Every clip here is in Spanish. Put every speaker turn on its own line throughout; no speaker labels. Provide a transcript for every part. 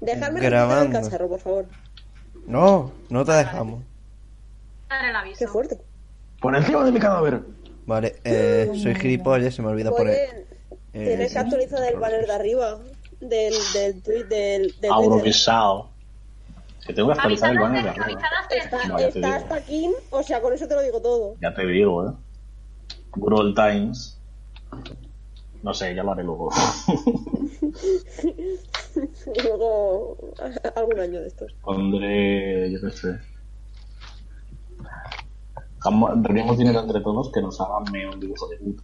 Dejadme
Grabando.
el cacharro, por favor.
No, no te dejamos.
Dar el aviso.
Qué fuerte.
Por encima de mi cadáver.
Vale, eh, soy gilipollas, se me olvida poner.
Oye, Pues, eh, tienes que
eh,
actualizar el banner de arriba. Del, del tweet, del, del Twitter.
Abrovisado. Que tengo que actualizar el
Avisadas
banner de
de-
arriba.
avisadas de-
Está,
Vale, te
está
digo.
hasta aquí, o sea, con eso te lo digo todo.
Ya te digo, eh. Good old times. No sé, ya lo haré luego.
Y Luego, a- algún año de estos.
Pondré, yo qué sé. Jamo- Reunimos dinero entre todos que nos hagan me- un dibujo de puta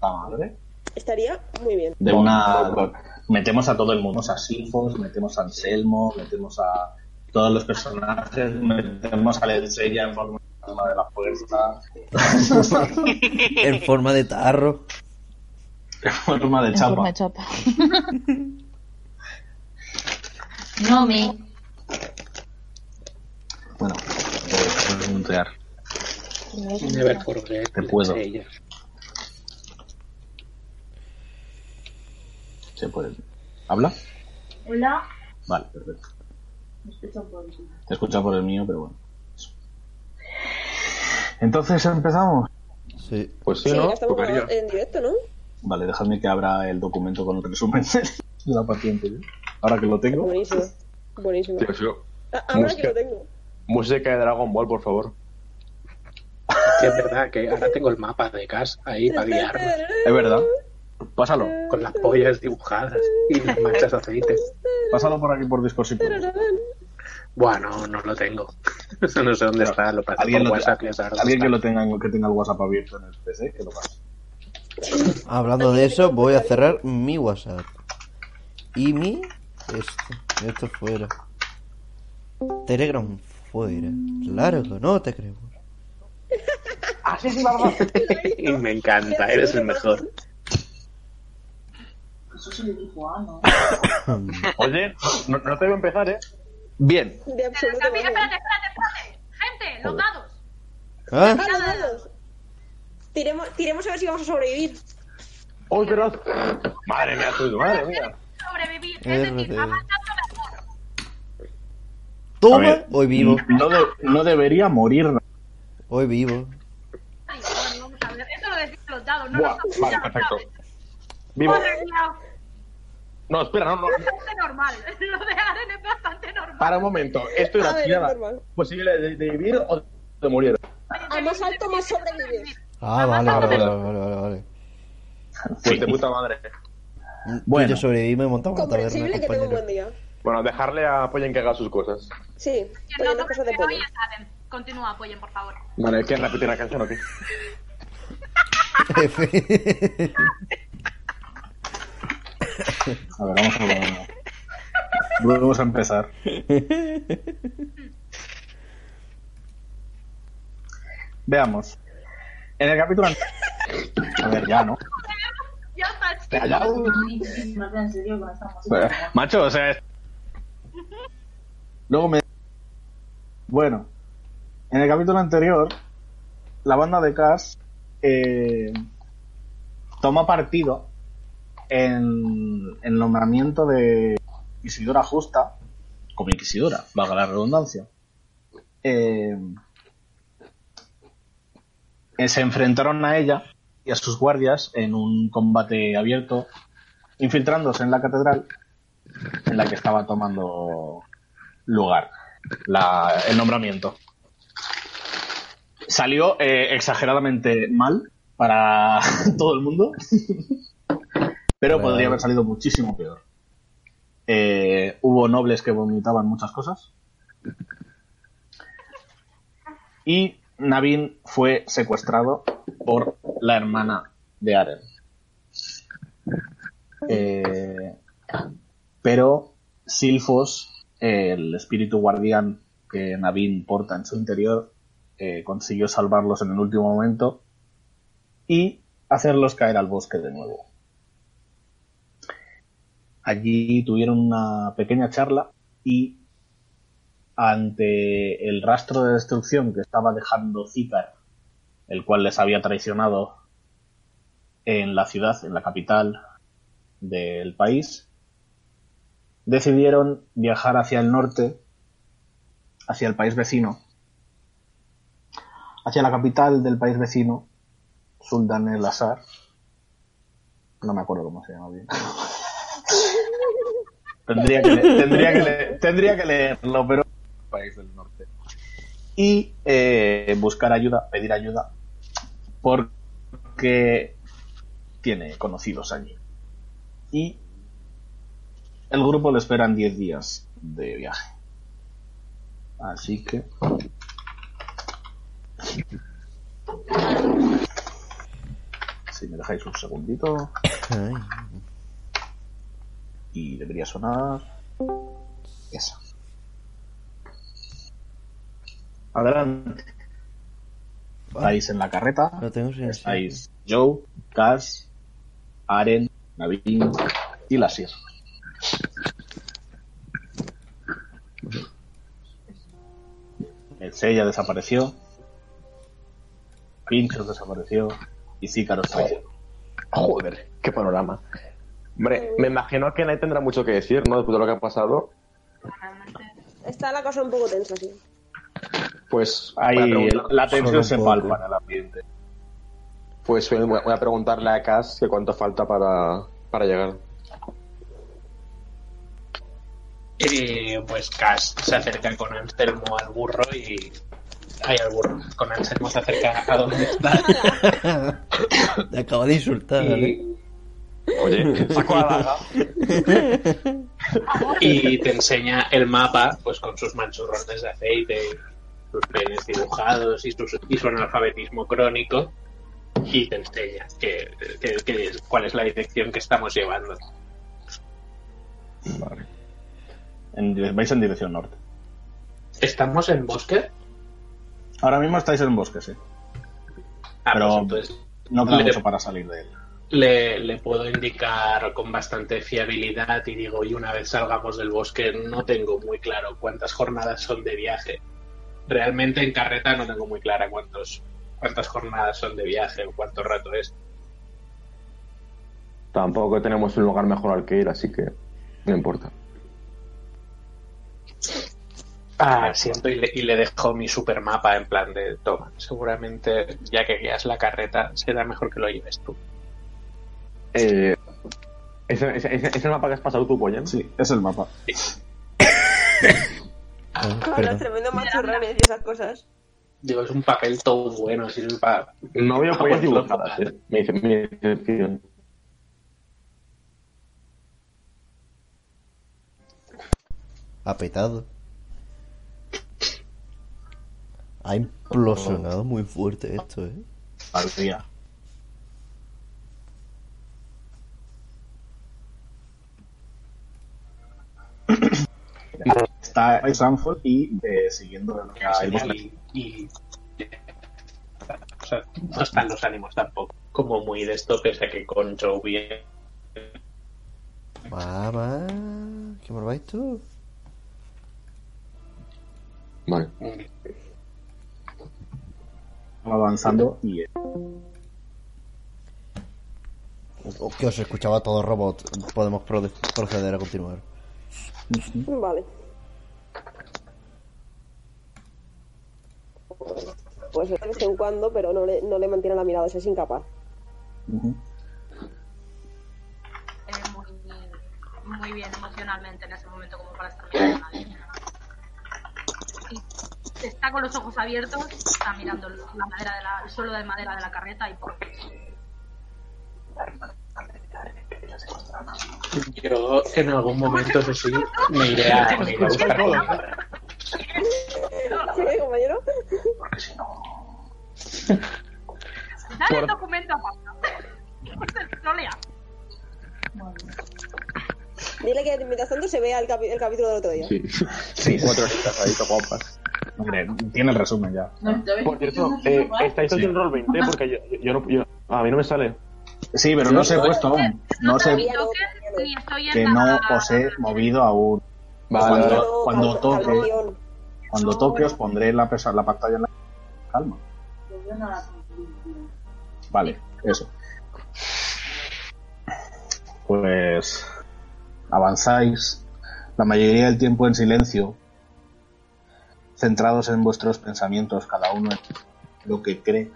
madre.
Estaría muy bien.
De una. Metemos a todo el mundo, metemos a Silfos, metemos a Anselmo, metemos a todos los personajes, metemos a Lencella en forma de la fuerza,
en forma de tarro.
en forma de
en forma
chapa.
de chapa.
No me.
Bueno, eh, puedo preguntar.
Never forget.
Te puedo.
Ella.
Se puede. ¿Habla?
Hola.
Vale, perfecto. Te escucha por el mío, pero bueno. Entonces empezamos.
Sí.
Pues sí,
Sí,
¿no?
ya estamos
Tocaría.
en directo, ¿no?
Vale, dejadme que abra el documento con el resumen de la paciente. ¿eh? Ahora que lo tengo.
Buenísimo. Buenísimo.
Tío, yo-
Ah, Ahora que
Música.
lo tengo.
Música de Dragon Ball, por favor.
Que es verdad que ahora tengo el mapa de casa ahí para guiarme.
Es verdad. Pásalo.
Con las pollas dibujadas y las manchas de aceite.
Pásalo por aquí por Discord si puedes.
Bueno, no lo tengo. no sé dónde está. Lo pasé
Alguien,
por
lo te-
WhatsApp. ya sabes dónde
alguien que
está.
lo tenga, que tenga el WhatsApp abierto en el PC, que lo pase.
Hablando de eso, voy a cerrar mi WhatsApp. Y mi. Esto. Esto fuera. Telegram fuera. Claro que no te creo.
Y me encanta, eres el mejor.
Oye, no, no te voy a empezar, ¿eh? Bien.
De absoluto.
Espérate,
vamos.
espérate, espérate. Gente, los dados.
¿Ah?
Ah, los dados. Tiremos, tiremos a ver si vamos a sobrevivir.
¡Uy, pero... Madre mía, tú, madre mía.
Sobrevivir. Es decir,
RT.
avanzando la mejor.
A
Toma,
ver,
hoy vivo.
No, de- no debería morir.
Hoy vivo.
Ay, bueno, vamos a ver. Eso lo decís los dados, no
Buah,
los
vale, perfecto. Vivo.
Madre mía,
No, espera, no, no.
es bastante normal. Lo de Aren es bastante normal.
Para un momento. Esto
A
era
ver,
tirada.
es normal.
Posible de, de vivir o de morir.
A más alto, más sobrevives.
Ah, vale, vale, vale, vale, vale. vale.
Pues de puta madre.
Bueno. Yo sobreviví y me he montado una taberna,
Comprensible que tengo un buen
compañero.
día.
Bueno, dejarle a Pollen que haga sus cosas.
Sí,
Quien
oye,
no
las cosas de
sobrevive hoy
pollo.
es Aren. Continúa, apoyen, por favor.
Vale, ¿quieres repetir la canción o qué?
Jefe.
A ver, vamos a probarlo. Volvemos a empezar. Veamos. En el capítulo anterior. A ver, ya, ¿no?
Ya está,
Te
chico.
hallado.
Pero, macho, o sea. es- Luego me. Bueno, en el capítulo anterior, la banda de Cash eh, toma partido en en el nombramiento de Inquisidora Justa, como Inquisidora, valga la redundancia. Eh, eh, se enfrentaron a ella y a sus guardias en un combate abierto infiltrándose en la catedral en la que estaba tomando lugar la- el nombramiento. Salió eh, exageradamente mal para todo el mundo, pero podría haber salido muchísimo peor. Eh, hubo nobles que vomitaban muchas cosas. Y Navin fue secuestrado por la hermana de Aren. Eh, pero Silfos, eh, el espíritu guardián que Navin porta en su interior, eh, consiguió salvarlos en el último momento y hacerlos caer al bosque de nuevo. Allí tuvieron una pequeña charla y ante el rastro de destrucción que estaba dejando Zícar, el cual les había traicionado en la ciudad, en la capital, del país, decidieron viajar hacia el norte, hacia el país vecino, hacia la capital del país vecino, Sultan el Azar. No me acuerdo cómo se llama bien. tendría, que, le- tendría, que le- tendría que leerlo, pero país del norte. Y eh, buscar ayuda, pedir ayuda, porque tiene conocidos allí. Y el grupo le esperan 10 días de viaje. Así que. Si me dejáis un segundito
Ay,
y debería sonar. Esa. Adelante. Estáis en la carreta.
lo tengo sin
Estáis Joe, Cass, Aren, Navin y la sierra. El Sella desapareció. Pinchos desapareció. Y Zícaros traicionó.
Joder, qué panorama. Hombre, me imagino que nadie tendrá mucho que decir, ¿no? Después de lo que ha pasado.
Realmente.
Está la cosa un poco tensa, sí.
Pues
Ahí
voy a preguntar-
la tensión
solo
se
un poco.
palpa en el ambiente.
pues voy a voy a preguntarle a Cass que cuánto falta para, para llegar.
Eh, pues Cass se acerca con Anselmo al burro y. Hay al burro. Con Anselmo se acerca a donde está.
Te acabo de insultar, ¿vale?
Y,
Oye, saco la daga.
y te enseña el mapa, pues con sus manchurrones de aceite, sus penes dibujados y, sus- y su analfabetismo crónico. Y te enseña que, que- que- cuál es la dirección que estamos llevando.
En- vais en dirección norte.
¿Estamos en bosque?
Ahora mismo estáis en bosque, sí.
Ah,
Pero-
pues entonces
No queda
Le-
mucho para salir de él.
le, le puedo indicar con bastante fiabilidad y digo, y una vez salgamos del bosque, no tengo muy claro cuántas jornadas son de viaje. Realmente en carreta no tengo muy clara cuántos, cuántas jornadas son de viaje o cuánto rato es.
Tampoco tenemos un lugar mejor al que ir, así que no importa.
Ah, siento, y le, y le dejo mi super mapa en plan de toma. Seguramente, ya que guías la carreta, será mejor que lo lleves tú.
Eh, ¿es, es, es, es el mapa que has pasado tú, Poyen?
Sí, es el mapa.
Ah,
Con los
perdón.
tremendos machurrones y esas cosas.
Digo, es un papel todo bueno, sirve para.
No veo
Poyen
Poyen dibujadas, ¿eh? Me dice, me dice-
Ha petado. Ha implosionado muy fuerte esto, ¿eh?
Al día. Está en Sanford y eh, siguiendo el
y, y- o sea, no están los ánimos tampoco. Como muy de esto, pese a que con Joe bien.
Mamá, ¿qué me lo vais tú?
Vale.
avanzando y eh,
Oh, que os escuchaba todo robot. Podemos prode- proceder a continuar.
Vale. Pues de vez en cuando, pero no le, no le mantiene la mirada, o sea, es incapaz.
ujú.
Eh, muy, muy bien emocionalmente en ese momento como para estar mirando a nadie. Y está con los ojos abiertos, está mirando la madera de la- el suelo de madera de la carreta y por
Yo en algún momento, eso sí, me iré a, me iré a buscar comida.
¿Sí, compañero?
Dale el
Por-
documento a Pablo. No lea.
Dile que mientras tanto se vea el, capi- el capítulo del otro día.
Sí.
Sí,
Cuatro horitas ahí, todo guapas.
hombre, tiene el resumen ya.
Por cierto, eh, ¿estáis
Sí.
haciendo roll 20? Porque yo, yo, yo no. yo- a mí no me sale.
Sí, pero no os he puesto
Eh,
aún. No os
soy
he,
sabía
token ni estoy en
que no
la-
os he movido aún.
Vale,
Cuando-
vale.
Pero
cuando
cal-
toque.
calmación.
Cuando toque os pondré la, pesa- la pantalla en la calma. Vale, eso. Pues avanzáis la mayoría del tiempo en silencio, centrados en vuestros pensamientos, cada uno en lo que cree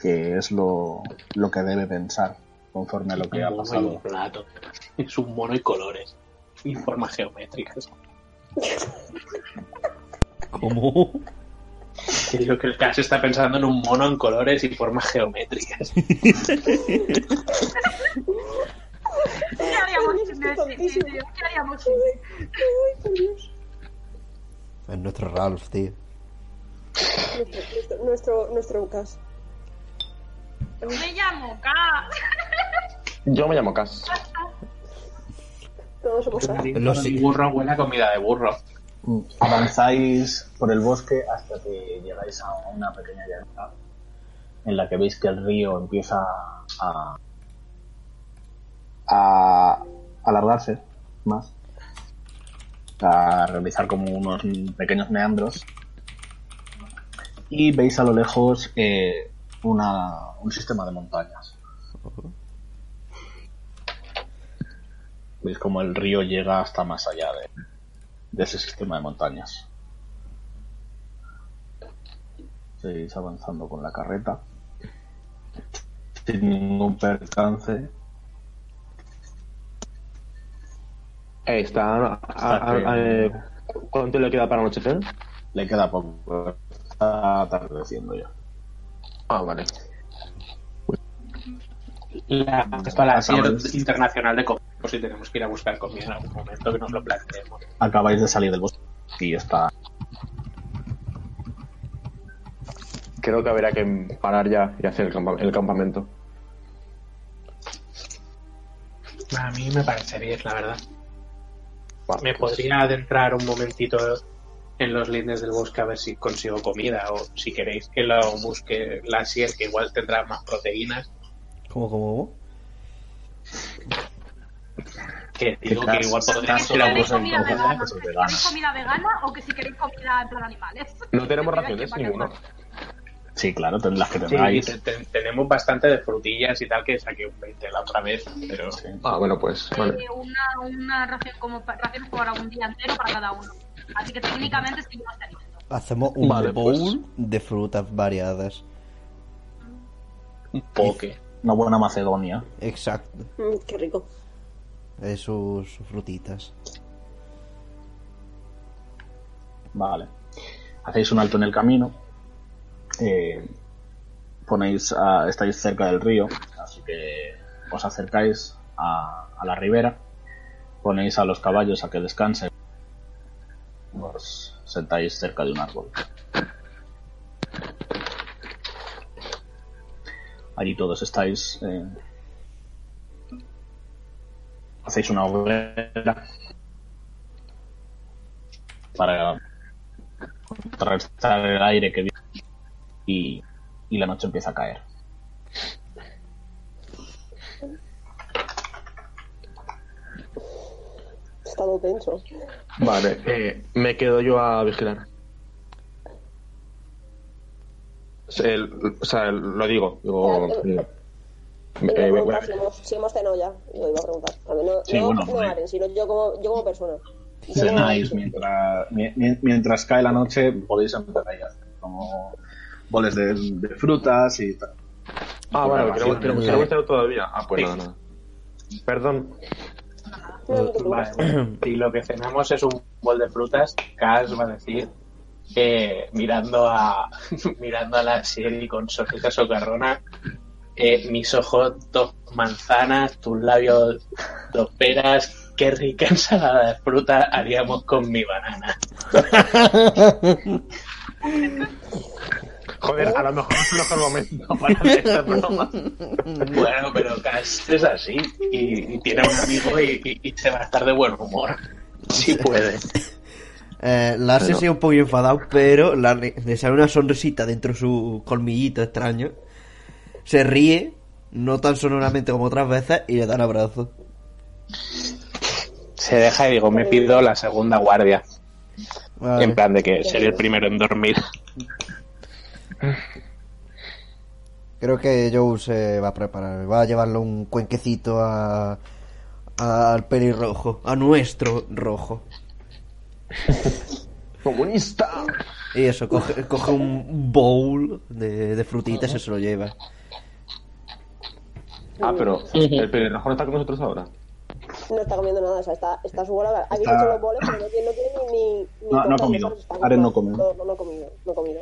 que es lo, lo que debe pensar conforme a lo que ha
Un mono y
pasado.
un plato. Es un mono y colores. Y formas geométricas.
¿Cómo?
Yo digo que el Cash está pensando en un mono en colores y formas geométricas.
¿Qué haríamos sin
Estoy
Messi,
tontísima.
tío? ¿Qué haríamos sin Messi?
Es nuestro Ralph, tío.
Nuestro, nuestro, nuestro caso.
Me llamo K.
Yo me llamo Cas.
Todos somos así.
Lo sé.
El burro huele a comida de burro.
Avanzáis por el bosque hasta que llegáis a una pequeña llanura en la que veis que el río empieza a, a alargarse más, a realizar como unos pequeños meandros y veis a lo lejos eh, una- un sistema de montañas. Veis como el río llega hasta más allá de, de ese sistema de montañas. Seguís avanzando con la carreta. Sin ningún percance.
Eh, está. a- a- a- eh, ¿Cuánto le queda para anochecer?
Le queda poco. Está atardeciendo ya.
Ah, vale.
La para la
Acabamos.
Sierra internacional de comida. Por si tenemos que ir a buscar comida en algún momento que nos lo planteemos.
Acabáis de salir del bosque y está.
Creo que habrá que parar ya y hacer el, campa- el campamento.
A mí me parece bien, la verdad.
Vale,
Me
pues-
podría adentrar un momentito en los lindes del bosque a ver si consigo comida o si queréis que lo busque la Sier, que igual tendrá más proteínas.
¿Cómo, cómo,
Que digo
Quizás-
que igual podríamos
quizás
ir a
otra
¿Queréis
cosa
comida
buscar
entonces,
vegana?
pues,
¿Si
vegana.
queréis comida vegana o que si queréis comida en plan animales?
No tenemos
Porque
raciones,
hay que
ninguno.
pagar.
Sí, claro, ten- las que
Sí,
tengáis.
te- te- tenemos bastante de frutillas y tal, que saqué un 20 la otra vez, pero
Sí.
Ah, bueno, pues. Vale.
Eh, Una, una ración como pa- raciones para un día entero para cada uno. Así que técnicamente seguimos teniendo.
cómo? Hacemos un
Vale, pues.
bowl de frutas variadas.
un poque.
Una buena Macedonia.
Exacto.
Mm, qué rico.
Eh, sus sus frutitas.
Vale. Hacéis un alto en el camino. eh, ponéis a- estáis cerca del río, así que os acercáis a, a la ribera. Ponéis a los caballos a que descansen. Os sentáis cerca de un árbol. Allí todos estáis. eh, hacéis una hoguera para contrarrestar el aire que viene y, y la noche empieza a caer.
He estado tenso.
Vale, eh, me quedo yo a vigilar. El- o sea, el- lo digo. digo eh,
Iba a
eh, voy a-
preguntar si hemos, si hemos cenado ya. Lo iba a preguntar. A ver, no,
Sí,
no,
bueno,
no
pues,
Aren, sino yo como, yo como persona. Yo
Cenáis
como-
mientras, mi- mi- mientras cae la noche, podéis empezar a hacer como boles de, de frutas y tal.
ah, vale, que no que no- que no voy a
Vale.
estar todavía. Ah, pues nada, nada. Perdón.
No, no te preocupes.
Vale. Y lo que cenamos es un bol de frutas, Cash va a decir, eh, mirando a mirando a la Sier y con sonrisa socarrona, eh, mis ojos dos manzanas, tus labios dos peras, qué rica ensalada de fruta haríamos con mi banana.
Joder, a lo mejor es el mejor momento para hacer esta broma.
Bueno, pero Cash es así y, y tiene un amigo y, y- y se va a estar de buen humor. Si puede.
Eh, la
Pero-
se un poco enfadado, pero la- le sale una sonrisita dentro de su colmillito extraño. Se ríe, no tan sonoramente como otras veces, y le da un abrazo.
Se deja y digo, me pido la segunda guardia.
Vale.
En plan de que sería el primero en dormir.
Creo que Joe se va a preparar. Va a llevarle un cuenquecito a, al pelirrojo, a nuestro rojo.
¡Comunista!
Y eso, coge, coge un bowl de, de frutitas y se lo lleva.
Ah, pero el pelirrojo no está con nosotros ahora.
No está comiendo nada, o sea, está, está su bola. Habéis
Está-
hecho los boles, pero no tiene, no tiene ni. ni
No, no ha
tortas,
comido.
cosas, está
Ares no
comiendo.
come.
No, no, no ha comido, no ha comido.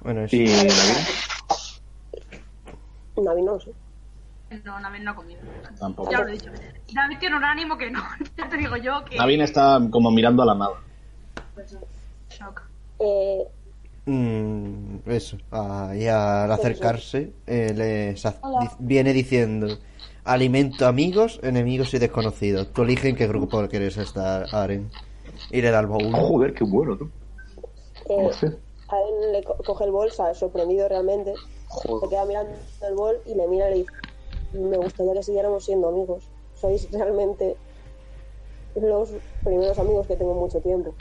Bueno, eso.
¿Y David?
Navi no, sí.
No, David no ha comido.
Tampoco.
Ya lo he dicho. David tiene un ánimo que no. Ya te digo yo que.
Navin está como mirando a la nada.
Shock.
Eh,
Mm, eso. Ah, y al acercarse, eh, les ha- di- viene diciendo: Alimento amigos, enemigos y desconocidos. Tú eligen qué grupo quieres estar, Aren. Y le da el bowl.
Joder, qué bueno, tú.
eh,
sé.
a él le co- coge el bol, o sea, sorprendido realmente. Se queda mirando el bol y le mira y le dice: Me gustaría que siguiéramos siendo amigos. Sois realmente los primeros amigos que tengo en mucho tiempo.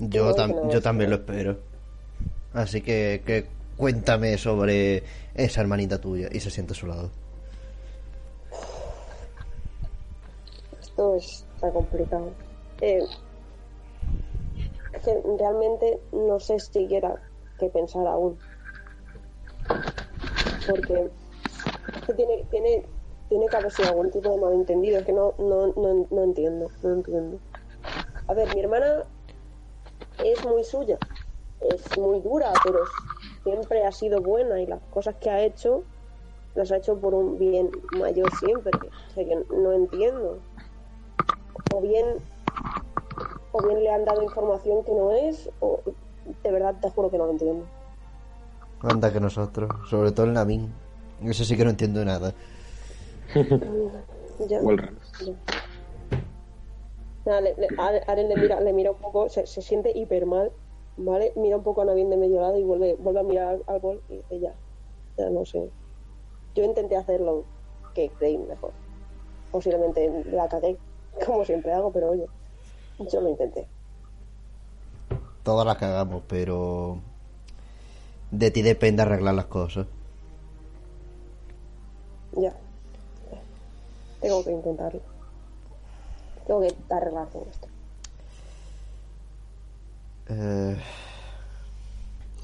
Yo, tam- yo también lo espero. Así que, que cuéntame sobre esa hermanita tuya. Y se sienta a su lado.
Esto es tan complicado. Eh, es que realmente no sé siquiera qué pensar aún. Porque es que tiene, tiene, tiene que haber sido algún tipo de malentendido. Es que no, no, no, no entiendo, no entiendo. A ver, mi hermana es muy suya. Es muy dura, pero siempre ha sido buena y las cosas que ha hecho las ha hecho por un bien mayor siempre. O sea que no entiendo o bien o bien le han dado información que no es o de verdad te juro que no lo entiendo
Anda que nosotros. Sobre todo el Namin. Eso sí que no entiendo nada.
Ya.
O al revés.
Nada, le- le- Aren Aren le mira le mira un poco se, se siente hiper mal vale mira un poco a Navin de medio lado y vuelve vuelve a mirar al, al bol y dice ya ya no sé yo intenté hacerlo que creí mejor posiblemente la cagué como siempre hago pero oye yo lo intenté
Todas las cagamos, pero. De ti depende arreglar las cosas.
Ya. Tengo que intentarlo. Tengo que arreglar con esto.
Eh,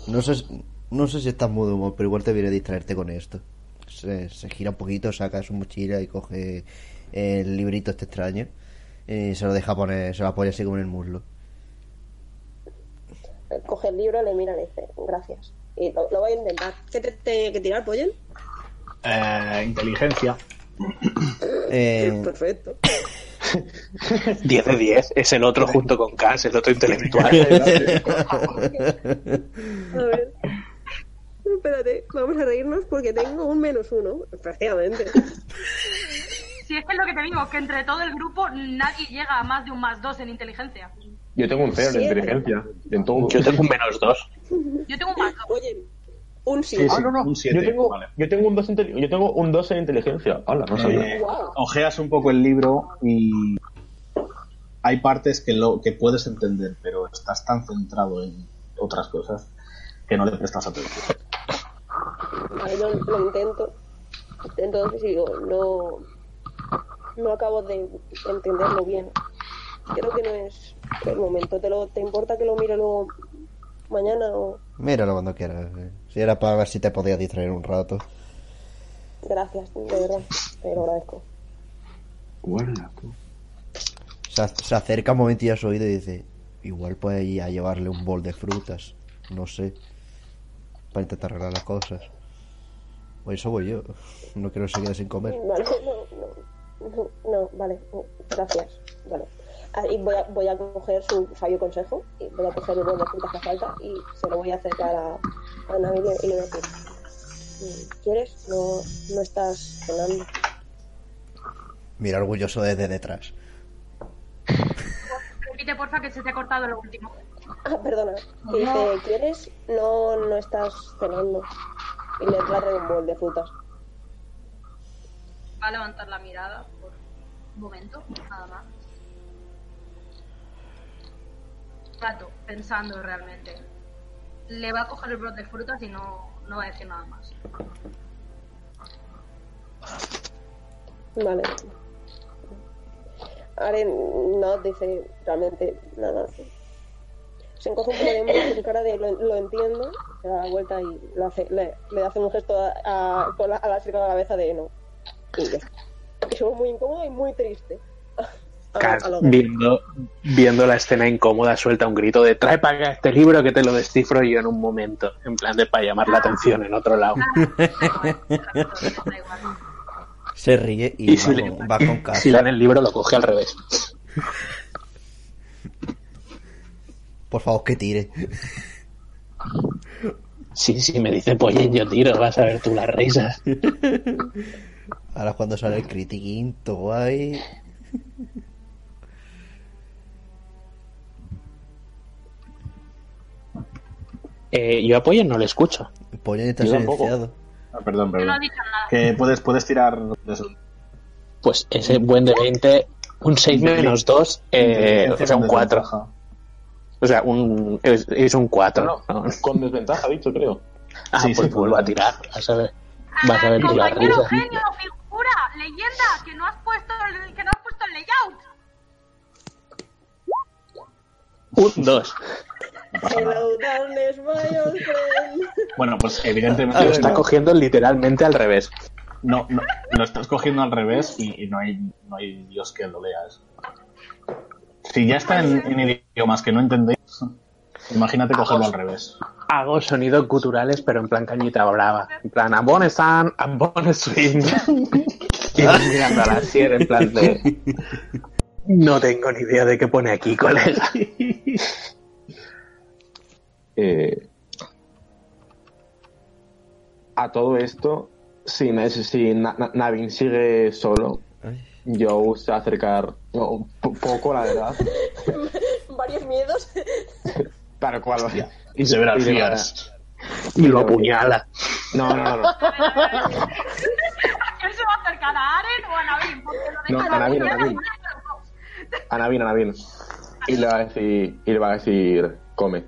No sé, si- no sé si estás muy de humor, pero igual te viene a distraerte con esto. Se, se gira un poquito, saca su mochila y coge el librito este extraño. Y se lo deja poner, se lo apoya así como en el muslo.
Eh, Coge el libro, le mira y le dice, gracias. Y lo, lo voy a intentar. ¿Qué te tenía que tirar, Pollen?
Eh, inteligencia.
Eh,
Perfecto.
10 de 10. Es el otro junto con Cass, el otro intelectual.
A ver. Espérate, vamos a reírnos porque tengo un menos uno, prácticamente.
Si es que es lo que te digo, que entre todo el grupo nadie llega a más de un más dos en inteligencia.
Yo tengo un cero en inteligencia. En todo.
Yo tengo un menos 2.
Yo tengo un más dos.
Pollen, un sí.
Sí, sí.
Ah, no, no.
Un siete,
yo, tengo,
vale.
yo tengo un 2 yo tengo un 2 en inteligencia. Hala, no sabía.
Eh, ojeas un poco el libro y hay partes que lo que puedes entender, pero estás tan centrado en otras cosas que no le prestas atención.
Ahí lo, lo intento. Entonces digo, no, no acabo de entenderlo bien. Creo que no es el momento. ¿Te, lo, te importa que lo mire luego mañana o
míralo cuando quieras. eh. Si era para ver si te podías distraer un rato.
gracias? De verdad, te lo agradezco.
Guarda, tú.
Se, ac- se acerca un momentillo a su oído y dice: Igual puede ir a llevarle un bol de frutas. No sé. Para intentar arreglar las cosas. O eso voy yo. No quiero que se quede sin comer.
Vale, no, no, no, no, vale, gracias. Vale. Ah, y voy a, voy a coger su sabio consejo, y voy a coger el bol de frutas que falta y se lo voy a acercar a, a Navi y le voy a decir, mm, ¿quieres? No, no estás cenando.
Mira orgulloso desde detrás.
Repite, porfa, que se te ha cortado lo último.
Ah, perdona. Que dice, ¿quieres? No, no estás cenando. Y le trae un bol de frutas.
Va a levantar la mirada por un momento, nada más. Un rato, pensando realmente. Le va a coger el brote de frutas y no, no va a decir nada más.
Vale. Aren no dice realmente nada. Se encoge un poco de hombros con cara de lo, lo entiendo, se da la vuelta y lo hace, le, le hace un gesto a, a, con la, a la chica de la cabeza de no. Y ya. Y se ve muy incómodo y muy triste. A-
Car,
a lo-
viendo, viendo la escena incómoda, suelta un grito de trae para acá este libro que te lo descifro yo en un momento, en plan de para llamar la atención en otro lado.
Da Ah, igual.
Se ríe y,
Y
va,
si le-
con, va con calma.
Si dan el libro lo coge al revés.
Por favor, que tire.
Sí, sí, me dice pollen, yo tiro, vas a ver tú las risas.
Ahora es cuando sale el critiquín, todo guay.
Eh, yo a pollen no le escucho.
Pollen está
Yo tampoco.
silenciado.
Ah, perdón,
Yo no he
perdón.
dicho nada.
Que puedes, puedes tirar de eso.
Pues ese buen de 20, un 6 menos 2, eh,
Inteligencia
o sea, un
con
4.
desventaja.
O sea, un, es, es un 4.
No, no, con desventaja, ha dicho, creo.
Ah,
Sí,
pues
sí,
vuelvo a
bueno.
tirar. Vas a ver, vas a ver tú las
Compañero
risas.
Ah, genio, figura, leyenda, que no has puesto el, que no has puesto el layout.
Un 2.
No pasa nada.
Hello, darkness, my old friend.
Bueno, pues
Lo
evidentemente
está
no,
cogiendo literalmente al revés.
no, no, lo estás cogiendo al revés y, y no, hay, no hay Dios que lo lea eso. Si ya está en, en idiomas que no entendéis, imagínate cogerlo al revés.
Hago sonidos guturales, pero en plan cañita brava. En plan, I'm gonna stand, I'm gonna swing. y voy mirando a la sierra en plan de... No tengo ni idea de qué pone aquí, colega.
Eh, a todo esto, si, Na- si Na- Na- Navin sigue solo,
Ay.
Joe se va a acercar no, un po- poco, la verdad.
Varios miedos.
Tal cual, vaya.
Y se verá
Y
el
le va a-
Fias.
Y lo apuñala.
No, no, no. no.
¿Quién se va a acercar a Aren o a Navin? Porque lo de
No, a Navin, a Navin. A Navin, a Navin. Y le va a decir, y le va a decir come.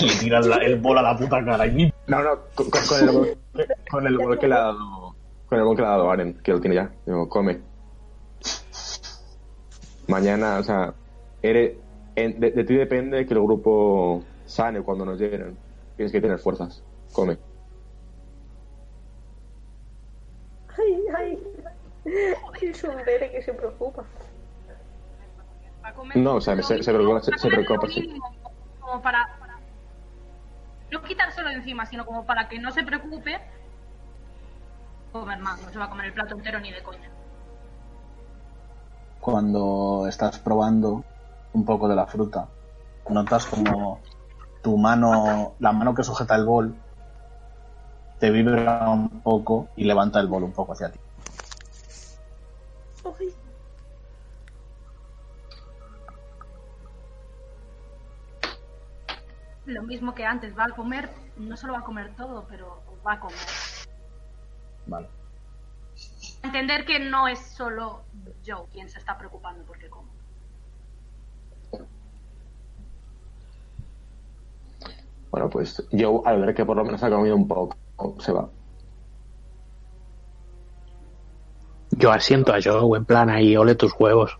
Le tira la- el bol a la puta cara. Y...
No, no, con, con- con el, gol- con el gol que le ha dado. Con el gol que le ha dado Aren, que lo tiene ya. Digo, come. Mañana, o sea, eres, en- de, de ti depende que el grupo sane cuando nos lleguen. Tienes que tener fuerzas. Come.
Ay, ay. Es un bere que se preocupa.
No, o sea, se- se preocupa- se- se preocupa, sí.
Como para, para- No quitárselo de encima, sino como para que no se preocupe. Comer más, no se va a comer el plato entero ni de coña.
cuando estás probando un poco de la fruta, notas como tu mano, la mano que sujeta el bol, te vibra un poco y levanta el bol un poco hacia ti.
Ay.
Lo mismo que antes, va a comer, no se lo va a comer todo, pero va a comer.
Vale.
Entender que no es solo yo quien se está preocupando porque como.
Bueno, pues Joe, al ver que por lo menos ha comido un poco, se va.
Yo asiento a Joe en plan ahí, ole tus huevos.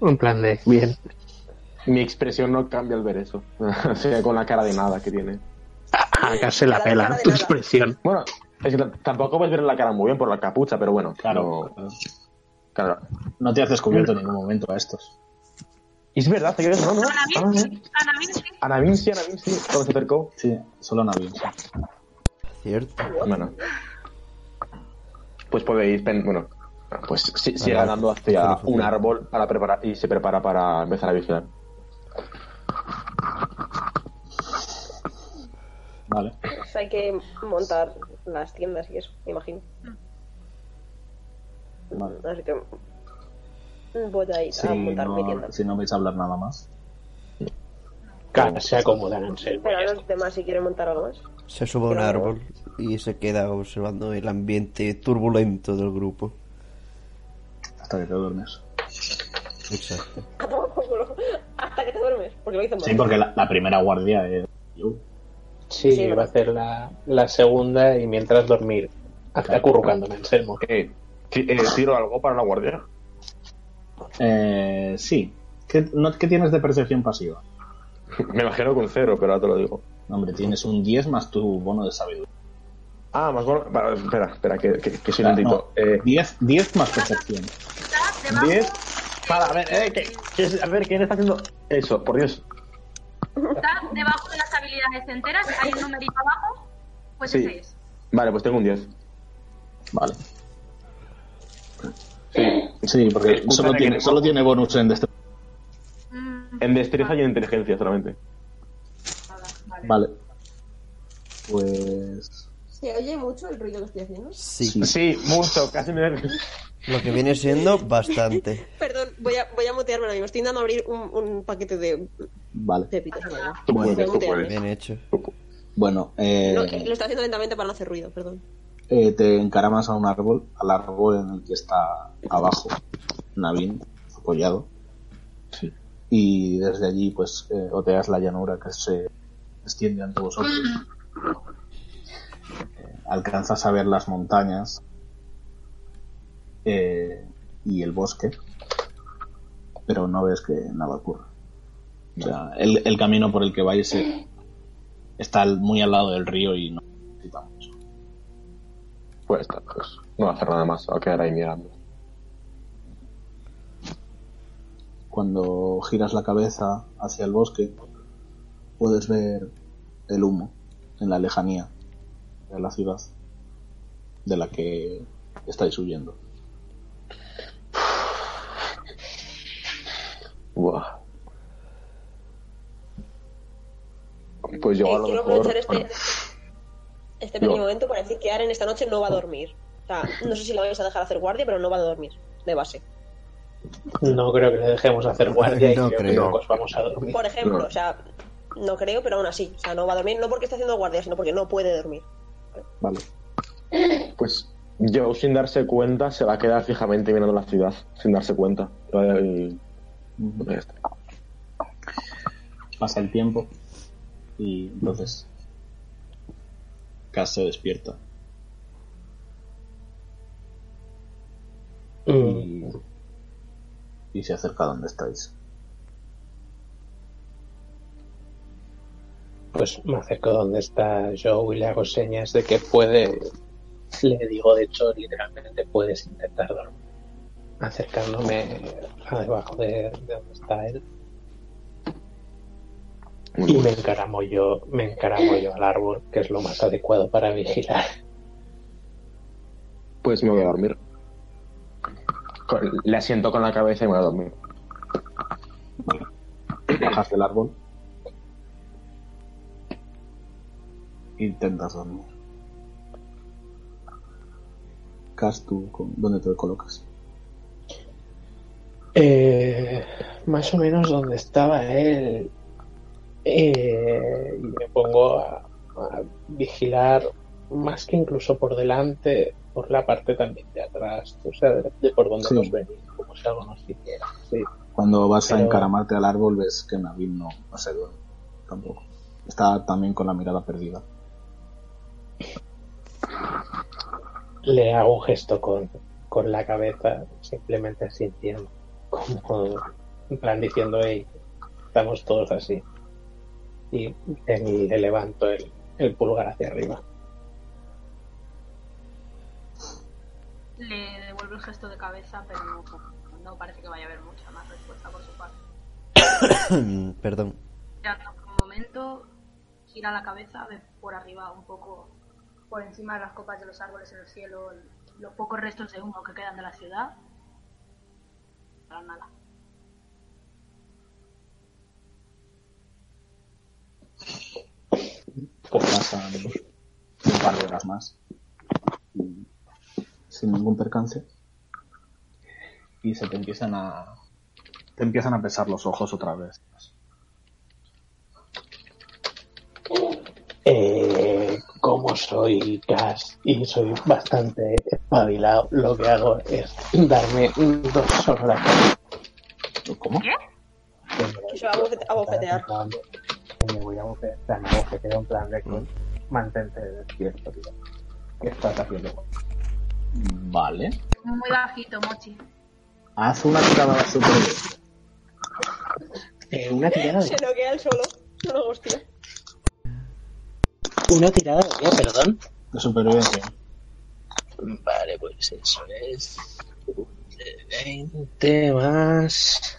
En plan de, bien.
Mi expresión no cambia al ver eso. o sea, con la cara de nada que tiene.
Acá se la
La
pela,
cara de
tu
nada.
expresión.
Bueno, es que t- tampoco puedes ver la cara muy bien por la capucha, pero bueno.
Claro.
no- claro.
No te has descubierto en ningún momento a estos.
Y es verdad, te quedas, no, no.
Ana
ah,
Vinci,
no.
Ana Vinci,
Ana Vinci, Ana Vinci, cuando se acercó.
Sí, solo Navi.
Cierto.
Bueno. Pues podéis, pen- bueno, pues si- sigue
Vale,
andando
vale. Esto no
hacia un
funciona.
árbol para preparar y se prepara para empezar a vigilar.
Vale.
Pues hay que montar las tiendas y eso, me imagino.
Vale.
Así que voy a ir
Si
a montar mi
no,
tienda.
si no vais a hablar nada más.
Claro, se acomodan en serio.
Pero a los demás si quieren montar algo más.
Se sube a un árbol y se queda observando el ambiente turbulento del grupo.
Hasta que te duermes.
Exacto.
A tomar por culo. Hasta que te duermes, porque lo hice mal.
Sí, porque la, la primera guardia es. Yo.
Sí,
Sí,
va a hacer la, la segunda y mientras dormir. Acurrucándome, Anselmo.
Eh, ti- eh, tiro algo para la guardia.
Eh, sí. ¿Qué, no, ¿Qué tienes de percepción pasiva?
Me imagino con cero, pero ahora te lo digo.
No, Hombre, tienes un 10 más tu bono de sabiduría.
Ah, más bueno. para- espera, espera, que, que, que soy
Ah,
lentito.
no,
Eh,
10, 10 más percepción.
Está debajo
10.
para, a ver, eh, que- que es- a ver, ¿quién está haciendo eso? Por Dios.
está debajo de las habilidades enteras, hay un numerito abajo, pues
Sí.
ese es.
Vale, pues tengo un 10.
Vale.
Sí.
Sí, porque
Escúchame,
solo tiene,
que-
solo tiene bonus en este- destreza.
Mm,
En destreza y en inteligencia solamente.
vale.
Vale. Pues.
¿Se oye mucho el ruido que estoy haciendo?
Sí.
Sí.
Sí, mucho, casi me.
Lo que viene siendo bastante.
Perdón, voy a, voy a mutearme ahora mismo. Estoy intentando abrir un, un paquete de
Vale.
pepitas. o algo.
Tú
Bueno,
puedes, tú
muteame.
puedes.
Bien hecho.
Bueno, eh,
Lo, lo está haciendo lentamente para no hacer ruido, perdón.
eh, te encaramas a un árbol, al árbol en el que está abajo Navin, apoyado.
Sí.
Y desde allí, pues, eh, oteas la llanura que se extiende ante vosotros. Eh, alcanzas a ver las montañas eh, y el bosque, pero no ves que nada ocurra. O sea, el, el camino por el que vais eh, está al- muy al lado del río y no necesita mucho.
Pues, está, pues no va a hacer nada más, va a quedar ahí mirando.
Cuando giras la cabeza hacia el bosque, puedes ver el humo en la lejanía de la ciudad de la que estáis huyendo.
Buah. Pues yo
Eh,
a lo
quiero
mejor.
aprovechar este,
bueno,
este pequeño
Yo.
momento para decir que Aren esta noche no va a dormir. O sea, no sé si la vais a dejar hacer guardia, pero no va a dormir, de base.
No creo que le dejemos hacer guardia y
No
creo que
creo.
pocos vamos a dormir.
Por ejemplo,
No.
o sea, no creo, pero aún así. O sea, no va a dormir, no porque está haciendo guardia, sino porque no puede dormir.
Vale.
Ah, Pues yo, sin darse cuenta, se va a quedar fijamente mirando la ciudad, sin darse cuenta. Y- y ya está.
pasa el tiempo y entonces Cass se despierta
Mm,
y, y se acerca a donde estáis.
Pues me acerco donde está Joe y le hago señas de que puede. Le digo, de hecho, literalmente puedes intentar dormir. Acercándome a debajo de, de donde está él. Y me encaramo yo, me encaramo yo al árbol, que es lo más adecuado para vigilar.
Pues me voy a dormir. Con- Le asiento con la cabeza y me voy a dormir.
Bajas del árbol. Intentas dormir. Cass, ¿tú con- dónde te colocas?
Eh, más o menos donde estaba él. Eh, y me pongo a, a vigilar más que incluso por delante, por la parte también de atrás, o sea, de, de por donde
Sí.
nos venimos, como si algo nos hiciera. Sí.
Cuando vas a
Pero-
encaramarte al árbol ves que Nabil no, no se duerme tampoco. Está también con la mirada perdida.
Le hago un gesto con, con la cabeza, simplemente sintiendo, como en plan diciendo, hey, estamos todos así. Y en- le levanto el, el pulgar hacia arriba.
Le devuelvo el gesto de cabeza, pero no, no parece que vaya a haber mucha más respuesta por su parte.
Perdón.
Mirando por un momento, gira la cabeza, ve por arriba un poco, por encima de las copas de los árboles en el cielo, el- los pocos restos de humo que quedan de la ciudad. Para nada.
pasan un par de horas más y- sin ningún percance y se te empiezan a te empiezan a pesar los ojos otra vez
Eh, como soy gas y soy bastante espabilado, lo que hago es darme dos horas.
¿cómo?
Que se va a bofete- a bofetear.
Y Me voy a bofetear, me bofeteo en plan de con- mantente despierto, tío. ¿Qué estás haciendo?
vale
Muy bajito, Mochi.
Haz una tirada super bien.
Eh, una tirada
Se
de...
lo queda el solo. No lo hostia.
Una tirada de qué, perdón.
De supervivencia.
Vale, pues eso es... un de 20 más...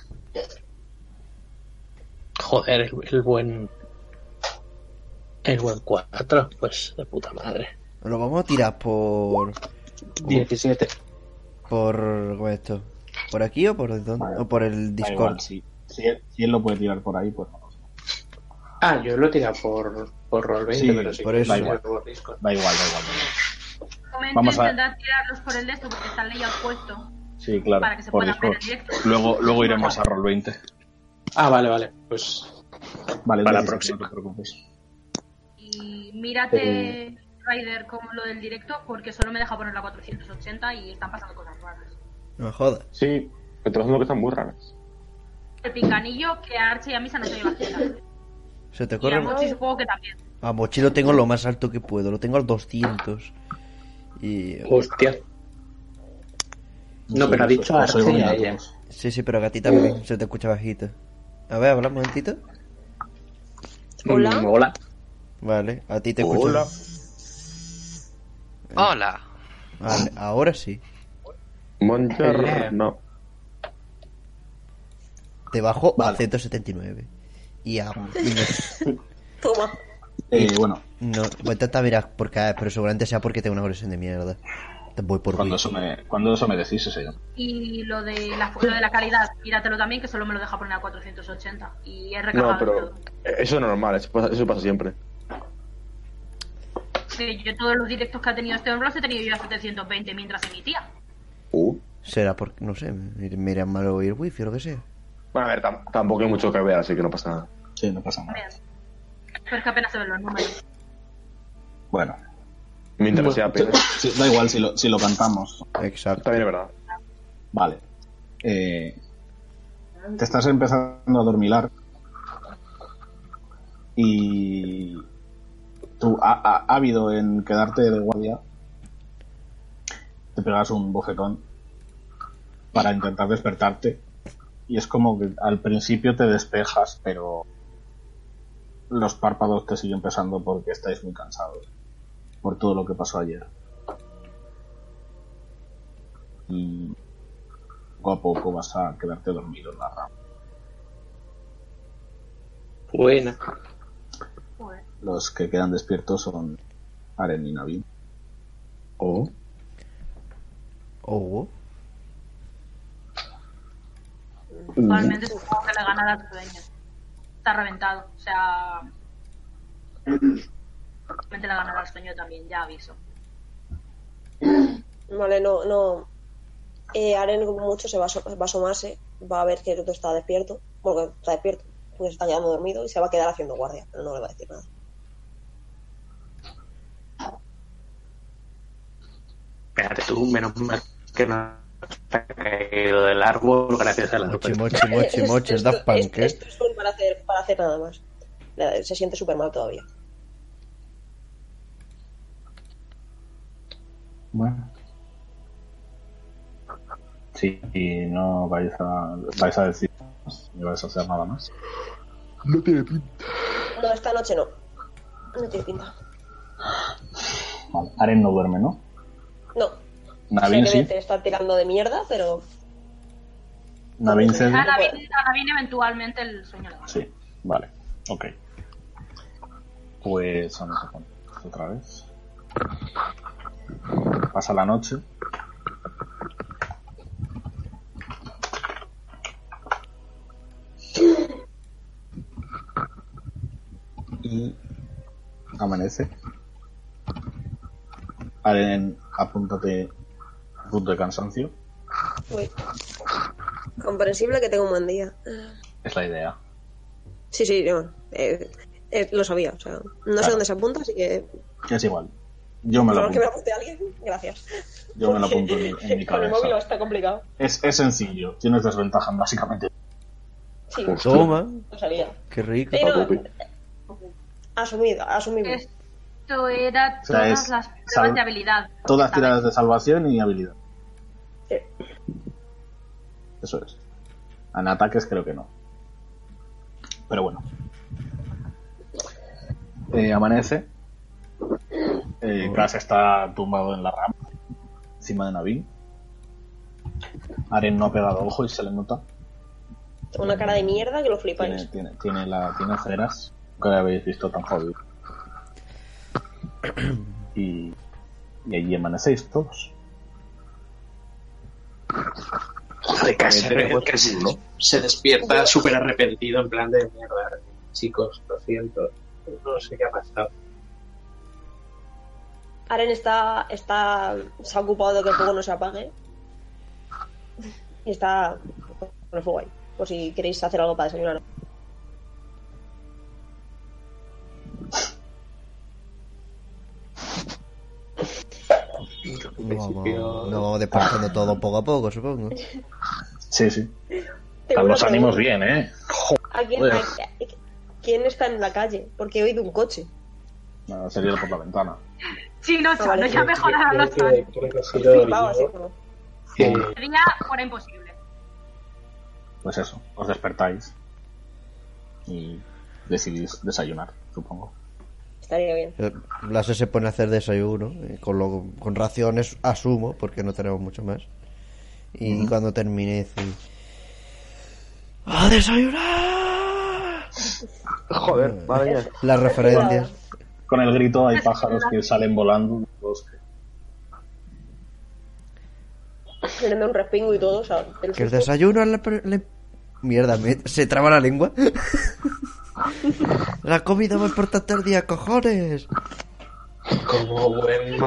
Joder, el, el buen... El buen 4, pues de puta madre.
Lo vamos a tirar por.
17.
por. ¿cómo es esto? ¿Por aquí o por dónde?
Vale.
O por el
Da
Discord.
igual, si, si, él, si él lo puede tirar por ahí, pues no.
Ah, yo lo he tirado por, por Roll20,
Sí,
pero sí.
por
que
eso.
lo juego por Discord.
Da igual, da igual. da igual.
Comento
Vamos a-
intentar tirarlos por el de esto porque están ley al puesto.
Sí, claro.
Para que se
por
pueda ver en
Discord.
directo.
Luego, luego iremos a Roll20.
Ah, vale, vale. Pues
Vale,
Para la
entonces,
próxima.
No te preocupes.
Y mírate, Ryder, como lo del directo, porque solo me deja poner la 480 y están pasando cosas raras.
No me jodas.
Sí, pero te vas dando que están muy raras.
El picanillo que a Archie y a Misa no se lleva cerca.
Se te
Y a
corre.
Mochi supongo que también.
A Mochi lo tengo lo más alto que puedo. Lo tengo al 200. Y.
Hostia. No, pero ha dicho
Os oigo
Arce y
bien
a
a
ella.
todos.
Sí, sí, pero a ti también. Se te escucha bajito. A ver, habla un momentito.
Hola.
Mm, Hola.
Vale, a ti te escucho. Hola.
Hola.
Vale, ahora sí. Eh,
Monter, no.
Te bajo a
Vale. Ah.
179. Y a.
Toma.
Eh, bueno,
No, pues voy a intentar mirar por cada pero seguramente sea porque tengo una conexión de mierda. Te voy por
cuando
Wii.
eso me, cuando eso me decís, ese señor.
Y lo de, la, lo de la calidad, míratelo también, que solo me lo deja poner a 480. Y es recargado.
No, pero eso es normal, eso pasa, eso pasa siempre.
Que yo todos los directos que ha tenido este hombre los he tenido yo a 720 mientras emitía.
Uh.
Será porque, no sé, mira mal o el wifi o lo que sea.
Bueno, a ver, tam- tampoco hay mucho que ver, así que no pasa nada.
Sí, no pasa nada.
Vean. Pero es que apenas se ven los números.
Bueno,
Me interesa apenas.
sí, da igual si lo, si lo cantamos.
Exacto.
También es verdad.
Vale. Eh, te estás empezando a dormilar. Y. Tú, á- á- ávido en quedarte de guardia, te pegas un bofetón para intentar despertarte. Y es como que al principio te despejas, pero los párpados te siguen pesando porque estáis muy cansados por todo lo que pasó ayer. Y poco a poco vas a quedarte dormido en la rama.
Buena.
Joder.
Los que quedan despiertos son Aren y Navin.
Oh.
Oh,
Mm,
Actualmente supongo que le gana a sueño. Está reventado, o sea. Realmente le gana al sueño también, ya aviso.
Vale, no, no. Eh, Aren como mucho se va, a so- va a asomarse, va a ver que el otro está despierto, porque está despierto, porque se está quedando dormido y se va a quedar haciendo guardia, pero no le va a decir nada.
Espérate tú, menos mal que no está caído del árbol gracias a la
pues,
mochi,
ropa.
mochi, mochi, mochi, es Daft Punk,
esto-
¿eh?
esto es solo para hacer, para hacer nada más. Nada, Se siente súper mal todavía.
Bueno. Sí, y no vais a, vais a decir más, ni vais a hacer nada más.
No, esta noche no. No tiene pinta.
Vale. Aren no duerme, ¿no?
No.
Navin Ah, sí.
te está tirando de mierda, pero
Navin cede.
A Navin, a Navin eventualmente el sueño le gana.
Sí, vale. Ok. Pues vamos a poner otra vez. Pasa la noche. Y amanece. Aren, apúntate a punto de cansancio.
uy, comprensible que tengo un buen día.
Es la idea.
Sí, sí, no, eh, eh, lo sabía. O sea, no sé
Claro.
dónde se apunta, así que
Es igual. Yo me
por
lo
favor que me
apunto.
apunte alguien. Gracias.
Yo me lo apunto en, mi- en mi
Con el
cabeza.
móvil está complicado.
Es, es sencillo, tienes desventaja básicamente.
Sí,
Hostia.
Toma,
Lo sabía.
qué rico.
Sí, no.
Papi.
asumido, asumido.
Esto era
O sea,
todas
es
las pruebas
sal-
de habilidad.
Todas tiradas de salvación y habilidad. Eso es. En ataques creo que no. Pero bueno. Eh, amanece. Eh, Crash está tumbado en la rama, encima de Navin. Aren no ha pegado ojo y se le nota.
Una cara de mierda que lo flipáis.
Tiene, tiene, tiene, la, tiene ojeras. Nunca la habéis visto tan jodido. Y, y allí amanecéis todos.
Joder, casi, casi se despierta súper arrepentido, en plan de mierda. Chicos, lo siento. No sé qué ha pasado.
Aren está, está, se ha ocupado de que el fuego no se apague. Y está con el fuego ahí. Por si queréis hacer algo para desayunar.
Nos vamos, nos vamos despertando todo poco a poco, supongo.
Sí, sí.
Tengo
Están
una
los ánimos
pregunta.
bien, ¿eh?
¿A quién,
Joder.
a- a- quién está en la calle? Porque he oído un coche.
No, ha salido por la ventana.
Sí, no,
vale,
no ya me jodan a
Creo
los Chan.
que, creo que ha sido
Flipado, así
yo
como.
que-
Sería fuera imposible.
Pues eso, os despertáis. Y decidís desayunar, supongo.
Estaría bien.
La S Eh, se pone a hacer desayuno, eh, con, lo, con raciones asumo, porque no tenemos mucho más. Y cuando termine, dice, ¡A desayunar!
Joder, madre mía.
Las referencias.
Con el grito hay pájaros que salen volando del bosque.
Le da un respingo y todo, o sea, del
Que el
susto.
desayuno es la... pre- la- Mierda, me- se traba la lengua. la comida más importante del día, cojones.
como buen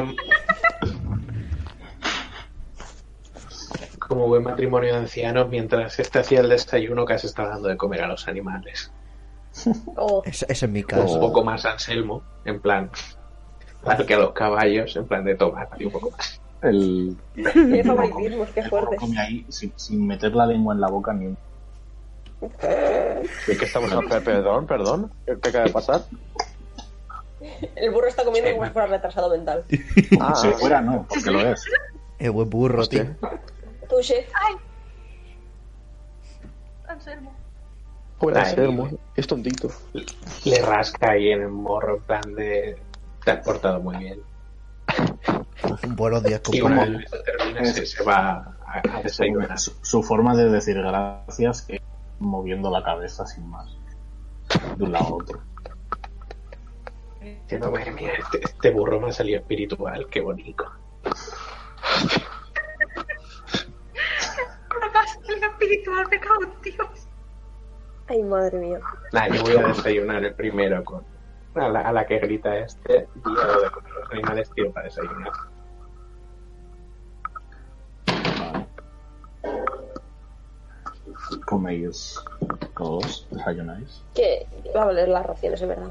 como buen matrimonio de ancianos mientras este hacía el desayuno casi estaba dando de comer a los animales
Oh,
Ese ese es mi
un
caso.
poco más Anselmo en plan para que a los caballos en plan de tomar y un poco más
El,
qué favoritismos, qué
el burro
fuertes.
come ahí sin, sin meter la lengua en la boca ni un...
¿De qué estamos hablando? Perdón, perdón. ¿Qué qué acaba de pasar?
El burro está comiendo como si fuera retrasado mental.
Ah,
Si fuera, no, porque lo es.
Es buen burro, tío.
hostia.
Tú, chef,
Anselmo.
Pobre
Ay.
Anselmo, es tontito.
le rasca ahí en el morro en plan de te has portado muy bien
Buenos días,
y una
compañero.
vez que termina se, se va a, a desayunar
Su, su forma de decir gracias es moviendo la cabeza sin más. De un lado a otro.
diciendo madre mía este, este burro me ha salido espiritual qué bonito
Una pastelina espiritual, me cago en Dios.
ay madre mía.
Nah, yo voy a desayunar el primero con a la, a la que grita este y a lo de comer los animales tío para desayunar.
Vale. Coméis todos, desayunáis.
Que va a valer las raciones, es verdad.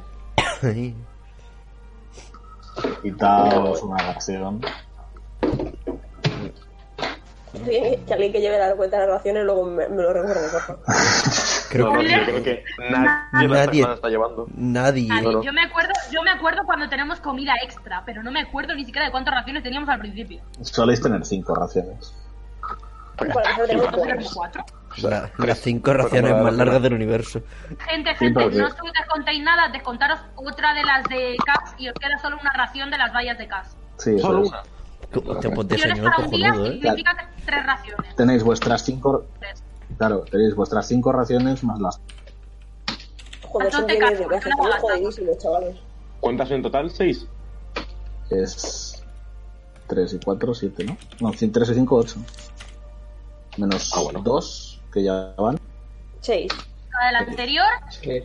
Quitaos una ración.
Que, que alguien que lleve la cuenta de las raciones luego me, me lo recuerde, por favor.
Creo
No, no,
que
yo creo que nadie, la
Nadie.
semana está llevando.
nadie...
A mí,
no.
yo, me acuerdo, yo me acuerdo cuando tenemos comida extra, pero no me acuerdo ni siquiera de cuántas raciones teníamos al principio.
Soléis tener cinco raciones.
Para empezar, tenemos
¿No éramos
cuatro.
cuatro?
La- las cinco raciones más largas del universo.
Gente,
Sí,
gente,
porque-
no os descontéis nada, descontaros otra de las de Cas y os queda solo una ración de las vallas de Cas.
Sí, eso
Solo
es.
una.
Hostia, pues
Raciones
desayuno
para un día
cojonudo, ¿eh?
significa que tres raciones.
Tenéis vuestras cinco.
Entonces,
Claro, tenéis vuestras cinco raciones más las.
Joder, son 10
Entonces,
de
Carlos,
viaje,
¿por qué no
estamos
vas?
jodidísimos, chavales.
¿Cuántas en total? ¿Seis?
Es. 3 y 4, 7, ¿no? No, 3 y 5, 8. Menos
Ah,
2, que ya van.
6.
La de la anterior.
Sí.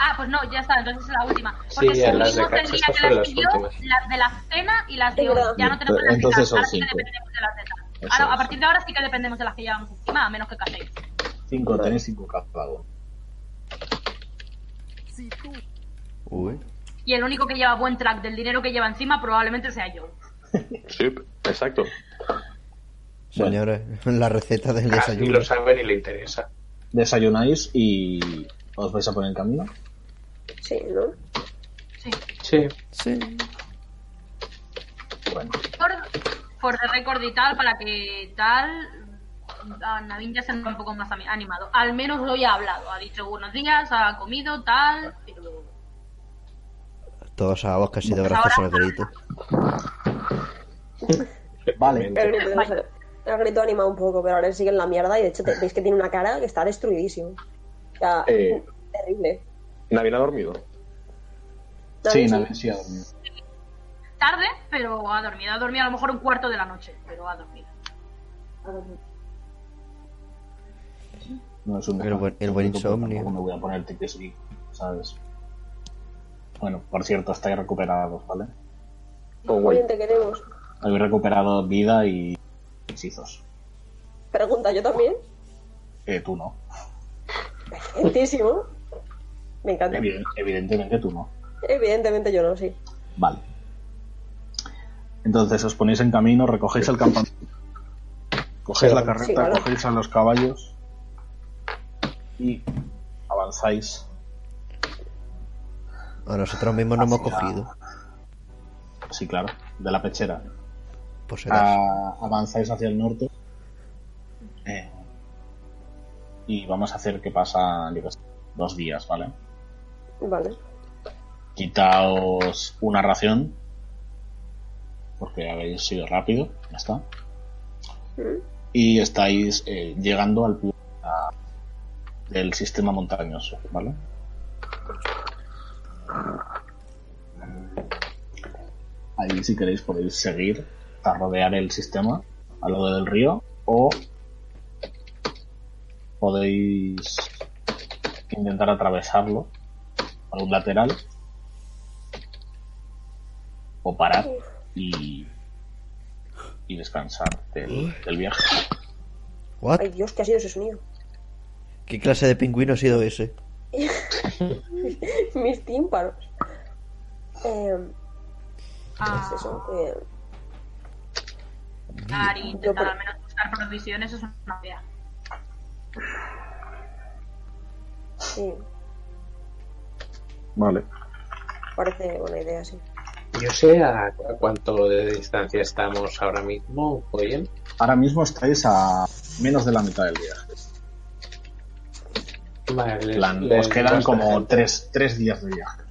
Ah, pues no, ya está, entonces es la última.
Sí,
Porque
ya, las
subimos
de
el
Cas
día
estas
que las
fueron las
pidió,
últimas.
las de la cena y las de
Es
hoy.
verdad.
Ya no tenemos las de
Entonces
Cas,
son
ahora sí que
cinco.
dependemos de las de Cas.
Eso
Ahora, a
es.
partir de ahora sí que dependemos de las que llevamos encima, a menos que caséis.
5, tenéis 5 cada uno.
Uy.
Y el único que lleva buen track del dinero que lleva encima probablemente sea yo.
Sí, exacto.
Señores, la receta del
Casi ni
desayuno.
Ah, lo sabe ni le interesa.
Desayunáis y. ¿Os vais a poner en camino?
Sí, ¿no?
Sí.
Sí.
Sí.
Bueno,
Por, por the record y tal, para que tal a Navin ya se nota un poco más ami- animado. Al menos hoy ha hablado, ha dicho buenos días, ha comido, tal. pero-
Todos sabemos que ha sido
Pues
gracias
ahora-
al grito.
Vale.
El grito, no sé. El grito anima un poco, pero ahora él sigue en la mierda y de hecho te- veis que tiene una cara que está destruidísimo. O sea,
Eh.
terrible.
Navin ha dormido.
Sí,
Navin,
Navin sí ha dormido.
Tarde, pero ha dormido. Ha dormido a lo mejor un cuarto de la noche, pero ha dormido. Ha dormido.
No es un
El buen- el buen insomnio.
No voy a ponerte que sí, ¿sabes? Bueno, por cierto, estáis recuperados, ¿vale?
Oh, guay.
Oye, te queremos.
Habéis recuperado vida y hechizos.
Pregunta, yo también.
Eh, tú no.
Gentísimo. Me encanta.
Evi- evidentemente tú no.
Evidentemente yo no, sí.
Vale. Entonces os ponéis en camino, recogéis el campamento. Cogéis la carreta,
Sí, claro.
cogéis a los caballos y avanzáis.
A nosotros mismos no hemos
Hacia-
cogido.
Sí, claro, de la pechera.
Pues será.
a- avanzáis hacia el norte eh, y vamos a hacer que pasan yo qué sé, dos días, ¿vale?
Vale.
Quitaos una ración porque habéis sido rápido, ya está.
Mm.
Y estáis eh, llegando al pu- a- del sistema montañoso, ¿vale? Ahí si queréis podéis seguir a rodear el sistema a lo del río o podéis intentar atravesarlo por un lateral o parar y, y descansar del, del viaje.
¿What?
Ay, Dios, ¿qué ha sido ese sonido?
¿Qué clase de pingüino ha sido ese?
Mis tímpanos. Eh,
Ah,
es eso. eh,
Dar y
Yo
intentar
por-
al menos buscar provisiones es una idea.
sí,
Vale.
parece buena idea, sí.
Yo sé a cuánto de distancia estamos ahora mismo, Oyen.
Ahora mismo estáis a menos de la mitad del viaje.
Vale,
En plan,
le-
os quedan
nuestra
como
gente-
tres, tres días de viaje.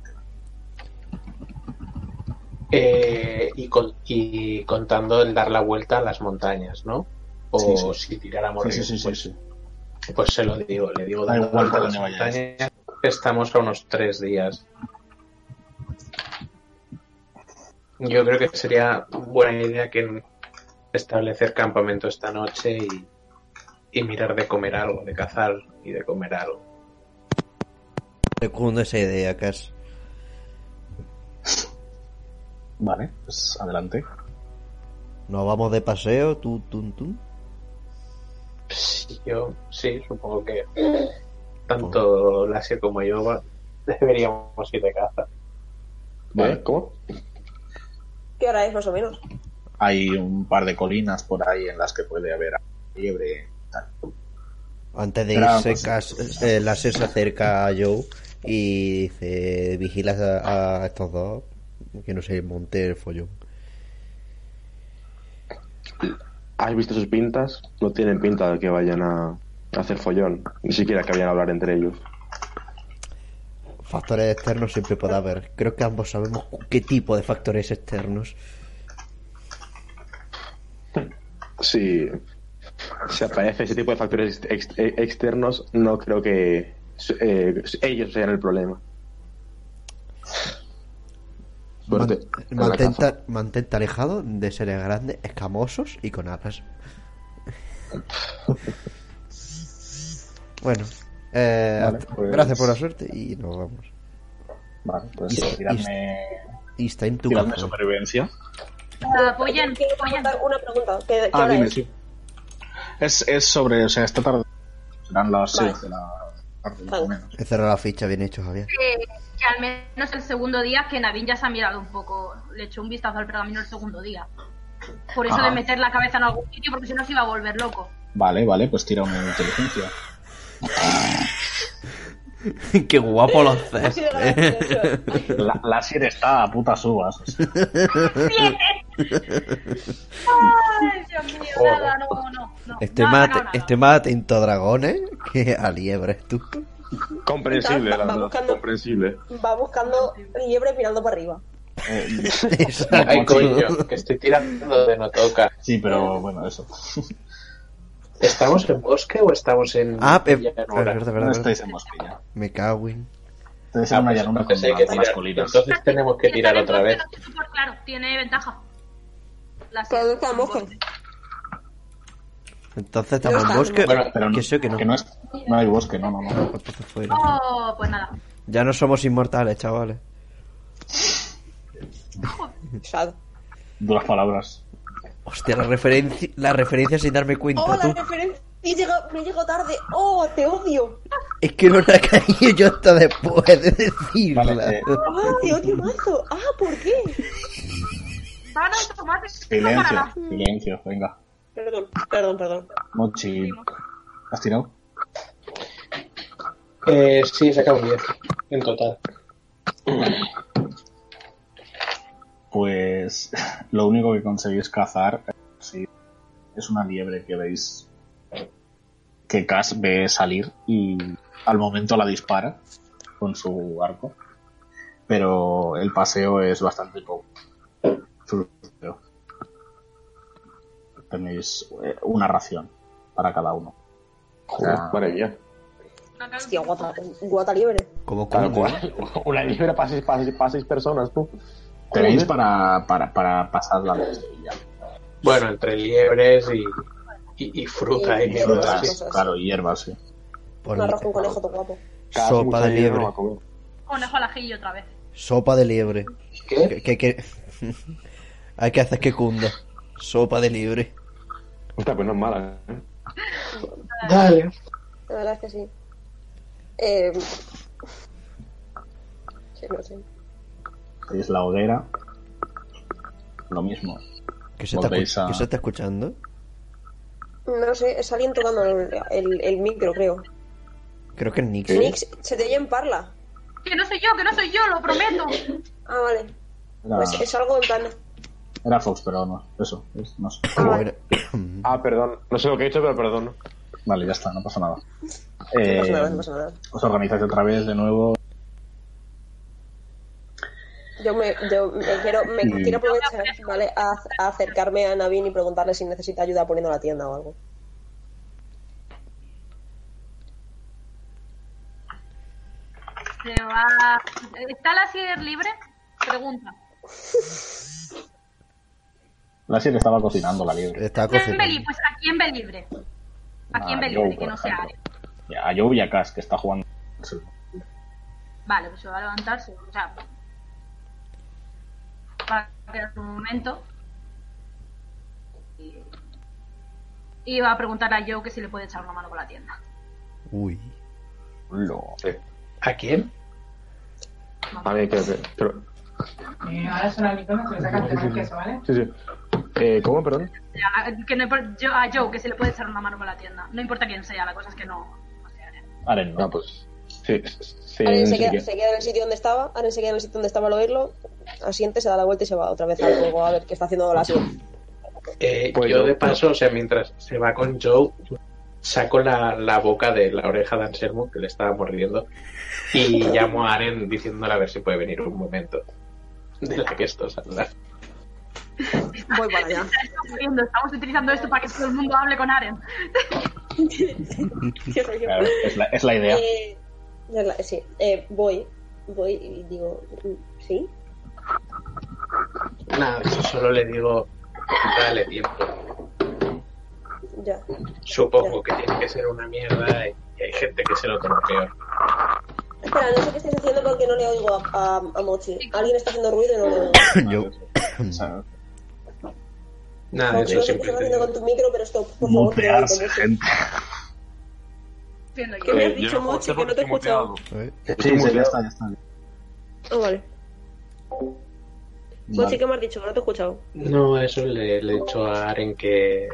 Eh, y, con- y contando el dar la vuelta a las montañas, ¿no? O
Sí,
si tiráramos
Sí, sí,
río,
sí, sí,
pues,
sí.
pues se lo digo, le digo
Da
dar la
igual
vuelta a
por
las
donde vayáis.
montañas. Estamos a unos tres días. Yo creo que sería buena idea que establecer campamento esta noche y, y mirar de comer algo, de cazar y de comer algo.
Segundo esa idea, Cas.
Vale, pues adelante.
Nos vamos de paseo, tú, tú, tú.
Sí, Yo sí, supongo que tanto Lasia como yo va- deberíamos ir de caza.
Vale.
¿Eh? ¿Cómo?
¿Qué hora es más o menos?
Hay un par de colinas por ahí en las que puede haber liebre. tal.
Antes de
Claro,
irse,
pues-
Cas, eh, Lasser se acerca a Joe y dice: Vigilas a, a estos dos, que no se monte el follón.
¿Has visto sus pintas? No tienen pinta de que vayan a hacer follón. Ni siquiera que vayan a hablar entre ellos.
Factores externos siempre puede haber. Creo que ambos sabemos qué tipo de factores externos.
Si, si aparece ese este, tipo de factores ex- ex- externos, no creo que eh, ellos sean el problema. Suerte.
Man-
en la
mantente,
caza.
mantente alejado de seres grandes, escamosos y con alas. bueno, eh,
Vale,
hasta-
pues-
gracias por la suerte y nos vamos.
Vale,
Y-
pues
y-
tiradme,
Y está en tu
tiradme
casa.
supervivencia.
Ah, Apoyen,
Quiero
apoyen.
preguntar una pregunta. ¿Qué, qué
Ah,
hora
dime,
es?
sí. Es, es sobre, o sea, esta tarde. Serán las
Vale.
6 de la tarde, más
Vale.
o menos.
He cerrado la ficha, bien hecho, Javier.
que, que al menos el segundo día que Navin ya se ha mirado un poco, le echó un vistazo al pergamino el segundo día. Por eso
Ajá.
de meter la cabeza en algún sitio, porque si no se iba a volver loco.
Vale, vale, pues tira una inteligencia.
Qué guapo lo
Ha
haces.
sido gracioso.
La, la Sir está a putas uvas.
¡Siete! ¡Ay, Dios mío!
Oh.
Nada, no, no.
Estoy,
no ha
más,
ganado nada.
estoy más atento a dragones que a liebres, ¿eh? tú.
Comprensible,
Va-
la
va
verdad.
buscando-
Comprensible.
Va buscando liebre mirando para arriba.
Exacto.
Ay, coño, que estoy tirando de no toca.
Sí,
Eh,
pero bueno, eso.
¿Estamos en bosque o estamos en
Ah, eh,
llanura?
es verdad, es verdad,
No
es verdad.
estáis en Mosquilla.
Me cago en.
Estáis en
Ah,
una
pues
llanura
entonces
con
hay que
las
tirar.
colinas.
Entonces tenemos que
Si están
tirar
en
otra
bosque,
vez.
lo tiene por claro, tiene ventaja. Las-
Pero no estamos con-
Entonces estamos en
está,
bosque.
Bueno, pero no,
que sí, que no.
que no, es, no hay bosque, no, no, no.
Entonces fuera.
Oh, pues nada.
Ya no somos inmortales, chavales.
Sad.
Duras palabras.
Hostia, la referencia, la referencia sin darme cuenta,
¡Oh, la
tú.
referencia! Me llego, me llego tarde. ¡Oh, te odio!
Es que no la caí yo hasta después de decirla.
Vale, eh,
¡Ah, te odio mazo! ¡Ah, ¿por qué?
Van automáticos para
Silencio,
la...
silencio, venga.
Perdón, perdón, perdón.
Mochi. ¿Has tirado?
Eh, sí, saca un 10 en total.
Pues lo único que conseguís cazar eh, sí, es una liebre que veis que Cass ve salir y al momento la dispara con su arco. Pero el paseo es bastante poco. frustrero. Tenéis eh, una ración para cada uno.
Joder,
Ah.
madre mía.
Hostia, guata, guata liebre.
Como
Tal
Congo.
cual. Una libra para seis, para seis- para seis personas, tú.
Tenéis
Joder.
para, para, para pasarla desde ella.
Bueno, entre liebres y, y, y fruta y
Y
mierda.
fruta.
así.
cosas.
claro, hierbas, sí.
Por
Un arroz con conejo todo guapo.
Cada
Sopa
mucha
de
liebre
liebre.
no va a comer.
Conejo al ajillo otra vez.
Sopa de liebre.
¿Qué?
Que, que- que- Hay que hacer que cunda. Sopa de liebre.
Hostia, pues no es mala. ¿eh?
Dale.
La verdad es que sí. Eh... Sí, no sé.
Tenéis la hoguera. Lo mismo.
¿Qué se, está,
Volvéis
escu-
a-
qué se está escuchando?
No sé, es alguien tocando el, el- el micro, creo.
Creo que es Nick.
Nick, se te oye en parla.
Que no soy yo, que no soy yo, lo prometo.
Ah, vale.
Era,
Pues es algo en plan.
era Fox, pero no. Eso. es- no sé.
Bueno,
Ah, perdón. No sé lo que he hecho, pero perdón.
Vale, ya está, no pasa nada.
No pasa
Eh,
nada, no pasa nada.
os organizáis otra vez de nuevo.
Yo me, yo me quiero, me
Mm.
quiero aprovechar, ¿vale? A, a acercarme a Navin y preguntarle si necesita ayuda poniendo la tienda o algo.
Se va... ¿Está la sierra libre? Pregunta.
La serie estaba cocinando la liebre.
está
¿Quién
cocinando.
ve libre? Pues ¿a quién ve libre? ¿A quién ve
Joe,
libre? Que
por
no sea
ejemplo.
Ares.
Y A Joe y a Cass, que está jugando. Sí.
Vale, pues se va a levantarse. O sea... Para quedar un momento. Y- Y va a preguntar a Joe que si le puede echar una mano con la tienda.
Uy.
Lo-
¿A quién?
A mí, que. que- pero-
Eh, ahora suena el micrófono, se lo sacan del queso, ¿vale?
Sí, sí. Eh, ¿Cómo, perdón?
A, que no impor- yo- a Joe que se le puede echar una mano con la tienda. No importa quién sea, la cosa es que no. no sea Ares.
Aren, no.
Ah, pues. Sí, sí.
Aren
sí
se queda,
que-
se queda en el sitio donde estaba, Aren se queda en el sitio donde estaba al oírlo, asiente, se da la vuelta y se va otra vez al juego a ver qué está haciendo la sierra.
Eh,
Pues
yo
yo,
de
pero-
paso, o sea, mientras se va con Joe, saco la, la boca de la oreja de Anselmo, que le estaba mordiendo, y llamo a Aren diciéndole a ver si puede venir un momento. De la que esto saldrá.
Voy para allá.
Estamos viendo, Estamos utilizando esto para que todo el mundo hable con Aren.
Claro, es, la, es la idea.
Eh, ya la- sí, eh, voy, voy y digo, mm, ¿sí?
Nada, yo solo le digo, dale tiempo.
Ya.
Supongo que tiene que ser una mierda y y hay gente que se lo toma peor.
Espera, no sé qué estáis haciendo porque no le oigo a, a, a Mochi. Alguien está haciendo ruido y no le oigo.
Yo.
O sea,
Nada,
Mochi,
eso
no sé qué
siempre
estás
te
haciendo con
digo.
tu micro, pero stop, por favor. que no
mutearse,
oigo mucho.
gente.
Siendo yo.
¿Qué me has
Eh,
dicho,
yo no puedo
Mochi?
hacer
Que no te
porque estoy
he escuchado.
muteado.
¿eh?
Sí, sí, ya está, ya está.
Ah, vale. Mochi,
Vale.
¿qué me has dicho? Que no te he escuchado.
No, eso le, le he dicho a Aren que,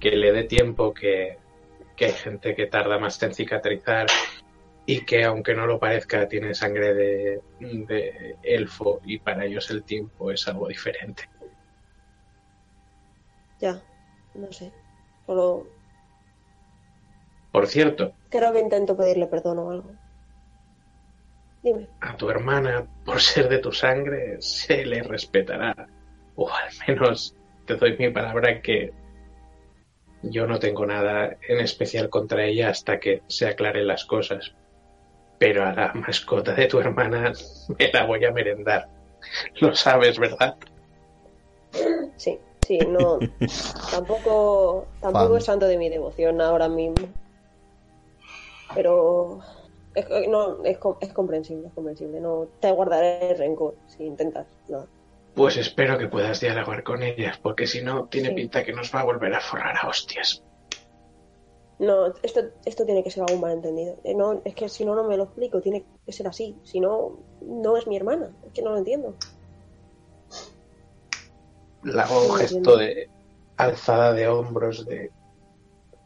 que le dé tiempo, que, que hay gente que tarda más en cicatrizar y que aunque no lo parezca tiene sangre de, de elfo y para ellos el tiempo es algo diferente.
Ya, no sé. Solo
Por cierto,
Creo que intento pedirle perdón o algo. Dime.
a tu hermana, por ser de tu sangre, se le respetará. O al menos te doy mi palabra que yo no tengo nada en especial contra ella hasta que se aclaren las cosas. Pero a la mascota de tu hermana me la voy a merendar. Lo sabes, ¿verdad?
Sí, sí, no. tampoco tampoco
Fan.
es santo de mi devoción ahora mismo. Pero es, eh, no, es, com- es comprensible, es comprensible. No te guardaré el rencor si intentas. No.
Pues espero que puedas dialogar con ella, porque si no, tiene pinta que nos va a volver a forrar a hostias.
No, esto, esto tiene que ser algún malentendido. Eh, No, es que si no, no me lo explico. Tiene que ser así. Si no, no es mi hermana. Es que no lo entiendo.
Le hago un gesto de alzada de hombros de...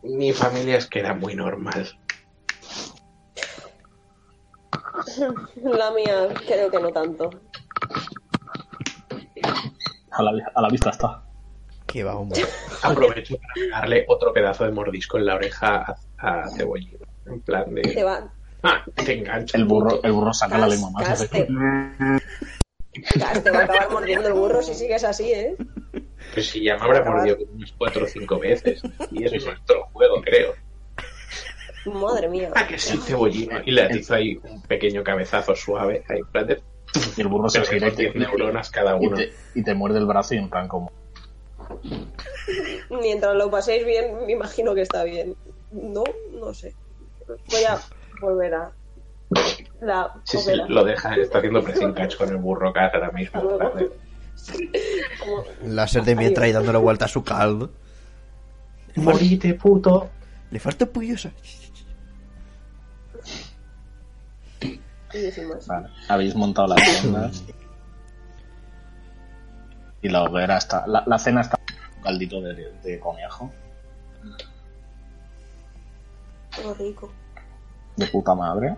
Mi familia es que era muy normal.
La mía creo que no tanto.
A la, a la vista está.
Qué va,
Aprovecho para darle otro pedazo de mordisco en la oreja a, a Cebollín. En plan
Te
de...
va,
Ah, te engancho.
El burro, el burro saca la lengua más.
Cas, te, Cas, te va a acabar mordiendo el burro si sigues así, ¿eh?
Pues si ya me habrá mordido como unas cuatro o cinco veces. Y eso es nuestro juego, creo.
Madre mía.
Ah, que sí, Cebollín. Y le atizo ahí un pequeño cabezazo suave. Ahí, en plan de...
Y el burro se
Pero
gira y
con
te,
10 neuronas cada
y
uno.
te, y te muerde el brazo y en plan como.
Mientras lo paséis bien, me imagino que está bien. No, no sé. Voy a volver a la
Sí, sí,
ópera.
lo deja. Está haciendo pressing catch con el burro cat ahora mismo. en plan de-
Como-
Láser de mientras y dándole vuelta a su caldo.
Morite, puto.
Le falta un poquillo esa-
y decimos,
Vale, habéis montado la tienda. y la hoguera está. La, la cena está. Caldito de, de conejo.
"Todo rico.
De puta madre.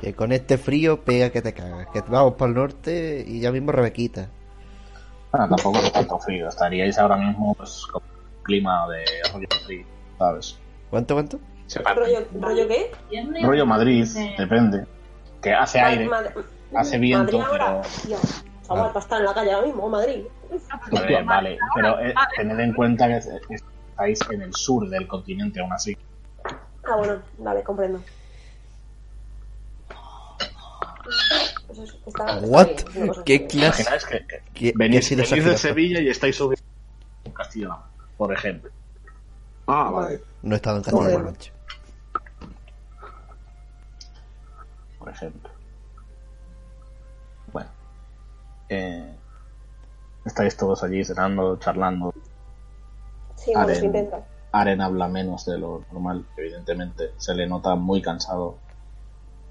Que con este frío pega que te cagas. Que vamos para el norte y ya mismo Rebequita.
Ah, tampoco es tanto frío. Estaríais ahora mismo pues, con un clima de rollo frío, ¿sabes?
¿Cuánto, cuánto?
¿Rollo, rollo qué?
Rollo Madrid, depende. Que hace
Ma-
aire,
Mad-
hace viento,
Madrid ahora.
pero.
Tío, chaval, para estar en la calle ahora mismo, Madrid.
Vale, vale, pero eh, tened en cuenta que que estáis en el sur del continente aún así.
Ah, bueno, vale, comprendo. Pues eso, está- está
What?
bien, es una cosa
¿Qué
así.
clase?
Imagináis que
¿Qué, qué
venís, venís de
desafinación?
Sevilla y estáis sobre Castilla, por ejemplo.
Ah, vale.
No he estado en Castilla
Joder.
la noche.
Por ejemplo. Bueno. Eh, estáis todos allí cenando, charlando.
Sí, bueno,
Aren-
se intenta.
Aren habla menos de lo normal, evidentemente. Se le nota muy cansado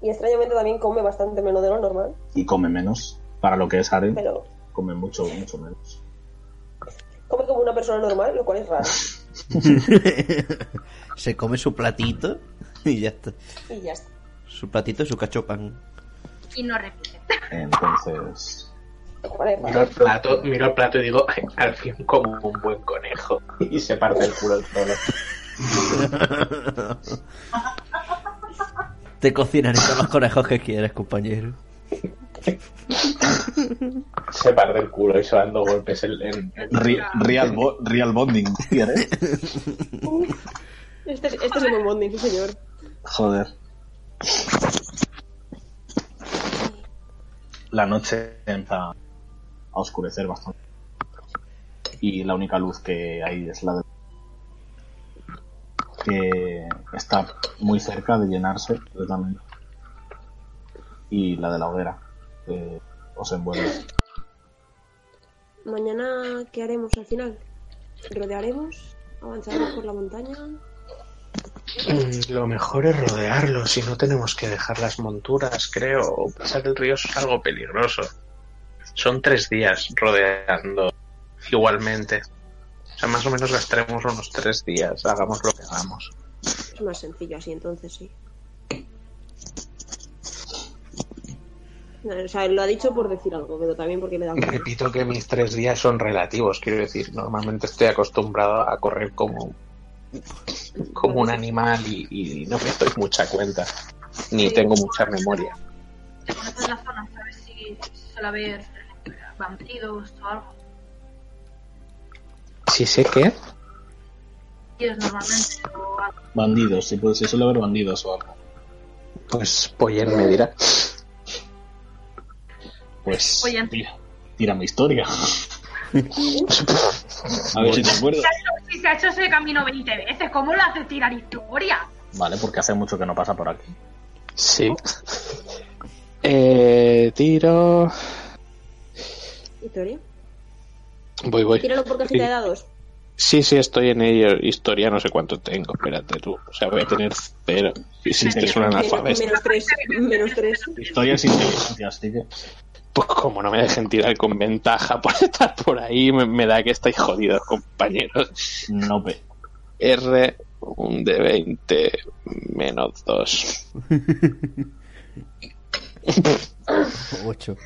Y extrañamente también come bastante menos de lo normal,
y come menos. Para lo que es Aren,
pero
come mucho, mucho menos.
come como una persona normal, lo cual es raro.
Se come su platito y ya está.
Y ya está.
Su platito y su cachopan.
Y no repite.
Entonces.
Lo cual es raro.
Miro el plato, miro el plato y digo, "Ay, al fin como un buen conejo. Y se parte el culo el solo.
Te cocinaré con los conejos que quieras, compañero.
Se parte el culo y se va dando golpes en, en- en-
Re- Real, bo- real bonding, ¿quieres?
Este, es- este es el buen bonding, sí, señor.
Joder. La noche empieza a oscurecer bastante. Y la única luz que hay es la de... que está muy cerca de llenarse completamente. Y la de la hoguera. que os envuelve.
Mañana, ¿qué haremos al final? ¿Rodearemos? ¿Avanzaremos por la montaña?
Mm, Lo mejor es rodearlo, si no tenemos que dejar las monturas, creo. O pasar el río es algo peligroso. Son tres días rodeando igualmente. O sea, más o menos gastaremos unos tres días, hagamos lo que hagamos.
Es más sencillo así, entonces sí. No, O sea, lo ha dicho por decir algo, pero también porque le da un...
Repito que mis tres días son relativos, quiero decir, normalmente estoy acostumbrado a correr como como un animal y, y no me doy mucha cuenta, ni tengo mucha memoria.
Te conoces la zona, sabes si suele haber vampiros o algo.
Sí sé que
Ellos normalmente o algo.
Bandidos, si puede, si suele haber bandidos o algo.
Pues Poller me dirá.
Pues
Oye,
tira, tira mi historia. A ver si te acuerdas.
Si se ha hecho ese camino 20 veces, ¿cómo lo hace tirar historia?
Vale, porque hace mucho que no pasa por aquí.
Sí. Eh, tiro.
¿Historia?
Voy, voy.
Tíralo por cajita de dados.
Sí, sí, estoy en ello. Historia no sé cuánto tengo. Espérate tú. O sea, voy a tener cero. Sí, sí, que es un
Menos,
analfabeto.
menos tres. Menos tres.
Historia es inteligencia, así que.
Pues como no me dejen tirar con ventaja por estar por ahí, me, me da que estáis jodidos, compañeros.
No pe.
R, un de 20, menos 2.
8.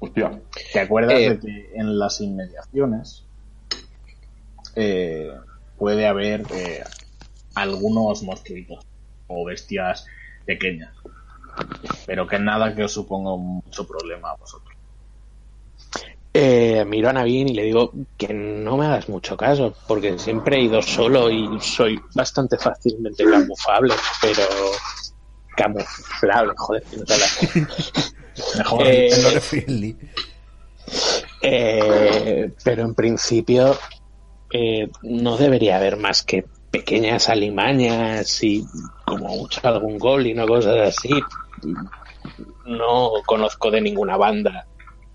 Hostia.
¿Te acuerdas
Eh.
de que en las inmediaciones eh, puede haber eh, algunos mosquitos o bestias pequeñas? Pero que nada que os suponga mucho problema a vosotros.
Eh, miro a Navin y le digo que no me hagas mucho caso, porque siempre he ido solo y soy bastante fácilmente camuflable, pero. camuflable, joder, que no te hablas.
Mejor.
Eh,
No eres friendly.
Eh, pero en principio eh, no debería haber más que pequeñas alimañas y como mucho algún goblin o cosas así. No conozco de ninguna banda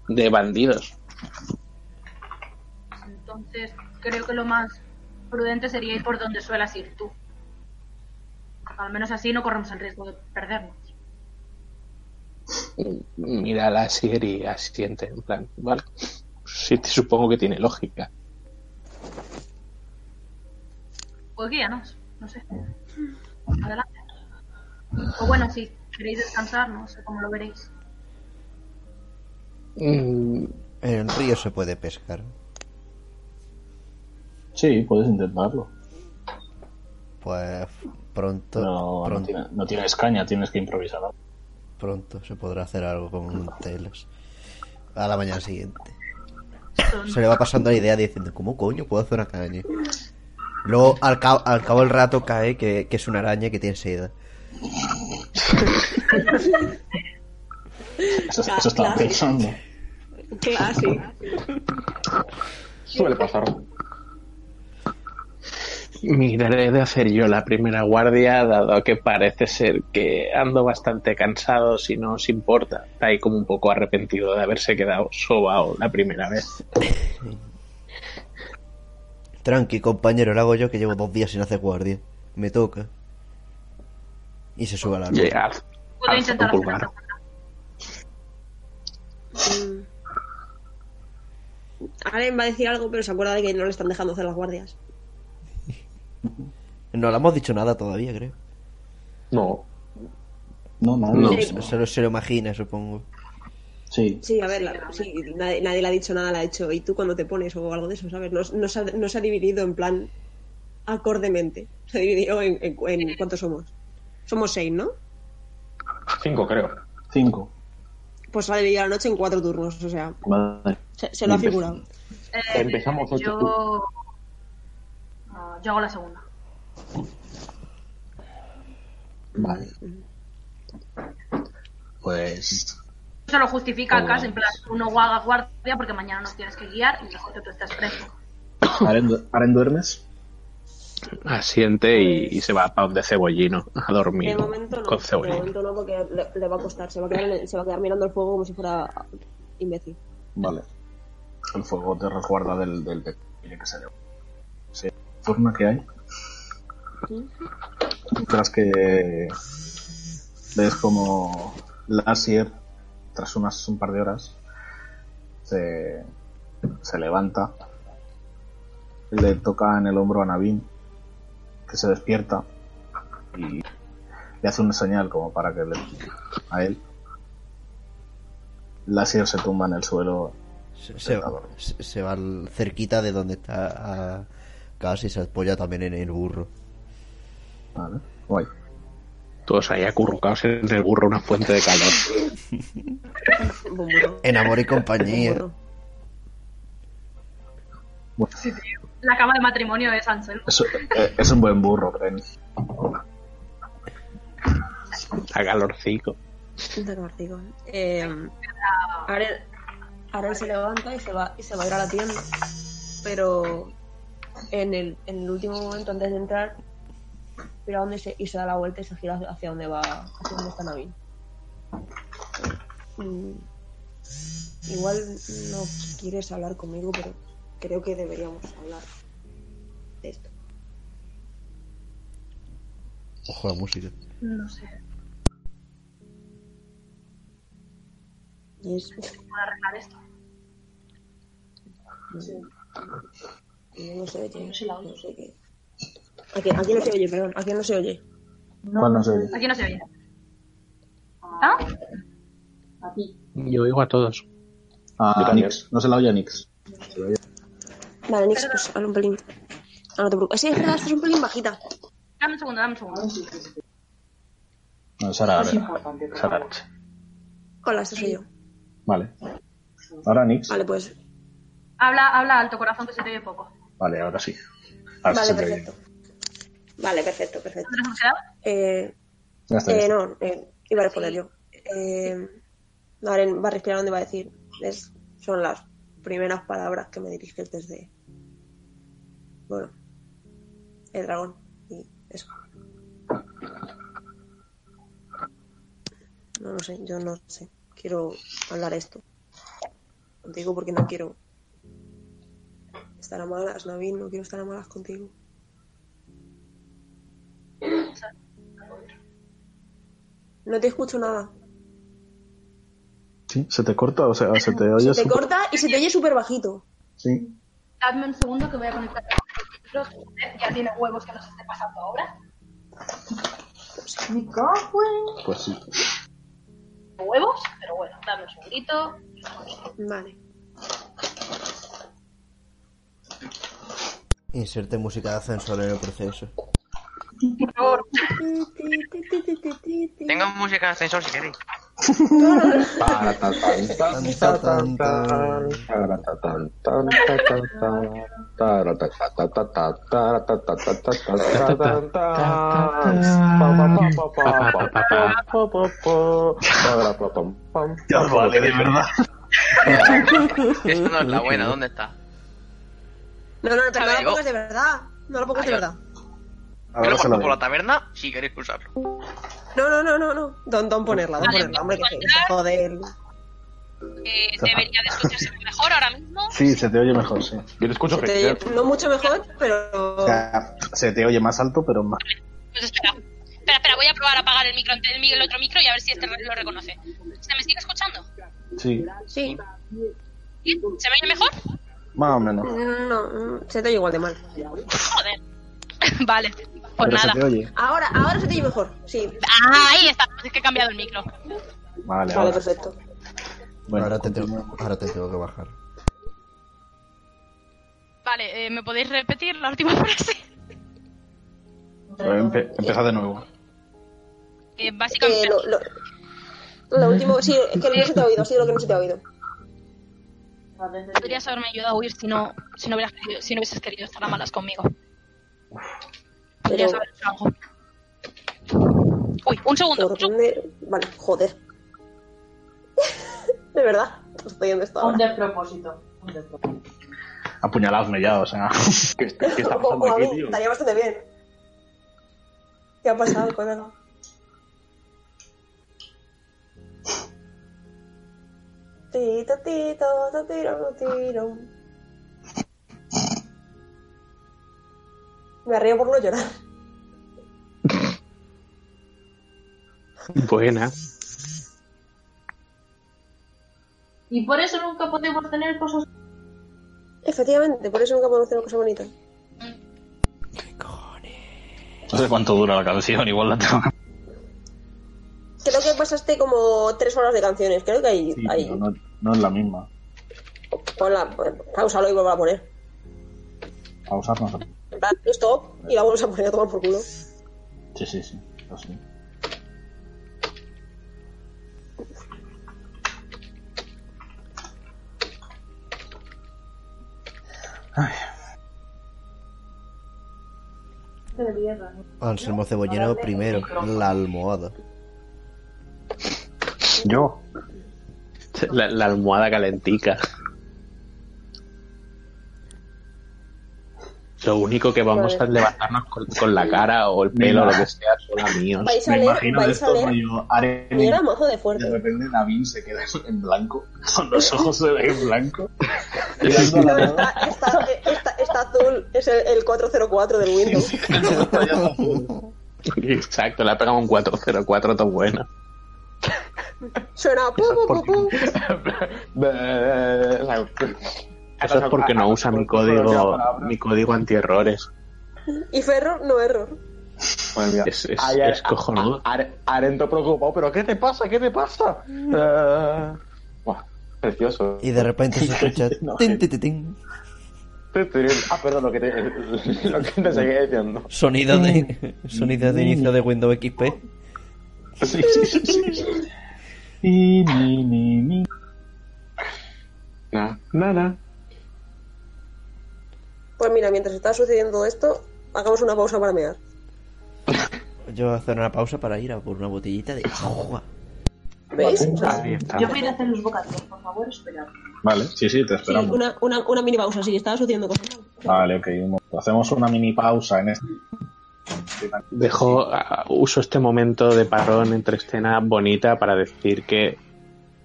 de bandidos.
Entonces, creo que lo más prudente sería ir por donde suelas ir tú. Al menos así no corremos el riesgo de perdernos.
Mira la serie y asiente en plan, vale. Sí, te- supongo que tiene lógica.
Pues guíanos, no sé. Adelante. O bueno, si queréis descansar, no sé cómo lo veréis.
En el río se puede pescar.
Sí, puedes intentarlo.
Pues pronto,
Pero no,
pronto,
tiene- no tienes caña, tienes que improvisar. algo.
pronto se podrá hacer algo con telas. A la mañana siguiente.
Son-
Se le va pasando la idea diciendo, ¿cómo coño puedo hacer una caña? Luego, al, cabo- al cabo del rato cae que, que es una araña que tiene seda.
Eso, eso estaba
claro.
pensando.
¿Qué? Ah, sí.
Suele pasar.
Miraré de hacer yo la primera guardia, dado que parece ser que ando bastante cansado, si no os importa. Está ahí como un poco arrepentido de haberse quedado sobao la primera vez.
Tranqui, compañero, lo hago yo que llevo dos días sin hacer guardia. Me toca. Y se sube al árbol.
Y haz-
Puedo
haz
intentar
tu
hacer
pulgar.
otra
Aren va a decir algo, pero se acuerda de que no le están dejando hacer las guardias.
No le hemos dicho nada todavía, creo.
No.
No, no,
No.
Se, se lo, se lo imagina, supongo.
Sí.
Sí, a ver, la- sí, nadie, nadie le ha dicho nada, le ha dicho, ¿y tú cuando te pones o algo de eso? ¿Sabes? No, no se, ha, no se ha dividido en plan acordemente. Se ha dividido en, en, en cuántos somos. Somos seis, ¿no?
Cinco, creo.
Cinco.
Pues se ha dividido la noche en cuatro turnos, o sea,
Vale.
se, se lo ha
Empe-
figurado.
Eh,
Empezamos ocho,
Yo... Ah, yo hago la segunda.
Vale. Pues.
Eso lo justifica acá, en plan, tú no hagas guardia porque mañana nos tienes que guiar y mejor que tú estás preso.
¿Aren, du- Aren duermes?
Asiente y, y se va para donde cebollino a dormir
De momento no,
con
de
cebollino.
momento no porque le, le va a costar, se va, a quedar en el- se va a quedar mirando el fuego como si fuera imbécil.
Vale. El fuego te resguarda del, del de- de que se lleva. Se forma que hay. Tras que ves como Lassier, tras unas un par de horas, se, se levanta, le toca en el hombro a Navin, que se despierta y le hace una señal como para que le a él. Lassier se tumba en el suelo
Se, se- se- se va al- cerquita de donde está a- casi se apoya también en el burro.
Vale, guay.
Todos ahí acurrucados en el burro una fuente de calor.
En amor y compañía.
Sí, tío. La cama de matrimonio es Anselmo.
Es, eh, es un buen burro, Penny.
A calorcico.
Te lo digo. Eh, Arel, Arel se levanta y se, va, y se va a ir a la tienda. Pero en el, en el último momento, antes de entrar, mira dónde se, y se da la vuelta y se gira hacia donde va, hacia donde está Navin. Mm, Igual no quieres hablar conmigo, pero creo que deberíamos hablar de esto.
Ojo la música.
No sé.
Y es,
¿Puedo arreglar esto?
y no se oye, no sé qué. Aquí, aquí no se oye, perdón, aquí no se oye.
¿Cuál no se oye?
Aquí no se oye. ¿Ah?
Yo oigo a todos.
A Nix. Ah, No se la oye a Nix. Se la oye-
Vale, Nix, pues habla un pelín. Ah, no te preocupes. Sí, es verdad, estás un pelín bajita.
Dame un segundo, dame un segundo.
No, Sara
Es
Arch.
importante, pero-
Sara Arch.
Hola, esta soy yo.
Vale. Ahora Nix.
Vale, pues.
Habla, habla alto, corazón, que se te oye poco.
Vale, ahora sí.
Vale,
Ahora Ah, sí se te oye.
perfecto. Vale, perfecto, perfecto.
¿Dónde hemos quedado?
Eh,
Ya está, ya
eh,
está.
no, eh, iba a responder yo. Eh, Aren va a respirar donde va a decir. Es, son las primeras palabras que me diriges desde. Bueno. El dragón. Y eso. No lo sé, yo no sé. Quiero hablar esto. Contigo porque no quiero. Estar a malas, Navin, no quiero estar a malas contigo. No te escucho nada.
Sí, se te corta, o sea, se te oye.
se te
súper-
corta y se te oye súper bajito.
Sí.
Dame un segundo que voy a conectar los micros. Joder, Ya tiene huevos que nos esté pasando ahora.
Me cago en-
Pues sí.
Huevos, pero bueno, dame un segundito.
Vale.
Inserte música de ascensor en el proceso.
Por favor.
Tengo música de ascensor si queréis.
Ya vale, de verdad.
Esta no es la buena, ¿dónde está?
No, no, pero no
Amigo.
lo pongas de verdad. No lo pongas de
Ay,
verdad.
Yo
Ahora
lo
se la
pongo por la
oye.
taberna si queréis usarlo.
No, no, no, no, no. Don, don ponerla, don ponerla, hombre, que se que se jode el-
Eh, debería de escucharse mejor ahora mismo.
Sí, se te oye mejor, sí.
Yo te escucho
se te oye-
genial.
No mucho mejor, pero.
O sea, se te oye más alto, pero más.
Pues espera. Espera, espera, voy a probar a apagar el micro ante- el, mi- el otro micro y a ver si este re- lo reconoce. ¿Se me sigue escuchando?
Sí,
Sí.
¿Bien? ¿Se me oye mejor?
más o menos.
No, no, se te oye igual de mal.
Joder. vale, pues
Pero se
nada.
te oye.
Ahora, ahora se te oye mejor. Sí.
Ah, ahí está, es que he cambiado el micro.
Vale,
Vale,
ahora.
perfecto.
Bueno,
ahora, te tengo, ahora te tengo que bajar.
Vale, eh, ¿me podéis repetir la última frase?
Empe- empieza de nuevo.
Eh,
Eh,
básicamente,
lo, lo... lo último, sí, es que no se te ha oído, ha sido lo que no se te ha oído.
podrías haberme ayudado a huir si no, si no, hubieras querido- si no hubieses querido estar a malas conmigo. Podrías
Pero-
haber hecho algo. Uy, un segundo.
Por dónde- Vale, joder. de verdad, no estoy donde estaba.
Un despropósito. Un despropósito.
Apuñaladme ya, o sea.
¿Qué está qué está
O- o
pasando
a
aquí,
mí,
tío?
estaría bastante bien. ¿Qué ha pasado, colega? Tito, tito, to tiro, no tiro. Me río por no llorar.
Buena.
Y por eso nunca podemos tener cosas.
Efectivamente, por eso nunca podemos hacer una cosa bonita.
No sé cuánto dura la canción, igual la tengo.
Creo que pasaste como tres horas de canciones. Creo que hay.
Sí,
hay...
pero no, no es la misma.
Ponla, pon- pausalo y vuelvo a poner.
Pausarnos.
En plan, Stop y la vuelves a poner a tomar por culo.
Sí, sí, sí. Lo sé. Ay.
De mierda. ¿no?
Anselmo Cebollero primero, la almohada.
Yo.
La, la almohada calentica. Lo único que vamos
Vale.
a levantarnos con, con la cara o el pelo, lo que sea, son amigos.
Vais a leer- vais a leer-
Arena.
Mira, mozo de
De
fuerte.
repente Navin se queda en blanco. Con los ojos se ve en blanco.
Está, está- está azul, es el, el 404 del Windows.
Exacto, le ha pegado un 404 tan bueno.
Suena pu, pu, pu, pu.
Eso es porque no usa mi código mi código antierrores.
Y Ferro, no error.
Madre mía.
Es,
Ah,
es,
Ay, ay,
es cojonudo.
Are- Arento preocupado, pero ¿qué te pasa? ¿Qué te pasa? Eh, buah, precioso.
Y de repente se escucha. tin, tin, tin, tin.
Ah, perdón, lo que te, lo que te seguía diciendo.
Sonido de, sonido de inicio de Windows XP.
Sí, sí, sí, sí.
Y ni, ni, ni.
ah.
Nah, nah, nah.
Pues mira, mientras está sucediendo esto, hagamos una pausa para mear.
Yo voy a hacer una pausa para ir a por una botellita de agua.
¿Veis?
Yo voy a ir a hacer los bocadillos, por favor, esperad.
Vale, sí, sí, te
Sí,
esperamos.
una, una, una mini pausa, sí, estaba sucediendo cosas.
Vale, ok. un momento. Hacemos una mini pausa en este.
Dejo, a- uso este momento de parón entre escena bonita para decir que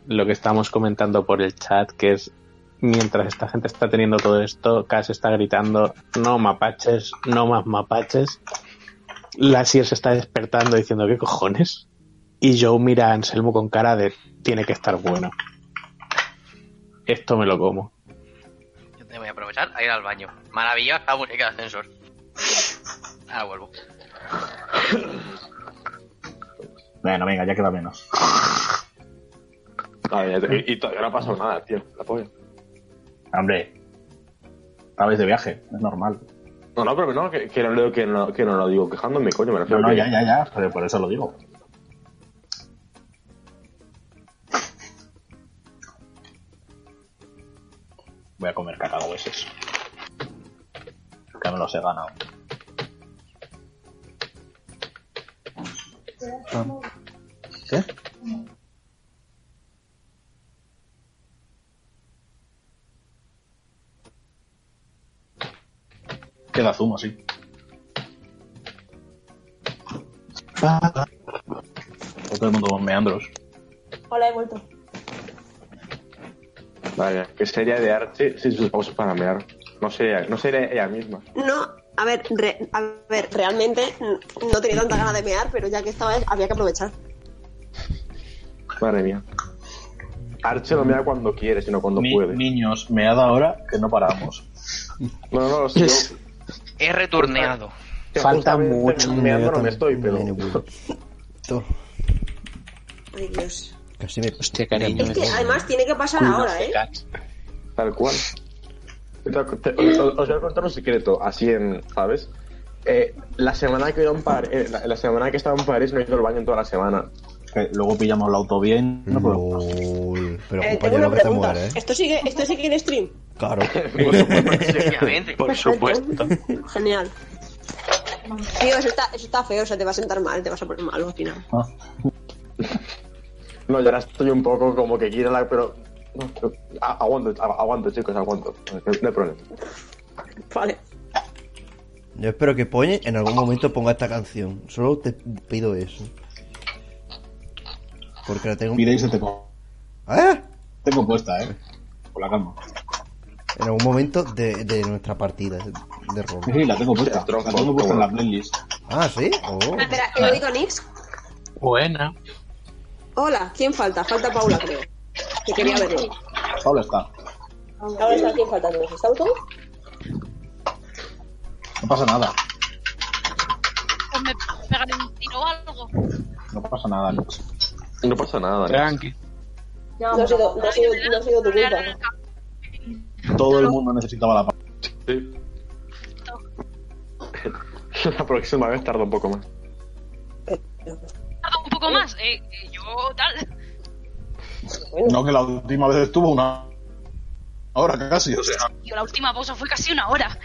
lo que estamos comentando por el chat, que es mientras esta gente está teniendo todo esto, Cass está gritando no mapaches, no más mapaches. Lassier se está despertando diciendo ¿qué cojones? Y Joe mira a Anselmo con cara de tiene que estar bueno. Esto me lo como.
Yo te voy a aprovechar a ir al baño. Maravillosa la música de ascensor. Ahora vuelvo.
Bueno, venga, ya queda menos.
Vale, ya te- y, y todavía no ha pasado nada, tío. La polla.
Hombre. Estabais de viaje, es normal.
No, no, pero no, que, que no, que, no, que no lo digo quejándome, coño. Me
No,
refiero
no,
que-
ya, ya, ya. Pero por eso lo digo. Voy a comer cacahueses. Que me los he ganado. ¿Qué? Queda zumo, sí. Todo el mundo con meandros.
Hola, he vuelto.
Vale, que sería de arte sin sus pausas para mear. No sería, no sería ella misma.
No, a ver, re- a ver, realmente n- no tenía tanta ganas de mear, pero ya que estaba, había que aprovechar.
Madre mía. Arche no mea cuando quiere, sino cuando
Ni-
puede.
Niños, mead ahora que no paramos.
No, no, no, si yo-
He returneado.
que
Falta
justamente
mucho.
Meando no me estoy, pero.
Ay, Dios.
Casi me.
Hostia, cariño.
Es que además tiene que pasar ahora, ¿eh?
Tal cual. Te- te- os os voy a contar un secreto, así en, ¿sabes? Eh, la semana que iba en Par- eh, la, la semana que estaba en París no he ido al baño en toda la semana.
Que luego pillamos la autovía y no podemos.
Uy, pero
Eh,
compañero que te mueres, ¿eh?
¿Esto sigue, ¿Esto sigue en stream?
Claro.
Efectivamente.
Por supuesto.
Genial. Tío, eso está, eso está feo, o sea, te va a sentar mal, te vas a poner malo al final.
No, yo ahora estoy un poco como que quiero la. Pero. no, pero- a- aguanto, a- aguanto, chicos, aguanto. No, no hay problema.
Vale.
Yo espero que Poñe en algún momento ponga esta canción. Solo te pido eso. Porque la tengo.
Mira y se te co-
¡Ah!
tengo puesta, eh. Con la calma.
En algún momento de, de nuestra partida de rol.
Sí, sí, la tengo puesta.
Te tronco,
la tengo puesta en
como-
la playlist.
Ah, sí. Oh.
Espera, ¿lo digo Nix?
Buena.
Hola, ¿quién falta? Falta Paula, creo. Que quería verlo.
Paula está.
Ahora está aquí faltando. ¿Está auto?
No pasa nada.
Pues me pegaré un tiro o algo.
No pasa nada, Lux.
No pasa nada. ¿no?
Tranqui.
Ya
No ha
vamos.
sido, no ha sido, no ha sido tu culpa.
Todo el mundo necesitaba la pa-
Sí. la próxima vez tarda un poco más.
Tarda un poco más. Eh, eh, yo tal.
No, que la última vez estuvo una hora casi, o sea,
Yo la última pausa fue casi una hora.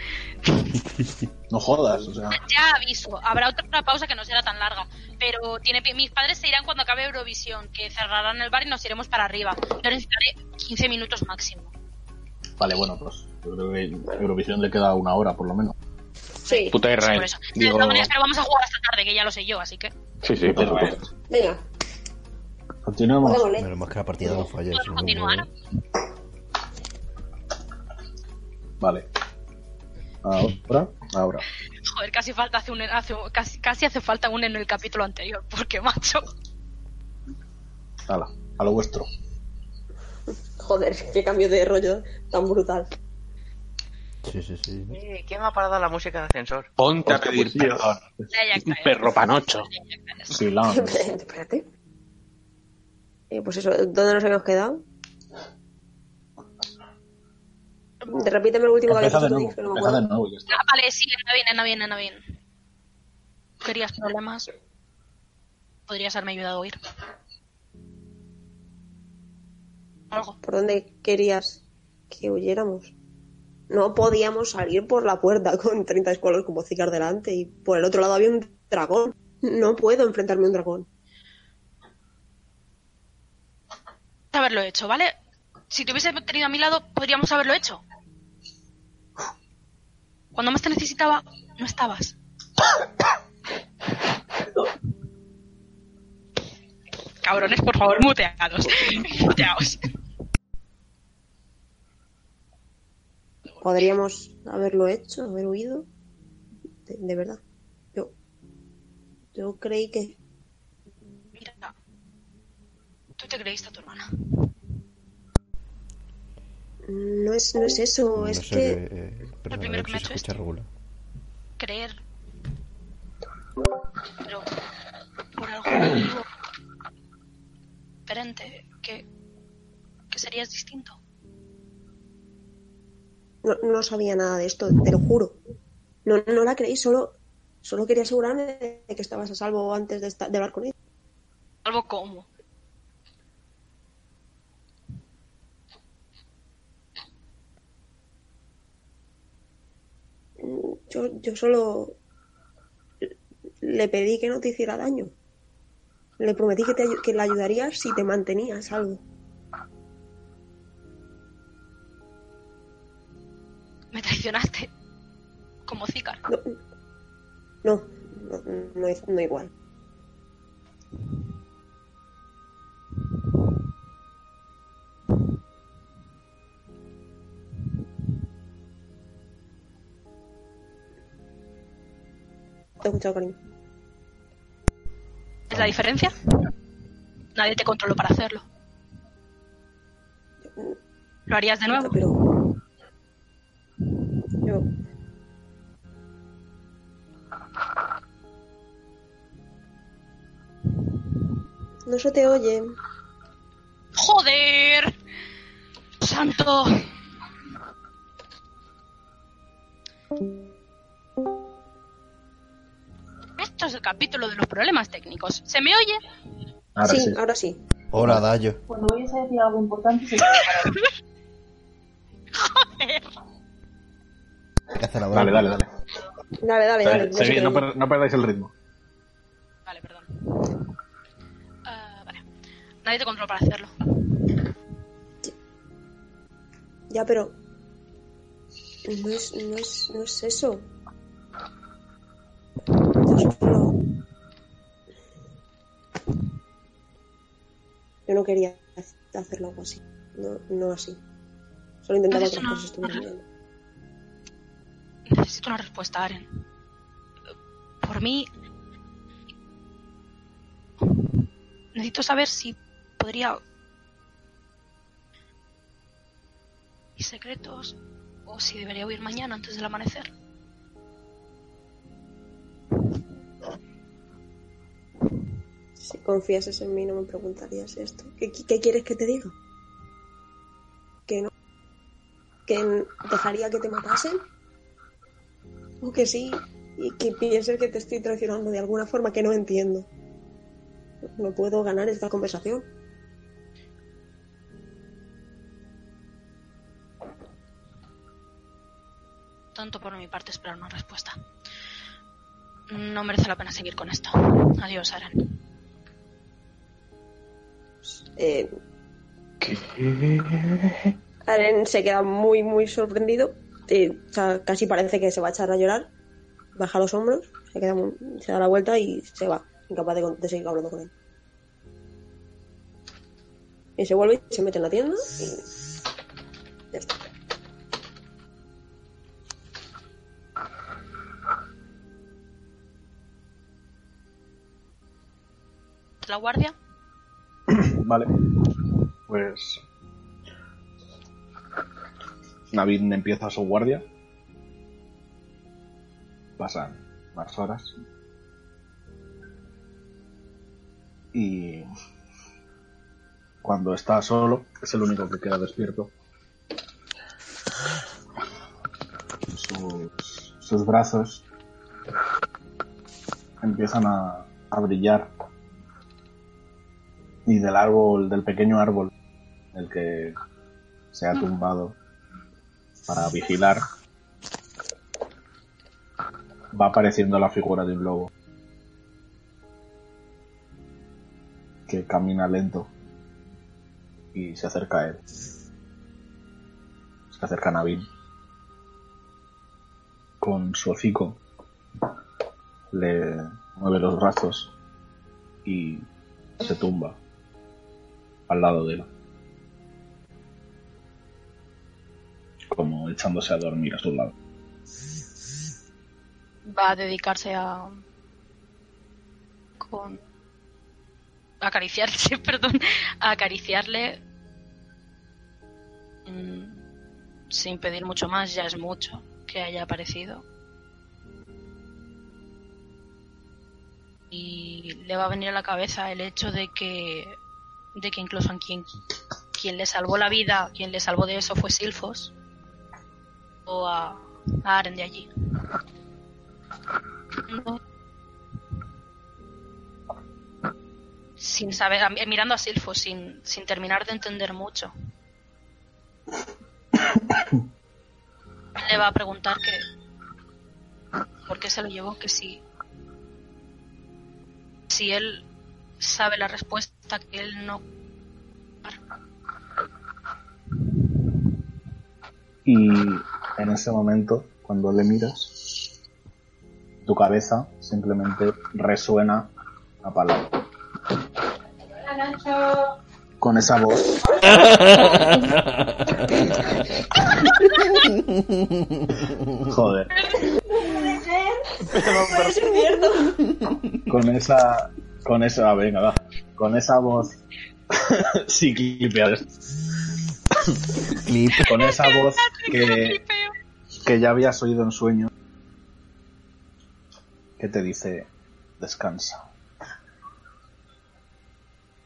no jodas, o sea.
Ya aviso, habrá otra pausa que no será tan larga. Pero tiene pi- mis padres se irán cuando acabe Eurovisión, que cerrarán el bar y nos iremos para arriba. Yo necesitaré 15 minutos máximo.
Vale, bueno, pues yo creo que a Eurovisión le queda una hora por lo menos.
Sí.
Puta Israel.
Por eso. De
Digo,
todas maneras, pero vamos a jugar hasta tarde, que ya lo sé yo, así que.
sí, sí, por supuesto.
Venga,
Continuamos.
Démosle.
¿eh?
Menos más que la partida no falla.
Podemos
eso es muy
continuar.
bueno.
Vale. Ahora, ahora.
Joder, casi falta hace un hace, casi, casi hace falta un en el capítulo anterior, porque macho.
Hala, a lo vuestro.
joder, qué cambio de rollo tan brutal.
Sí, sí, sí.
Eh, ¿Quién me ha parado la música de ascensor?
Ponte a
Hostia,
pedir
pues sí,
perdón.
Ya, ya,
Un
ya, ya.
perro panocho.
Sí, la
Espérate. Eh, pues eso, ¿dónde nos habíamos quedado? Te repíteme el último
Empieza de
que
nuevo,
habías dicho, que no me
empieza de
acuerdo.
nuevo y ya está.
Ah, vale, sí, anda bien, anda bien, anda bien. ¿Querías problemas? Podrías haberme ayudado a ir. Algo.
¿Por dónde querías que huyéramos? No podíamos salir por la puerta con 30 escuelas como cigar delante y por el otro lado había un dragón. No puedo enfrentarme a un dragón.
Haberlo hecho, ¿vale? Si te hubiese tenido a mi lado, podríamos haberlo hecho. Cuando más te necesitaba, no estabas. Cabrones, por favor, muteados. muteados.
Podríamos haberlo hecho, haber huido. De, de verdad. Yo, yo creí que
Mira, tú te creíste a tu hermana.
no es, no es eso,
Oh,
No
es
sé,
que...
eh, eh, perdón, a
primero
ver
que
si
me
se
ha hecho este.
escucha regular.
creer. Pero por algún motivo diferente, que, que serías distinto.
No, no sabía nada de esto, te lo juro. No, no la creí, solo, solo quería asegurarme de que estabas a salvo antes de, esta- de hablar con ella.
Algo como.
Yo, yo solo le pedí que no te hiciera daño. Le prometí que, te, ayu- que la ayudaría si te mantenías a salvo.
Me traicionaste. Como Zícar.
No, no, no, no es- no igual. Te he escuchado, cariño.
¿Es la diferencia? Nadie te controló para hacerlo. ¿Lo harías de nuevo?
Pero. Yo. No se te oye.
¡Joder! ¡Santo! Esto es el capítulo de los problemas técnicos. ¿Se me oye?
Ahora
sí,
sí.
ahora sí.
Hola, Dayo.
Cuando vayas a decir algo importante, se te para.
¿Qué hace la hora?
Dale, dale, dale.
Dale, dale, dale.
Dale,
no se
seguid,
te
no,
oye.
per- no perdáis el ritmo.
Vale, perdón. Ah, vale. Nadie te controla para hacerlo.
Ya, pero. No es, no es, no es eso. Yo solo- Yo no quería ha- hacerlo algo así. No, no así. Solo intentaba
Entonces
que
no-
las cosas estuvieran bien.
Necesito una respuesta, Aren. Por mí. Necesito saber si podría. Mis secretos. O si debería huir mañana antes del amanecer.
Si confiases en mí no me preguntarías esto. ¿Qué, qué- qué quieres que te diga? ¿Que no? ¿Que n- dejaría que te matasen? ¿O que sí? Y que pienses que te estoy traicionando de alguna forma que no entiendo. No puedo ganar esta conversación.
Tonto por mi parte esperar una respuesta. No merece la pena seguir con esto. Adiós, Aran.
Eh, Aren se queda muy, muy sorprendido. Eh, o sea, casi parece que se va a echar a llorar. Baja los hombros, se, queda muy- se da la vuelta y se va, incapaz de, con- de seguir hablando con él. Y se vuelve y se mete en la tienda y ya está.
¿La guardia?
Vale. Pues. Navid empieza su guardia. Pasan más horas. Y. Cuando está solo, es el único que queda despierto. Sus, sus brazos empiezan a- a brillar y del árbol, del pequeño árbol, el que se ha tumbado para vigilar, va apareciendo la figura de un lobo que camina lento y se acerca a él. Se acerca a Navin. Con su hocico le mueve los brazos y se tumba al lado de él. Como echándose a dormir a su lado.
Va a dedicarse a. con. acariciarse, perdón. A acariciarle. mm, Sin pedir mucho más, ya es mucho que haya aparecido. Y le va a venir a la cabeza el hecho de que. de que incluso en quien. quien le salvó la vida, quien le salvó de eso fue Silfos. O a. a Aren de allí. No. Sin saber, a- mirando a Silfo, sin, sin terminar de entender mucho. Le va a preguntar que. ¿Por qué se lo llevó? Que si. Si él sabe la respuesta, que él no.
Y en ese momento, cuando le miras, tu cabeza simplemente resuena la palabra.
Hola, Nacho.
Con esa voz. Joder.
¿Puede ser?
Puede ser mierda.
Con esa. Con esa. ah, venga, va. Con esa voz. sí, clipear. con esa voz que. Que ya habías oído en sueño. Que te dice. Descansa.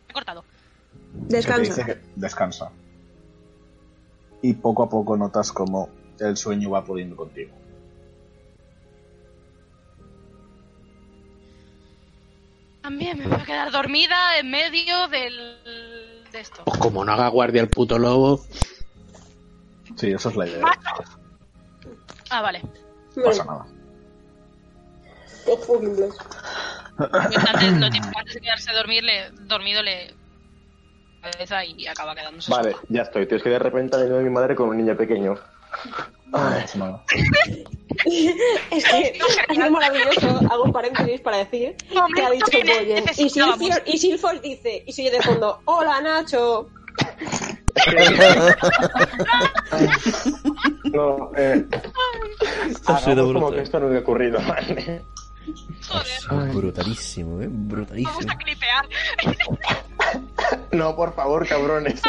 He cortado.
Que
Descansa.
te dice que- descansa. Y poco a poco notas como el sueño va pudiendo contigo.
También me voy a quedar dormida en medio del. de esto.
Pues como no haga guardia el puto lobo.
Sí, eso es la idea.
Ah, vale.
No pasa nada.
God fucking bless.
Pues antes, lo típico, antes de quedarse a dormir, le, dormido le. cabeza y acaba quedándose.
Vale, ya estoy. Tío, es que de repente ha venido mi madre con un niño pequeño. Ay,
Es que ha sido maravilloso. Hago un paréntesis para decir que ha dicho Boyen. Y Silfior- Y Silfos dice, y sigue de fondo, hola Nacho.
No, eh.
ha sido
hagamos como
brutal.
que esto no hubiera ocurrido, ¿vale?
¿eh?
Brutalísimo, ¿eh? Brutalísimo.
No, por favor, cabrones.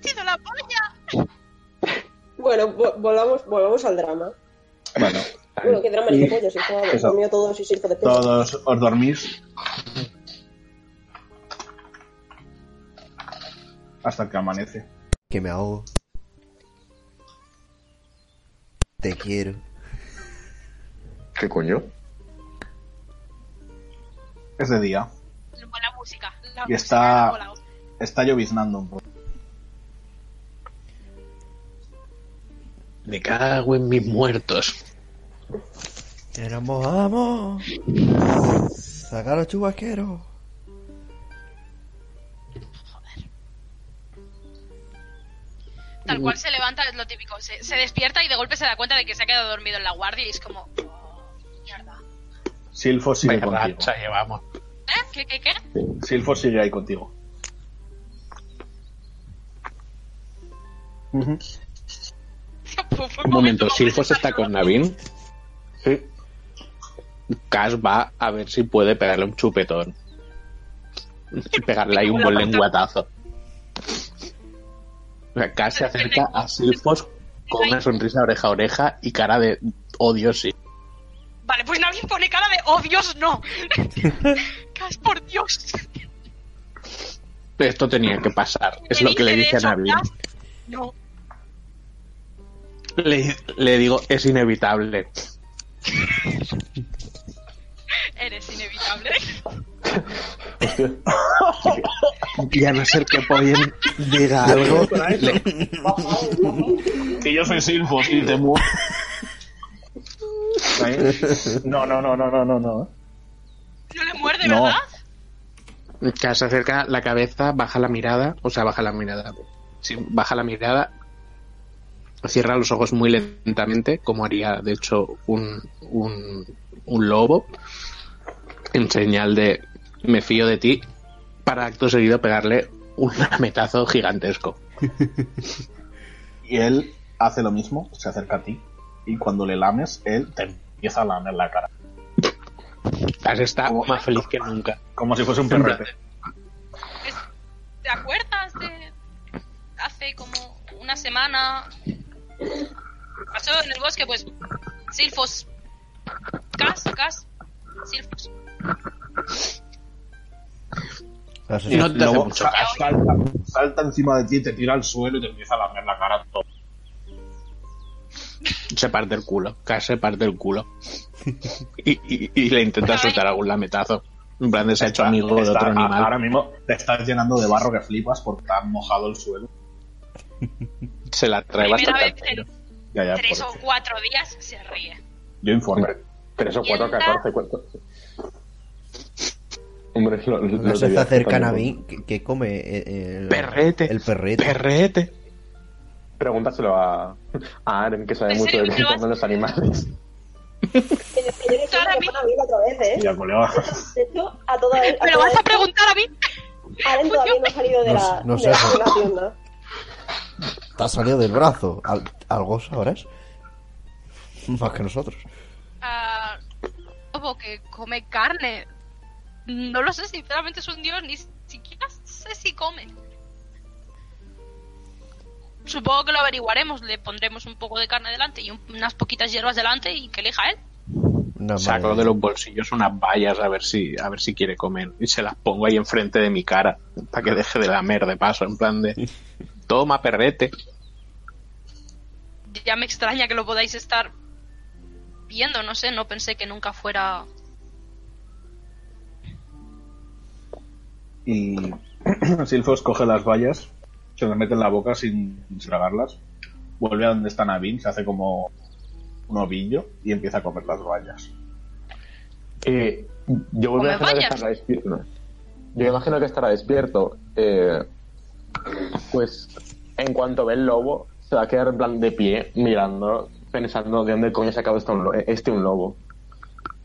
¡Sido la polla!
Bueno, vo- volvamos, volvamos al drama.
Bueno,
Bueno, qué drama ni
Y-
qué pollo, si estaba
Eso.
dormido todo y Silfo de pecho.
todos os dormís. Hasta que amanece.
Que me ahogo. Te quiero.
¿Qué coño?
Es de día.
Buena música. La
Y
música
está-
ha volado.
Está lloviznando un poco.
Me cago en mis muertos.
¡Que nos mojamos! ¡Saca los chubasqueros!
Tal cual se levanta, es lo típico. Se, se despierta y de golpe se da cuenta de que se ha quedado dormido en la guardia y es como. "Oh, mierda.
Silfo sigue contigo.
llevamos.
¿Eh? ¿Qué, qué, qué?
Silfo sigue ahí contigo.
Un momento, Silfos está con Navin. Sí. Cash va a ver si puede pegarle un chupetón. Y pegarle ahí un buen lenguatazo. O sea, Cash se acerca a Silfos con una sonrisa oreja a oreja y cara de odio sí.
Vale, pues nadie pone cara de. ¡Oh, Dios, no! ¡Cas, por Dios!
Esto tenía que pasar. Es lo que le
dije
dice a Navin.
No.
Le, le digo, es inevitable.
Eres inevitable.
Y a no ser que Poyen diga algo, le-
Que yo soy Silfo y te muevo. No, no, no, no, no, no, no.
No le muerde,
No.
¿verdad?
Que se acerca la cabeza, baja la mirada, o sea, baja la mirada. Sí, baja la mirada, cierra los ojos muy lentamente, como haría, de hecho, un, un, un lobo, en señal de me fío de ti, para acto seguido pegarle un lametazo gigantesco.
Y él hace lo mismo, se acerca a ti. Y cuando le lames, él te empieza a lamer la cara.
Cash está
Oh.
más feliz que nunca.
Como si fuese un perrete.
¿Te acuerdas de hace como una semana? Pasó en el bosque, pues. Silfos. Cas, Cas. Silfos.
Eso
Y
sí.
el lobo sa- salta, salta encima de ti, te tira al suelo y te empieza a lamer la cara todo.
Se parte el culo, Cash se parte el culo. Y, y- y le intenta soltar algún lametazo. En plan, de se ha hecho amigo de
Está-
otro
a-
animal.
Ahora mismo te estás llenando de barro que flipas porque está mojado el suelo.
Se la trae
Primera
bastante.
vez en
Ya, ya,
tres
por-
o cuatro días se ríe.
Yo informe.
3 o 4
Tienda.
14, ¿cuánto? Hombre, lo, lo-
No
los
se
de
está
viaje
cerca a
también.
mí. ¿Qué, qué come eh, el
Perrete.
El perrete.
Perrete.
Pregúntaselo a, a Aren, que sabe
¿En
mucho
serio
de
que lo
cómo
hace?
los animales.
Ahora otra vez, ¿eh?
Ya, colega.
De hecho, a toda él.
¿Me lo vas a preguntar pues a mí?
Aren todavía no ha salido de
No
la,
sé- no
de
sé
la-
eso.
de la tienda.
Te ha salido del brazo. Al- algo sabrás. Más que nosotros.
Ah, lobo que come carne. No lo sé, sinceramente es un dios, ni siquiera sé si come. Supongo que lo averiguaremos, le pondremos un poco de carne delante y un- unas poquitas hierbas delante y que elija él.
Una
Saco
madre.
de los bolsillos unas vallas a ver si a ver si quiere comer y se las pongo ahí enfrente de mi cara para que deje de lamer de paso en plan de toma perrete
Ya me extraña que lo podáis estar viendo, no sé, no pensé que nunca fuera...
Y Silfos coge las vallas, se las mete en la boca sin sin tragarlas, vuelve a donde está Navin, se hace como un ovillo y empieza a comer las vallas.
Eh, yo me
¿Come
imagino que
vallas?
estará despierto. no. Yo me imagino que estará despierto. eh, pues en cuanto ve el lobo, se va a quedar en plan de pie, mirando, pensando de dónde coño ha sacado este un, lo- este un lobo.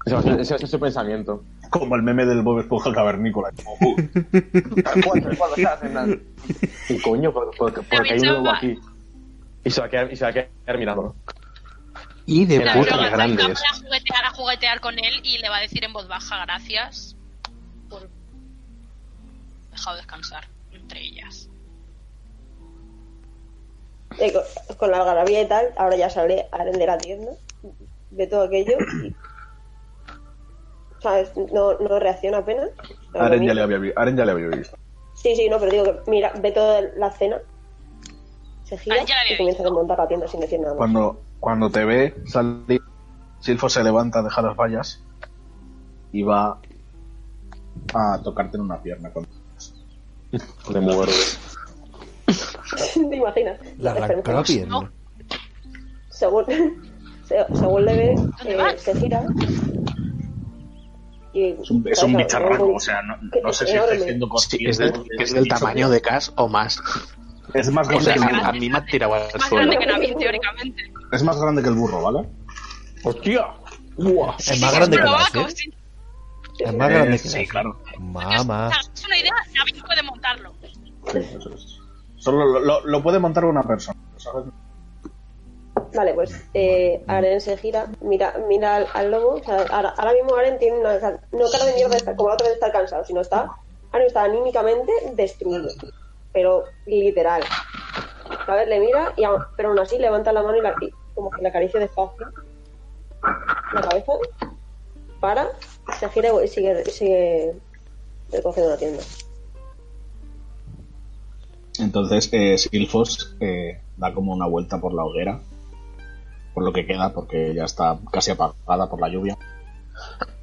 Ese va a ser- ese va a ser su pensamiento.
Como el meme del Bob Esponja cavernícola. como, "Uh,
¿Qué coño? ¿Por, por, por qué hay un
bicha
lobo
va-
aquí? Y se va a quedar, y se va a quedar mirándolo.
y de
Claro,
puta
luego
qué grande es.
va a juguetear, a juguetear con él y le va a decir en voz baja gracias por dejado descansar entre ellas.
Eh, con, con la algarabía y tal, ahora ya sale Aren de la tienda, ve todo aquello y. ¿Sabes? No, no reacciona apenas. Ahora
Aren ya,
mismo.
le había, vi- Aren ya le había visto.
Sí, sí, no, pero digo que mira, ve toda la cena, se gira
Aren ya la había
y comienza a desmontar la tienda sin decir nada. más.
Cuando, cuando te ve salir, Silfos se levanta, deja las vallas y va a tocarte en una pierna. Con...
Le muero.
¿Te imaginas?
La arrancó la pierna.
Según, se- según le ve, eh, se gira. Y,
Es un, es un bicharraco, o sea, no, no sé si está
Enorme.
siendo
Sí,
consciente.
es del,
de-
es del
de-
tamaño de Cas o más.
este Es más
O sea,
grande,
a, a mí me ha tirado al
Más
suelo.
grande que Nabil, teóricamente.
es más grande que el burro, ¿vale?
¡Hostia!
Es más grande que
Eslovaco,
Nacer.
sí.
Es más grande
Eh,
que
sí,
Nacer.
claro.
Mamá.
Es una idea, Nabil puede montarlo.
Sí, eso es. Solo lo, lo- lo puede montar una persona, ¿sabes?
Vale, pues eh, Aren se gira, mira, mira al, al lobo. o sea, ahora, ahora mismo Aren tiene una. ca- No cara de mierda de estar- como la otra vez de estar cansado, sino está. Aren está anímicamente destruido. Pero literal. A ver, le mira, y, aún- pero aún así levanta la mano y, la, y como que la acaricia despacio. La cabeza. Para, se gira y sigue, sigue recogiendo la tienda.
Entonces, eh, Silfos eh, da como una vuelta por la hoguera, por lo que queda, porque ya está casi apagada por la lluvia.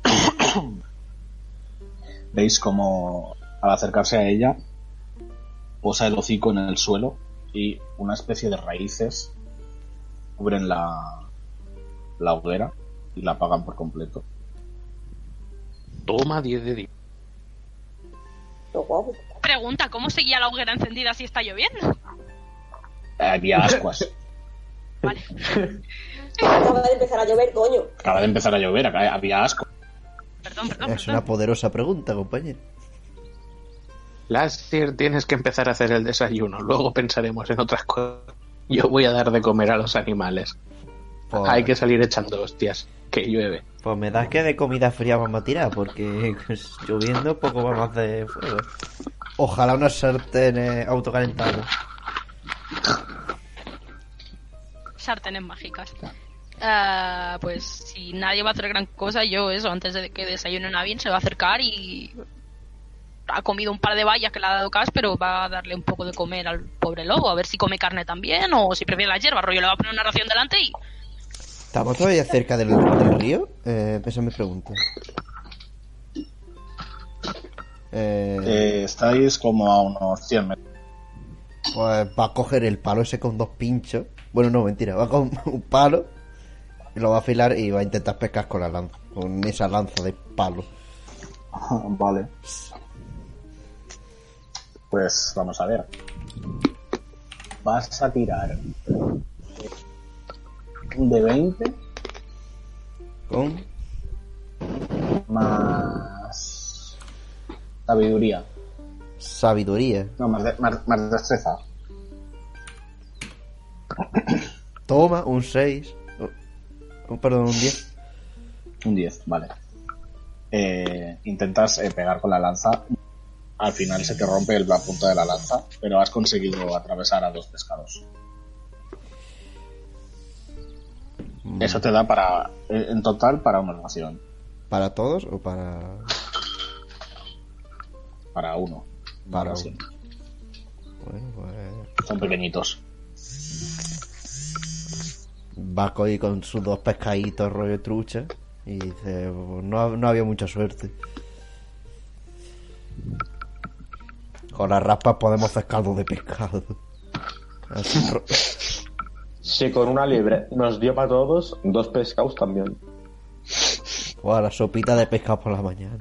Veis como al acercarse a ella posa el hocico en el suelo y una especie de raíces cubren la, la hoguera y la apagan por completo.
Toma 10 de 10.
Lo guapo.
Pregunta, ¿cómo seguía la hoguera encendida si está lloviendo?
Eh, Había ascuas.
Vale.
Acaba de empezar a llover, coño.
Acaba de empezar a llover, acá había asco.
Perdón, perdón,
Es
perdón.
una poderosa pregunta, compañero.
Lassier, tienes que empezar a hacer el desayuno. Luego pensaremos en otras cosas. Yo voy a dar de comer a los animales.
Pues,
Hay que salir echando hostias. Que llueve.
pues me das que de comida fría vamos a tirar, porque pues, lloviendo poco vamos a hacer fuego. Ojalá eh, unas sartenes autocalentadas.
Sartenes mágicas. Ah, pues si nadie va a hacer gran cosa, yo eso, antes de que desayune Nabil, se va a acercar y ha comido un par de vallas que le ha dado Cas, pero va a darle un poco de comer al pobre lobo, a ver si come carne también o si prefiere la hierba, rollo le va a poner una ración delante y
¿Estamos todavía cerca del, del río? Eh, esa es mi pregunta. Eh,
Eh, estáis como a unos 100 metros.
Pues va a coger el palo ese con dos pinchos. Bueno, no, mentira, va con un palo y lo va a afilar y va a intentar pescar con la lanza, con esa lanza de palo.
Vale. Pues vamos a ver. Vas a tirar de 20
Con
más sabiduría.
sabiduría.
No, más, de- más- más destreza.
Toma un 6. Oh, perdón, un 10.
Un 10, vale. Eh, intentas eh, pegar con la lanza. Al final se te rompe el- la punta de la lanza, pero has conseguido atravesar a dos pescados.
Mm.
Eso te da para, eh, en total, para una nación.
¿Para todos o para.?
Para uno.
Para
Sí.
uno. Bueno, pues.
Son pequeñitos.
Va a coger con sus dos pescaditos rollo trucha. Y dice: "Pues no, no había mucha suerte. Con las raspas podemos hacer caldo de pescado. Así ro-
Si con una libre nos dio para todos, dos pescados también.
o a la sopita de pescado por la mañana.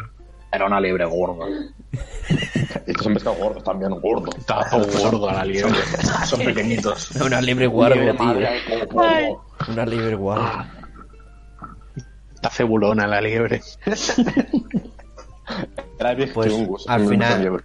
Era una liebre gorda.
Estos son pescados gordos también, gordos.
Tapo gordo a la liebre.
Son pequeñitos.
Una libre
Liebre
guargo,
madre,
tío.
como gordo.
Una libre guargo.
Está cebulona la liebre.
Era bien
Pues,
chungus,
al
muy
final-
liebre.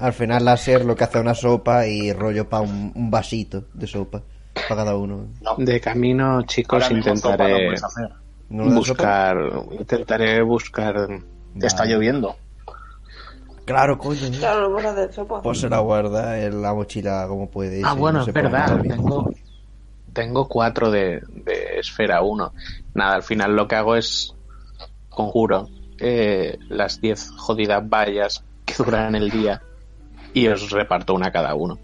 Al final la ser lo que hace una sopa y rollo para un, un vasito de sopa. Para cada uno.
De camino, chicos,
Ahora mismo sopa no
intentaré
puedes hacer.
¿No le da sopa?
buscar. Intentaré buscar.
Te está
Vale.
lloviendo.
Claro, coño. ¿eh?
Claro, no puedo hacer sopa.
Pues se la guarda en la mochila como puede.
Ah,
si
bueno,
no se
es
pone
verdad.
mal.
Tengo, tengo cuatro de, de esfera 1. Nada, al final lo que hago es conjuro eh, las 10 jodidas vallas que duran el día y os reparto una a cada uno.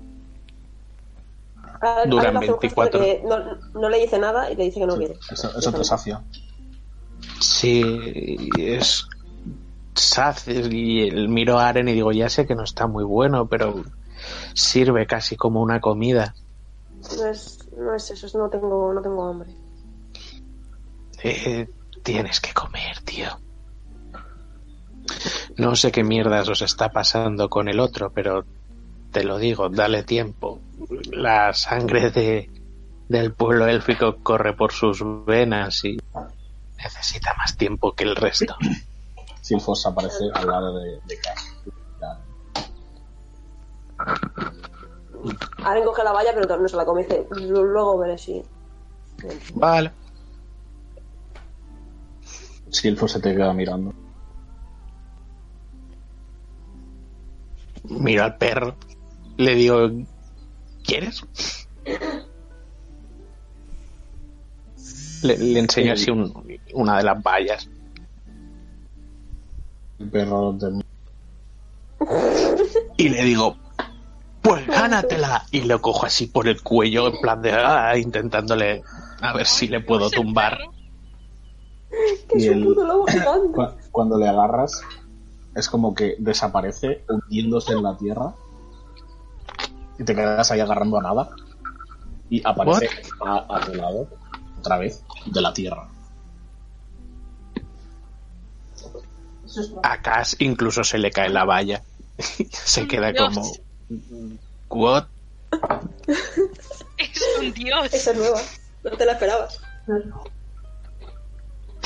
Ahora-
Duran
ahora hace un gesto de
24.
que No, no le dice nada y le dice que no quiere.
Eso, eso te sacia.
Sí, es saz y el- miro a Aren y digo, ya sé que no está muy bueno, pero sirve casi como una comida.
No es, no es eso, es no tengo, no tengo hambre.
Eh, tienes que comer, tío. No sé qué mierdas os está pasando con el otro, pero te lo digo, dale tiempo. La sangre de, del pueblo élfico corre por sus venas y necesita más tiempo que el resto.
Silfos aparece al lado de, de Cass.
Ahora encoge la valla, pero no se la come. dice, Luego veré si.
Vale.
Silfos se te queda mirando.
Miro al perro, le digo, ¿quieres? Le, le enseño así un- una de las vallas.
El perro de...
Y le digo, pues gánatela. Y lo cojo así por el cuello, en plan de, ah, intentándole, a ver si le puedo tumbar.
Y el-
lobo gigante.
Cu- cuando le agarras, es como que desaparece hundiéndose en la tierra y te quedas ahí agarrando a nada y aparece a, a tu lado otra vez de la tierra.
Ah.
A Cass incluso se le cae la valla. se queda
Dios.
como, ¿what?
Es un dios.
Esa es nueva. No te la esperabas.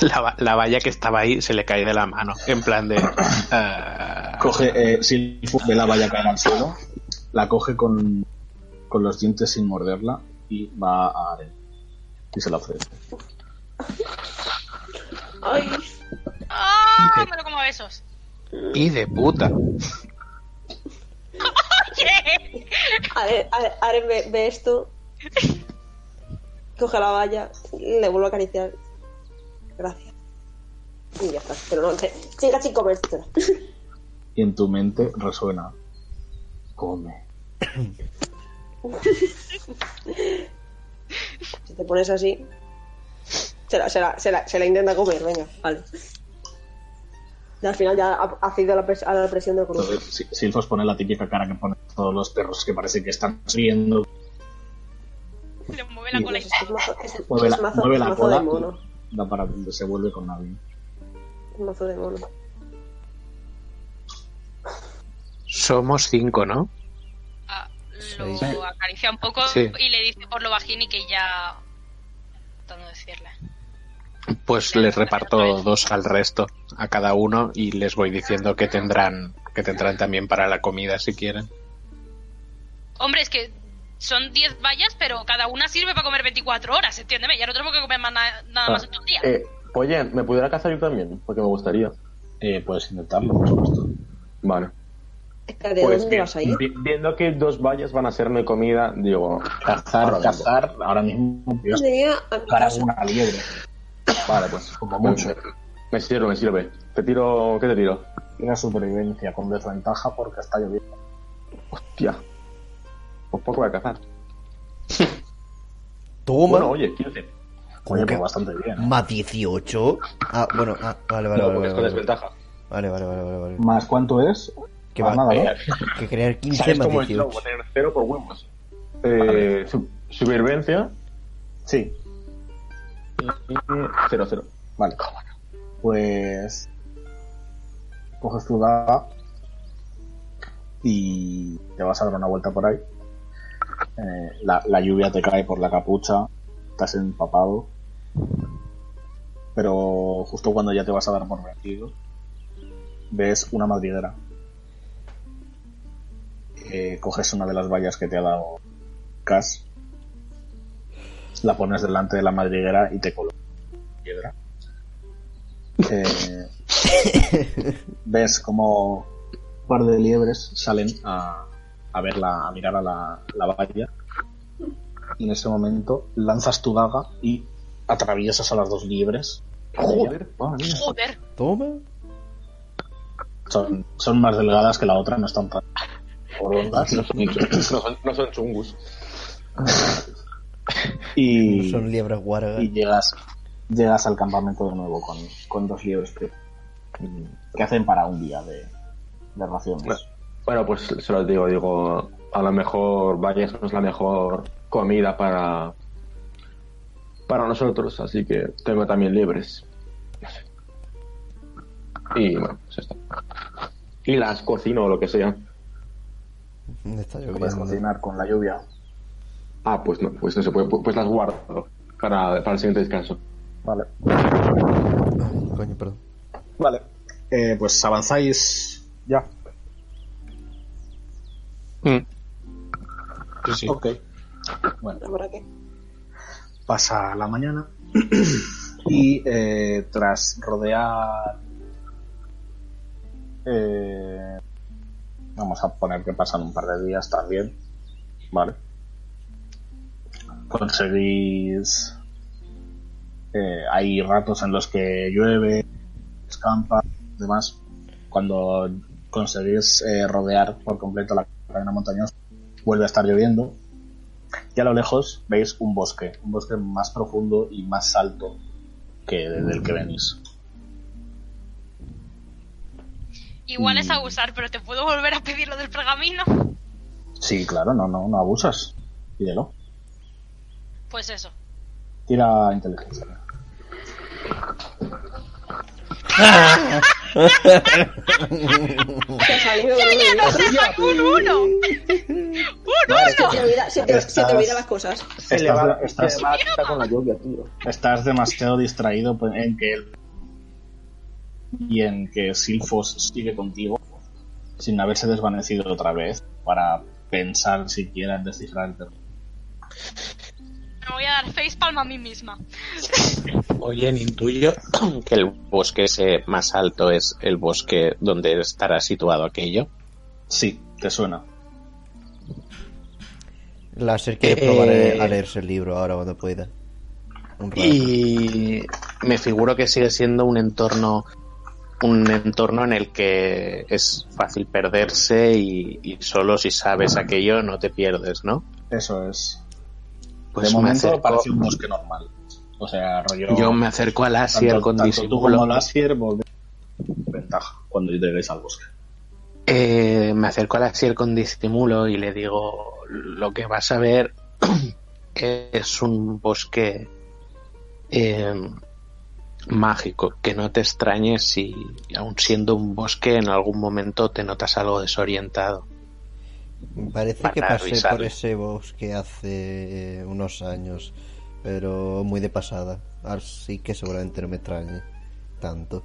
La, va- la valla que estaba ahí se le cae de la mano. En plan de, ah,
Coge, eh, Silfus ve la valla caer al suelo, la coge con, con los dientes sin morderla y va a Aren y se la ofrece.
Ay,
¡Ah! Me lo como a besos.
y de puta.
¡Oye!
Are, Are- Are ve, ve esto. Coge la valla. Le vuelvo a acariciar. Gracias. Y ya está. Pero no te. Chica, sin comértela.
Y en tu mente resuena, come.
Si te pones así. Se la, se la- se la- se la intenta comer, venga, vale. Y al final ya ha, ha cedido a la, pres- a la presión del grupo.
Entonces, Si- Silfos pone la típica cara que ponen todos los perros que parece que están riendo.
Le mueve la cola y...
Pues Es mazo, es-
Mueve
es
la,
mazo-
mueve la
mazo
cola
de mono.
y va para donde se vuelve con nadie.
Es mazo de mono.
Somos cinco, ¿no?
Lo acaricia un poco
Sí.
y le dice por lo bajín y que ya... Tratando de decirle.
Pues les reparto dos al resto, a cada uno, y les voy diciendo que tendrán, que tendrán también para la comida si quieren.
Hombre, es que son 10 vallas, pero cada una sirve para comer 24 horas, entiéndeme. Ya no tenemos que comer más na- nada más en todo el día.
Eh, oye, ¿me pudiera casar yo también? Porque me gustaría.
Eh, puedes intentarlo, por supuesto.
Vale.
¿De
Pues,
dónde vas a ir?
Pues vi- viendo que dos vallas van a ser mi comida, digo...
Cazar,
ahora mismo.
cazar, ahora mismo Dios,
Venía a mi
cara
casa.
una liebre.
Vale, pues
como mucho.
Me sirve, me sirve. Te tiro... ¿Qué te tiro?
Tira supervivencia con desventaja porque está lloviendo.
Hostia. Pues poco voy a cazar.
Toma.
Bueno, oye, 15.
Oye, pues bastante bien. ¿eh?
Más 18. Ah, bueno, ah, vale, vale,
no,
vale,
porque es
vale,
con
vale.
desventaja.
Vale, vale, vale, vale, vale.
¿Más cuánto es?
Que
Más
va-
nada, ¿no?
Mm. eh,
Que crear 15
¿Sabes
más
cómo es lobo?
18.
Tener cero por huevos. Eh, su- supervivencia,
Sí,
y- cero, cero.
vale. Pues. Coges tu daga y te vas a dar una vuelta por ahí. Eh, la, la lluvia te cae por la capucha, estás empapado. Pero justo cuando ya te vas a dar por vencido, ves una madriguera. Eh, coges una de las vallas que te ha dado Cass, la pones delante de la madriguera y te colocas en piedra. Eh, ves como un par de liebres salen a, a verla, a mirar a la, la valla. Y en ese momento lanzas tu daga y atraviesas a las dos liebres.
Joder, madre mía.
Joder,
Toma.
Son, son más delgadas que la otra, no están tan
No
redondas.
son, no son- no son chungus.
y,
Son liebres guargas.
y llegas, llegas al campamento de nuevo con, con dos liebres que, que hacen para un día de, de raciones.
Bueno, pues se lo digo, digo, a lo mejor Valles no es la mejor comida para para nosotros, así que tengo también libres. Y bueno, pues ya está. Y las cocino o lo que sea.
Está
Puedes
lloviendo.
cocinar con la lluvia.
Ah, pues no, pues no se puede, pu- pues las guardo para, para el siguiente descanso.
Vale.
Coño, perdón.
Vale. Eh, pues avanzáis ya.
Mm. Sí, sí.
Ok. Bueno.
¿Ahora qué?
pasa la mañana y eh, tras rodear eh, vamos a poner que pasan un par de días también vale conseguís eh, hay ratos en los que llueve escampa demás cuando conseguís eh, rodear por completo la cadena montañosa vuelve a estar lloviendo y a lo lejos veis un bosque, un bosque más profundo y más alto que del que venís.
Igual es
Mm.
abusar, pero te puedo volver a pedir lo del pergamino.
Sí, claro, no, no, no abusas. Pídelo.
Pues eso.
Tira inteligencia.
Te ha salido con
¡Ella no se
un
sacó un uno! ¡Un
Vale,
Se te
uno!
olvida- se te- se te
Estás-
olvidan las cosas.
Se
le va- estás-
le va a quitar con la lluvia, tío.
Estás demasiado distraído pues, en que él y en que Silfos sigue contigo sin haberse desvanecido otra vez para pensar siquiera en descifrar el terreno.
Me voy a dar facepalm a mí misma.
Oye, intuyo que el bosque ese más alto es el bosque donde estará situado aquello.
Sí, te suena.
Láser quiere
Eh,
probar a- a leerse el libro ahora cuando pueda. Un rato.
Y me figuro que sigue siendo un entorno un entorno en el que es fácil perderse y, y solo si sabes aquello no te pierdes, ¿no?
Eso es.
Pues
de
me
momento
acerco-
parece un bosque normal. O sea, rollo.
yo me acerco al Asier
tanto,
con
tanto tú como
disimulo.
Lassier volvéis ventaja cuando lleguéis al bosque.
Eh, me acerco al Asier con disimulo y le digo lo que vas a ver es un bosque eh, mágico que no te extrañes si aun siendo un bosque en algún momento te notas algo desorientado
Parece
Para
que pasé
avisar.
por ese bosque hace eh, unos años, pero muy de pasada. Así que seguramente no me extrañe tanto.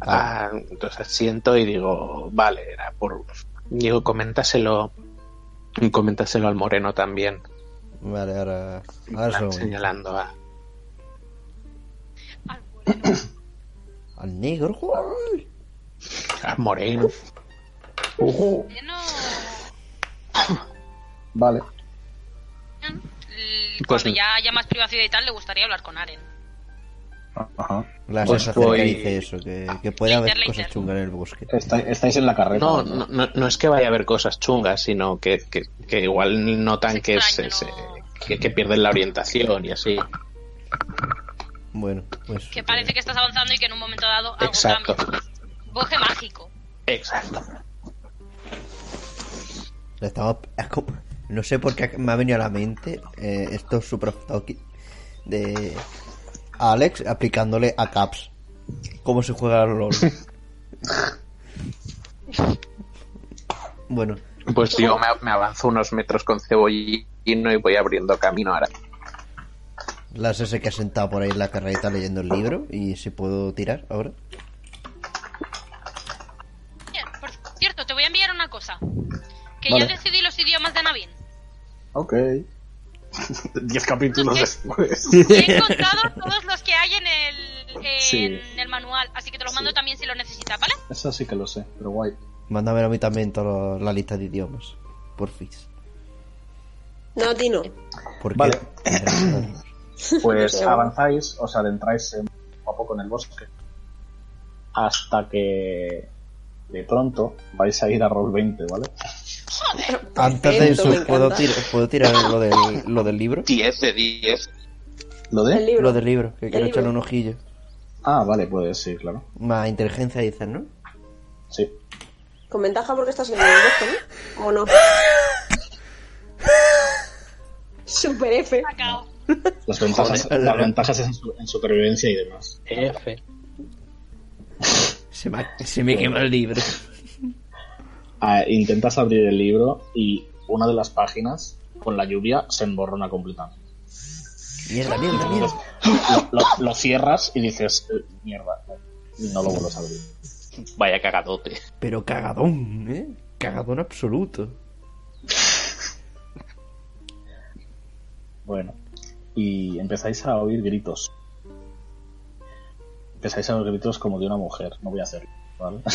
Ah, entonces siento y digo vale era por digo coméntaselo coméntaselo al moreno también
Vale, ahora. Ahora son-
señalando a
Al negro. ¡Uy!
al moreno
Eh, No.
Vale.
L-
Pues
Cuando
no.
ya haya más privacidad y tal, le gustaría hablar con Aren.
La
Pues
sensación que
voy-
dice eso, que, que puede haber
Later,
cosas
later.
chungas en el bosque.
Está- estáis en la carreta.
No, no, no, no es que vaya a haber cosas chungas, sino que, que, que igual notan que, se- se- que, que pierden la orientación y así.
Bueno, pues.
Que parece que estás avanzando y que en un momento dado algo
Exacto,
cambia. Bosque mágico.
exacto.
Le estamos- es como- no sé por qué me ha venido a la mente eh, esto super de Alex aplicándole a Caps. Cómo se juega al LOL. bueno,
Pues yo me, me avanzo unos metros con cebollino y voy abriendo camino ahora.
la SS que ha sentado por ahí en la carreta leyendo el libro y si puedo tirar ahora.
Bien, Por cierto, te voy a enviar una cosa. Que
Vale.
ya decidí los idiomas de Navin.
Ok. Diez capítulos después.
He encontrado todos los que hay en el, en
Sí.
el manual, así que te los mando también si los necesitas, ¿vale?
Eso sí que lo sé, pero guay.
Mándame a mí también toda la lista de idiomas. Por fin.
No, Tino.
Porque
Vale. Pues
Sí.
avanzáis, os adentráis en- poco a poco en el bosque. Hasta que de pronto vais a ir a Roll 20, ¿vale?
¡Joder!
Antes de eso, ¿puedo, tir- ¿puedo tirar lo del, lo del libro?
10 de 10.
¿Lo de?
¿eh? Lo del libro, que
El
quiero
libro.
echarle un ojillo.
Ah, vale, puede sí, claro.
Más inteligencia dices, ¿no?
Sí.
Con ventaja porque estás en el bosque, ¿no? ¿O no? Super F.
Las ventajas,
Joder.
las ventajas en, su- en supervivencia y demás.
F.
Se me, se me quema el libro.
Ah, intentas abrir el libro y una de las páginas, con la lluvia, se emborrona completamente.
Mierda, mierda, mierda.
Lo, lo cierras y dices, eh, mierda, no lo vuelvas a abrir.
Vaya cagadote.
Pero cagadón, ¿eh? Cagadón absoluto.
Bueno, y empezáis a oír gritos. Empezáis a oír gritos como de una mujer. No voy a hacerlo, ¿vale?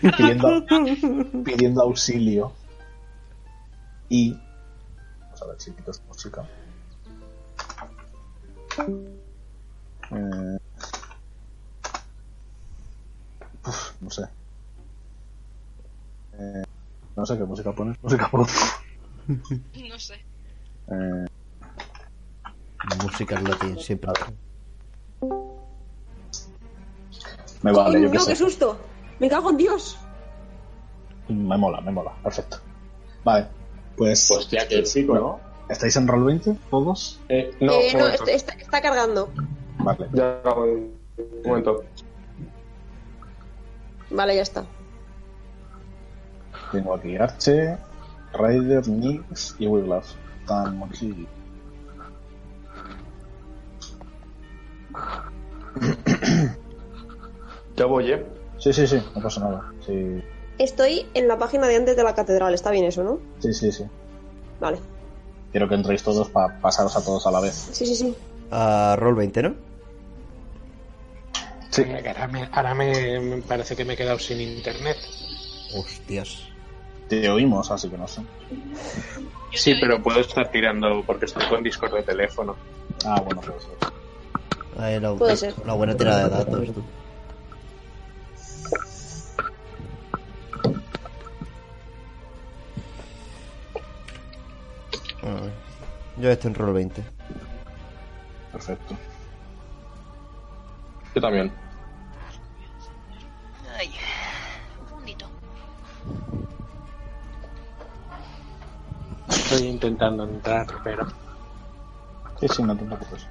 pidiendo, pidiendo auxilio. Y. Vamos a ver si quito esta música. Eh, uf, no sé. Eh, no sé qué música pones. Música por
No sé.
Eh,
Música latín, siempre.
me vale,
Eh,
yo
no,
qué
qué
sé.
susto. Me cago en Dios.
Me mola, me mola. Perfecto. Vale, pues.
Hostia, qué chico, ¿no?
¿Estáis en Roll 20 todos?
no,
Eh, no,
momento.
este- está, está cargando.
Vale.
Ya, voy. un momento.
Vale, ya está.
Tengo aquí Arche, Raider, Nix y Wiglaf. Están aquí.
Ya voy, ¿eh?
Sí, sí, sí, no pasa nada. Sí,
Estoy en la página de antes de la catedral. Está bien eso, ¿no?
sí, sí. sí.
Vale.
Quiero que entréis todos para pasaros a todos a la vez.
Sí, sí, sí.
A Ah, roll 20, ¿no?
Sí.
Ahora, me, ahora me- me parece que me he quedado sin internet.
Hostias.
Te oímos, así que no sé.
Sí, pero puedo estar tirando porque estoy con Discord de teléfono.
Ah, bueno, puede ser.
Ahí la,
Puede ser.
la buena tirada de datos. tú. A ver. Ah, Yo estoy en roll 20.
Perfecto.
Yo también.
Ay, un segundito.
Estoy intentando entrar, pero.
Sí, sí, no te preocupes.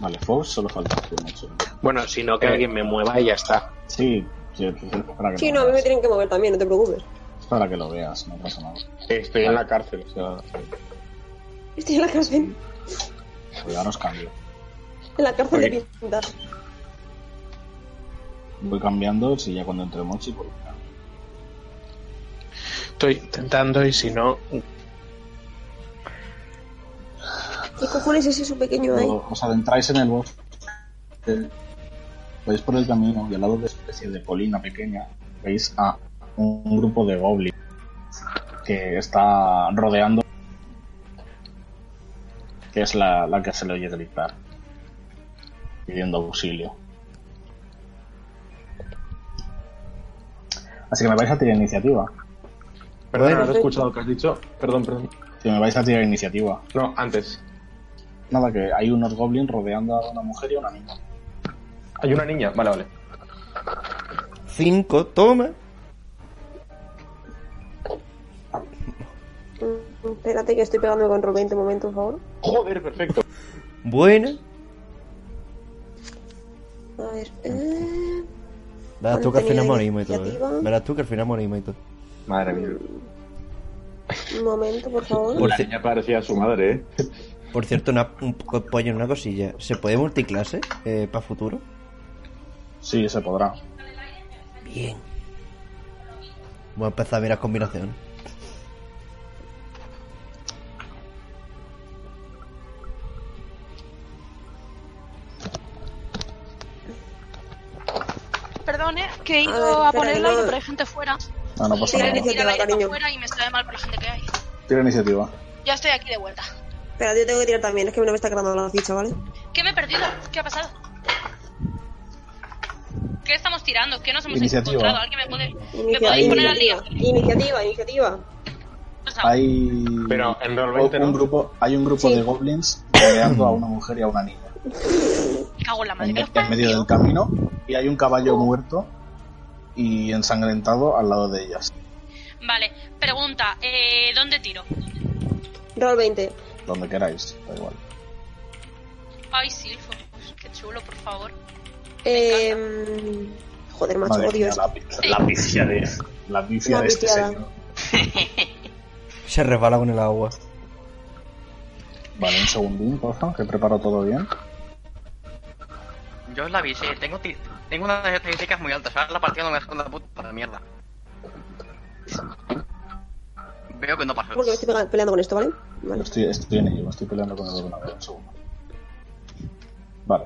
Vale, Fox solo falta que me eche.
Bueno, sino que alguien me mueva y ya está.
Sí, sí, sí, para que,
Sí, no,
lo
a mí me
veas,
tienen que mover también, no te preocupes.
para que lo veas, no pasa nada.
Estoy en la cárcel, o sea.
Estoy en la cárcel.
Pues ahora os cambio.
En la cárcel de pintas.
Voy cambiando, si ya cuando entre Mochi, pues ya.
Estoy intentando y si no.
¿Qué cojones es eso pequeño ahí?
Luego os adentráis en el bosque. Vais por el camino y al lado de una especie de colina pequeña veis a un grupo de goblins que está rodeando que es la, la que se le oye gritar pidiendo auxilio así que me vais a tirar iniciativa
Perdón, no he escuchado lo que has dicho. Perdón, perdón.
que me vais a tirar iniciativa
No, antes.
nada que hay unos goblins rodeando a una mujer y a una niña
Hay una niña. Vale, vale.
5, toma.
Mm, Espérate que estoy pegando con Roll 20 un momento, por favor.
Joder, perfecto.
Buena.
A ver. eh,
Verás tú
¿Cuánto
que al
tenía
final
de
morimos y todo.
iniciativa?
¿eh? Verás tú que al final morimos y todo.
Madre mía.
Un momento, por favor.
La niña parecía a su madre, ¿eh?
Por cierto, una- un poco de pollo en una cosilla. ¿Se puede multiclase eh, para futuro?
sí se podrá
Bien. Voy a empezar a mirar combinaciones.
Perdón, eh, que he
A
ido
ver,
a,
espera,
ponerlo
que no-
pero hay gente fuera.
no, no pasa
Tira
nada
iniciativa,
Mira, la gente
cariño.
fuera y me sabe mal por la gente que hay.
tira iniciativa
Ya estoy aquí de vuelta.
Espérate, yo tengo que tirar también, es que no me está cargando la ficha, ¿vale?
¿Qué me he perdido? ¿Qué ha pasado? ¿Qué qué estamos tirando? ¿Qué nos hemos
Iniciativa.
encontrado? ¿Alguien me puede, me
Iniciativa,
podéis poner al día?
iniciativa, iniciativa, iniciativa. Ah.
Hay
Pero
mm.
en Roll
o-
20
un
no.
grupo, hay un grupo de goblins rodeando a una mujer y a una niña
Me cago en la madre.
en,
que los
en medio
parió.
del camino y hay un caballo muerto y ensangrentado al lado de ellas.
Vale, pregunta, eh, ¿dónde tiro?
Roll 20.
Donde queráis, da igual.
Ay, Silfo, qué chulo, por favor.
Eh, joder, macho,
Madre
odio
mía,
eso.
la, pi- la picia de, la picia
La
de este
viciada.
señor.
Se resbala con el agua.
Vale, un segundín, porfa, que preparo todo bien.
Yo os la avisé, tengo, ti- tengo unas estadísticas muy altas. Ahora la partida no me deja la puta mierda. Veo que no pasó.
Porque me estoy pega- peleando con esto, ¿vale?
Estoy, estoy en ello, me estoy peleando con el ordenador, un segundo. Vale.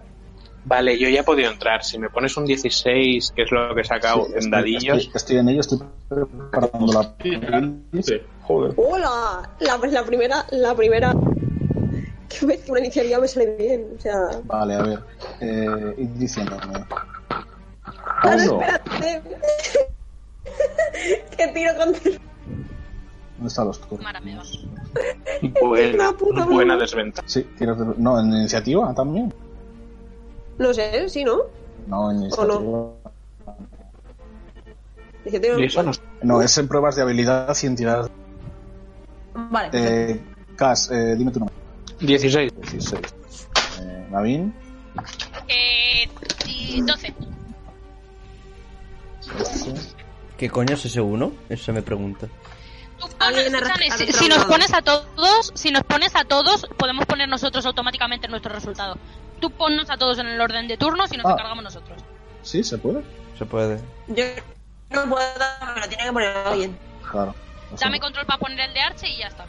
Vale, yo ya he podido entrar. Si me pones un 16, que es lo que he sacado
Sí,
en
estoy-
dadillos.
Estoy, estoy en ello, estoy preparando la.
Joder.
¡Hola! La, la primera, la primera. Que vez que una iniciativa me sale bien. O sea.
Vale, a ver. Eh, id diciéndome.
Claro,
Uno.
espérate. que tiro con.
¿Dónde están los turnos?
Mara, me va.
Pues,
Buena, buena desventaja.
Sí, tiro de- No, en iniciativa también.
No sé, sí, ¿no?
No, en
¿O
iniciativa.
no? Iniciativa.
No, es en pruebas de habilidad y entidad.
Vale.
Eh, Cas, eh, dime tu nombre.
16.
16. Eh, Navin,
Eh, y 12.
¿Qué coño es ese uno? Eso me pregunta.
Tú pon-
Alguien ha
escúchame,
re- ha
si, si
retraumado.
nos pones a todos, si nos pones a todos, podemos poner nosotros automáticamente nuestro resultado. Tú ponnos a todos en el orden de turnos y nos
Ah.
encargamos nosotros.
¿sí? ¿Se puede?
Se puede.
Yo no puedo, me lo tiene que poner alguien.
Claro. Eso
Dame
no.
control para poner el de Arche y ya está.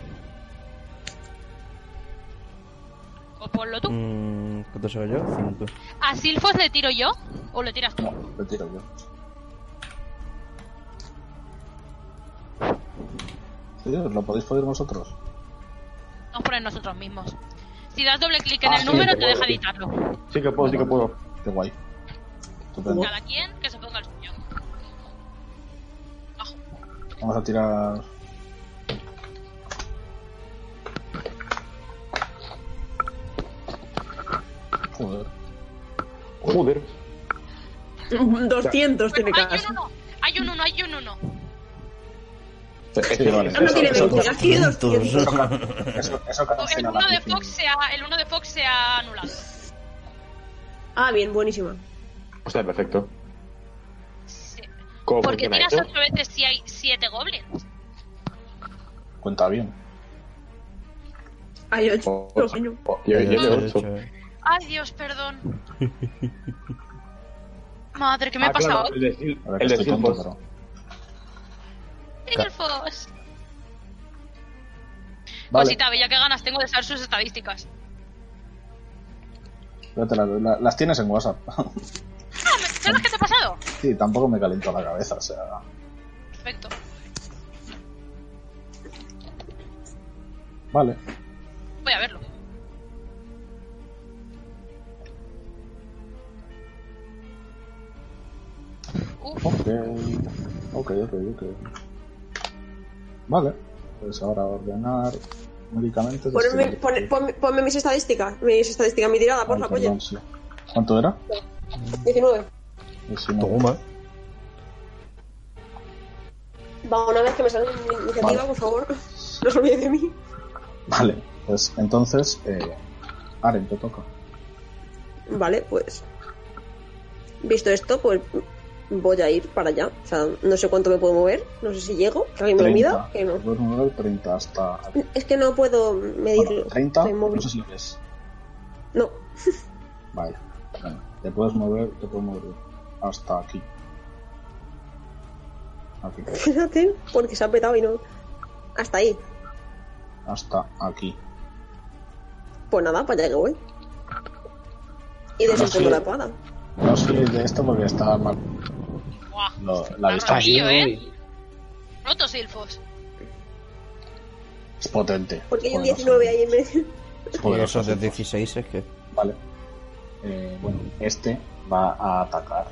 O ponlo tú.
Mm, ¿Cuánto soy yo? Cinco.
¿A Silfos le tiro yo o le tiras tú?
No, lo tiro yo. Sí, os ¿Lo podéis poner vosotros?
Nos poner nosotros mismos. Si das doble clic en
Ah,
el
sí,
número,
te
te deja
puedo.
editarlo.
Sí que puedo, sí que puedo.
Qué guay. Estupendo.
Cada quien que se ponga el suyo.
Vamos a tirar. Joder.
Joder.
200 tiene
Bueno, hay
casa.
un uno, hay un uno, hay un uno.
Es
Sí, vale.
No, no tiene
Eso-
20, ya tiene 200.
Eso, eso
O El
cancela la
uno de
piscina.
Fox se ha, el uno de Fox se ha anulado.
Ah, bien, buenísima.
O sea, perfecto.
Sí.
¿Cómo
Porque
funciona
tiras
eso?
ocho veces si hay siete goblins.
Cuenta bien.
Hay 8,
Ocho.
coño.
Yo
Ay,
llevo
ocho,
8.
ocho, eh.
Ay, Dios, perdón. Madre, ¿qué me
Ah,
ha pasado?
claro, el de Sil-
A ver,
el
que
de
estoy tonto,
Silvos.
pero.
Silfos.
Vale,
Cosita bella, Pues qué ganas tengo de saber sus estadísticas.
ya te la- la- las tienes en WhatsApp.
Ah, ¿me- ¿Sabes lo que te ha pasado?
sí, tampoco me calentó la cabeza, o sea.
Perfecto.
Vale.
Voy a verlo. Uf,
Ok. Ok, ok, ok. Vale. Pues ahora ordenar medicamentos. este,
Ponme,
distribuir-
pon- ponme- ponme mis estadísticas. Mis estadísticas, mi tirada, por
Ay,
favor,
perdón,
coño.
sí. ¿Cuánto era? Pues
19.
19.
Toma.
Va, una vez que me salga mi iniciativa,
Vale.
por favor, no os olvidéis de mí.
Vale, pues entonces, eh, Aren, te toca.
Vale, pues. Visto esto, pues voy a ir para allá. O sea, no sé cuánto me puedo mover, no sé si llego, que alguien me lo mida. que no.
Puedes mover 30 hasta.
Es que no puedo
Bueno,
medirlo.
30,
Soy móvil.
no sé si lo ves.
No,
Vale, venga, te puedes mover, te puedes mover hasta aquí. Aquí,
fíjate, porque se ha petado y no. Hasta ahí.
hasta aquí.
Pues nada, para allá que voy. Y desenfondo
sí.
la espada.
No os fiéis de esto porque está mal.
guau.
Lo, la
Está
vista
rotillo, ¿eh? Rotos, Silfos.
es potente.
Porque hay un
poderosa,
19 ahí en medio.
es
Y
poderosa,
esos de
sí.
16 es que.
Vale. Eh, bueno, este va a atacar.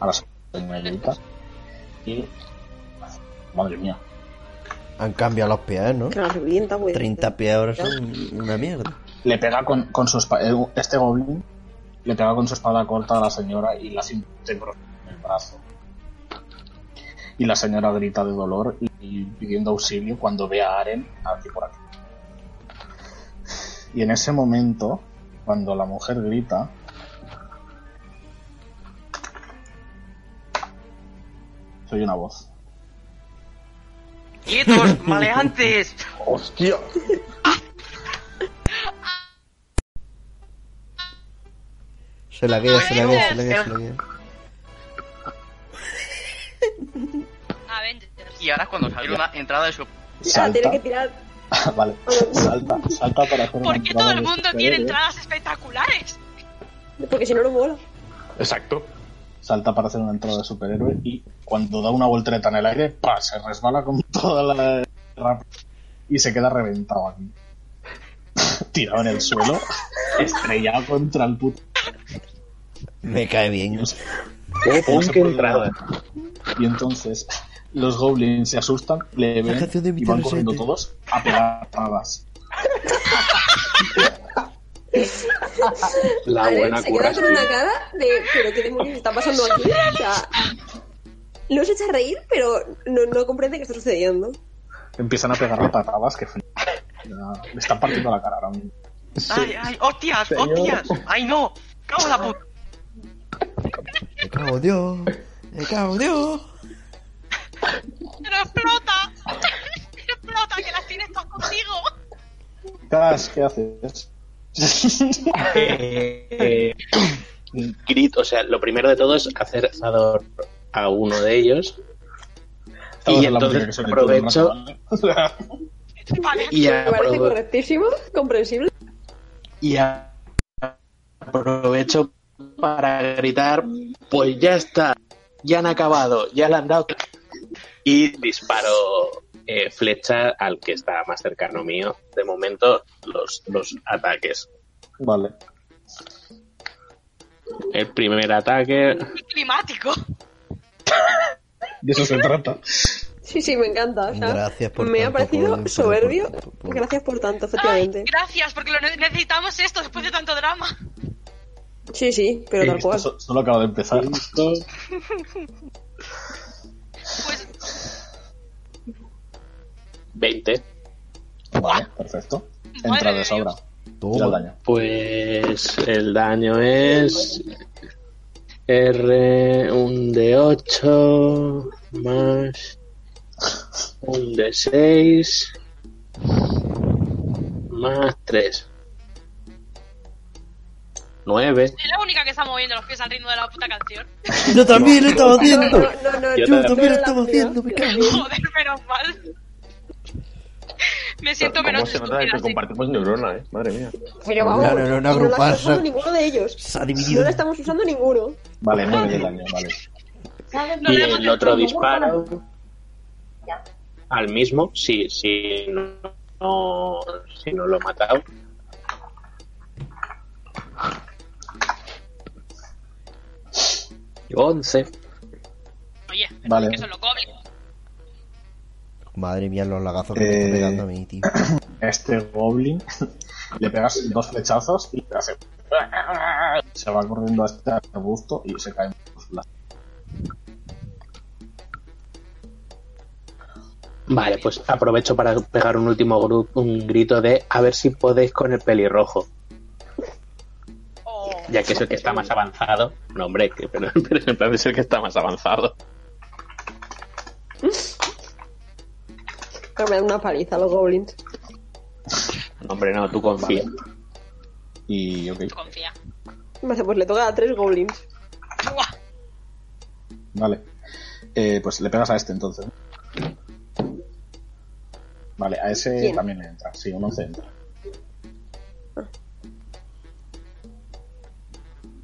a la señorita. Y. Madre mía.
Han cambiado los pies, ¿no?
Que la revienta, pues. Ah, güey.
30 pies ahora son una mierda.
Le pega con, con su espada. Este goblin le pega con su espada corta a la señora y la siente en el brazo. Y la señora grita de dolor y, y pidiendo auxilio cuando ve a Aren aquí por aquí. Y en ese momento, cuando la mujer grita, soy una voz.
¡Quietos, maleantes!
¡Hostia!
Se la guía, se la guía, se la guía, se la guía.
Avengers.
Y ahora es cuando salió una entrada de su...
Ah,
Salta.
tiene que tirar.
vale, salta, salta para hacer una
¿Por qué todo
entrada
el
de
mundo
superhéroe.
tiene entradas espectaculares?
Porque si no, no mola.
Exacto.
Salta para hacer una entrada de superhéroe y cuando da una voltereta en el aire, ¡pa! se resbala con toda la rap y se queda reventado aquí. Tirado en el suelo, estrellado contra el puto.
Me cae bien.
¡Qué eh.
¿Cómo se
punk
puede
entrada!
Y entonces los goblins se asustan, le
La
ven
canción de
y van
Vicente
corriendo
Vicente.
todos a pegar patadas.
A
La
ver,
buena
se queda
curra.
con una cara de pero qué demonios está pasando aquí o sea no se echa a reír pero no, no comprende qué está sucediendo
Empiezan a pegar patadas, que frío. Ya, Le están partiendo la cara ahora mismo.
¡Ay, ay! ¡Hostias,
Señor.
hostias! ¡Ay, no! ¡Cago en la puta!
Me cago en Dios. Me cago en Dios.
¡Pero explota! ¡Explota, que las tienes todas contigo!
Cas, ¿Qué haces?
Eh, eh, grito, o sea, lo primero de todo es hacer zador a uno de ellos.
Estamos
Y
en la música
entonces
que suena todo el
aprovecho
rato, ¿vale?
Vale.
y,
me parece
apro-
correctísimo comprensible
y a- aprovecho para gritar, pues ya está, ya han acabado, ya le han dado. Y disparo eh, flecha al que está más cercano mío. De momento, los, los ataques.
Vale.
El primer ataque
¡Qué climático!
De eso se trata.
sí sí me encanta o sea,
Gracias por
me ha
tanto,
parecido
por- por-
soberbio
por- por-
gracias por tanto
¡Ay,
efectivamente
gracias! Porque lo ne- necesitamos esto después de tanto drama.
sí sí pero tal
Esto
cual
so- solo acaba de empezar.
Pues
20.
Vale, perfecto. Entra
Madre
de
de
sobra. Tira el
Toma.
daño.
Pues el daño es R un de 8 más un de 6 más 3. 9.
es la única que está moviendo los pies al ritmo de la puta canción.
Yo también lo estaba haciendo.
no no no
Yo
Yo
también.
también lo estaba haciendo. Me cago en-
Joder, menos mal. Me siento
¿Cómo
menos
se nota que
estúpida. sí.
compartimos neurona, eh? Madre mía.
pero vamos
No, no, no, una
no la está
agruparse.
usando ninguno de ellos
Se ha
no
dividido.
la estamos usando ninguno
Vale, 9 de daño, vale.
No
y
le hemos
el otro
entrado.
disparo al mismo si si no, no- si no lo he matado once
Oye, pero
Vale.
es que son los goblins.
Madre mía, los lagazos que me están
Eh.
pegando a mí, tío.
Este goblin le pegas dos flechazos y te hace. Se va corriendo a este arbusto y se caen por la-
vale pues aprovecho para pegar un último gru- un grito de a ver si podéis con el pelirrojo
Oh,
ya que es el que está más avanzado no hombre que- pero, pero en plan es el que está más avanzado
pero me dan una paliza los goblins
hombre no tú confía
Y ok,
confía.
Vale, pues le toca a tres goblins
Buah,
vale. Eh, pues le pegas a este entonces. Vale, a ese
¿Quién?
también le entra. Sí, un 11 entra.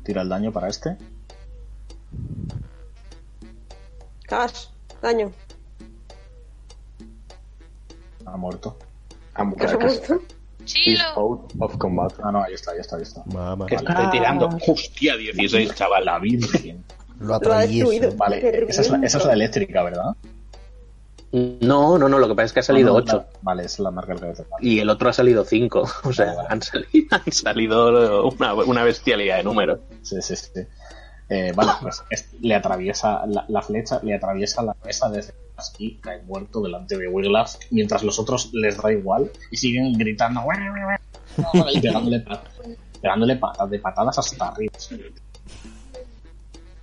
Tira el daño para este.
cash daño
Ha muerto.
Am-
cash ha
Caracas
muerto
is
Chilo.
out of combat.
Ah, no, ahí está, ahí está, ahí está.
Mamá.
estoy tirando hostia 16 chaval
La Virgen.
Lo atraviesa.
Vale, esa es, la, esa es la eléctrica, ¿verdad?
No, no, no, lo que pasa es que ha salido
Ah, no,
8
no. Vale, esa es la marca que tengo.
y el otro ha salido 5. O sea,
Vale, vale.
han salido, han salido una, una bestialidad de números.
Sí, sí, sí. Eh, vale, pues es- le atraviesa la, la flecha, le atraviesa la cabeza desde atrás y cae muerto delante de Wiglaf, mientras los otros les da igual y siguen gritando "Guau, guau, guau", y pegándole, pa- pegándole pa- de patadas hasta arriba.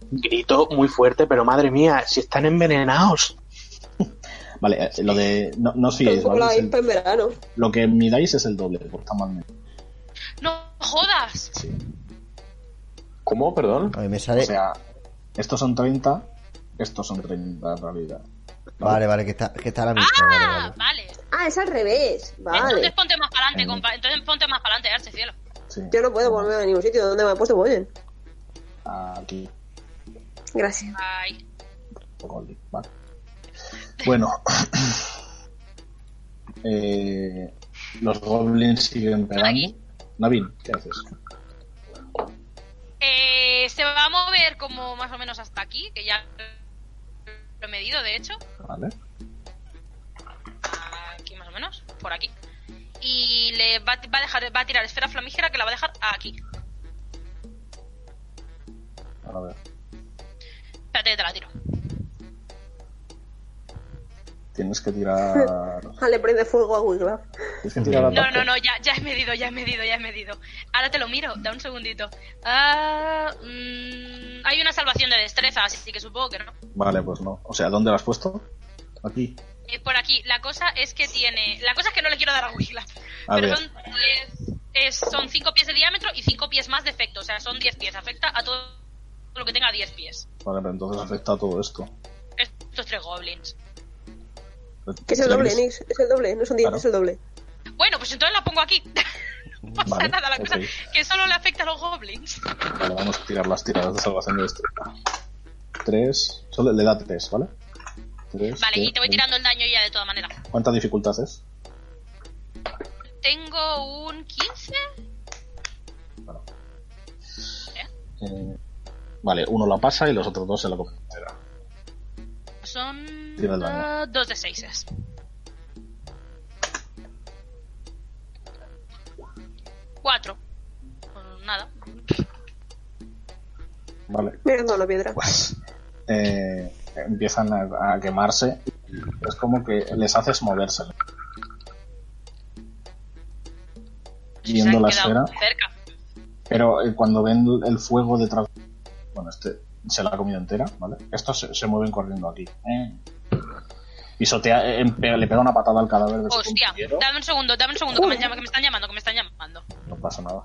Grito muy fuerte, pero madre mía, si están envenenados.
Vale, eh, lo de. No, no os fiéis,
Como
¿vale?
la
Es el-
IFA en verano.
lo que midáis es el doble, por tamaño.
¡No jodas!
¿Cómo? Perdón.
A mí me
O
sale.
sea, estos son 30, estos son 30 en realidad.
Vale, vale, que está, que está a la misma.
Ah, vale.
Ah, es al revés.
Entonces
Vale.
ponte más para adelante, compa. Entonces ponte más para adelante, Arce Cielo.
Sí.
Yo no puedo volver a ningún sitio donde me ha puesto Boyen.
Aquí.
Gracias.
Ay.
Goldie, vale. Bueno. Eh, los goblins siguen pegando. Navin, ¿qué haces?
Eh, se va a mover como más o menos hasta aquí, que ya lo he medido, de hecho.
Vale.
Aquí más o menos, por aquí. Y le va, va a dejar, va a tirar esfera flamígera que la va a dejar aquí.
A ver.
Espérate, te la tiro.
Tienes que tirar.
Ah, le prende fuego a Wiglaf.
Tienes que tirar
No,
ataque.
no, no, ya, ya he medido, ya he medido, ya he medido. Ahora te lo miro, da un segundito. Ah, mm, hay una salvación de destreza, así que supongo que no.
Vale, pues no. O sea, ¿dónde lo has puesto? Aquí.
Eh, por aquí, la cosa es que tiene. La cosa es que no le quiero dar a Wiglaf.
A
Pero
ver.
son 10 pues, es- son 5 pies de diámetro y 5 pies más de efecto. O sea, son 10 pies. Afecta a todo lo que tenga 10 pies.
Vale, pero entonces afecta a todo esto.
Estos tres goblins.
Que es el doble, Nix. Es el doble. No son 10,
Claro.
es el doble.
Bueno, pues entonces la pongo aquí. no pasa
Vale,
nada, la cosa
ok.
que solo le afecta a los goblins.
Vale, vamos a tirar las tiradas de salvación de destreza. Tres. Solo le da tres, ¿vale? Tres.
Vale, y
tres,
te voy
tres.
tirando el daño ya de toda manera.
¿Cuánta dificultad es?
Tengo un 15.
Eh, vale, uno la pasa y los otros dos se la comen entera.
Son
Tira el daño.
eh, dos de 6. Cuatro. Pues nada.
Vale.
Mirando la piedra.
pues eh, empiezan a, a quemarse. Es como que les haces moverse.
Se han
Viendo la esfera.
quedado cerca.
Pero eh, cuando ven el fuego detrás. Bueno, este se la ha comido entera, ¿vale? Estos se, se mueven corriendo aquí. eh. Pisotea, eh, em- pe- le pega una patada al cadáver de su
Hostia,
compañero.
dame un segundo, dame un segundo, que me, llama- que me están llamando, que me están llamando.
No pasa nada.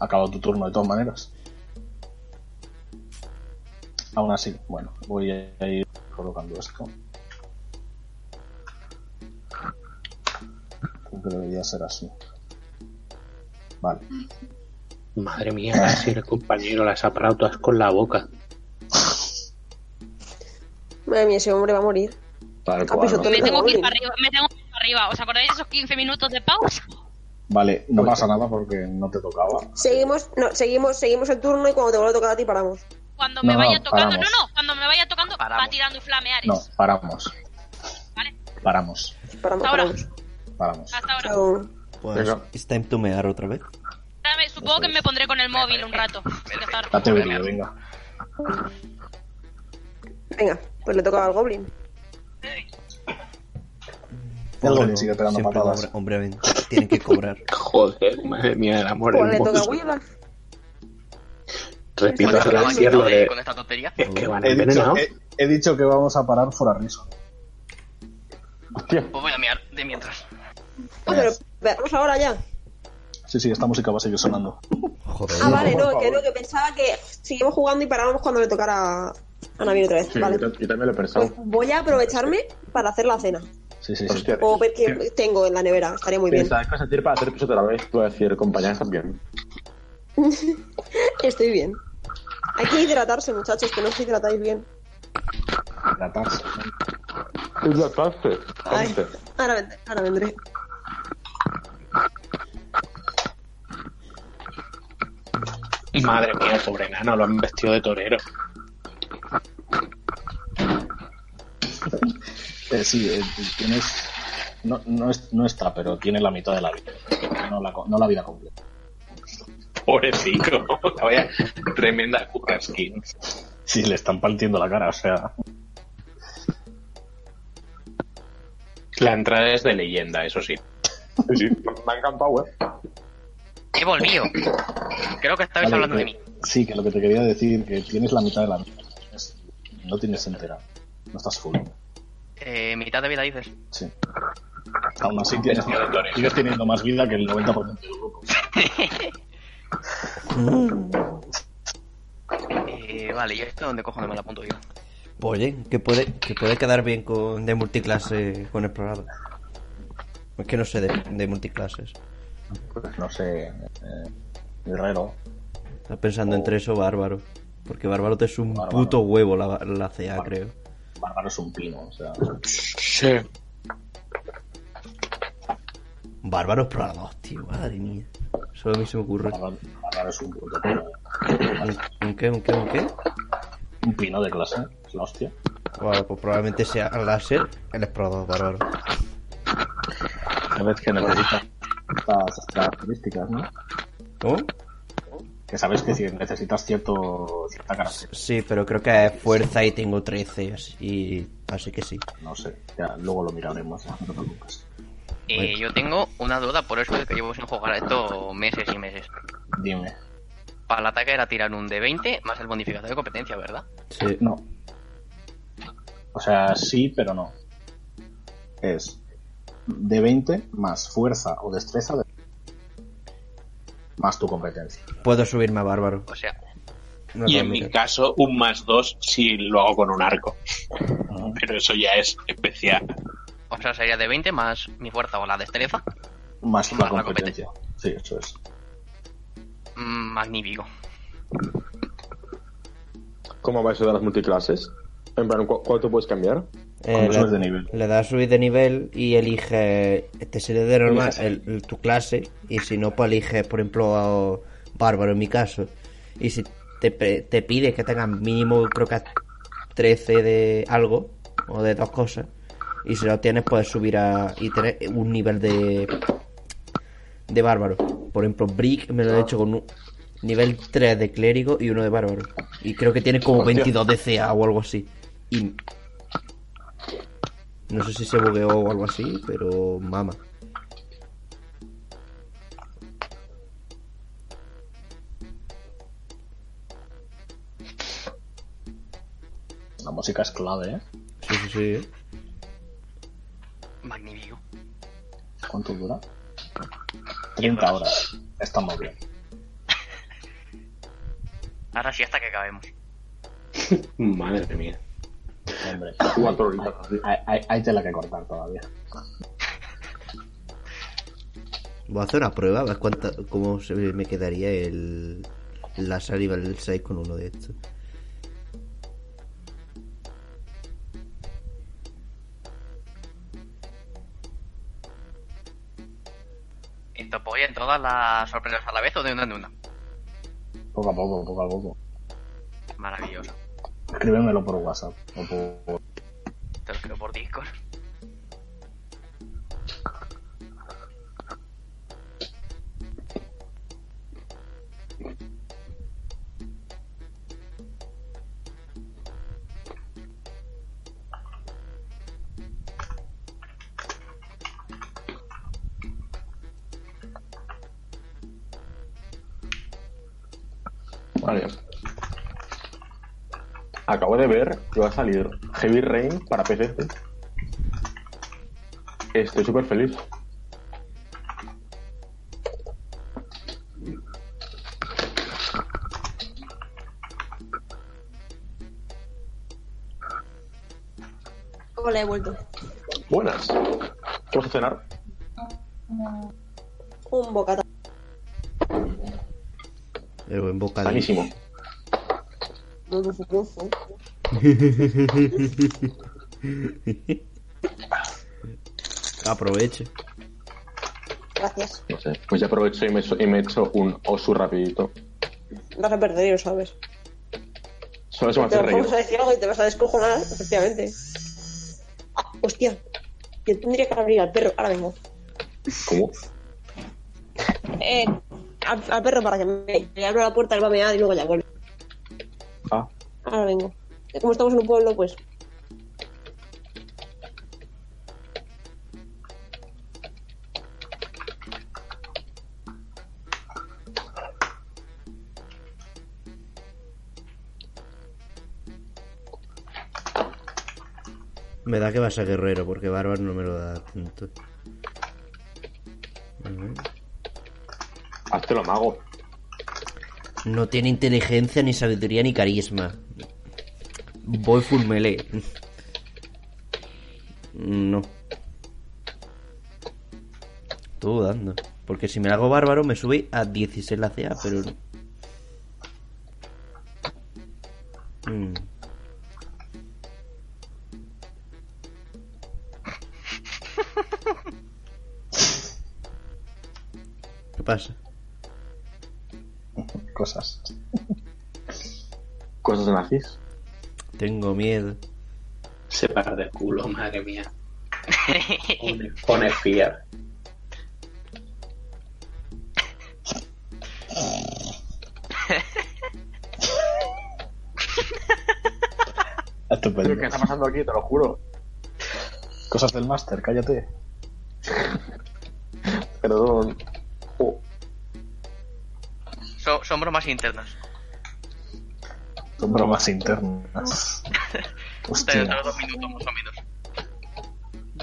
Acaba tu turno de todas maneras. Aún así, bueno, voy a ir colocando esto. Creo que debería ser así. Vale.
Madre mía, si el compañero las ha parado todas con la boca.
Madre mía, ese hombre va a morir.
Tal
Ah,
cual.
pisotea.
Me
Pero
tengo que ir
Goblin.
para arriba, me tengo que ir para arriba. ¿Os acordáis de esos 15 minutos de pausa?
Vale, no pasa nada porque no te tocaba.
Seguimos, no, seguimos, seguimos el turno y cuando te vuelva a tocar a ti paramos.
Cuando
No,
me
no,
vaya tocando,
paramos.
no, no, cuando me vaya tocando,
Paramos.
va tirando flameares.
No, paramos.
Vale.
Paramos,
Paramos,
Hasta ahora.
paramos.
paramos.
Hasta ahora.
Chao.
Pues
Venga.
it's time to mear otra vez.
Ahora me- Supongo que me pondré con el móvil un rato. Ya está.
Date brillo, venga.
Venga, pues le toca al Goblin.
El
Pobre
goblin sigue pegando
siempre
patadas.
cobra- hombre, ven, tienen que cobrar.
Joder, madre mía, el amor
Pues le
hermoso.
toca a Wiglaf.
Repito,
Bueno,
otra
pero
vez,
no,
y es lo
no,
de-
con esta tontería.
Es que van
He dicho,
envenenados.
he, he dicho que vamos a parar fuera riso.
Hostia.
Pues voy a mirar de mientras.
Ah, pero vamos ahora ya.
Sí, sí, esta música va a seguir sonando.
Joder.
Ah, vale, no,
favor.
que no, que pensaba que seguimos jugando y parábamos cuando le tocara a Navi otra vez.
Sí,
vale.
yo, yo también lo he
Pues
pensado.
voy a aprovecharme para hacer la cena.
Sí, sí, sí.
Hostia.
O ver qué tengo en la nevera, estaría muy bien.
Piensa, ¿qué vas a decir para hacer piso otra vez? Tú vas a decir, compañía, estás bien.
Estoy bien. Hay que hidratarse, muchachos, que no os hidratáis bien.
La taxa.
Es la clase.
Ay, ahora vendré, ahora vendré.
eh, Madre mía, pobre nano, lo han vestido de torero.
Eh, sí, eh, tienes. No, no, es, no está, pero tiene la mitad de la vida. No la, no la vida completa.
Pobrecito. Vaya tremenda curra skin.
Sí, le están partiendo la cara, o sea.
La entrada es de leyenda, eso sí.
Sí, me ha encantado, eh.
He volvido. Creo que estabais
Vale,
hablando
que-
de mí.
Sí, que lo que te quería decir, que tienes la mitad de la vida. Es- No tienes entera. No estás full.
Eh, mitad de vida dices.
Sí. Aún así tienes, sigues teniendo más vida que el 90% del grupo.
Eh, vale, ¿y esto dónde cojones me la apunto yo?
pues, Oye, que puede, que puede quedar bien con, de multiclase con explorador. Es que no sé de, de multiclases.
Pues no sé. eh, guerrero.
Estás pensando
Oh.
entre eso, bárbaro. Porque bárbaro te es un puto huevo la, la CA, creo.
Bárbaro es un pino, o sea.
Sí.
Bárbaro explorador, tío, madre mía. Solo a mí se me ocurre.
Bárbaro es un puto pino.
¿Un qué? ¿Un qué? ¿Un qué?
Un pino de clase. Es la hostia.
Vale, pues probablemente sea láser el explorador bárbaro.
Sabes que necesitas estas características, ¿no?
¿Cómo?
Que sabes que si necesitas cierto, cierta característica.
Sí, pero creo que es fuerza y tengo 13, así, así que sí.
No sé, ya luego lo miraremos, no te preocupes.
Eh, yo tengo una duda, por eso es que llevo sin jugar a esto meses y meses.
Dime.
Para el ataque era tirar un D20 más el bonificador de competencia, ¿verdad?
Sí.
No. O sea, sí, pero no. Es de 20 más fuerza o destreza de... más tu competencia.
Puedo subirme a bárbaro.
O sea,
No
Y
lo
en mi
admito.
caso, un más dos si lo hago con un arco. Pero eso ya es especial.
o sea sería D20 más mi fuerza o la destreza
Más
Más
la
la
competencia. Sí, eso es.
mm, magnífico.
¿Cómo va eso de las multiclases? En plan, ¿cu- ¿cuánto puedes cambiar?
Eh,
Cuando
le,
subes de nivel.
le das a subir de nivel y elige este serie de normal
Eliges.
el- el- tu clase y si no pues eliges por ejemplo a bárbaro en mi caso y si te, pe- te pides que tengas mínimo creo que 13 de algo o de dos cosas y si lo tienes puedes subir a y tener un nivel de de bárbaro por ejemplo brick me lo he hecho con un nivel 3 de clérigo y uno de bárbaro y creo que tiene como
Hostia.
22 de CA o algo así y no sé si se bugueó o algo así, pero mama.
La música es clave, ¿eh?
Sí, sí, sí.
Magnífico.
¿Cuánto dura? 30 horas. Estamos bien.
Ahora sí hasta que acabemos.
Madre mía.
Hombre,
Cuatro horitas.
hay, hay, hay tela que cortar todavía.
Voy a hacer una prueba, a ver cuánta, cómo se me quedaría el láser nivel 6 con uno de estos.
Esto apoya en todas las sorpresas a la vez o de una en una.
Poco a poco, poco a poco.
Maravilloso.
Escríbemelo por WhatsApp o por
Te lo escribo por Discord.
Vale. Acabo de ver que va a salir Heavy Rain para PC. Estoy súper feliz.
Hola, he vuelto.
Buenas. ¿Qué vas a cenar?
Un bocata.
El buen bocadillo.
Buenísimo.
Muy bufuquufo.
Aproveche.
Gracias.
No sé. Pues ya aprovecho y me, so- y me echo un osu rapidito.
Vas a perder, y lo sabes.
Solo se me
Te
hace reír.
vamos a decir algo y te vas a descojonar, efectivamente. Ah, Hostia, yo tendría que abrir al perro, ahora mismo.
¿Cómo?
Eh, al, al perro para que me le abro la puerta, él va a mear y luego ya vuelve.
Ah.
Ahora vengo. Como estamos en un pueblo, pues.
Me da que vas a guerrero, porque bárbaro no me lo da tanto. Vale.
Hazte lo mago.
No tiene inteligencia, ni sabiduría, ni carisma. Voy full melee. No. Todo dando. Porque si me la hago bárbaro me sube a 16 la CA, pero no. Mm. ¿Qué pasa?
Cosas.
Cosas nazis.
Tengo miedo.
Se para de culo, madre mía. Pone, pone fear.
Estupendo.
Tío, ¿Qué está pasando aquí? Te lo juro.
Cosas del máster, cállate.
Perdón. Oh,
So- son bromas internas.
Son bromas internas.
Ustedes
Hostia.
a los dos minutos más o menos.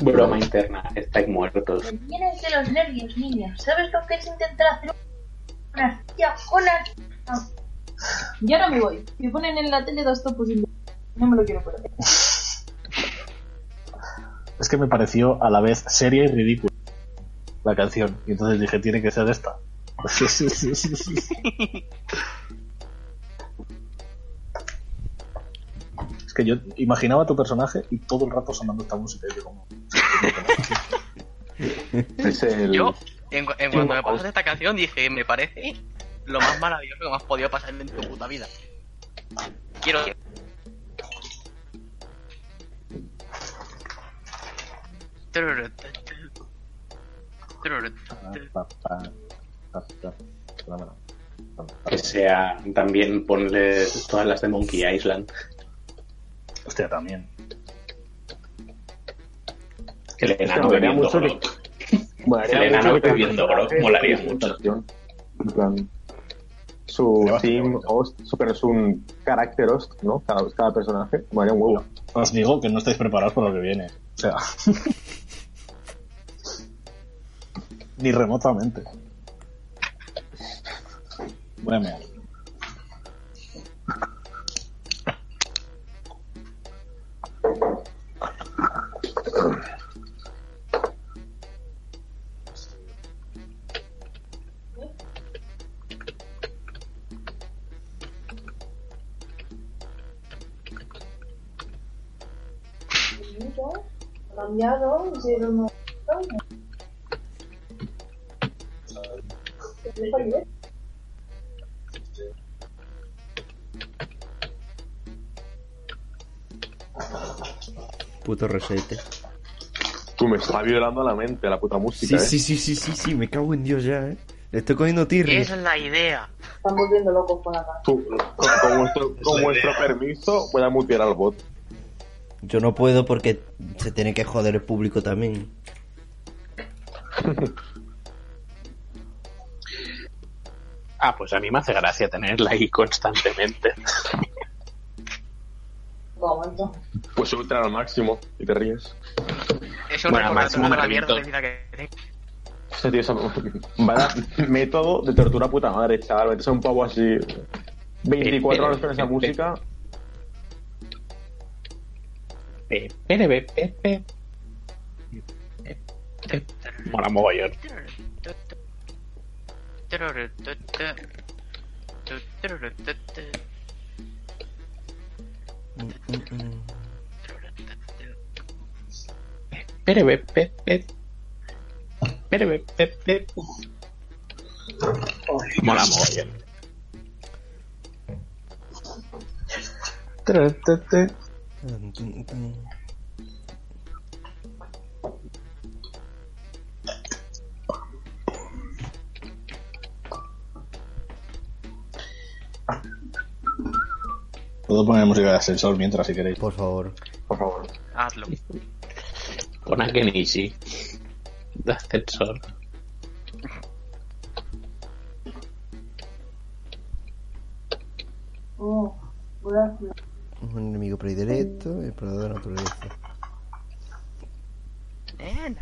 Broma interna, estáis muertos.
Me tienes de los nervios, niña. ¿Sabes lo que es intentar hacer una astilla? Una Yo no me voy. Me ponen en la tele dos topos y no me lo quiero perder.
Es que me pareció a la vez seria y ridícula la canción. Y entonces dije, tiene que ser esta. es que yo imaginaba a tu personaje y todo el rato sonando esta música. Y yo como...
Es el...
Yo, en, cu- en cuanto me pasaste esta canción, dije, me parece lo más maravilloso que me has podido pasar en tu puta vida. Quiero...
Que sea también ponle todas las de Monkey Island.
Hostia, también.
El enano
molaría
bebiendo
mucho
grog.
Molaría
El enano
mucho que
bebiendo grog molaría
su
mucho.
presentación. En plan, su team host, su, pero es un carácter host, ¿no? Cada, cada personaje. Molaría un huevo.
Os digo que no estáis preparados para lo que viene. O sea... Ni remotamente. Voy a mear.
Cambiado, hicieron un...
Puto resete.
Tú me estás violando la mente, la puta música.
Sí, sí,
¿eh?
sí, sí, sí, sí, me cago en Dios ya, eh. Le estoy comiendo
Esa
tirri.
es la idea.
Están volviendo locos con la cara.
Tú, con, con vuestro, con vuestro permiso, voy a mutear al bot.
Yo no puedo porque se tiene que joder el público también.
Ah, pues a mí me hace gracia tenerla ahí constantemente.
Momento.
Pues ultra al máximo y te ríes.
Es un
Bueno,
recordatorio
máximo
de la mierda de
movimiento.
vida que tengo.
Hostia, tío, esa- Vaya método de tortura puta madre, chaval. Metes a un pavo así 24 horas con esa música.
Pe, pere, pe, pe, pe. Pe, Mola mogollón. Pere, pe, pe, pe. Pere, pe, pe, pe. Mola mogollón.
Tra, ta, ta. Puedo poner música de ascensor mientras, si queréis.
Por favor.
Por favor.
Hazlo.
Pon a Kenichi. De ascensor.
Oh, gracias.
Un enemigo predilecto, explorador de naturaleza.
Nena.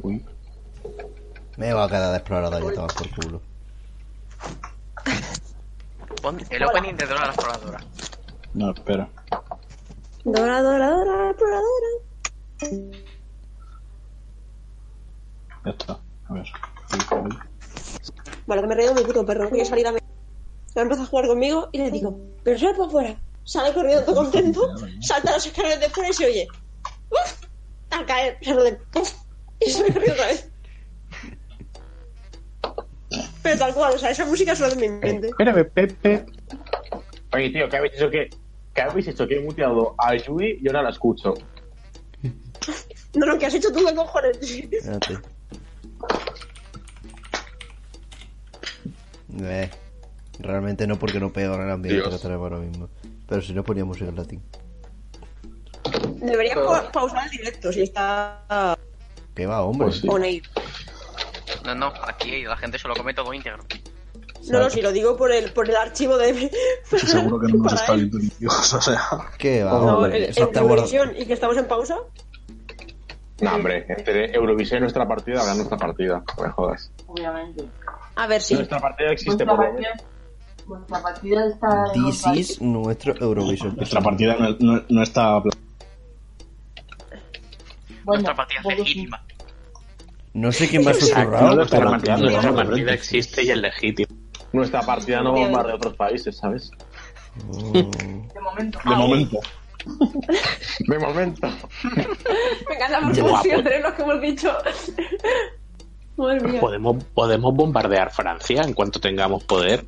Uy.
Me voy a quedar de explorador ya tomas por culo.
Pon el opening de Dora la exploradora.
No, espera.
Dora, Dora, Dora, exploradora.
Ya está. A ver.
Vale, que me he reído mi puto perro. Voy a salir a me... Me empieza a jugar conmigo y le digo, pero sal para afuera. Sale corriendo todo contento, salta a los escalones de fuera y se oye. ¡Uf! Al caer, se de ¡Puf! Y se me corrió otra vez. Pero tal cual, o sea, esa música suena en mi mente.
Espérame, Pepe.
Oye, tío, ¿qué habéis hecho que.? ¿Qué habéis hecho? Que he muteado a Yui y ahora la escucho.
No, no, que has hecho tú de cojones.
Espérate. Eh, realmente no porque no pega en el ambiente
Dios.
que tenemos ahora mismo. Pero si no poníamos música en latín.
Deberías pa- pausar el directo si está
Que va, hombre.
on air.
No, no, aquí la gente se lo come todo íntegro.
No, no, si lo digo por el, por el archivo de.
Estoy seguro que no hemos
Para
estado
él.
liturgios, o sea.
Que va,
No,
hombre.
en
Eso
en
está guardado.
televisión y que estamos en pausa.
No, hombre, entre Eurovisión y nuestra partida habrá nuestra partida. No me jodas.
Obviamente.
A ver si.
Nuestra partida existe
Vuestra
por lo menos.
partida, vuestra partida está.
This is nuestro Eurovision.
Nuestra partida no, no- no está.
Nuestra partida es legítima.
No sé quién me ha
Exacto,
susurrado.
nuestra
pero-
partida,
pero-
nuestra partida existe y es legítima.
Nuestra partida no bombardea otros países, ¿sabes?
Oh.
De momento.
De momento.
De momento.
Me encanta porque
Guapo.
siempre lo que hemos dicho. Madre mía.
Podemos, podemos bombardear Francia en cuanto tengamos poder.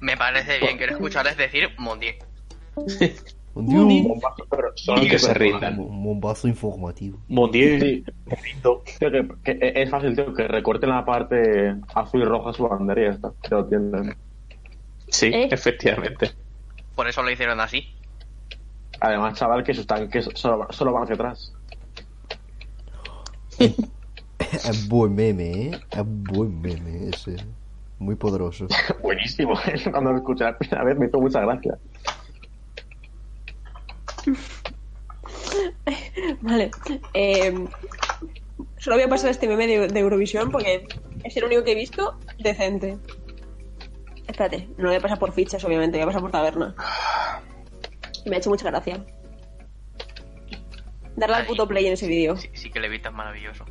Me parece bien, quiero escucharles decir Mondi.
Un
Bombazo, pero solo
Y que se
personas.
rindan.
un bombazo informativo.
Mondier.
Sí. Tío, que, que es fácil, tío, que recorten la parte azul y roja su bandera y ya está. Te lo tienden.
Sí,
¿Eh?
efectivamente.
Por eso lo hicieron así.
Además, chaval, que sus tanques solo, solo van hacia atrás.
Es buen meme, ¿eh? Es buen meme ese. Muy poderoso.
Buenísimo, ¿eh? cuando lo escuché la primera vez me hizo mucha gracia.
Vale.
Eh, solo voy a pasar este meme de, de Eurovisión porque es el único que he visto decente. Espérate, no lo voy a pasar por fichas, obviamente, voy a pasar por taberna. Me ha hecho mucha gracia. Darle al puto play en ese vídeo.
Sí, sí que le evitas maravilloso.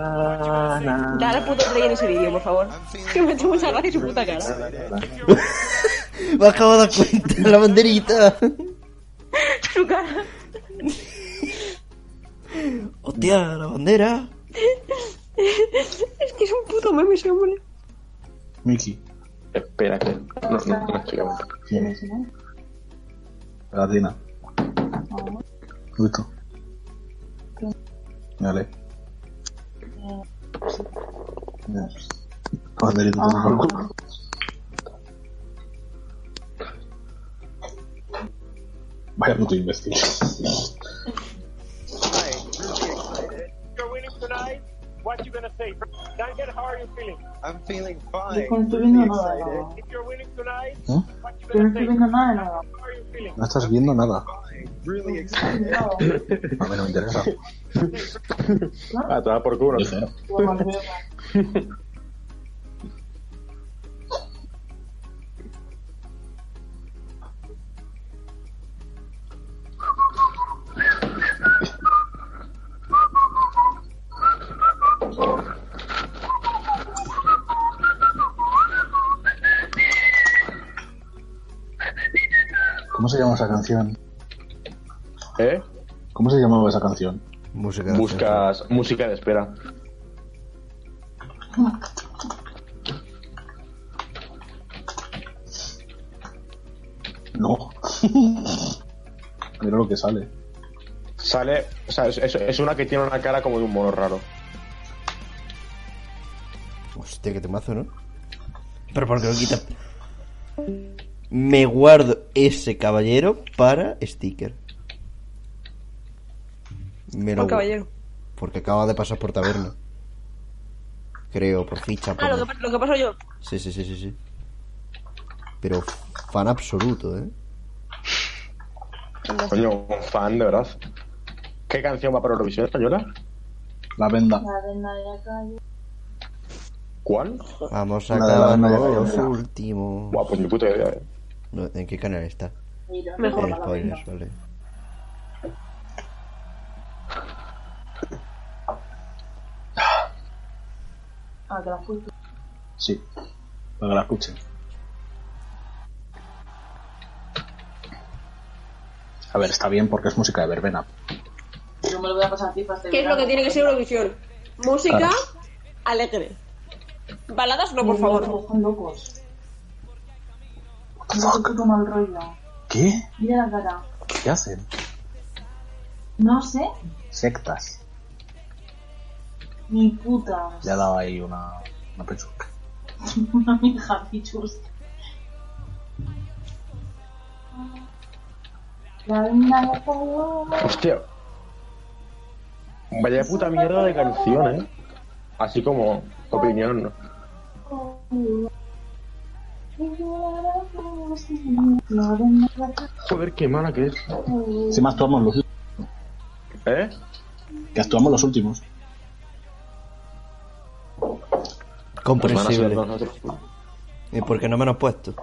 Darle al puto play en ese vídeo, por favor. Que me ha hecho mucha gracia su puta cara.
Me acabo de dar cuenta la banderita.
Su cara.
Hostia, la bandera.
Es que es un puto meme ese hombre.
Miki.
Espera, que. No, no, no, estoy hablando.
¿Quién es? Latina. Listo. Dale. Ya. Banderita, por favor. Vaya puto imbécil.
Yo no estoy viendo nada de
¿Eh?
nada. Yo no estoy viendo nada de nada.
No estás viendo nada.
No,
A mí no me interesa.
Ah, te da por culo.
Yo cero.
no, no, no.
¿Cómo se llama esa canción?
¿Eh?
¿Cómo se llamaba esa canción?
Música. de ascensor.
Buscas música de espera.
No. Mira lo que sale.
Sale, o sea, es, es- es una que tiene una cara como de un mono raro.
Hostia, que temazo, ¿no? Pero porque lo quita. Me guardo ese caballero para sticker. Me
¿Cuál caballero?
Porque acaba de pasar por taberna. Creo, por ficha. Por...
Ah, lo que, lo que paso yo.
Sí, sí, sí, sí, sí. Pero fan absoluto, ¿eh?
Coño, un fan, de verdad. ¿Qué canción va para Eurovisión española?
La venda.
La venda de la calle.
¿Cuál?
Vamos a
Una de las
acabar
novelas.
los últimos.
Buah, pues ni puta idea. eh.
No, ¿En qué canal está?
Mira,
Mejor.
mejor la venda.
spoilers, vale.
Ah, que la fuiste.
Sí. Para que la escuchen. A ver, está bien porque es música de verbena.
Yo me lo voy a pasar a ti para este
¿Qué es lo
verano.
que tiene que ser Eurovisión? Música
Claro.
alegre. Baladas no, por
Mm.
favor.
Son locos. No, qué mal rollo.
¿Qué?
Mira la cara.
¿Qué hacen?
No sé,
Sectas.
ni puta.
Ya daba ahí una, una pechuca.
Una mija pichus. La venda de la calle.
Hostia. Vaya puta mierda de canción, eh. Así como opinión. ¿no?
La venda de la
Joder, qué mala que es.
calle.
Si más actuamos los
¿Eh?
que actuamos los últimos.
Pues van a ser
Comprensible.
nosotros.
¿Y por qué no me lo has puesto?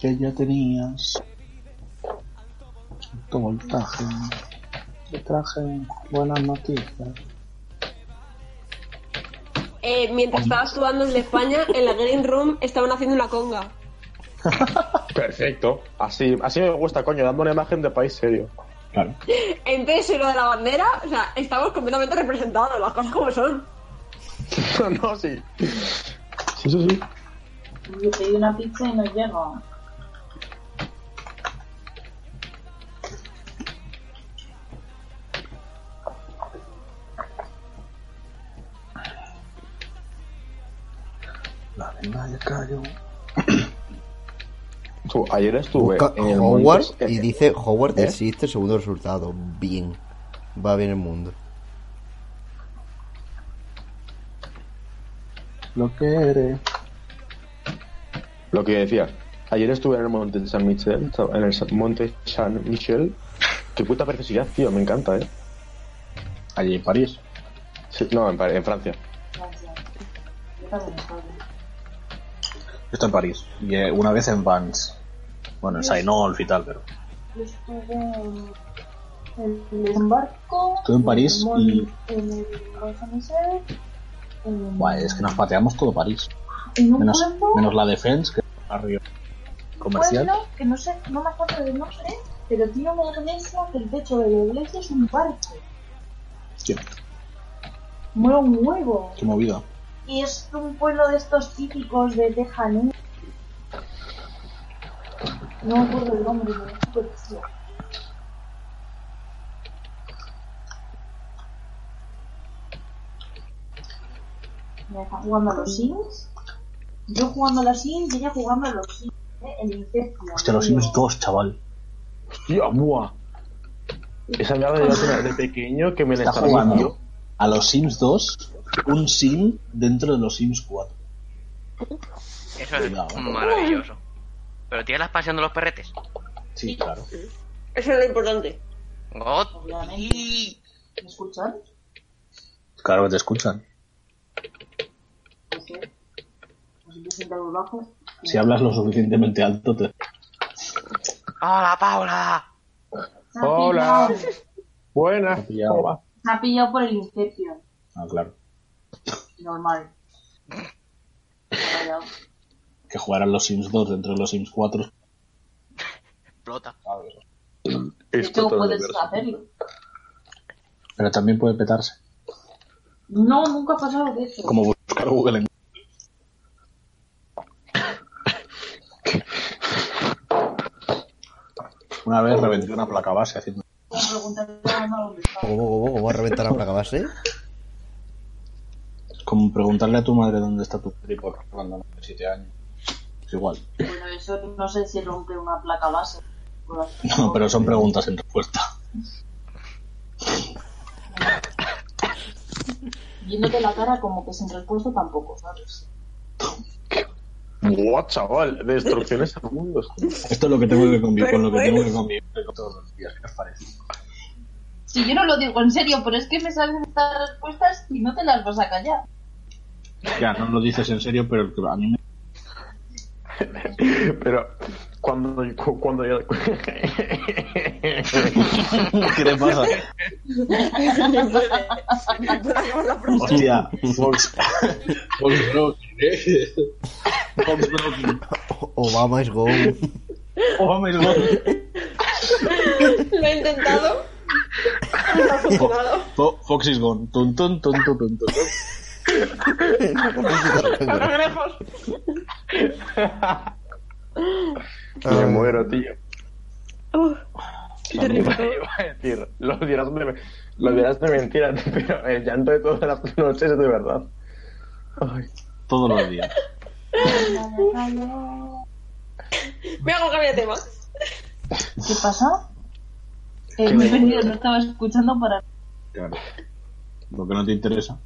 Que ya tenías. Alto voltaje. Te traje buenas noticias.
Eh, mientras estaba actuando en España, en la Green Room estaban haciendo una conga.
Perfecto. Así, así me gusta, coño, dando una imagen de país serio.
Claro.
Entonces, y lo de la bandera, o sea, estamos completamente representados, las cosas como son.
no, sí. Sí, sí, sí.
Yo pedí una pizza y no llega.
La venda ya cayó.
Tú, ayer estuve
Busca
en el
Howard
Montes- eh,
y dice Howard
¿Eh?
existe segundo resultado. Bien. Va bien el mundo.
Lo que eres.
Lo que decía. Ayer estuve en el monte de San Michel, en el Sa- monte San Michel. Qué puta preciosidad, tío, me encanta, eh.
Allí en París.
Sí, no, en, Par- en Francia.
Gracias. Yo también estoy.
Yo estoy en París. Y eh, una vez en Vans. Bueno, en Sainolf y tal, pero.
Yo estuve en el desembarco.
Estuve en París
en el
y-
Mon- En el Mont Saint-Michel. En,
Buah, es que nos pateamos todo París.
en un
Menos,
pueblo.
menos la Defense, que es un barrio comercial.
pueblo que no sé, no me acuerdo del nombre, pero tiene una iglesia que el techo de la iglesia es un barco.
Hostia,
Mueve un huevo.
qué movida.
Y es un pueblo de estos típicos de Tejanú. No me acuerdo el nombre, pero es súper chulo. Me está jugando a los Sims. Yo jugando a los Sims y ella jugando a los Sims. ¿eh? El Inception.
Hostia, los Sims 2, chaval.
Tío, buah. Esa mierda yo la tenía desde pequeño que me la
Está
estaba
jugando a los Sims 2 un Sim dentro de los Sims 4.
Eso es
Cuidado, eh.
maravilloso. Pero tienes la pasión de los perretes.
Sí, claro.
Eso es lo importante.
¡Oh!
Obviamente. ¿Me escuchan?
Claro que te escuchan.
No sé. Pues yo sentado bajo.
Si hablas lo suficientemente alto, te...
¡Hola, Paula!
Se ha
Hola.
pillado.
Buena.
Te ha pillado.
¿Cómo va?
Se ha pillado por el Inception.
Oh, Ah, claro.
Normal. Vaya.
Que jugaran los Sims 2 dentro de los Sims 4.
Explota.
De
Esto
hecho,
todo
puedes
universo.
hacerlo.
Pero también puede petarse.
No, nunca ha pasado de eso.
Como buscar Google en... Una vez reventé una placa base haciendo...
¿Cómo, cómo, cómo? ¿Va a reventar la placa base?
Como preguntarle a tu madre dónde está tu tri por cuando de 7 años. Es igual.
Bueno, eso no sé si rompe una placa base.
No, pero son preguntas sin respuesta.
Viéndote la cara como que sin respuesta tampoco, ¿sabes?
Buah, chaval, destrucciones al mundo.
Esto es lo que tengo que convivir, con lo que tengo que convivir todos los días, ¿qué os parece?
Si yo no lo digo en serio, pero es que me salen estas respuestas y no te las vas a callar.
Ya, no lo dices en serio, pero a mí me...
Pero cuando cu- cuando yo
¿Qué te pasa? Hostia, Fox... Fox Broken, ¿eh? Fox Broken.
Obama is go.
Oh, my God.
Lo he intentado. No ha funcionado.
Fo- Fox is gone. Tun, tun, tun, tun, tun, tun.
Ah.
me muero, tío.
Uf, qué terrible.
Iba a decir, lo dirás de, lo dirás de mentira, pero el llanto de todas las noches es de verdad. Ay,
Todos los días.
Me hago cambiar de tema.
¿Qué pasa? Eh, me he perdido, no estaba escuchando para
Claro. Lo que no te interesa.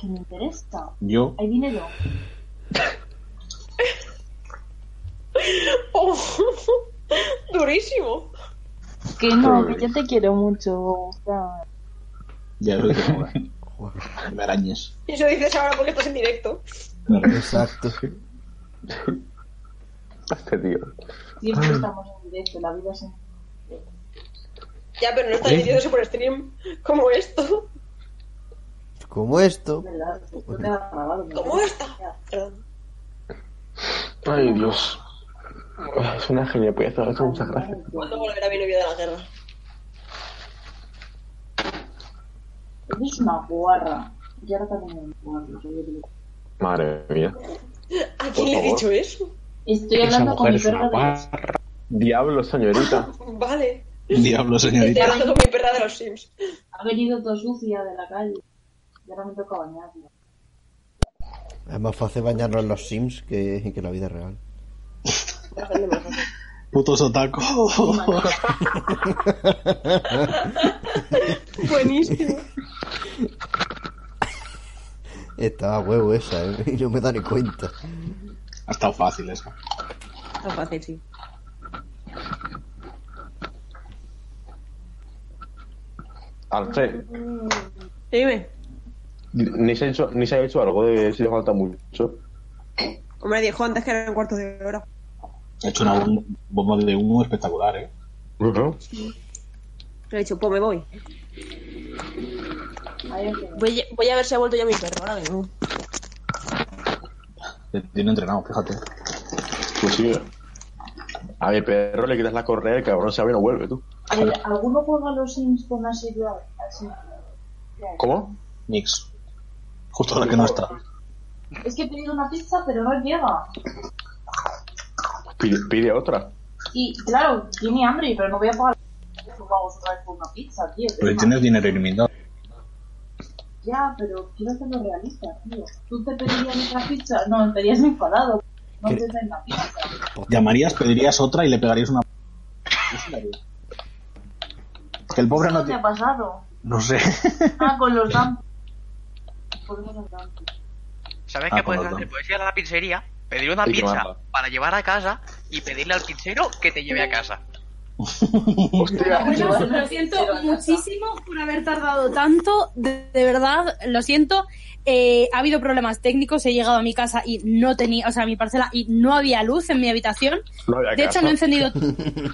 que me interesa.
Yo,
Hay dinero.
Uf, durísimo.
Que no, que yo te quiero mucho. o sea,
ya lo tengo ahora. Me arañes.
Y eso dices ahora porque estás en directo.
Exacto.
este tío.
Ah.
Siempre estamos en directo, la vida es en
Ya, pero no está emitido eso por stream como esto.
Como esto.
verdad. Esto queda grabado. ¿no?
Como esta. Perdón.
Ay, Dios. Es una gilipieza, muchas gracias.
¿Cuándo volverá mi novio de la guerra?
Eres una guarra. Y ahora también un guarro. yo digo.
Madre mía.
¿A quién le he
favor.
dicho eso?
Estoy
Esa
hablando con
mujer
mi
es una
perro de...
barra.
Diablo, señorita.
Vale.
Diablo,
Estoy
señorita.
hablando con mi perra de los Sims.
Ha venido toda sucia de la calle. Y ahora me toca bañarla.
Es más fácil bañarnos en los Sims que, que en la vida real.
Bastante más fácil.
Putos otaku.
Buenísimo.
Está a huevo esa, ¿eh? Y no me da ni cuenta.
ha estado fácil eso.
Tan fácil, sí.
Arce,
Dime.
ni se ha hecho, ni se ha hecho algo de si le falta mucho.
Hombre, dijo antes que era un cuarto de hora.
Ha hecho una bom- bomba de humo espectacular, ¿eh?
Le he dicho, pues me voy.
Ahí es que-
Voy, voy a ver si ha vuelto ya mi perro ahora mismo.
Le tiene entrenado, fíjate.
Pues sí. A mi perro le quitas la correa, el cabrón se abre y no vuelve, tú.
Eh, ¿Alguno juega a los Sims con asiduidad? Así.
¿Cómo?
Mix. Justo ahora que no está.
Es que he pedido una pizza, pero no llega.
Pide, pide otra.
Y claro, tiene hambre, pero no voy a pagar. Vamos otra vez por una pizza, tío.
Pero tienes dinero ilimitado.
Ya, pero quiero hacerlo realista, tío. ¿Tú te pedirías una pizza? No, me pedías mi enfadado. No
¿Qué?
te den la pizza.
Llamarías, pedirías otra y le pegarías una. Que el pobre no
¿Qué me
tiene.
ha pasado?
No sé.
Ah, con los dumpings. Por los dumpings.
¿Sabes
Ah,
qué puedes
perdón.
hacer? Puedes ir a la pizzería, pedir una
Y
pizza
quemarla.
para llevar a casa y pedirle al pizzero que te lleve a casa.
Bueno, lo siento muchísimo por haber tardado tanto, de, de verdad, lo siento. Eh, ha habido problemas técnicos, he llegado a mi casa y no tenía, o sea, a mi parcela y no había luz en mi habitación.
No había
De
casa.
hecho, no he encendido,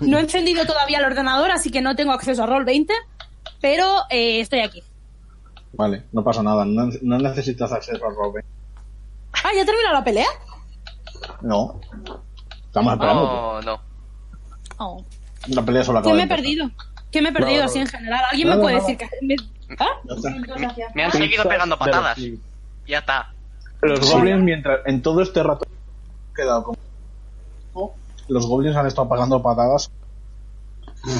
no he encendido todavía el ordenador, así que no tengo acceso a Roll 20, pero eh, estoy aquí.
Vale, no pasa nada. No, no necesitas acceso a Robin.
Ah, ya terminó la pelea.
No. Estamos esperando.
No, no.
Oh.
La pelea solo
¿Qué
acaba
me
de
he perdido? ¿Qué me he perdido
No, no,
así
no.
en general? ¿Alguien
No,
me
no,
puede
no,
decir que me- ¿Ah?
empezar. Ya está.
Me han seguido pegando patadas. Ya está.
Los goblins, mientras en todo este rato he quedado como. Los goblins han estado pagando patadas. Y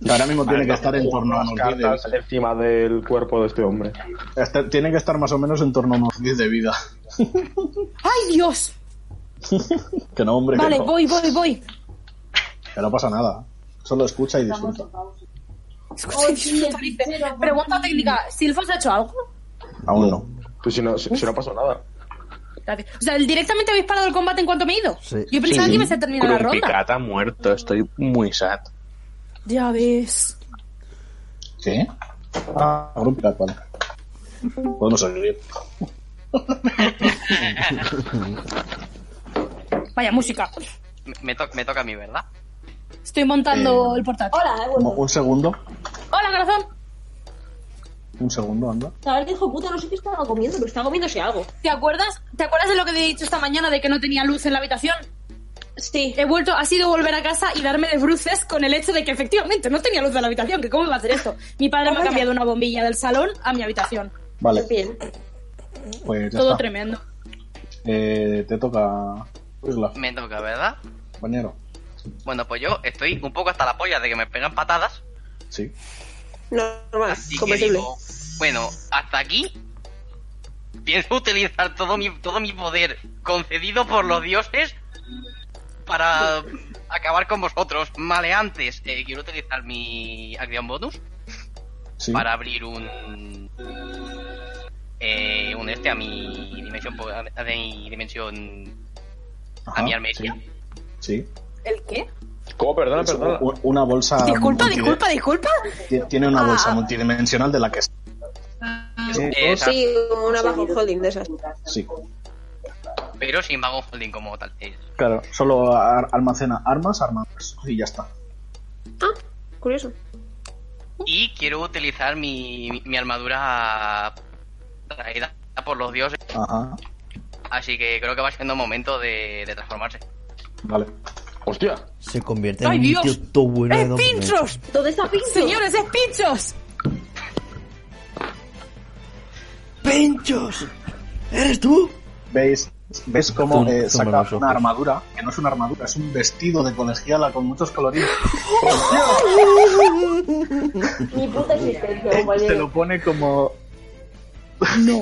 Mm. Ahora mismo tiene que estar en torno a unos 10 de
cartas encima del cuerpo de este hombre.
Está- tiene que estar más o menos en torno a unos 10 de vida.
¡Ay, Dios!
Que no, hombre,
Vale,
que, no,
voy, voy, voy.
que no pasa nada. Solo escucha y disfruta.
Escucha, disfruta, dice. Pregunta técnica. ¿Silfos ha hecho algo?
Aún no.
Pues si no, si, si no pasó nada.
O sea, directamente habéis parado el combate en cuanto me he ido. Yo pensaba que ibas a terminar la ronda.
Crumpicata muerto, estoy muy sad.
Ya ves.
¿Qué? Ah, grupo pirata, vale. Podemos seguir.
Vaya música.
Me, me to- me toca a mí, ¿verdad?
Estoy montando el portátil.
eh,
Hola,
Como Un segundo,
Hola, corazón.
un segundo, anda.
Sabes que hijo puta, no sé qué estaba comiendo, pero estaba comiéndose algo.
¿Te acuerdas? ¿Te acuerdas de lo que te he dicho esta mañana de que no tenía luz en la habitación? Sí. He vuelto, ha sido volver a casa y darme de bruces con el hecho de que efectivamente no tenía luz en la habitación, que cómo iba a hacer esto. Mi padre me ha cambiado una bombilla del salón a mi habitación.
Vale,
Bien.
pues ya
Todo
está.
tremendo.
Eh, te toca. Irla,
Me toca, ¿verdad?
compañero.
Bueno, pues yo estoy un poco hasta la polla de que me pegan patadas.
Sí.
Normal,
Así que
comprensible.
digo, bueno, hasta aquí pienso utilizar todo mi, todo mi poder concedido por los dioses para acabar con vosotros. Maleantes, eh, quiero utilizar mi acción bonus
Sí.
para abrir un... eh, un este a mi dimensión... po- A mi dimensión...
Ajá,
a mi armería.
Sí.
¿El qué?
¿Cómo?
Ah,
Perdona, perdona.
U- Una bolsa.
Disculpa,
multidime-
disculpa, disculpa.
ti- Tiene una
Ah.
bolsa multidimensional de la que.
Eh, esa-
Sí, una bajo holding de esas.
Sí.
Pero sin mago holding como tal. Eh,
Claro, solo ar- almacena armas, armas y ya está.
Curioso.
Y quiero utilizar mi, mi- mi armadura traída por los dioses.
Ajá,
Así que creo que va siendo momento de, de transformarse.
vale.
Hostia.
Se convierte en
¡Ay,
un
Dios! ¡Eh,
tío todo bueno de
¡Es
dos minutos.
pinchos!
¿Dónde está Pinchos?
Señores, es pinchos.
¡Pinchos! ¿Eres tú?
¿Veis, ¿Veis cómo
Tú-
eh,
tú me
saca
los
una
ojos.
armadura? Que no es una armadura, es un vestido de colegiala con muchos colorines.
Mi puta existencia,
Se
compañero.
lo pone como. No.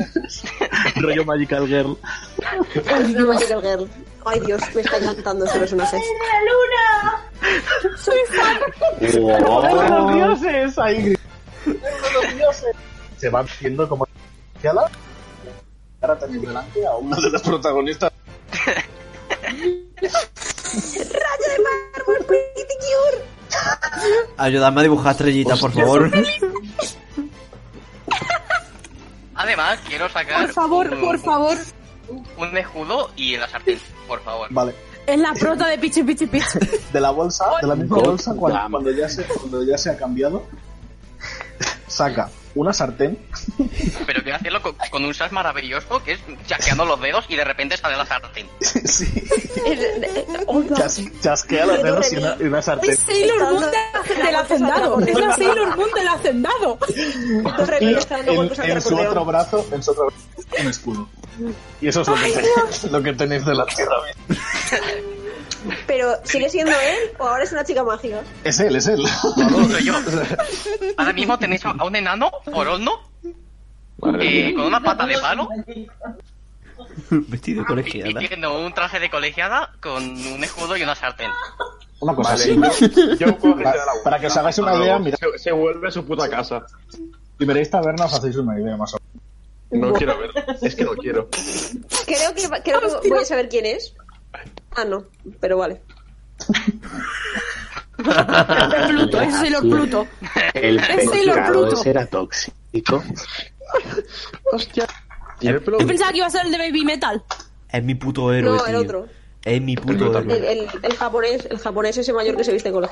Rollo Magical Girl.
Ay, no, Magical Girl. Ay, Dios, me está encantando este personaje.
¡Los dioses! Ahí. Oh. ¡Los dioses! Se va viendo como. colegiala. Ahora tenemos delante a uno de los protagonistas.
Ayudadme a dibujar estrellitas, por favor.
Además, quiero sacar.
Por favor,
un,
por favor.
Un escudo y la sartén, por favor.
Vale.
Es la prota de pichi pichi pichi.
de la bolsa, de la misma
Gold
bolsa, cuando,
Dam.
cuando ya se, cuando ya se ha cambiado, saca una sartén.
Pero quiero hacerlo con, con un sas maravilloso que es chasqueando los dedos y de repente sale la sartén.
sí,
Hola.
chas- chasquea los dedos y una, y una sartén.
Es Sailor Moon del, del hacendado. Es la Sailor Moon del hacendado.
Torre
Y
Bell está dando
en,
golpes al
en su
acordeón.
otro brazo, en su otro brazo, un escudo. Y eso es lo que, tenéis, lo que tenéis de la tierra.
Pero, ¿sigue siendo él o ahora es una chica mágica?
Es él, es él.
Soy yo. Ahora mismo tenéis a a un enano, horno, eh, con una pata de palo
Vestido de
y
colegiada.
y tiene un traje de colegiada con un escudo y una sartén.
Una cosa
Vale,
así.
yo, yo puedo gestionar
Para,
la
para que os hagáis una idea, mirad,
Se, se vuelve a su puta casa.
si veréis tabernas, hacéis una idea más o menos.
No quiero verlo. Es que no quiero.
Creo que, creo que voy a saber quién es. Ah, no, pero vale.
Es Pluto, es Sailor Pluto.
El
Es Sailor
pecado
Pluto.
ese era tóxico.
Hostia. Tiene pelo.
Yo pensaba que iba a ser el de Baby Metal.
Es mi puto héroe,
no, el
tío.
otro.
Es mi puto
El-
El,
héroe.
el- el japonés, el japonés ese mayor que se viste con los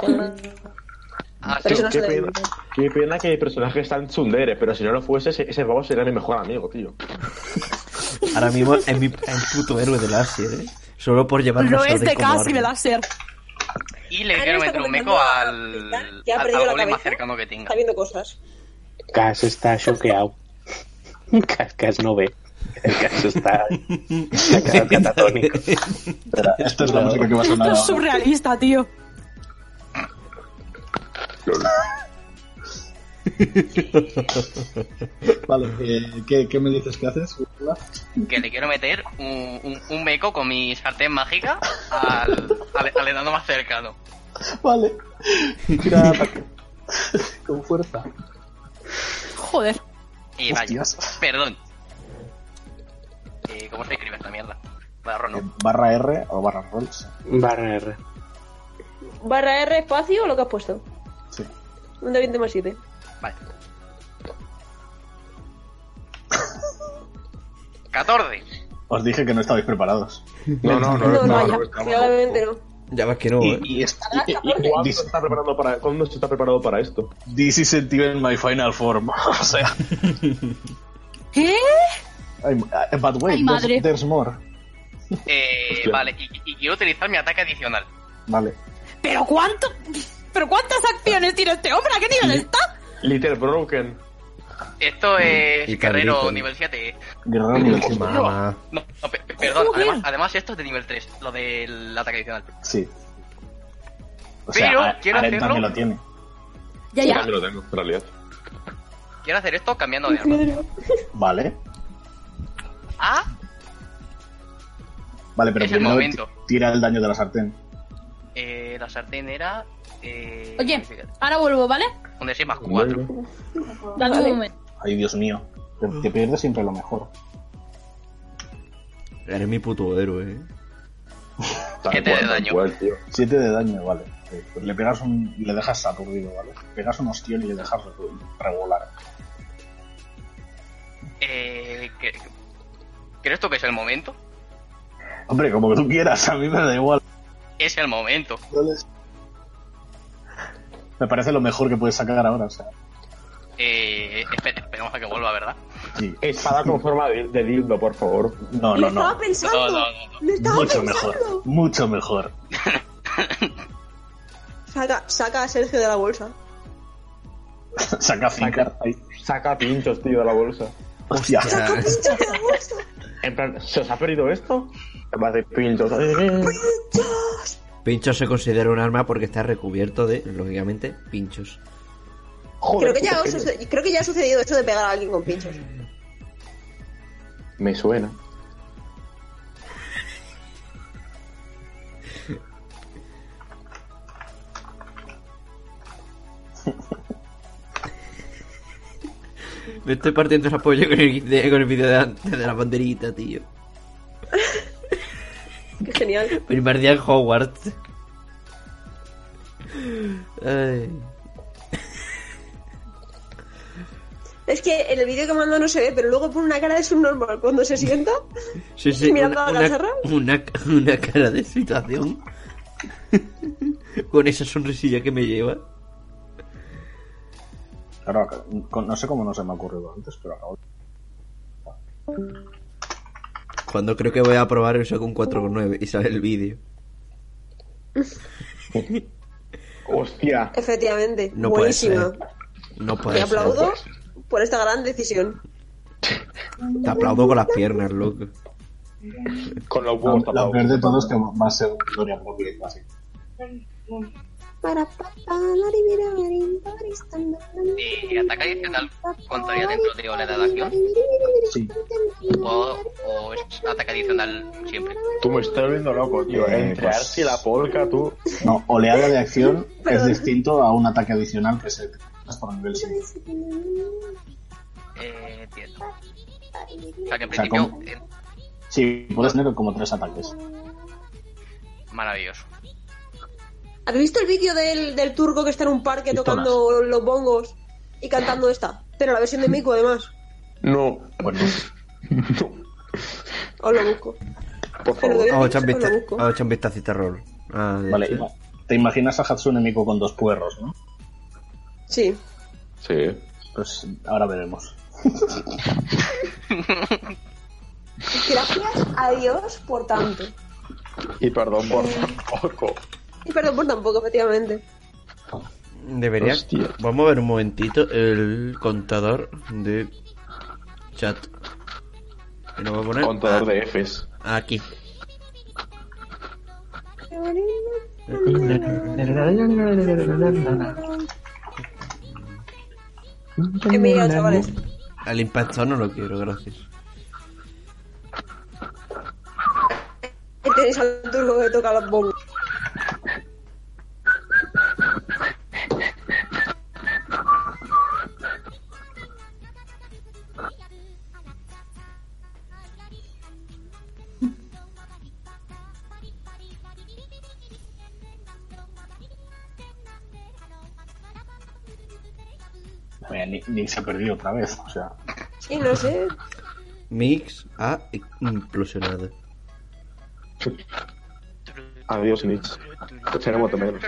Ah,
Así
Pero eso no
Qué
se
pena,
ve.
qué pena que el personaje está en tsundere, pero si no lo fuese, ese, ese vago sería mi mejor amigo, tío.
Ahora mismo es mi es puto héroe de láser, ¿eh? Solo por llevar
Lo
Rosario
es de
como
casi
arma.
de láser.
Y le
Ah,
quiero
no, está
meter un meco
comentando a
al,
Capitán, que ha
al,
perdido la
golem más
cabeza.
cercano que tenga.
Está viendo cosas.
Cas está choqueado. Cas, Cas no ve.
El caso está. Se ha quedado catatónico.
Espera, esta es la música que va a sonar.
Esto es
ahora.
surrealista, tío.
Vale, eh, ¿qué, qué me dices que haces? Ursula?
Que le quiero meter un, un, un beco con mi sartén mágica al, al, al enano más cercano.
Vale. Tira ataque. Con fuerza.
Joder.
Y vaya,
Hostias.
perdón. Eh, ¿Cómo se escribe esta mierda? Barro
Eh,
no.
Barra R o barra rolls.
Barra R.
Barra R espacio o lo que has puesto.
Sí.
Un de 20 más 7.
Vale. 14.
Os dije que no estabais preparados.
No, no, no.
No, no,
no, no,
ya.
estamos-
Claramente no.
Ya ves que no, ¿eh?
Y, y es- y- y-
eh.
¿Y ¿Cuándo
this,
se está preparando para, cuándo se está preparado para esto?
this isn't even my final form. o sea,
¿Qué?
I'm- uh, but wait,
Ay, madre.
there's, there's more.
Eh, vale, y, y- y quiero utilizar mi ataque adicional.
Vale.
¿Pero cuánto? ¿Pero cuántas acciones tiene este hombre? ¿A qué nivel está?
Little Broken.
Esto es
Y
guerrero
cabrito, ¿no?
nivel 7.
Guerrero nivel
Qué
7.
Mamá.
No, no, pe- pe- perdón, además, además esto es de nivel 3, lo del ataque adicional.
Sí. O
Pero
a-
quiero
Aren
hacerlo.
también lo tiene.
Ya,
Yo
ya.
también lo tengo, en realidad.
Quiero hacer esto cambiando de arma.
Vale.
Ah,
Vale, pero
Es el
primero
momento.
ti- tira el daño de la sartén.
eh, la sartén era. Eh,
Oye, ahora vuelvo, ¿vale?
Un de 6 más 4.
Dame
Vale.
un momento.
Ay, Dios mío. Te, te pierdes siempre lo mejor.
Eres mi puto héroe, ¿eh?
Tal
Siete de
cual, tal
daño.
cual, tío.
7 de daño, vale. Eh, pues le pegas un. le dejas aturdido, ¿vale? Pegas un ostión y le dejas regular.
Eh, que- ¿Crees tú que es el momento?
Hombre, como tú quieras, a mí me da igual.
Es el momento.
Me parece lo mejor que puedes sacar ahora, o sea.
Eh, espe- esperemos a que vuelva, ¿verdad?
Sí.
Espada con forma de, de dildo, por favor.
No,
lo
no,
estaba
no.
pensando.
No, no, no,
Lo estaba
Mucho
pensando.
mejor. Mucho mejor.
Saca, saca a Sergio de la bolsa.
Saca fincar. Ahí.
Saca pinchos, tío, de la bolsa.
Hostia.
¡Pincho de la bolsa!
En plan, ¿se os ha perdido esto? En plan de pinchos.
Pincho se considera un arma porque está recubierto de, lógicamente, pinchos.
Joder,
Creo que, ya
puto
os
genio.
suce- creo que ya ha sucedido eso de pegar a alguien con pinchos.
Me suena.
Me estoy partiendo el apoyo con el, de- con el vídeo de antes de la banderita, tío.
Qué genial.
Primer día en Hogwarts. Ay.
Es que en el vídeo que mando no se ve, pero luego pone una cara de subnormal cuando se sienta.
Sí, sí,
Mirando
una,
a la
una-
Serra.
una- una cara de situación. Con esa sonrisilla que me lleva.
Claro, con- no sé cómo no se me ha ocurrido antes, pero acabo.
Cuando creo que voy a probar el Shogun 4.9 y sale el vídeo.
Hostia.
Efectivamente.
No puede
Buenísima.
ser. No puede
Te
ser.
aplaudo por esta gran decisión.
Te aplaudo con las piernas, loco.
Con los
Lo,
huevos
lo
tapados.
peor de todo es que va a ser Dorian Poppy, así.
Para papá, lari, mira, lari, lari, están, lari,
Eh, ataque adicional cuando haya dentro de ola de acción.
Sí.
O, o es ataque adicional siempre.
Tú me estás viendo loco, tío.
Eh,
Entre
pues-
Arce y la polca, tú.
No, oleada de acción es distinto a un ataque adicional que se es por nivel 6.
Eh, entiendo. O sea que en
O sea,
principio,
¿cómo?
eh,
Sí, puedes tener como tres ataques.
maravilloso.
¿Habéis visto el vídeo del, del turco que está en un parque
Pistolas.
tocando los bongos y cantando esta? Pero la versión de Miku, además.
No,
Bueno,
Os lo busco.
por
Pero
favor.
de
Vamos a echar
os lo
vista-
busco.
vamos a echar un vistacito a rol. Ah, de
vale.
hecho.
ima- Te imaginas a Hatsune Miku con dos puerros, ¿no?
Sí.
Sí.
Pues ahora veremos.
Gracias a Dios por tanto. Eh.
Y perdón por tampoco.
Y perdón por tampoco, efectivamente.
Debería.
Hostia.
Vamos a ver un momentito el contador de chat. Y lo voy a poner.
Contador de Fs.
Aquí.
He mirado, chavales.
Al impacto no lo quiero, gracias.
Ahí Tenéis al Este turco que toca los bombos.
Vaya, ni, ni se ha perdido otra vez. O sea,
Sí, no sé.
Mix ha implosionado.
Adiós, Nietzsche. Tenemos también.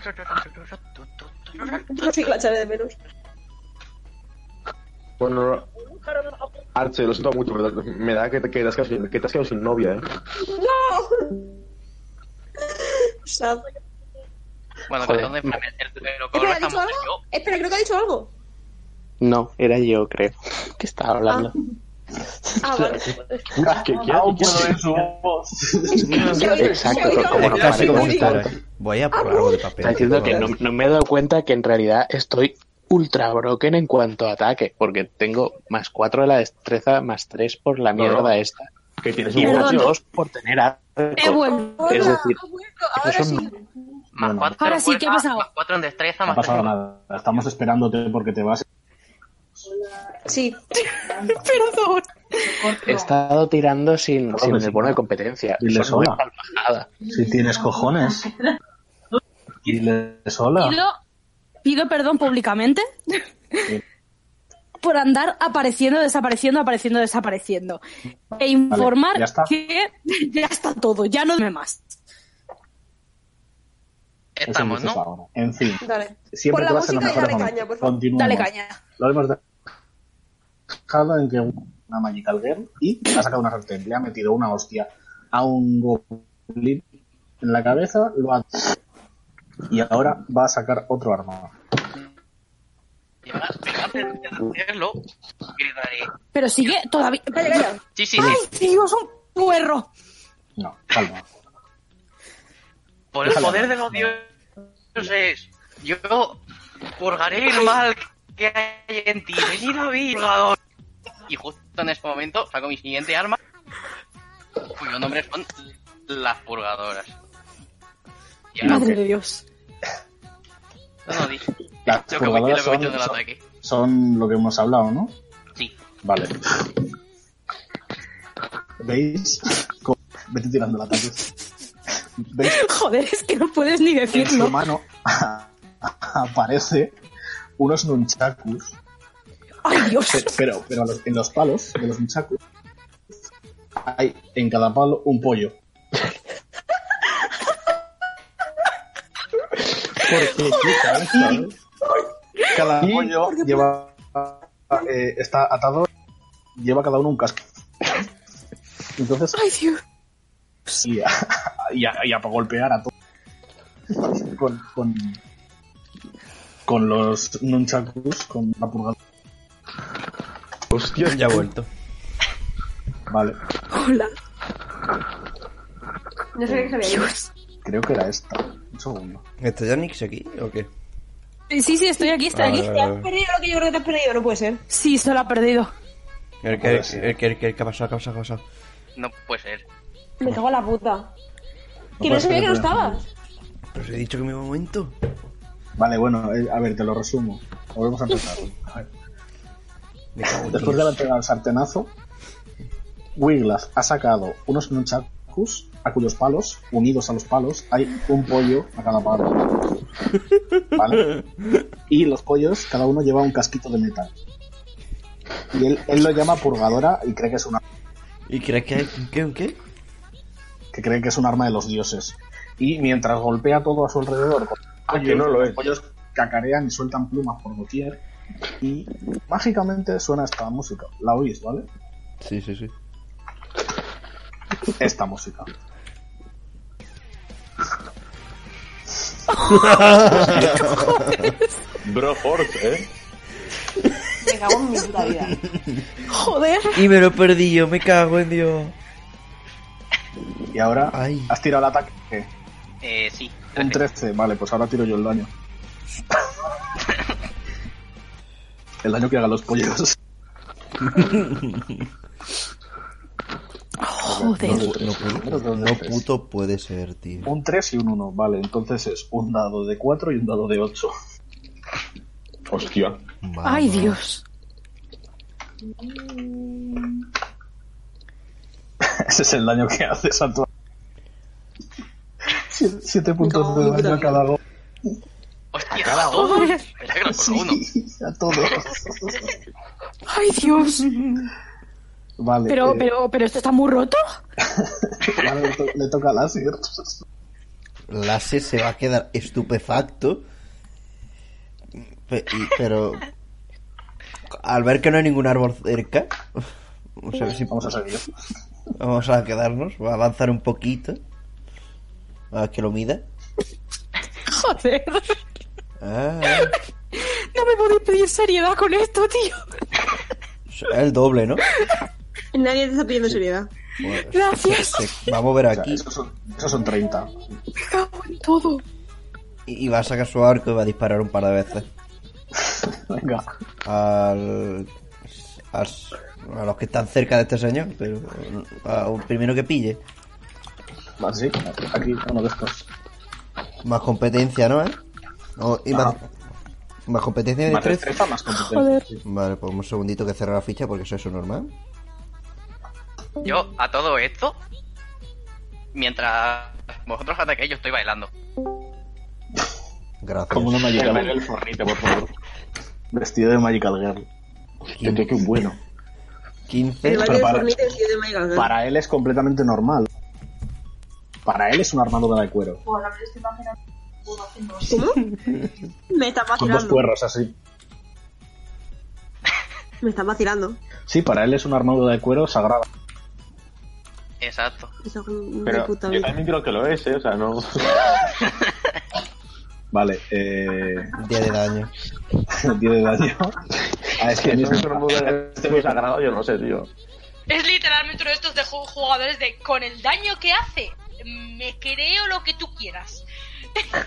No sé que la echaré de menos.
Bueno, Arche, lo siento mucho, pero me da que te, que te has quedado sin, que te has quedado sin novia, ¿eh?
¡No! Sad.
Bueno,
Joder.
perdón, Fran, el- el- el- lo que
Espera,
ahora
¿ha dicho
estamos
algo? Espera, creo que ha dicho algo.
No, era yo, creo. ¿Qué estaba hablando?
Ah, vale.
¿Qué, qué,
aún
qué-
puedo ver su voz.
Exacto, como no
Es casi como
parece.
estar ahí. Voy a por algo de papel.
Está diciendo
Ah.
que no, no me he dado cuenta que en realidad estoy ultra broken en cuanto a ataque, porque tengo más 4 de la destreza, más 3 por la
No,
mierda
no.
esta,
que tienes
y
un
más
Perdón.
2 por tener arco.
He vuelto.
Es decir,
Ahora
eso
sí.
no-
Más cuatro
Ahora
en
sí, ¿qué ha
fuerza,
pasado?
Más cuatro en destreza,
No ha
más
pasado
tres.
nada. Estamos esperándote porque te vas.
Sí. Perdón.
he estado tirando sin, sin
pues
el
sí.
bono de competencia.
Dile
Eso no es
sola.
salvajada.
Si tienes cojones. Diles hola.
Pido, pido perdón públicamente por andar apareciendo, desapareciendo, apareciendo, desapareciendo. E informar
ya está.
que ya está todo, ya no me más.
Eso no
Estamos,
se usa
¿no?
ahora. En fin.
Dale.
Siempre
Pon
te
la
vas en los
música y
mejores
dale
momentos.
caña, por favor.
Continuamos.
Dale caña.
Lo hemos dejado en que una Magical Girl y ha sacado una sartén. Le ha metido una hostia a un goblin en la cabeza. Lo ha... Y ahora va a sacar otro arma.
Y ahora, pegad en- en hacerlo, gritaré.
Pero sigue todavía.
Calla, calla.
Sí, sí,
¡Ay, Dios, un puerro!
No, calma.
por el poder de los dioses, yo purgaré el mal que hay en ti. Venid a mí, purgador. Y justo en ese momento saco mi siguiente arma, cuyo nombre son las purgadoras. Y ahora,
Madre de Dios.
no, no, dije,
Las
lo que voy lo
purgadoras
que voy del
son-
ataque.
Son lo que hemos hablado, ¿no?
Sí.
Vale. ¿Veis? Cómo- Vete tirando el ataque. ¿Veis
Joder, es que no puedes ni
en su
decirlo.
mano aparece unos nunchakus,
¡Ay, Dios!
pe- pero, pero los- en los palos de los nunchakus hay en cada palo un pollo.
¿Por qué?
Cada pollo lleva eh, está atado, lleva cada uno un casco. Entonces,
¡Ay, Dios!
y, a- y, a- y a pa' golpear a todos con, con, con los nunchakus, con la purgada.
Hostia,
Ya ha vuelto.
Vale,
Hola.
No sé qué sabía.
creo que era esta. Un segundo.
¿Está ya Nix aquí o qué? Ah,
Sí, sí, estoy aquí, estoy aquí.
Vale,
Te
vale,
has
vale.
perdido lo que yo creo que te has perdido, no puede ser.
Sí, se lo ha perdido.
El que, el, que- el que- el que ha pasado, que ha pasado, que ha pasado.
No puede ser.
Me cago en la puta. Que
puede
no sabía
ser,
que no
no puede
estabas.
Pero os he dicho que me iba a momento.
Vale, bueno, eh, a ver, te lo resumo. Volvemos a empezar. A ver.
Me cago en
Después de
Dios.
haber pegado el sartenazo, Wiglaf ha sacado unos nunchakus a cuyos palos, unidos a los palos, hay un pollo a cada palo. ¿Vale? Y los pollos, cada uno lleva un casquito de metal. Y él, él lo llama purgadora y cree que es una
¿Y crees que hay un qué? ¿Un qué?
que cree que es un arma de los dioses. Y mientras golpea todo a su alrededor, con
Ah, que no lo
los
es.
pollos cacarean y sueltan plumas por doquier. Y mágicamente suena esta música. ¿La oís, vale?
Sí, sí, sí.
Esta música.
bro, Force, ¿eh?
Me
cago en mi puta vida. Joder.
Y me lo perdí yo, me cago en Dios.
Y ahora, ¿has tirado el ataque?
Eh, sí.
Un 13, vale, pues ahora tiro yo el daño. el daño que hagan los pollos.
No,
Joder.
no puto, no puto puede ser, tío.
Un 3 y un 1, vale, entonces es un dado de 4 y un dado de 8.
Hostia.
Ay,
Dios.
Ese es el daño que haces a tu... 7 puntos
No,
de daño
puta
a cada go.
Hostia,
cada
dos.
uno.
Espera que lo
Sí,
uno.
a todos.
Ay, Dios.
Vale.
Pero,
eh,
pero, pero esto está muy roto.
vale, le, to- le toca a Láser.
Lase se va a quedar estupefacto. Pe- y- pero. Al ver que no hay ningún árbol cerca. Vamos a ver si.
Vamos a seguir.
Vamos a quedarnos. Va a avanzar un poquito. A que lo mida.
Joder.
Ah,
No me podéis pedir seriedad con esto, tío.
es el doble, ¿no?
Nadie te está pidiendo seriedad.
Bueno,
Gracias.
se- se- va a mover
sea,
aquí.
esos, son, esos son 30.
Me cago en todo.
Y, y va a sacar su arco y va a disparar un par de veces.
Venga.
Al. as- a los que están cerca de este señor, pero a un primero que pille.
Así, aquí, uno de estos.
Más competencia, ¿no? eh? No, y más, más competencia de
Más
tres.
destreza, más competencia.
Joder.
Vale, pues un segundito que cerrar la ficha porque eso es normal.
Yo, a todo esto, mientras vosotros ataquéis, yo estoy bailando.
Gracias.
Como una Magical
Déjame
Girl.
el fornito, por favor.
Vestido de Magical Girl.
Quin-
Qué, qué bueno.
15.
El baile del
Prepara-
fornite es de Michael Jackson.
Para él es completamente normal. Para él es una armadura de cuero.
Bueno, me lo estoy imaginando. Bueno, haciendo así.
¿Cómo? Me está
Con dos
vacilando.
cuernos así.
Me está vacilando.
Sí, para él es una armadura de cuero sagrada.
Exacto.
Eso es un-
Pero
de puta
yo
vida.
también creo que lo es, ¿eh? O sea, no.
Vale, eh.
10 de daño.
10 de daño. Ah, es que
Que no
mismo.
es un mundo de este muy sagrado, yo no sé, tío.
Es literalmente uno de estos de ju- jugadores de con el daño que hace, me creo lo que tú quieras.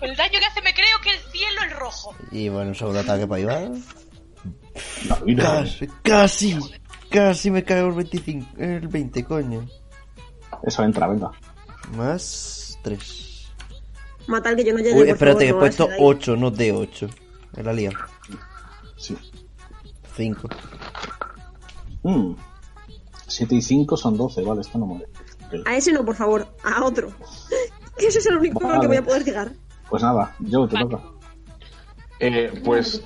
Con el daño que hace, me creo que el cielo es rojo.
Y bueno, un segundo ataque para Iván.
La vida.
Casi, casi, casi me caigo el 25, el 20, coño.
Eso entra, venga.
Más 3.
Matar que yo no llegue.
Uy,
por
espérate, que he
favor, no
puesto
vaya a ser ahí.
8, no de 8. Me la lía.
Sí.
5.
7 Mm. y 5 son 12, vale, esto no muere. Ok.
A ese no, por favor. A otro. Que ese es el único al
Vale.
que voy a poder llegar.
Pues nada, yo te toca.
Eh, pues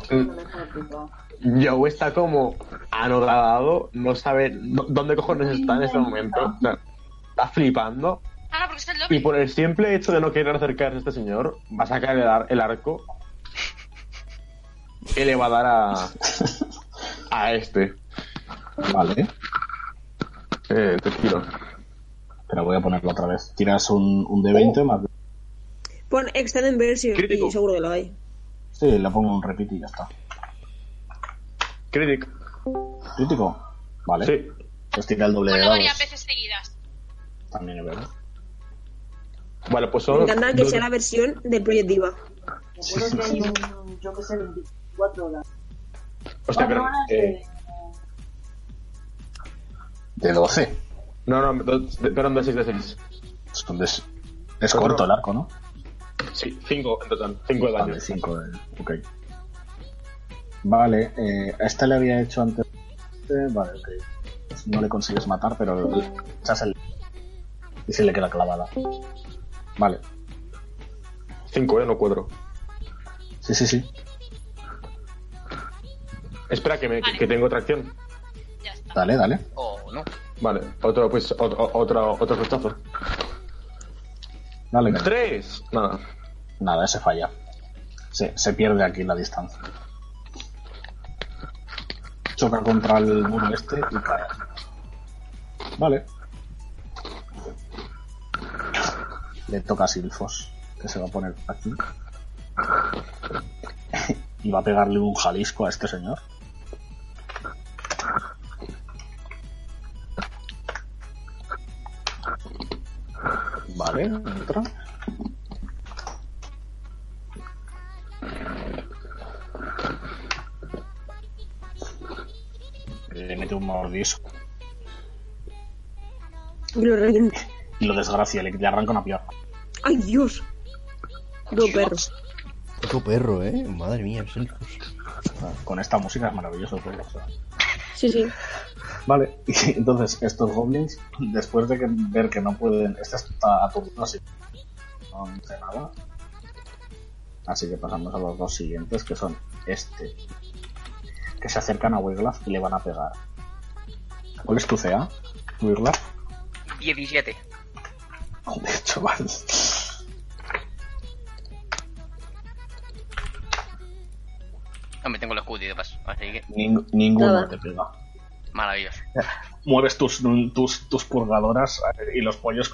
Joe está como anodado, no sabe dó- dónde cojones está en este momento. O sea, está flipando.
Ahora, Ah, porque es el
Y
doble.
por el simple hecho de no querer acercarse a este señor, va a sacar el, ar- el arco y le va a dar a, a este.
Vale,
Eh, te tiro.
pero voy a ponerlo otra vez. Tiras un, un D20 más.
Pon Extended Version
Crítico.
y seguro que lo hay.
Sí, le pongo un repeat y ya está.
Critic.
¿Crítico? Vale.
Sí.
Pues tira el doble de
Ponlo
dados.
varias veces seguidas.
También es verdad.
Vale, pues
Me
son.
encanta que
dos-
sea la versión del Project Diva.
Seguro que hay un, yo que sé, 24 horas.
Hostia, pero.
Cuatro horas
eh,
de-
De 12.
no, no, dos- de- perdón, de 6 de 6.
Es, un des- es corto el arco, ¿no?
Sí, 5 en total. 5 de daño.
Vale, 5 de... Ok. Vale, eh, a este le había hecho antes... eh, Vale, ok. Pues No le consigues matar, pero le echas el... Y se le queda clavada. Vale.
5, eh, no 4.
Sí, sí, sí.
Espera, que, me,
Vale.
que tengo tracción.
Ya está.
Dale, dale.
O no.
Vale, otro, pues, otro, otro, otro flechazo.
Dale.
¡Tres! Nada.
Nada, ese falla. Se, se pierde aquí la distancia. Choca contra el muro este y cae. Vale. Le toca a Silfos, que se va a poner aquí. y va a pegarle un Jalisco a este señor. Vale, entra. Le mete un mordisco
Y lo reviento.
y lo desgracia, le, le arranca una pierna.
¡Ay, Dios! Dos perros.
Otro perro, ¿eh? Madre mía, es el-
Ah, Con esta música es maravilloso el juego, o sea.
Sí, sí.
Vale, y entonces estos goblins, después de que- ver que no pueden. Esta está aturdida, así que no hace nada. Así que pasamos a los dos siguientes, que son este. Que se acercan a Wiglaf y le van a pegar. ¿Cuál es tu CA, Wiglaf?
17.
Joder, chaval.
No me tengo el escudo y de paso. Así que,
Ning- ninguno
Nada.
te pega.
maravilloso.
Mueves tus, tus, tus purgadoras eh, y los pollos.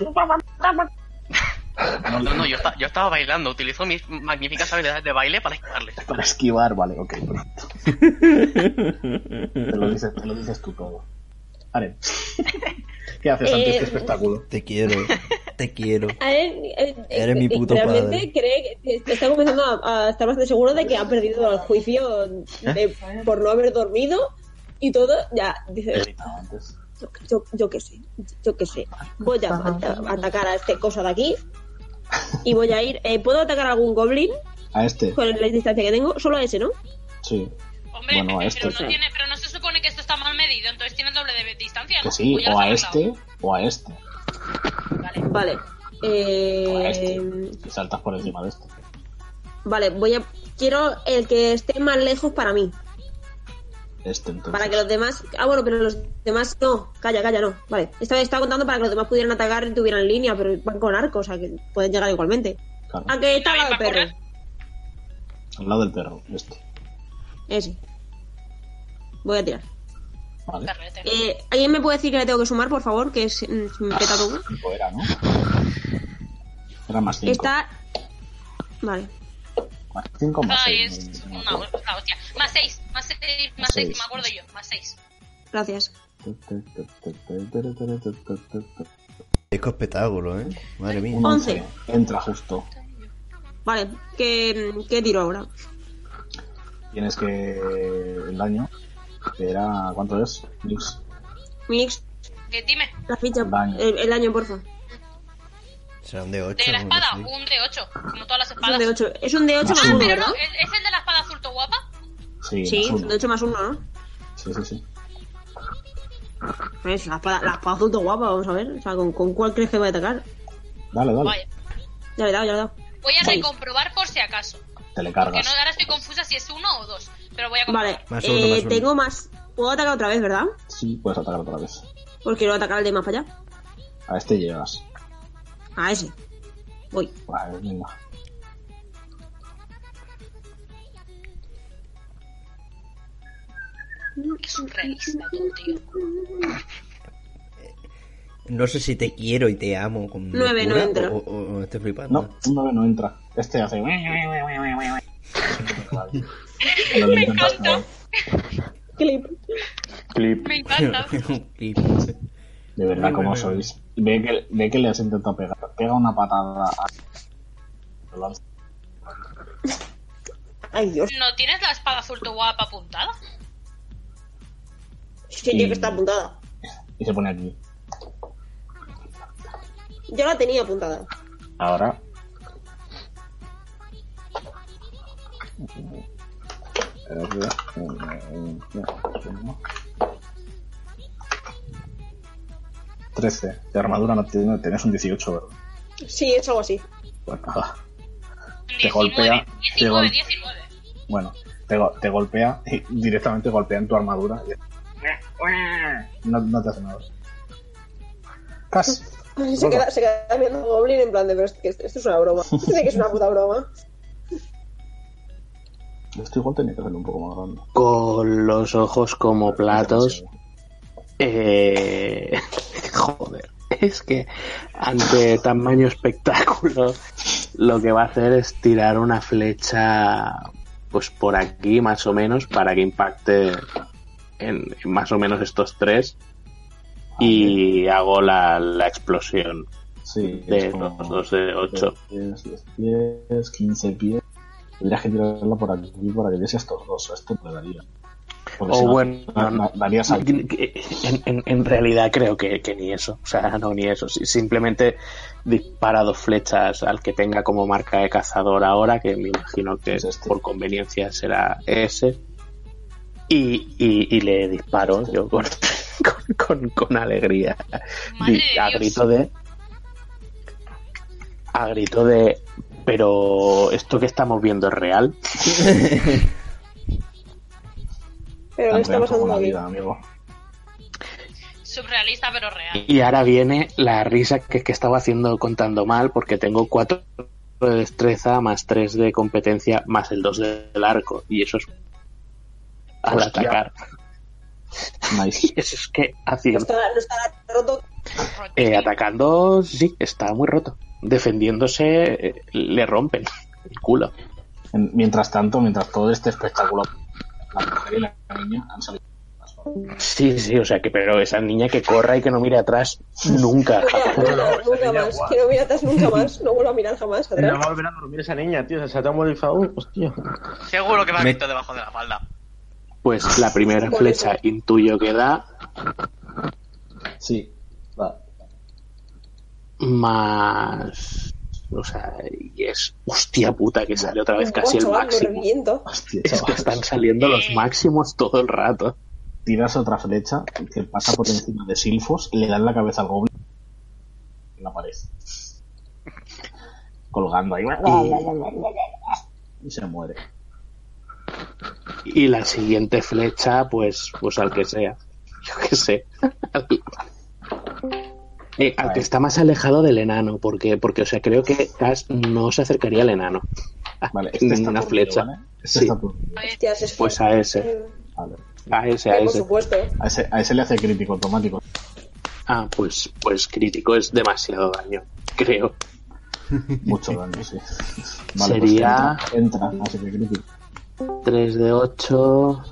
No, no, yo, esta- yo estaba bailando. Utilizo mis magníficas habilidades de baile para esquivarles.
Para esquivar, vale, ok, perfecto. te, lo dices, te lo dices tú todo. Vale. ¿Qué haces ante
Eh,
este espectáculo?
Te quiero, te quiero.
A él, eh,
Eres mi puto
realmente
padre.
cree que te está comenzando a, a estar bastante seguro de que ha perdido el juicio de-
¿Eh?
por no haber dormido y todo. Ya, dice, yo, yo, yo qué sé, yo qué sé. Voy a, a- a atacar a este cosa de aquí y voy a ir. eh, ¿Puedo atacar a algún goblin
A este.
con la distancia que tengo? Solo a ese, ¿no?
Sí.
Hombre,
bueno, a este.
pero, no tiene, pero no se supone que esto está mal medido, entonces tiene el doble de distancia,
Que
¿no?
sí,
ya
o
lo
a
has
este, o a este.
Vale. Eh,
Que saltas por encima de este.
Vale, voy a. Quiero el que esté más lejos para mí.
Este, entonces.
Para que los demás. Ah, bueno, pero los demás no. Calla, calla, no. Vale. Estaba, estaba contando para que los demás pudieran atacar y tuvieran línea, pero van con arco, o sea que pueden llegar igualmente. Ah,
Claro,
Aunque está al lado del perro.
al lado del perro, este.
Ese. Voy a tirar.
Vale.
Eh, ¿Alguien me puede decir que le tengo que sumar, por favor? Que es mm,
Ah,
peta todo.
Cinco era, ¿no? Era más 5.
Está. Vale.
5 más
Ay,
6.
es una, una hostia. Más 6, más 6, más 6,
Seis.
me acuerdo yo, más 6.
Gracias.
Disco espectáculo, ¿eh? Madre mía.
Once.
Entra justo.
Vale. ¿Qué, mm, qué tiro ahora?
Tienes que. El daño. Que era. ¿Cuánto es? Lux.
Mix.
Eh, dime.
La ficha.
Daño.
El, el daño, porfa.
Serán de 8.
De la espada, un de 8, como todas las
Es un
espadas.
de 8. Es un de 8
Más
más
uno.
1,
Pero
¿verdad?
no, ¿es, es el de la espada azul, to guapa?
Sí,
Sí,
más
es un
uno.
de 8 más 1, ¿no?
Sí, sí, sí.
Pues la espada, la espada azul está guapa, vamos a ver. O sea, ¿con, con cuál crees que voy a atacar?
Dale, dale.
Vaya.
Ya le he dado, ya le he dado.
Voy a
Seis.
recomprobar por si acaso.
Te le
Porque no,
cargas.
ahora estoy confusa si es uno o dos. Pero voy a comprobar.
Vale,
Más
eh,
uno, más uno.
tengo más. Puedo atacar otra vez, ¿verdad?
Sí, puedes atacar otra vez.
Porque quiero atacar al de más para allá.
A este llegas.
A ese. Voy.
Vale, venga.
Es un realista, tú, tío.
No sé si te quiero y te amo con
Nueve,
locura
no entra.
O, o- o estoy flipando.
No, un 9 no entra. Este hace. Lo
Me
intentas,
encanta.
Clip.
Clip.
Me encanta.
De verdad, como sois. Ve que, ve que le has intentado pegar. Pega una patada. a- Lo lanza.
Ay, Dios.
¿No tienes la espada azul to guapa apuntada?
Sí,
Y-
yo que está apuntada.
Y se pone aquí.
Yo la tenía apuntada.
Ahora. Trece. De armadura no tiene- tenés un 18, ¿verdad? Pues
Sí, es algo así.
Bueno, te golpea. Te
19,
gol-
19.
bueno, te, go- te golpea y directamente golpea en tu armadura. y- No, no te hace nada. Cas.
Se queda, se queda viendo Goblin en plan de, pero es que esto es una broma. Dice que es una puta broma.
Esto igual tenía que hacerlo un poco más grande. Ah,
Con los ojos como platos. Eh, joder. Es que ante tamaño espectáculo, lo que va a hacer es tirar una flecha pues por aquí más o menos para que impacte en, en más o menos estos tres y hago la, la explosión
Sí,
de
es como-
los dos de 8.
10, 10 pies, 15 pies. Tendrías que tirarla por aquí para que viese estos dos. Este te daría. Porque
O
si no,
bueno,
da-
no,
da- darías al-
en, en- en realidad creo que, que ni eso, o sea, no ni eso. Si- Simplemente dispara dos flechas al que tenga como marca de cazador ahora, que me imagino que por conveniencia será ese, y, y- y le disparo yo con, con- con- con alegría.
Madre
Di-
de
a
Dios.
grito de. A grito de. Pero esto que estamos viendo es real.
Pero no estamos
como la
hablando
vida, amigo.
Surrealista pero real.
Y ahora viene la risa que, que estaba haciendo contando mal, porque tengo 4 de destreza más 3 de competencia más el 2 del arco, y eso es al
Hostia.
atacar. Y eso es que
No
haciendo,
está, no está roto.
eh, atacando, sí, está muy roto. Defendiéndose, eh, le rompen el culo.
En- Mientras tanto, mientras todo este espectáculo, la mujer y la niña han salido.
Sí, sí, o sea, que pero esa niña que corra y que no mire atrás nunca.
No voy a mirar atrás nunca más. Que no mire atrás nunca más. No vuelvo a mirar jamás
No va
atrás.
a volver a dormir esa niña, tío. Se te ha muerto el hostia.
Seguro que me ha
Me-
visto debajo de la falda.
Pues la primera flecha intuyo que da
Sí, va.
más. O sea, y es. Hostia puta, que sale otra vez casi el
Guau, chaval,
máximo.
Me ah, reviento.
Es que están saliendo los máximos todo el rato.
Tiras otra flecha que pasa por encima de Silfos y le dan la cabeza al goblin en la pared. Colgando ahí. Y se muere.
Y la siguiente flecha, pues, pues al que sea. Yo qué sé. Al- Eh, al que está más alejado del enano, porque, porque o sea, creo que Cass no se acercaría al enano.
Vale,
este
está
una
por
flecha.
medio, ¿vale? Este
Hostias, es este.
Sí,
Mm,
pues a ese. A ese, a
Por
ese.
supuesto.
A ese, a ese le hace crítico automático.
Ah, pues, pues crítico es demasiado daño, creo.
Mucho daño, sí.
Sería-
pues entra, entra, así que crítico.
3 de 8.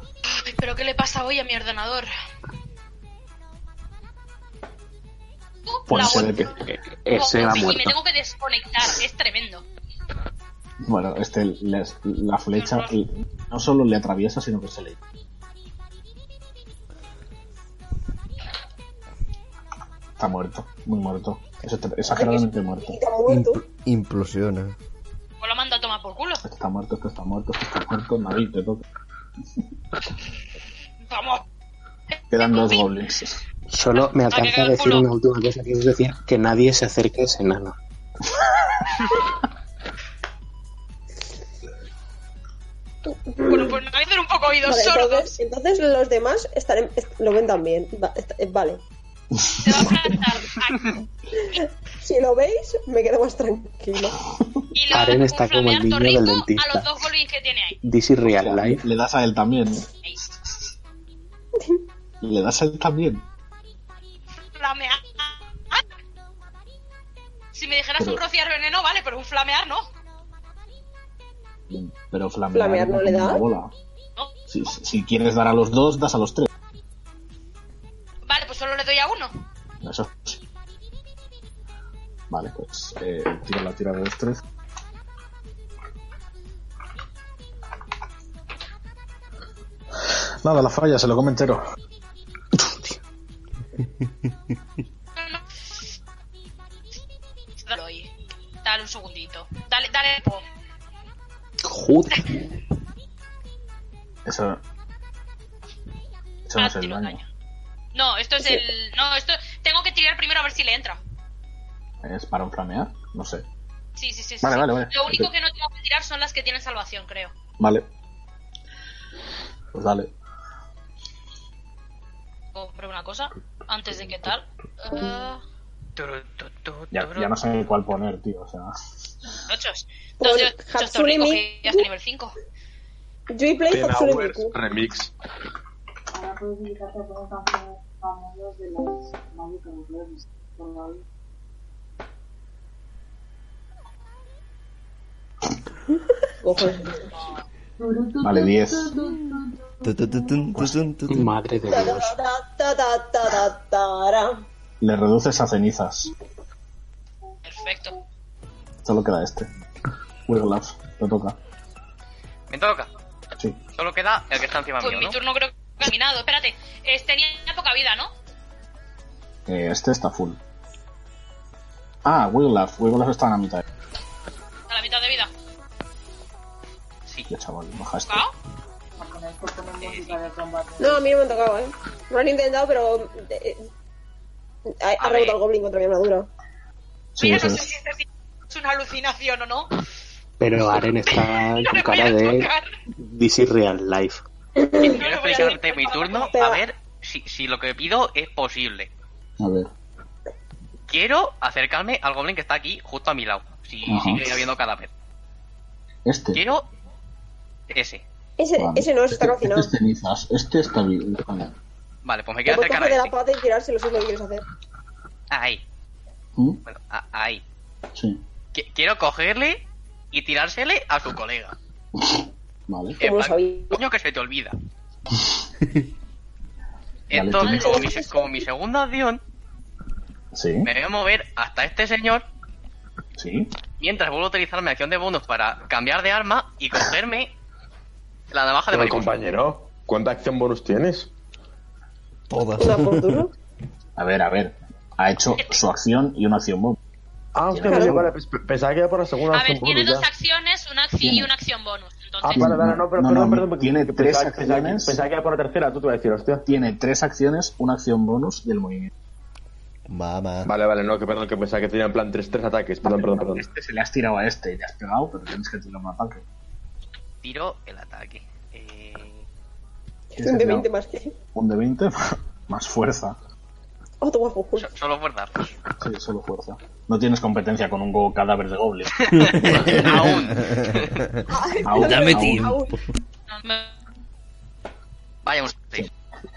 ¿Pero qué le pasa hoy a mi ordenador?
Pues
La
se ve
que-
ese ha
Y me
muerto.
tengo que desconectar, es tremendo.
Bueno, este, les- la flecha no solo le atraviesa, sino que se le. Está muerto, muy muerto. Es extra- exageradamente muerto.
Impl- implosiona.
O lo mando a tomar por culo.
Está muerto, este está muerto, este está muerto. Nadie te toca.
Vamos.
Quedan dos goblins.
Solo me alcanza a
cagado el
decir
culo.
una última cosa, que es decir, que nadie se acerque a ese enano.
Bueno, pues me voy a hacer un poco oídos
Vale,
sordos.
entonces, entonces los demás están en- est- lo ven también. Va- est- eh, vale. si lo veis, me quedo más tranquilo.
Karen está como el niño del dentista. This is real life.
Le das a él también. Le das a él también.
Flamear. Si me dijeras
Pero-
un rociar veneno, vale, pero un flamear no.
Pero flamear,
Flamear no le
como
da.
una bola. Si, si quieres dar a los dos, das a los tres.
Vale, pues solo le doy a uno.
Eso sí. Vale, pues eh, tira la tira de los tres. Nada, la falla, se lo come entero.
Dale ahí. Dale un segundito. Dale, dale, po.
Joder.
Eso.
Ah,
Eso no es el daño.
No, esto es el. No, esto. Tengo que tirar primero a ver si le entra.
¿Es para un flamear? No sé.
Sí, sí, sí. sí,
Vale,
sí.
vale, vale.
Lo único que no tengo que tirar son las que tienen salvación, creo.
Vale. Pues dale.
Compré una cosa. Antes de que tal. Eh,
Ya, ya no sé cuál poner, tío. O sea.
Ochos. Dos de ochos
Hatsune
torricos
Mi-
que ya está nivel 5.
Yo y Play Hatsune Miku.
Remix.
Ahora puedes dedicarte a todos los canciones famosas de las mágicas mujeres. Por la vida.
Ojo.
Vale, 10.
Madre de Dios.
Ta, ta, ta, ta, tara.
Le reduces a cenizas.
Perfecto.
Solo queda este. Wiglaf, te toca.
Me toca.
Sí.
Solo queda el que está encima
Pues
mío,
mi
¿no?
turno creo que ha terminado. Espérate, es, tenía poca vida, ¿no?
Eh, este está full. Ah, Wiglaf. Wiglaf está en la mitad.
A la mitad de vida.
Ya, chaval, baja este.
Ah,
No, a mí no me han tocado, ¿eh? Lo han intentado, pero... eh, eh, ha ha rebotado el goblin contra mi armadura.
Sí,
Mira,
eso
no sé
es.
si este sí es una alucinación o no.
Pero Aren está con cara de This is real life.
Quiero explicarte mi turno a ver si, si lo que pido es posible.
A ver.
Quiero acercarme al goblin que está aquí, justo a mi lado. Si
Ajá.
sigue habiendo cadáver.
Este.
Quiero ese.
Ese,
Vale.
ese no, ese está
Este
cocinado.
es cenizas. Este está bien. Vale.
Vale, pues me
Te
quiero
puedes
acercar a
coger de la
ese.
pata y tirárselo si es lo que quieres hacer.
Ahí.
¿Mm?
Bueno, a- ahí.
Sí.
Qui- Quiero cogerle y tirársele a su colega.
Vale.
En plan, coño que se te olvida.
Vale,
Entonces,
tú-
como mi, se- como mi segunda acción,
Sí.
me voy a mover hasta este señor
Sí.
mientras vuelvo a utilizar mi acción de bonus para cambiar de arma y cogerme la navaja de
Pero,
mariposa.
compañero, ¿cuánta acción bonus tienes?
Todas.
A ver, a ver. Ha hecho su acción y una acción bomba.
Ah, hostia, vale, vale, pens- pensaba que era por la segunda
A ver,
acción
tiene
bonus.
dos
ya.
acciones una acción y una acción bonus.
Ah,
Entonces,
vale, vale, no, pero
No,
perdón,
no,
perdón, porque
tiene
pensaba-
tres
pensaba que-
acciones.
Pensaba que era por la tercera, tú te vas a decir, hostia.
Tiene tres acciones, una acción bonus y el movimiento.
Mamá.
Vale, vale, no, que perdón, que pensaba que tenía en plan tres, tres ataques. Perdón, perdón, perdón.
Este se le has tirado a este y te has pegado, pero tienes que tirar un ataque.
Tiro el ataque. Eh,
Tienes
Un de
que tirar
20 más que...
Un de 20 más fuerza.
Oh, toma por culo.
solo fuerza.
Sí, solo fuerza. No tienes competencia con un go- cadáver de goblin. Aún, aún.
Vaya, un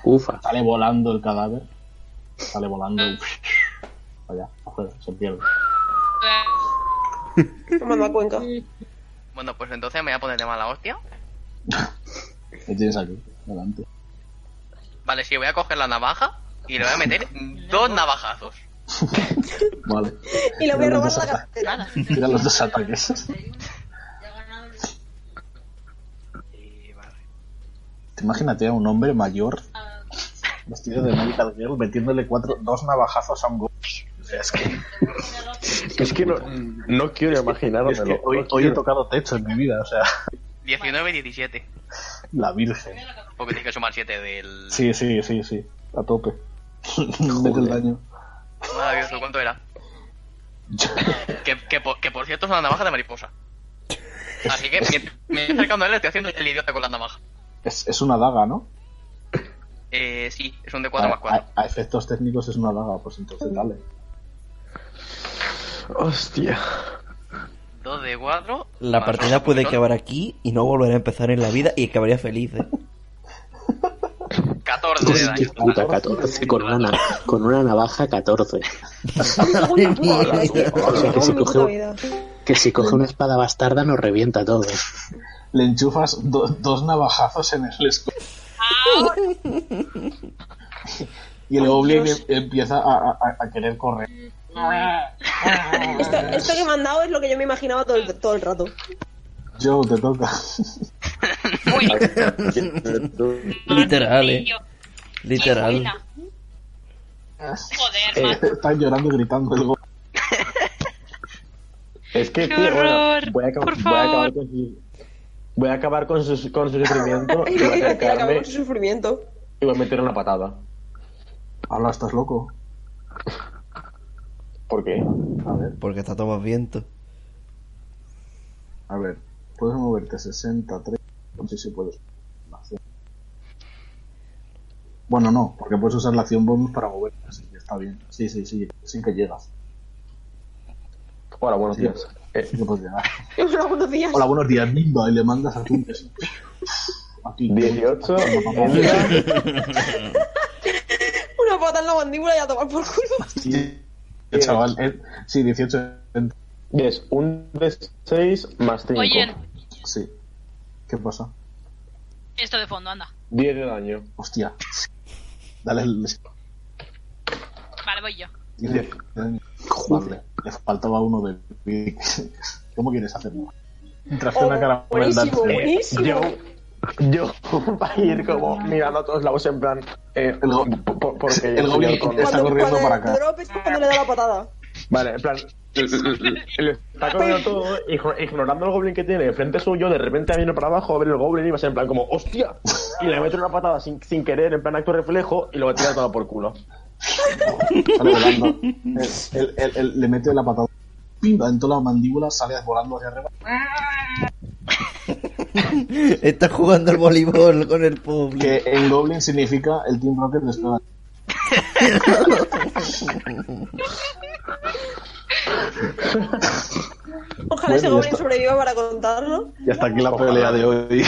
Ufa.
Sale volando el cadáver. Sale volando.
Ah.
Vaya, afuera, se pierde.
Manda cuenca.
Bueno, pues entonces me voy a poner de mala hostia.
¿Qué tienes aquí? Adelante.
Vale, sí, voy a coger la navaja y le voy a meter dos navajazos.
Vale.
Y le voy a
Tira los
robar
dos
la
ata-
cartera.
Tira los dos ataques. Te Imagínate a un hombre mayor vestido de medical girl metiéndole cuatro, dos navajazos a un go- O sea, es que,
Es que no, no quiero imaginármelo.
es que hoy,
no
hoy he
quiero.
tocado techo en mi vida, o sea,
19 y 17.
la virgen.
Porque tienes que sumar 7 del.
Sí, sí, sí, sí, a tope. Mete el daño.
Maravilloso, ¿cuánto era? que, que por, que por cierto es una navaja de mariposa. Así que mientras me estoy acercando a él, estoy haciendo el idiota con la navaja.
Es, es una daga, ¿no?
Eh, sí, es un de 4
a,
más 4.
a- a efectos técnicos es una daga, pues entonces dale.
Hostia.
2 de 4.
La partida puede acabar aquí y no volver a empezar en la vida y acabaría feliz. ¿eh?
14 de daño.
Puta, 14 con una, na- con una navaja 14. O sea, que si coge, que si coge una espada bastarda nos revienta todo.
Le enchufas do- dos navajazos en el escudo. y el goblin em- empieza a, a- a querer correr.
Esto, esto que me han dado es lo que yo me imaginaba todo el, todo el rato.
Joe, te toca.
Literal, eh. Literal.
Joder,
Eh, Están llorando y gritando el goblin.
Es que,
Qué
tío, bueno,
horror,
voy a, acab-
por
voy a
favor.
acabar con su, voy a acabar con su, con su sufrimiento
Y
y voy a
que acabó
acercarme
con su sufrimiento.
y voy a meter una patada.
Habla, estás loco.
¿Por qué?
A ver,
Porque está todo más viento.
a ver. Puedes moverte 63. No sé si puedes. La acción. Bueno, no, porque puedes usar la acción bonus para moverte, así que está bien. Sí, sí, sí, sí que llegas.
Hola, buenos
Sí.
días. Eh,
Sí que puedes llegar.
Hola, buenos días.
Hola, buenos días, Bimba, y le mandas a tu Aquí.
18.
Una pata en la mandíbula y a tomar por culo.
Sí, chaval. eh, sí, 18.
es un de 6 más 5.
Oye,
Sí. ¿Qué pasa?
Esto de fondo, anda.
10 de daño.
Hostia. Dale el.
Vale, voy yo.
Dice, Joder, le faltaba uno de vida. ¿Cómo quieres hacerlo?
Tras una caramel
Oh, buenísimo,
dance.
buenísimo.
Yo, yo va a ir como mirando a todos lados en plan. eh, po- po- porque
el goblin
señor con-
está corriendo para acá.
Drop es cuando le da la patada.
Vale, en plan. Lo está comiendo todo, igno- ignorando el goblin que tiene enfrente suyo, de repente viene para abajo a ver el goblin y va a ser en plan como, ¡hostia! Y le mete una patada sin, sin querer, en plan acto reflejo, y lo va a tirar todo por culo.
Sale volando. Él- él- él- él le mete la patada. Pim, dentro de la mandíbula sale volando hacia arriba.
Está jugando al voleibol con el público.
Que en Goblin significa el Team Rocket despega.
Ojalá ese
Bueno, ya
goblin
está.
sobreviva para contarlo.
Y hasta aquí la pelea de hoy.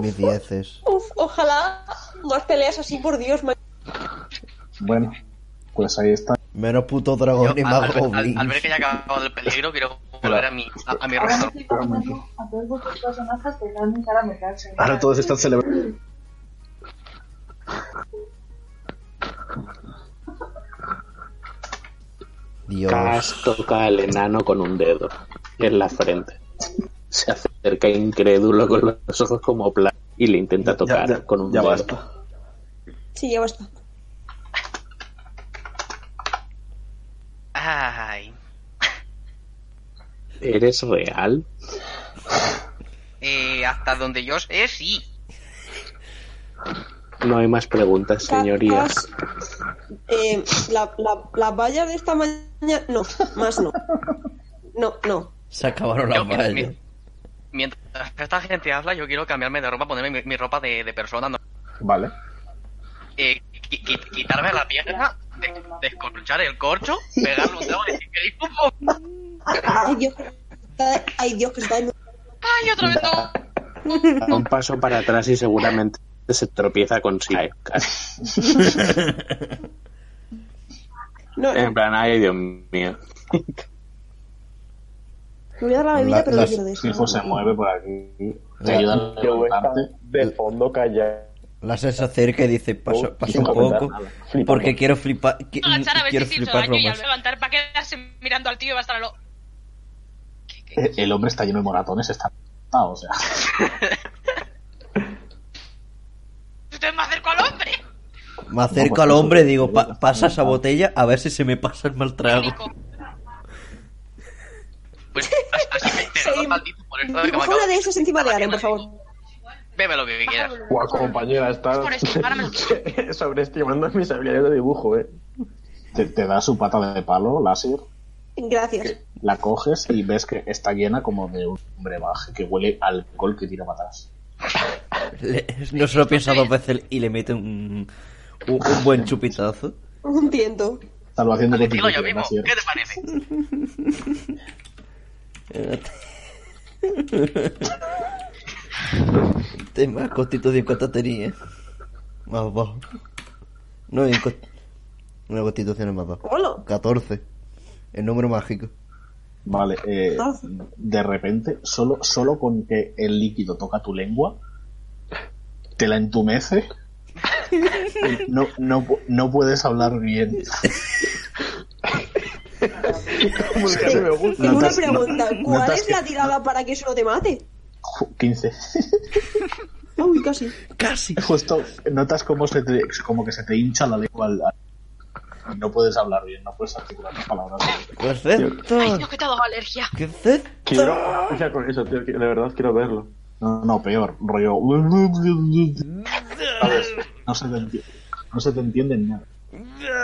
Mis dieces.
Uf, ojalá más peleas así, por Dios. ma-
Bueno, pues ahí está.
Menos puto dragón y
Yo,
más
al, al-
goblin.
al ver que ya ha acabado el peligro, quiero volver a mi, a, a mi rostro.
A todos vuestros personajes que dan un caramel dulce.
Ahora todos están celebrando.
Dios.
Cas toca al enano con un dedo en la frente. Se acerca incrédulo con los ojos como plan y le intenta tocar
ya-
con un
ya
dedo.
basta.
Sí, ya basta.
Ay,
¿Eres real?
eh, hasta donde yo sé, sí.
No hay más preguntas,
Ca-
señoría.
Cas, eh, la, la, la valla de esta mañana. No, más no. No, no.
Se acabaron
Yo,
las
mi-
vallas.
mi- mientras esta gente habla, yo quiero cambiarme de ropa, ponerme mi, mi ropa de, de persona, no-
Vale.
eh, qui- qui- quitarme la pierna, de- descorchar el corcho, pegarle un trago y decir, "Qué hijo".
Ay, Dios, que está- ay, Dios, que está en-
¡Ay, otra vez no!
Da un paso para atrás y seguramente se tropieza con sí.
No, no,
En plan, ay, Dios mío.
me voy a dar la bebida,
La-
pero no
las-
quiero de
Si
eso.
hijo se mueve por aquí, te
La-
ayuda a
Yo voy a estar
levantarte.
de fondo callado.
Láser se acerca y dice, pasa, pasa un
no comentar
poco,
nada. Flipando.
porque quiero flipar, qui-
agachar a ver
quiero
si se hizo
fliparlo
daño y al
más.
levantar va a quedarse mirando al tío y va a estar a lo... ¿Qué, qué?
Eh, El hombre está lleno de moratones, está. Ah, o sea.
Entonces me acerco al hombre.
Me acerco al hombre y digo, "Pa- pasa esa botella a ver si se me pasa el mal trago.
Nico.
Pues así me
Sí.
entero, maldito, por esto de que me
Coge
acabo-
una de esas encima de Aren, por favor.
Bebe lo que quieras.
Guau, compañera, estás
Por eso, ahora me lo-
sobreestimando mis habilidades de dibujo, eh.
Te, te da su pata de palo, láser,
Gracias.
la coges y ves que está llena como de un brebaje que huele a alcohol que tira para atrás.
Le- no se lo piensa dos veces y le mete un, un, un buen chupitazo.
Un tiento.
Salvación de
Digo yo
constitución,
mismo,
Asier.
¿qué te parece?
Tema constitución cuánto tenía. Más bajo. No, en cos- una constitución es más bajo.
Hola.
14. El número mágico.
Vale, eh,
Ah.
de repente, solo, solo con que el líquido toca tu lengua, te la entumece. No, no, pu- no puedes hablar bien.
Tengo una
te- no-
pregunta.
no
¿Cuál
te has
es la
que-
tirada para que eso no te mate?
Ju- 15.
Uy, casi.
Casi.
Justo notas como, se te, como que se te hincha la lengua. al- al- no puedes hablar bien, no puedes articular las palabras.
Ay,
Perfecto.
Dios, que te ha dado alergia.
Pues ¿Qué es
Quiero. O sea, con eso, tío, que de verdad quiero verlo.
No, no, peor. Rollo. ¿Sabes? No se te entiende. No se te entiende ni nada.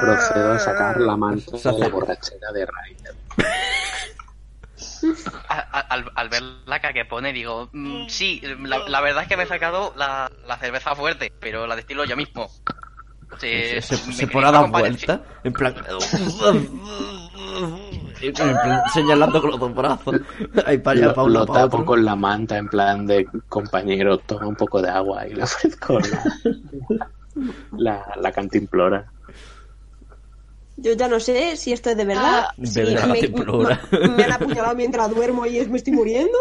Procedo a sacar la manta de la borrachera de Ryder.
A- a- al, al ver la cara que pone, digo, "Mm, sí, la, la verdad es que me he sacado la, la cerveza fuerte, pero la destilo yo mismo.
Se,
Eh,
Se,
se,
me
se
quería
pone a dar
acompañar-
vueltas. En plan. en plan, señalando con los dos brazos. Ahí para allá,
Lo,
para
lo
uno, para
tapo
otro.
con la manta en plan de compañero, toma un poco de agua y le ofrezco la, la, la cantimplora.
Yo ya no sé si esto es de verdad.
De
si
verdad,
Ah, me,
la temblora.
me- me han apuñalado mientras duermo y me estoy muriendo.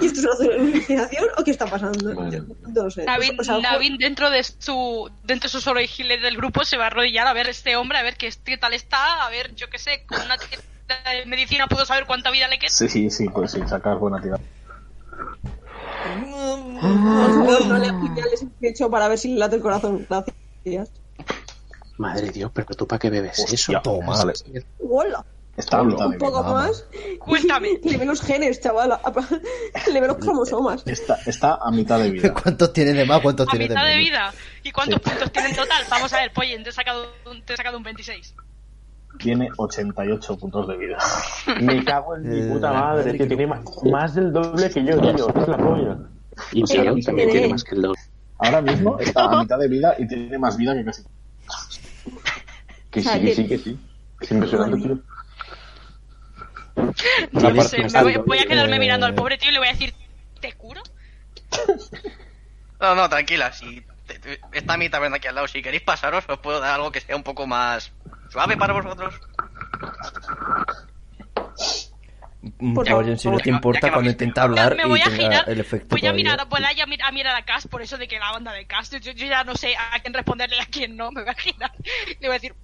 ¿Y esto es una alucinación o qué está pasando? Yo no Pues, lo sé.
Navin,
O sea,
Navin dentro de su dentro de sus orejiles del grupo se va a arrodillar a ver este hombre, a ver qué, qué tal está, a ver, yo qué sé, con una tarjeta de medicina puedo saber cuánta vida le queda.
Sí, sí, sí, pues sí, sacar buena tirada.
por favor, no le apuñales el pecho para ver si le late el corazón. Gracias.
Madre Dios, pero tú para qué bebes eso.
vale.
¡Hola!
Establo.
Un poco más. Cuéntame. Le ve los genes, chaval. Le ve los cromosomas.
Está, está a mitad de vida.
¿Cuántos tienes de más? ¿Cuántos
A
tienes de
mitad de
menos?
vida. ¿Y cuántos
¿eh? Sí.
puntos tiene en total? Vamos a ver, Pollen, te he sacado un, te he sacado un 26.
Tiene 88 puntos de vida.
Me cago en mi puta
Eh,
madre,
madre
que
que-
tiene más, más del doble que yo, tío. Es la polla.
Y Sharon también tiene más que el doble.
Ahora mismo está a mitad de vida y tiene más vida que casi.
Que
O sea,
sí,
que-
que sí, que sí. Es impresionante, tío.
Yo qué
Aparte,
sé,
más
me voy,
alto.
voy a quedarme
Eh,
mirando al pobre tío y le voy a decir, ¿te curo?
No, no, tranquila. Si te- te- está mi taberna aquí al lado. Si queréis pasaros, os puedo dar algo que sea un poco más suave para vosotros.
Mm,
Por
Oye,
favor.
si no
Ya que
te importa
me
cuando
habéis
intenta hablar
Me voy
y
a
tenga
girar,
el efecto
voy a
todavía.
mirar, voy a, ya pues mir- a mirar a Cass por eso de que la banda de Cass. Yo, yo- yo ya no sé a quién responderle y a quién no. Me voy a girar. Le voy a decir.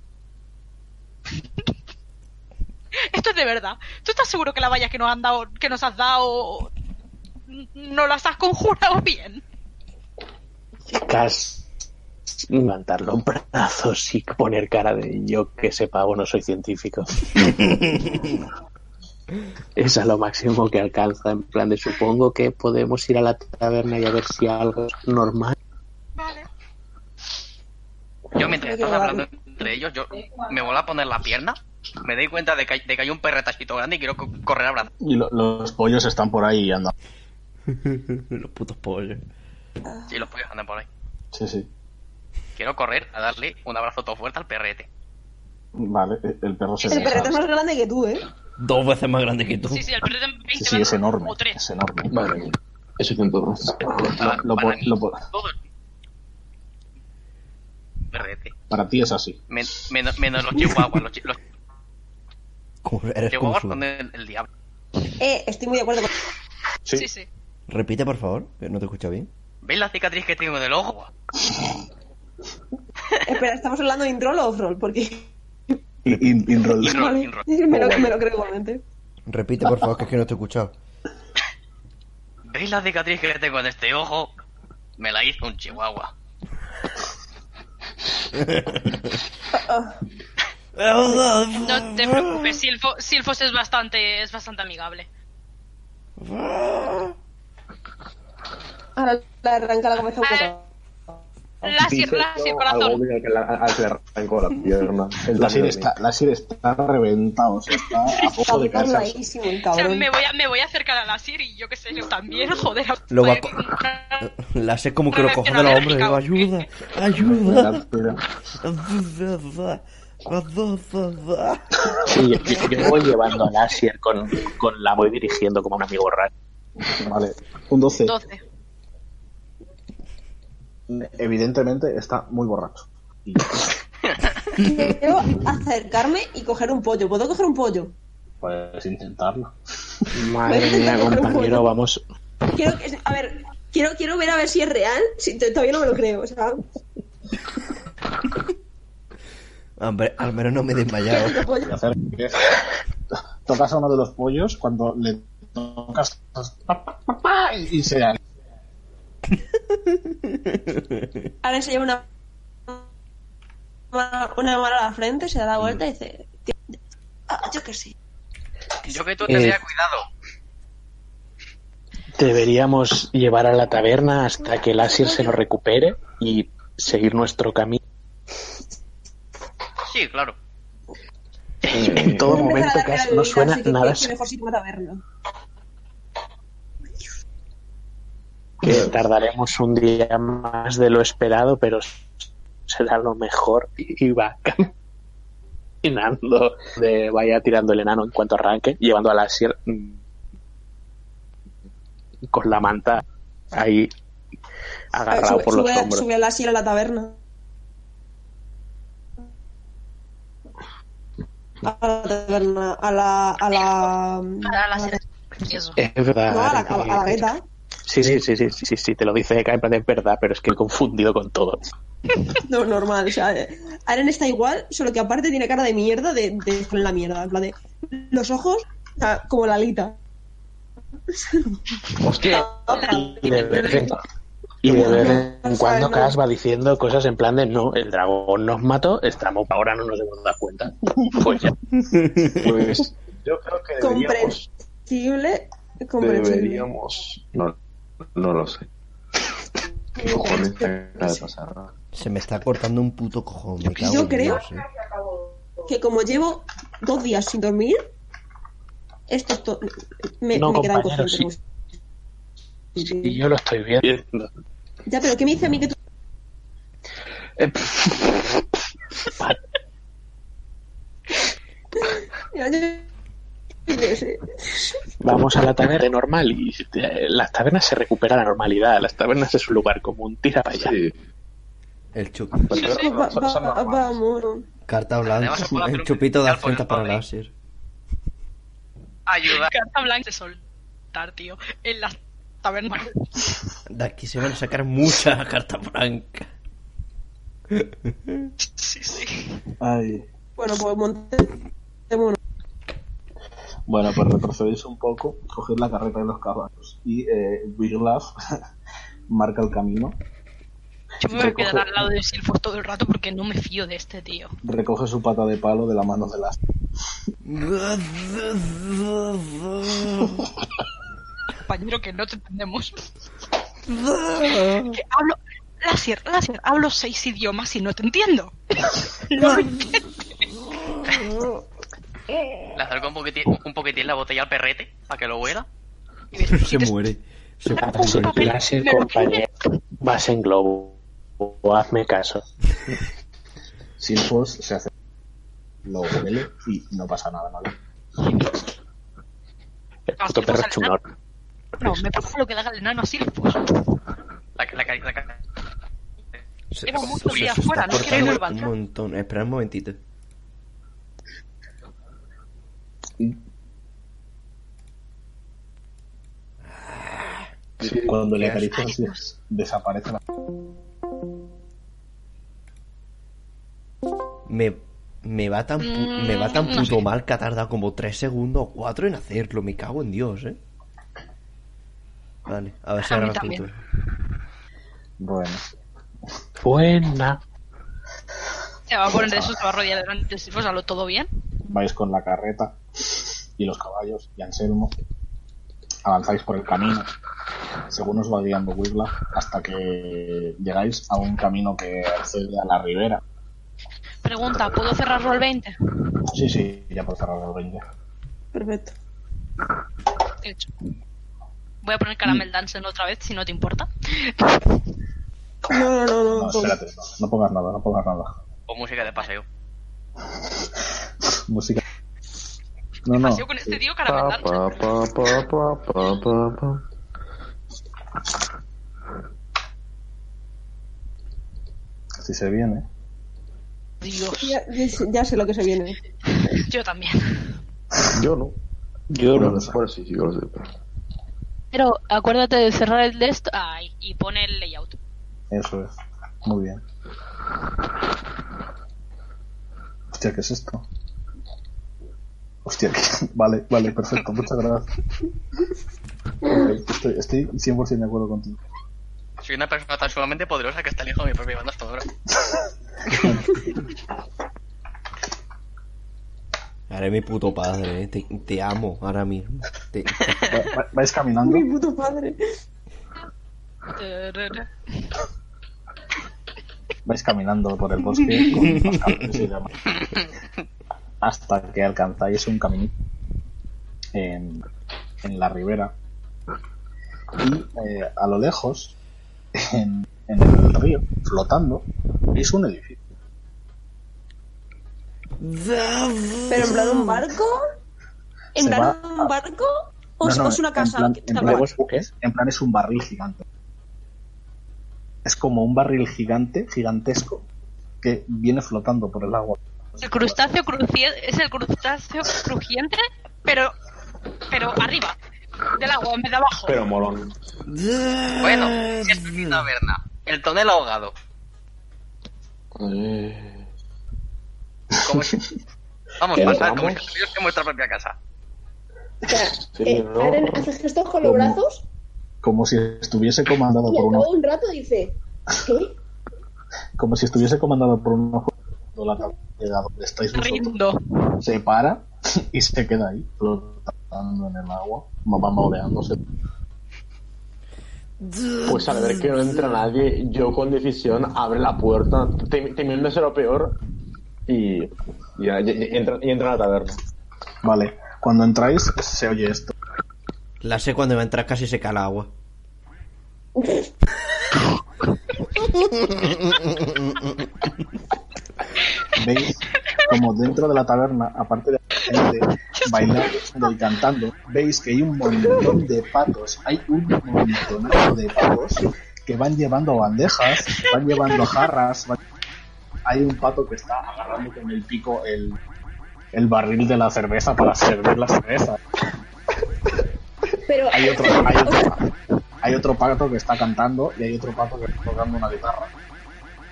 Esto es de verdad. ¿Tú estás seguro que la valla que nos han dado, que nos has dado, no las has conjurado bien?
Cas levantar los brazos y poner cara de yo que sepa o no soy científico. es a lo máximo que alcanza, en plan de supongo que podemos ir a la taberna y a ver si algo es normal.
Yo mientras estás hablando entre ellos, yo me voy a poner la pierna. Me doy cuenta de que, hay- de que hay un perretachito grande y quiero co- correr a abrazar.
Y lo- los pollos están por ahí y andan.
los putos pollos.
Sí, los pollos andan por ahí.
Sí, sí.
Quiero correr a darle un abrazo todo fuerte al perrete.
Vale, el- el perro se
El perrete es más grande que tú, ¿eh?
Dos veces más grande que tú.
Sí, sí, el perrete en 20
Sí, sí, es enorme.
o 3.
Es enorme.
Madre mía. Eso tiene todo.
Lo- lo po- lo po-
Perrete.
para ti es así.
Men- menos, menos los chihuahuas. Los, chi- los
Como- eres como
chihuahuas
su-
son el, el diablo.
Eh, estoy muy de acuerdo con.
Sí.
sí, sí.
Repite, por favor, que no te escucha bien.
¿Veis la cicatriz que tengo en el ojo?
Espera, ¿estamos hablando de introll o off-roll? Porque.
In- inroll.
Vale. Me lo, me lo creo igualmente.
Repite, por favor, que es que no te he escuchado.
¿Veis la cicatriz que tengo en este ojo? Me la hizo un chihuahua.
No te preocupes, Silfo, Silfos es bastante, es bastante amigable.
Ahora le arranca la cabeza un poco.
Láser,
Dice
láser,
yo
corazón.
algo de que la- al que le arrancó la pierna. El
La Sir
láser
está, la Sir está reventado, o sea, está a poco de
Está
caerse.
bailadísimo el
O sea,
cabrón.
me voy, a, me voy a acercar a la Siri y yo que sé, yo también, joder. a-
Lo va a co- La sé como que lo cojo de los hombros y digo, ayuda, ayuda.
Sí, yo, yo- yo voy llevando a Nasir con, con la voy dirigiendo como un amigo raro.
Vale, un 12.
12.
Evidentemente está muy borracho. Y-
Quiero acercarme y coger un pollo. ¿Puedo coger un pollo?
Puedes intentarlo.
Madre mía, compañero, vamos.
Quiero que- a ver, quiero, quiero ver a ver si es real. Si, t- todavía no me lo creo, o sea,
Hombre, al menos no me he desmayado.
quiero pollo.
Y hacer- Tocas a uno de los pollos cuando le tocas pa, pa, pa, pa, y y se
Ahora se lleva una una mano a la frente, se da la vuelta y dice, "Tío, ah, yo qué sé.
Yo que tú
Eh.
tendría cuidado.
Deberíamos llevar a la taberna hasta que Láser se lo recupere y seguir nuestro camino.
Sí, claro.
En, en todo
Voy a empezar
momento,
a darle
Cas,
la
no
bebida,
suena
así que
nada.
creo que mejor sí que me taberna.
que tardaremos un día más de lo esperado, pero será lo mejor. Y va caminando, de, vaya tirando el enano en cuanto arranque, llevando a la sierra mm, con la manta ahí
A ver,
agarrado
Sube,
por los
sube-
hombros.
sube a la silla a la taberna.
a la taberna, a la. a la.
Para las eso.
Es verdad.
No, a la, a la- a la beta.
Sí, sí, sí, sí, sí, sí, sí, te lo dice Eka, en plan, es verdad, pero es que he confundido con todo.
No, normal, o sea, eh, Aren está igual, solo que aparte tiene cara de mierda, de, de estar en la mierda, en plan de los ojos, o sea, como la alita.
Hostia. Y de vez en, y de vez en cuando Cash va diciendo cosas en plan de no, el dragón nos mató, estamos ahora no nos hemos dado cuenta. Pues ya. Pues
Yo creo que deberíamos.
Comprensible, comprensible.
Deberíamos. No, no lo sé. Cojones, acaba de pasar.
Se me está cortando un puto cojón. me cago
Yo
en
creo
Dios, eh.
que como llevo dos días sin dormir, esto es to- me,
no,
me quedan
compañero,
cosas.
sí. Sí, yo lo estoy viendo.
Ya, pero ¿qué me dice a mí que tú
Eh, pff,
Mira, yo- yo sé.
Vamos a la taberna normal y eh, las tabernas se recupera la normalidad. Las tabernas es un lugar común, tira para allá.
El chup.
Va- va- Vamos.
Carta blanca.
Además, se puede hacer
El
un
chupito de
especial por
afrenta
el
para
padre.
láser.
Ayuda.
Carta blanca de soltar, tío. En la taberna.
De aquí se van a sacar muchas cartas blancas.
Ay.
Bueno, pues montemos uno.
Bueno, pues retrocedéis un poco, coged la carreta de los caballos y eh, Wiglaf marca el camino,
Yo
me voy a quedar al
lado de Silfus todo el rato porque no me fío de este tío.
recoge su pata de palo de la mano de las.
Compañero, que no te entendemos. que hablo. Láser, láser, hablo seis idiomas y no te entiendo. No me entiendes.
Le acerco un poquitín, un poquitín la botella al perrete para que lo huela.
Se muere. Se
Láser, láser, compañero. Vas en globo. O hazme caso.
Silfos se hace. Lo huele y no pasa nada, ¿vale?
El puto perro es chunor.
No, me preocupa lo que le haga el enano a Silfus.
La, la, la, la-
Se-
Llevo
se-
muchos
se-
días
se está
fuera, no quiero
cortando
volver.
Un montón. Espera un momentito.
Cuando le acaricias así,
pues.
desaparece la.
Me, me va tan, pu-
Mm,
me va tan
no
puto mal que ha tardado como 3 segundos o 4 en hacerlo. Me cago en Dios, eh. Vale, a ver si
A
ahora
mí
me
también.
apunto.
Bueno.
Buena.
Se va a poner eso, se va a arrodillar delante de Silfus, hablo todo bien.
vais con la carreta y los caballos y Anselmo avanzáis por el camino según os va guiando Wiglaf hasta que llegáis a un camino que accede a la ribera
Pregunta, ¿puedo cerrar roll 20?
sí, sí, ya por cerrar los 20
Perfecto.
Hecho. Voy a poner
Mm.
Caramel Dansen otra vez, si no te importa.
No, no, no, no.
no,
por-
espérate, no, no pongas nada, no pongas nada
o Pues, música de paseo.
música no,
Ah.
no,
Yo con este tío,
Pa,
caramel Dansen.
pa, pa, pa, pa, pa, pa, pa.
si se viene
Dios,
Ya, ya sé- ya sé lo que se viene.
yo también.
Yo no.
Yo
Bueno,
no.
bueno, sí, sí, yo lo sé. pero-
Pero acuérdate de cerrar el de esto. Ay, y pone el layout.
eso es, muy bien hostia, ¿qué es esto? Hostia, que- vale, vale, perfecto, muchas gracias. Ok, Estoy, estoy 100% de acuerdo contigo.
Soy una persona tan sumamente poderosa que está elijo mi propia banda sonora.
Haré mi puto padre, eh. Te, te amo ahora mismo. Te-
Va- va- vais caminando,
Mi puto padre.
vais caminando por el bosque con los caballos y demás, hasta que alcanzáis un caminito en, en la ribera y eh, a lo lejos en, en el río flotando veis un edificio
Pero en plan un barco. En
Se
plan
va-
un barco. O,
No, no,
o es una casa.
en plan,
que
en
tal
plan-
cual.
en plan es un barril gigante es como un barril gigante gigantesco que viene flotando por el agua
El crustáceo crujiente es el crustáceo crujiente, pero pero arriba del agua, en vez de abajo.
Pero molón.
Bueno, esto es mi taberna. El tonel ahogado. Como si- Vamos,
¿Ya nos
pasar como
vamos?
escalofríos en vuestra propia casa.
O sea,
Sí,
eh,
no.
Aren hace gestos con los
Como-
brazos
Como si estuviese comandado
y
por
al
una.
cabo de un rato dice: ¿Qué?
Como si estuviese comandado por una. cuando La cabeza donde estáis vosotros.
Rindo.
Se para y se queda ahí, flotando en el agua, bamboleándose.
Pues al ver que no entra nadie, yo con decisión abre la puerta, tem- temiendo ser lo peor, y, y, ya- ya- ya entra, y entra a la taberna.
Vale, cuando entráis se oye esto.
La sé cuando va a entrar casi seca el agua.
veis como dentro de la taberna, aparte de la gente bailando y cantando, veis que hay un montón de patos, hay un montón de patos que van llevando bandejas, van llevando jarras, van- hay un pato que está agarrando con el pico el, el barril de la cerveza para servir la cerveza.
Pero
Hay otro, hay otro- hay otro pato que está cantando y hay otro pato que está tocando una guitarra.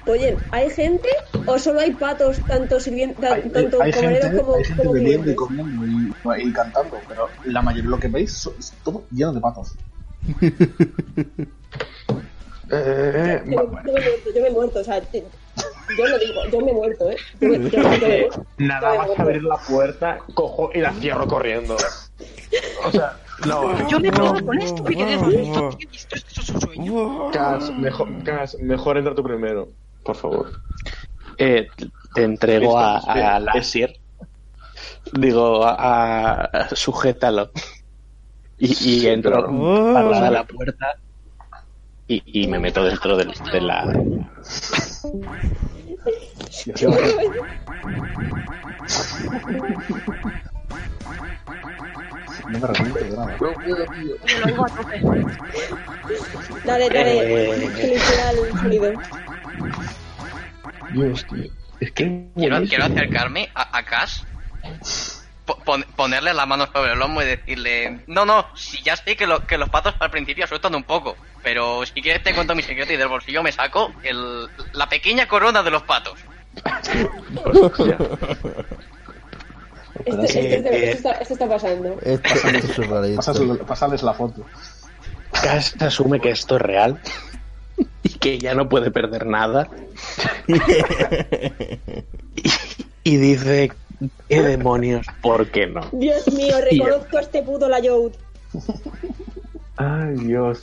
Oye, ¿hay gente o solo hay patos tanto sirviendo,
Hay,
tanto
hay
camareros
gente,
como,
hay gente
como
bebiendo y
clientes?
comiendo y, y cantando, pero la mayoría lo que veis so- es todo lleno de patos.
Yo, me- yo me he muerto, yo me he muerto, o sea, yo, yo lo digo, yo me he muerto, ¿eh? Yo me- yo- yo me he
Eh,
muerto.
Nada más que abrir la puerta, cojo y la cierro corriendo. O sea, no.
Yo me quedo con esto, me quedé con esto. ¿Qué he visto? Esto es un sueño.
Cas, mejor, Cas, mejor entra tú primero, por favor.
Eh, te entrego a, a Lassier. Digo, a, a- sujétalo. Y, y entro
claro.
Ah.
parada a la puerta y, y me meto dentro del- de la...
No me arrepiento de nada.
Yo lo oigo a tope.
Dale, dale,
Eh.
literal el sonido.
Dios, tío. Es que...
Quiero, quiero acercarme a, a Cass, po- pon- ponerle la mano sobre el lomo y decirle: No, no, si ya sé que, lo- que los patos al principio sueltan un poco, pero si quieres te cuento mi secreto y del bolsillo me saco el- la pequeña corona de los patos.
Hostia.
Esto,
eh,
esto- esto- esto está, esto está pasando.
Esto es surrealista.
Pasad- Pasadles la foto.
Cas asume que esto es real y que ya no puede perder nada. Y, y dice, ¿qué demonios? ¿Por qué no?
Dios mío, reconozco a este puto layout.
Ay, Dios.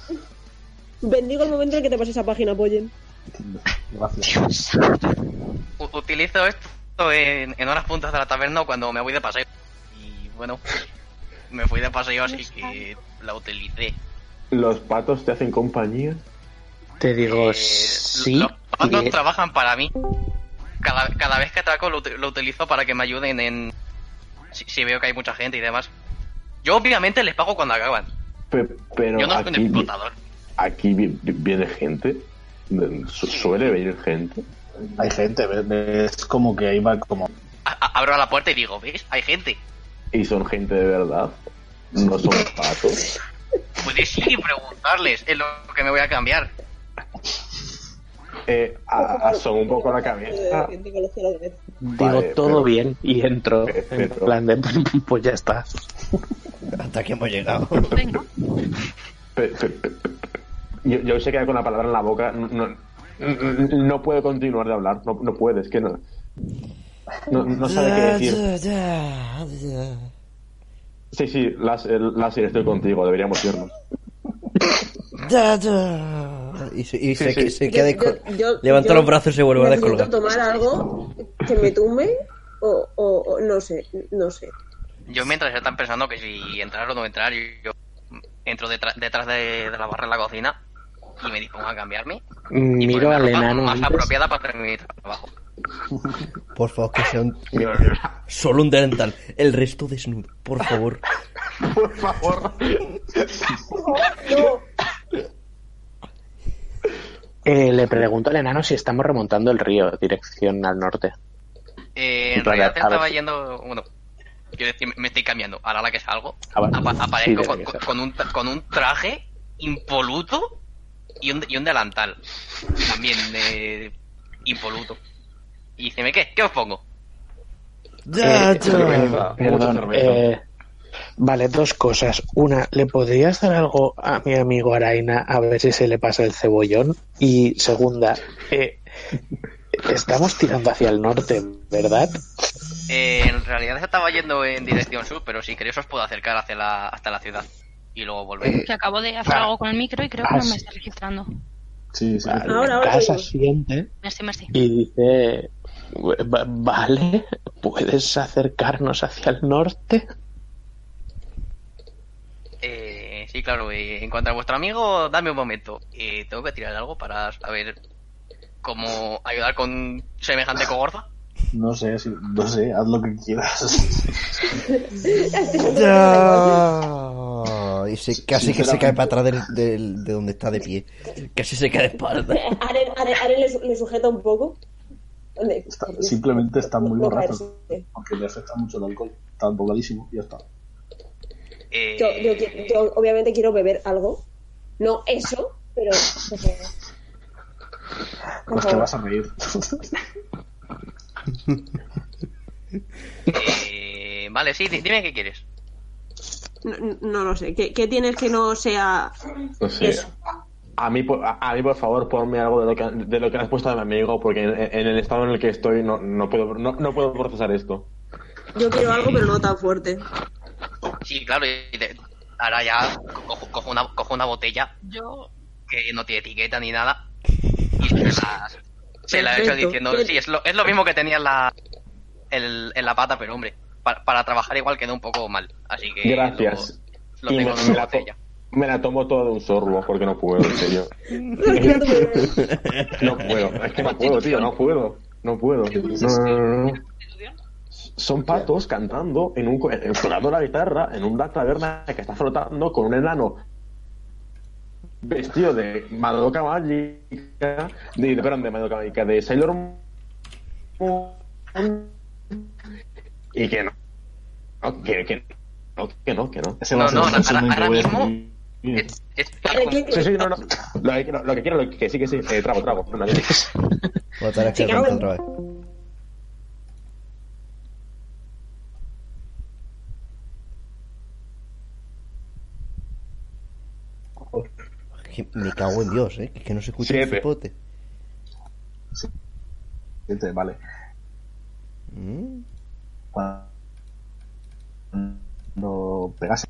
Bendigo el momento en el que te pase esa página, Pollen.
Gracias.
U- utilizo esto en, en horas puntas de la taberna o cuando me voy de paseo. Y bueno, me fui de paseo, así que la utilicé.
¿Los patos te hacen compañía?
Te
Eh,
digo, sí.
Los patos
y-
trabajan para mí. Cada, cada vez que atraco lo, ut- lo utilizo para que me ayuden en... Si, si veo que hay mucha gente y demás. Yo obviamente les pago cuando acaban.
Pe- pero
Yo no soy un
aquí, vi-
explotador.
aquí vi- viene gente. Su- suele venir gente.
Hay gente, ¿ves? es como que ahí va como...
A- a- abro la puerta y digo, ¿ves? Hay gente.
Y son gente de verdad. No son patos.
Puedes ir y preguntarles en lo que me voy a cambiar.
Eh, a- asomo un poco la cabeza.
Gente con los cielos de vez.
Digo
Vale,
todo
pero-
bien y entro
Pe-
en
pero-
plan de pues ya está.
Hasta aquí hemos llegado.
Venga.
Pe- pe- pe- pe- Yo, yo se queda con la palabra en la boca. No, no, no puede continuar de hablar. No, no puede, es que no. No, no sabe qué
eh,
decir. Sí, sí, las, Láser, estoy contigo. Deberíamos irnos.
Y se, y
Sí,
se-
sí.
se
Yo-
queda
yo-
descol-
yo-
Levanta
yo
los brazos y se vuelve a
necesito
descolgar.
tomar algo que me tumbe o, o- o no sé, no sé.
Yo mientras están pensando que si entrar o no entrar, yo, yo entro detrás, detrás de, de la barra de la cocina y me dispongo a cambiarme. Y
Miro
ponerme
al
la ropa
enano.
Más
antes.
apropiada para hacer mi trabajo.
Por favor, que sea un-
Mira,
solo un delantal. El resto desnudo, por favor.
Por favor.
Eh, le pregunto al enano si estamos remontando el río, dirección al norte.
Eh, que en
plan,
realidad
a ver
estaba
si-
yendo. Bueno, quiero decir, me estoy cambiando. Ahora la que salgo,
Ah, vale.
apa-
Sí,
aparezco
tiene
con,
que
con-
ser.
con un, tra- con un traje impoluto y un, y un delantal. También eh, impoluto. Y dice, ¿me qué? ¿Qué os pongo?
Ya,
Eh,
ya.
cerveza,
Mucha
Perdón.
cerveza.
eh, vale, dos cosas. Una, ¿le podrías dar algo a mi amigo Araina a ver si se le pasa el cebollón? Y segunda, eh, estamos tirando hacia el norte, ¿verdad?
Eh, en realidad estaba yendo en dirección sur, pero si queréis os puedo acercar hacia la, hasta la ciudad. Y luego volver.
Que acabo de
Ah.
hacer algo con el micro y creo que no me está registrando.
Sí, sí.
Vale,
Ahora, ahora
Casa
oigo.
siente
Merci, merci.
y dice, "Va- vale, ¿puedes acercarnos hacia el norte?
Eh, sí, claro. eh, en cuanto a vuestro amigo, dame un momento. Eh, tengo que tirar algo para saber cómo ayudar con semejante cogorza.
No sé, si- no sé, haz lo que quieras.
Ya. Y se- eh, casi que se cae para atrás del- del- de, donde está de pie. Casi se cae de espalda.
Aren, Aren- Aren le, su- le sujeta un poco. Le-
Simplemente está muy
No
borracho.
caerse.
Porque le afecta mucho el alcohol. Está alcoholísimo y ya está.
Yo, yo qui- yo obviamente quiero beber algo. No eso, pero...
Pues te vas a reír.
Eh, vale, sí, di- dime qué quieres.
No, no lo sé. ¿Qué, qué tienes que no sea
Pues sí. A mí, por- a, a mí, por favor, ponme algo de lo que, de lo que has puesto a mi amigo, porque en, en el estado en el que estoy no, no, puedo, no, no puedo procesar esto.
yo quiero algo pero no tan fuerte?
Sí, claro. y de- ahora ya cojo, cojo una, cojo una botella
Yo.
que no tiene etiqueta ni nada. Y se la, se la he hecho
Perfecto.
diciendo, sí, es lo, es lo mismo que tenía en la, el- en la pata, pero hombre, para, para trabajar igual quedó un poco mal. Así
Eh,
que...
Gracias.
lo- lo
y me,
tengo en
me
una
la, to-
botella.
me la tomo toda de un sorbo, porque no puedo, en serio. no puedo, es que no puedo, tío, no puedo. No puedo. No, no, no, no, no. Son patos cantando, en un, co- en- tocando la guitarra, en una taberna que está flotando con un enano vestido de Madoka Mágica, de, perdón, de Madoka Mágica, de Sailor Moon, y que no, no, que, que no, que no, que no.
Ese va a ser el resumen que voy a escribir.
Sí, sí, no, no. Lo que, lo que quiero, lo que sí, que sí. Eh, trago, trago. Una vez.
Botarás que
Sí,
arranca
cabrón.
otra vez. Es que Me cago en Dios, ¿eh? que Es que no se escucha el
Siete.
cipote.
Siete, vale.
Mm,
Cuando pegas,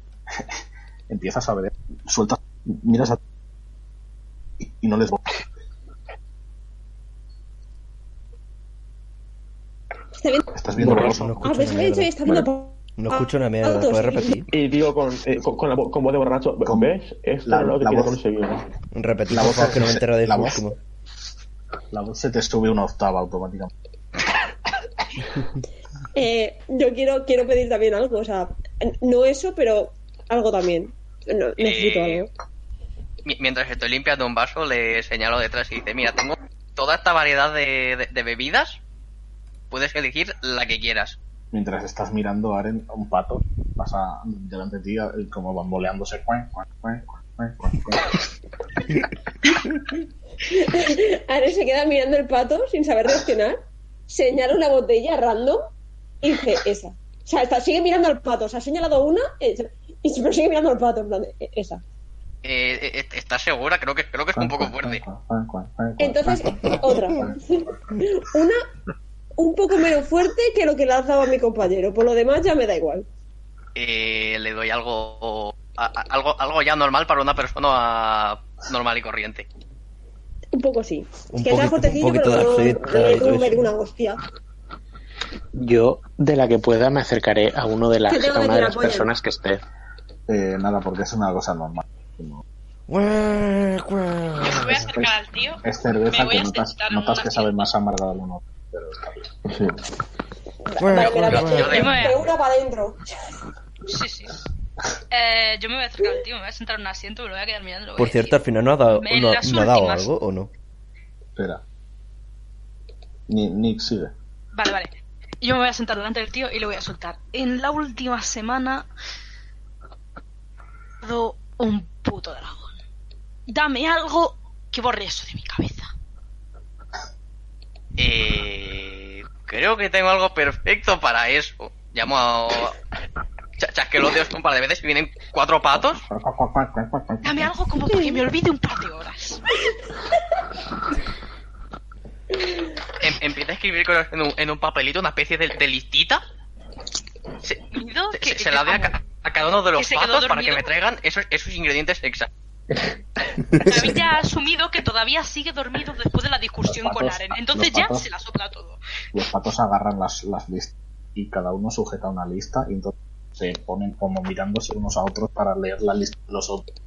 empiezas a ver, sueltas, miras a y, y no les
Está bien.
Estás
viendo
Ah,
borroso. No escucho
pues
una
he dicho,
mierda.
está viendo
No escucho una mierda,
Patos.
¿puedes repetir?
Y digo con, eh, con, con la vo- con voz de borracho, ¿ves? Esto
la-
es lo que
la
quiero
voz.
conseguir.
Repetir,
La
por
voz
favor, que no me
se-
entero de
la
eso
voz.
último.
La voz se te sube una octava automáticamente.
Eh, yo quiero, quiero pedir también algo, o sea, no eso, pero algo también. No, necesito
Eh,
algo.
Mi- Mientras estoy limpiando un vaso, le señalo detrás y dice, mira, tengo toda esta variedad de, de- de bebidas. Puedes elegir la que quieras.
Mientras estás mirando a Aren, a un pato, pasa delante de ti eh, como bamboleándose. cuac, cuac, cuac, cuac, cuac, cuac.
Aren se queda mirando el pato sin saber reaccionar, señala una botella random y dice esa. O sea, está- sigue mirando al pato, o sea, ha señalado una eh, y pero sigue mirando al pato, en plan, eh, esa.
Eh, eh, eh, ¿Estás segura? Creo que, creo que es un poco fuerte.
Entonces, otra. Una un poco menos fuerte que lo que le has dado a mi compañero, por lo demás ya me da igual.
Eh, le doy algo, a- a- algo algo ya normal para una persona normal y corriente.
Un poco sí.
Un
que sea
poquito-
fuertecillo,
un poquito
pero no,
de aceite
no,
y todo
no me
eso.
dé una hostia.
Yo, de la que pueda, me acercaré a, uno de las,
Que tengo
a
que
una de
tirar
las
pollo.
personas que esté.
Eh, nada, porque es una cosa normal. Como-
Ah,
Me
voy a acercar al tío.
Es cerveza
Me voy
que
a
notas,
sentar en
notas
una
que sabe más amarga del uno. Pero está bien.
Vale, me la
Yo-
tomo.
yo-
Yo me-
De una para adentro.
Sí, sí. Eh, yo me voy a acercar al tío, me voy a sentar en un asiento, me lo voy a quedar mirando. lo voy a
Por
decir.
cierto, al final no ha dado,
Me
no,
las
no ha dado
últimas.
algo o no.
Espera. Ni- Nick sigue.
Vale, vale. Yo me voy a sentar delante del tío y le voy a soltar. En la última semana. he dado un puto dragón. Dame algo que borre eso de mi cabeza.
Eh, creo que tengo algo perfecto para eso. Llamo a... Cha- Chasqueloteos un par de veces y vienen cuatro patos.
Dame algo como para que me olvide un par de horas.
Em- empieza a escribir con- en, un, en un papelito una especie de, de listita. Se,
Miedo
se-
que-
se la doy a, ca- a cada uno de los
que se quedó
patos para que
dormido.
me traigan esos, esos ingredientes exactos.
David ya ha asumido que todavía sigue dormido después de la discusión
Los
con
patos-
Aren. Entonces
los
ya
patos-
se la sopla todo.
Los patos agarran las, las listas y cada uno sujeta una lista y entonces se ponen como mirándose unos a otros para leer la lista de los otros.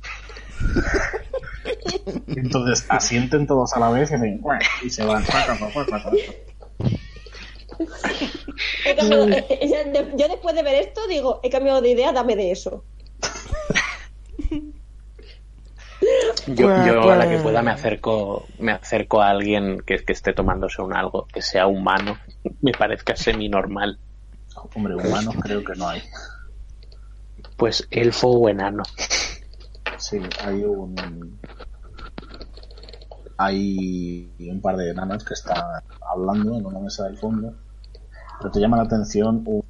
Entonces asienten todos a la vez y, hacen, "Guau", y se van.
He cambiado- eh, eh, ya de- yo después de ver esto digo, he cambiado de idea, dame de eso.
Yo,
Buah,
yo
buah.
a la que pueda me acerco, me acerco a alguien que, que esté tomándose un algo, que sea humano, me parezca semi-normal.
Hombre, humanos creo que no hay.
Pues elfo o enano.
Sí, hay un. Hay un par de enanas que están hablando en una mesa del fondo. Pero te llama la atención un,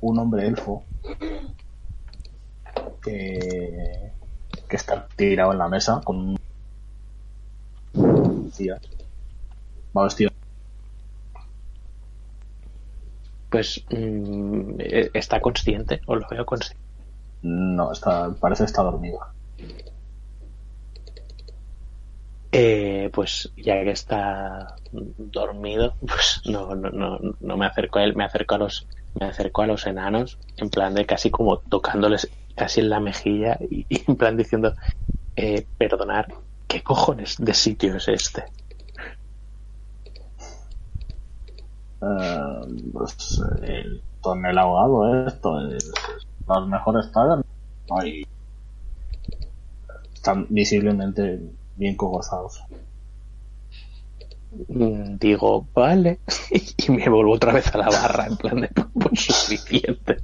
un hombre elfo que, que está tirado en la mesa con un. Tía. Va vestido.
Pues mm, eh, está consciente, o lo veo consciente.
No, está, parece que está dormido.
Eh, pues ya que está dormido, pues no, no, no, no me acerco a él, me acerco a los, me acerco a los enanos, en plan de casi como tocándoles casi en la mejilla y, y en plan diciendo, eh, perdonar, ¿qué cojones de sitio es este?
Eh, pues, el tonel ahogado esto es- las mejores tabernas Ay. están visiblemente bien cogozados
Mm, Digo, vale, y me vuelvo otra vez a la barra, en plan de, pues suficiente.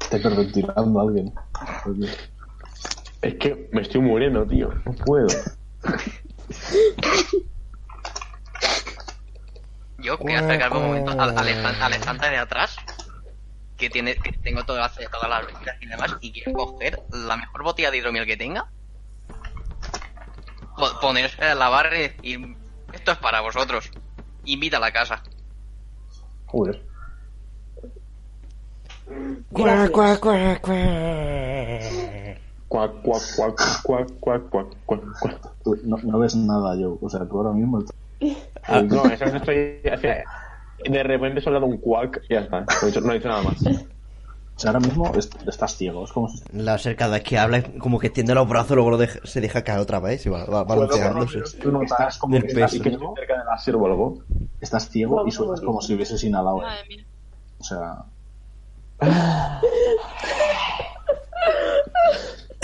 está hiperventilando alguien
Es que me estoy muriendo, tío. No puedo.
Yo voy a acercarme un momento a, a Alejand- a Alejandra de atrás, que tiene, que tengo todas, las- todas las bebidas y demás, y quiero coger la mejor botella de hidromiel que tenga, po- ponerse a la barra y decir, esto es para vosotros, invita a la casa.
joder
Cuac, cuac, cuac,
Cuac, cuac, cuac, cuac, cuac, cuac, cuac, cuac.
Tú no, no ves nada yo o sea tú ahora mismo eh,
Ah, no, eso no estoy. o sea, de repente solo he dado un cuac y ya está. No he dicho, no he dicho nada más.
o sea, ahora mismo est- estás ciego es como si
La ser cada vez que habla es como que extiende los brazos, luego lo deja- se deja caer otra vez y va, va balanceándose.
Tú no estás como
Del
que estás
peso.
ciego,
Cerca del asir o algo.
estás ciego y suenas como si hubieses inhalado ¿eh? o sea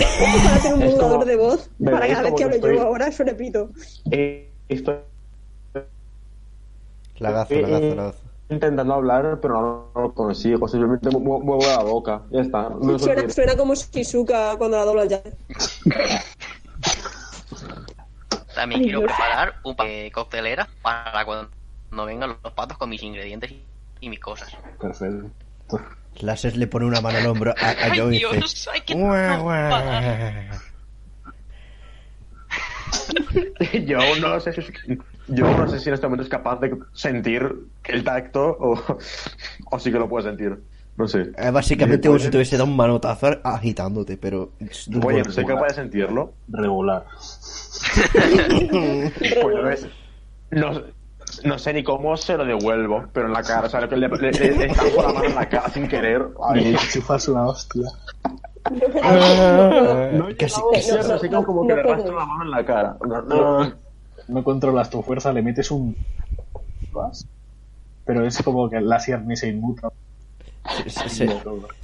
Para hacer un
Es como-
jugador de voz,
me
para
veis
cada vez
como
que
que
hablo
estoy-
yo ahora, suene pito.
Eh, estoy
Lagazo, lagazo, lagazo.
intentando hablar, pero no, no lo consigo. Simplemente mu- mu- muevo la boca. Ya está. No soy
Suena, suena como Shizuka cuando la dobla ya.
También
Ay,
quiero
Dios.
preparar un pa- eh, coctelera para cuando cuando vengan los patos con mis ingredientes y, y mis cosas.
perfecto
Láser le pone una mano al hombro a, a
Ay,
Joe y
Dios,
dice,
ay, qué
"Guau,
trompada".
guau".
Yo aún no lo sé si yo aún no sé si en este momento es capaz de sentir el tacto o, o sí que lo puedo sentir. No sé.
Es básicamente como si te hubiese dado un manotazo agitándote, pero...
Oye,
pues
soy capaz de sentirlo.
regular
Pues no es- no, no sé ni cómo se lo devuelvo, pero en la cara, o sea, le, le, le- le estampo la mano en la cara sin querer.
y
Ay,
chupas una hostia
Eh.
no he
Casi-
llegado a hacerlo,
no,
así como, como
no
que le
puedo.
arrastro la mano en la cara. No, no,
no, no controlas tu fuerza, le metes un. ¿Vas? Pero es como que el láser ni se inmuta.
Se- se- se-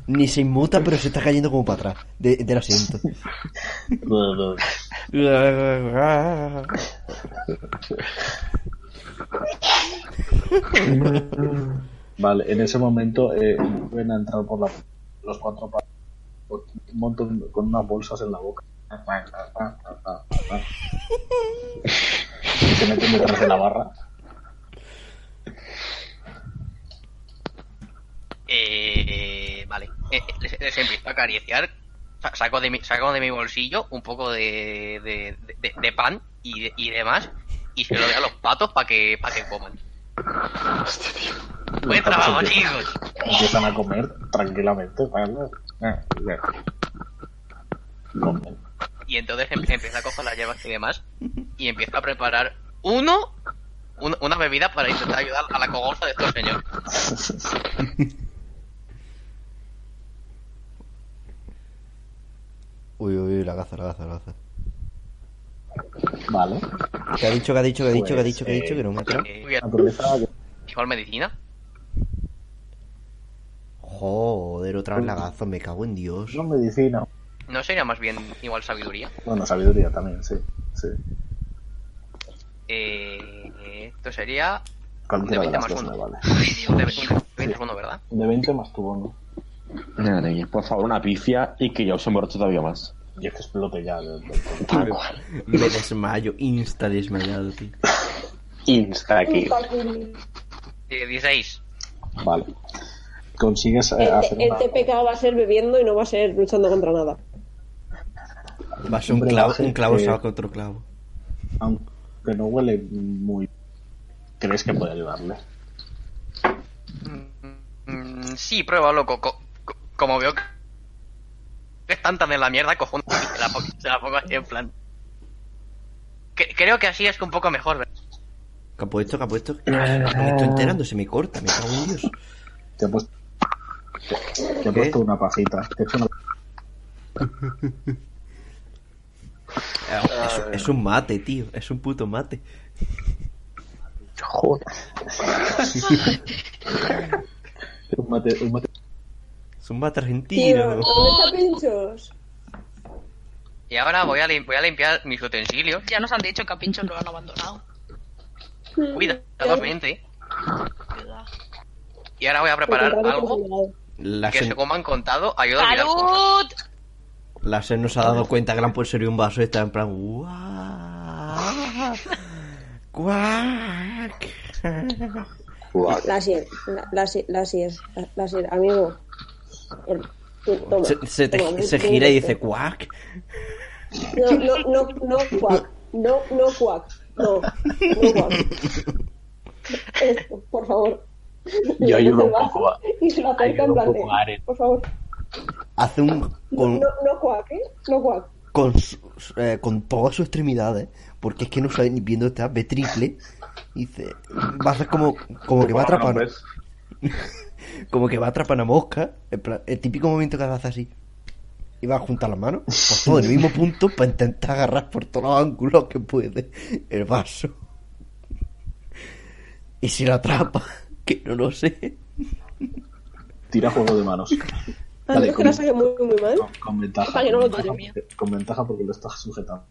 ni se inmuta, pero se está cayendo como para atrás de- del asiento.
Vale, en ese momento eh, ven a entrar por la- los cuatro pasos un montón con unas bolsas en la boca. Se meten detrás de la barra.
Eh, vale. Eh, les, les empiezo a acariciar. Sa- Saco de mi, saco de mi bolsillo un poco de, de, de- de pan y, de- y demás y se lo doy a los patos para que, para que coman. Buen
Los patos
trabajo,
empiezan-
chicos.
Empiezan a comer tranquilamente. ¿vale? Eh, eh. Comen.
Y entonces em- empiezo a coger las hierbas y demás y empiezo a preparar uno, un- una bebida para intentar ayudar a la cogorza de estos señores.
Uy, uy, uy, la gaza, la gaza, la gaza.
Vale.
¿Qué ha dicho, que ha dicho, que ha dicho, que ha
Pues,
dicho, que ha dicho?
eh,
Que no me ha enterado.
eh, Igual medicina.
Joder, otra vez la gaza, me cago en Dios.
No medicina.
¿No sería más bien igual sabiduría?
Bueno, sabiduría también, sí. sí.
Eh, esto sería.
Cualquiera de
de 20
las
más
dos
uno.
me vale.
De 20 más uno, ¿verdad?
De 20 más tu bono.
Madre mía, por favor, una pifia y que yo se muerto todavía más.
Y es que explote ya. de- de-
Tal cual.
Me desmayo, insta desmayado, tío.
Insta aquí.
Eh, 16.
Vale. Consigues eh, hacer
El, el
una...
TPK va a ser bebiendo y no va a ser luchando contra nada.
Va a ser un
Hombre,
clavo,
Ángel,
un clavo
eh,
saca otro clavo.
Aunque no huele muy... ¿Crees que puede ayudarle?
Mm, sí, pruébalo. co- co- co- como veo que están tan en la mierda, cojo una y se la pongo, se la pongo así en plan. Que- creo que así es que un poco mejor, ¿verdad?
¿Qué ha puesto? ¿Qué ha puesto? Me estoy enterando, se me corta, me cago en Dios.
Te he puesto, te he
¿Qué?
puesto una pajita. Te he hecho una-
Es, es un mate, tío. Es un puto mate.
un mate, un mate.
Es un mate
Tío,
argentino.
¿dónde está Pinchos?
Y ahora voy a, lim- voy a limpiar mis utensilios.
Ya nos han dicho que a Pincho lo han abandonado.
Cuidadosamente. Y ahora voy a preparar algo que se
Láser,
coman contado. Ayuda a olvidar
¡Salud!
Láser nos ha dado cuenta que le han puesto en serio un vaso y está en plan... "Guau, guau".
Láser, la- láser, láser, la- láser, amigo. El- tú, toma,
Se, se te-
toma,
se
tú-
gira y
tú-
dice cuac.
No, no, no, no, cuac. No, no, cuac. No, no, cuac. Esto, por favor.
Yo ayudo un poco a-
Y se lo acerca
ayudo
en
un
plan
poco a
de,
Aren.
Por favor.
Hace un... Con,
No, no, cuac, ¿eh? No, cuac.
con, su- su- eh, con todas sus extremidades. Porque es que no sabe ni viendo esta. Ve triple. Y dice... Va a ser como, como que va a atrapar... como que va a atrapar una mosca. en plan, el típico momento que hace así. Y va a juntar las manos. Pues todo en el mismo punto para intentar agarrar por todos los ángulos que puede el vaso. Y si la atrapa, que no lo sé.
Tira juego de manos.
Ah,
Vale,
no, que la saque
con,
muy, muy mal.
con ventaja.
Para que no lo
con ventaja, porque- con ventaja porque lo estás sujetando.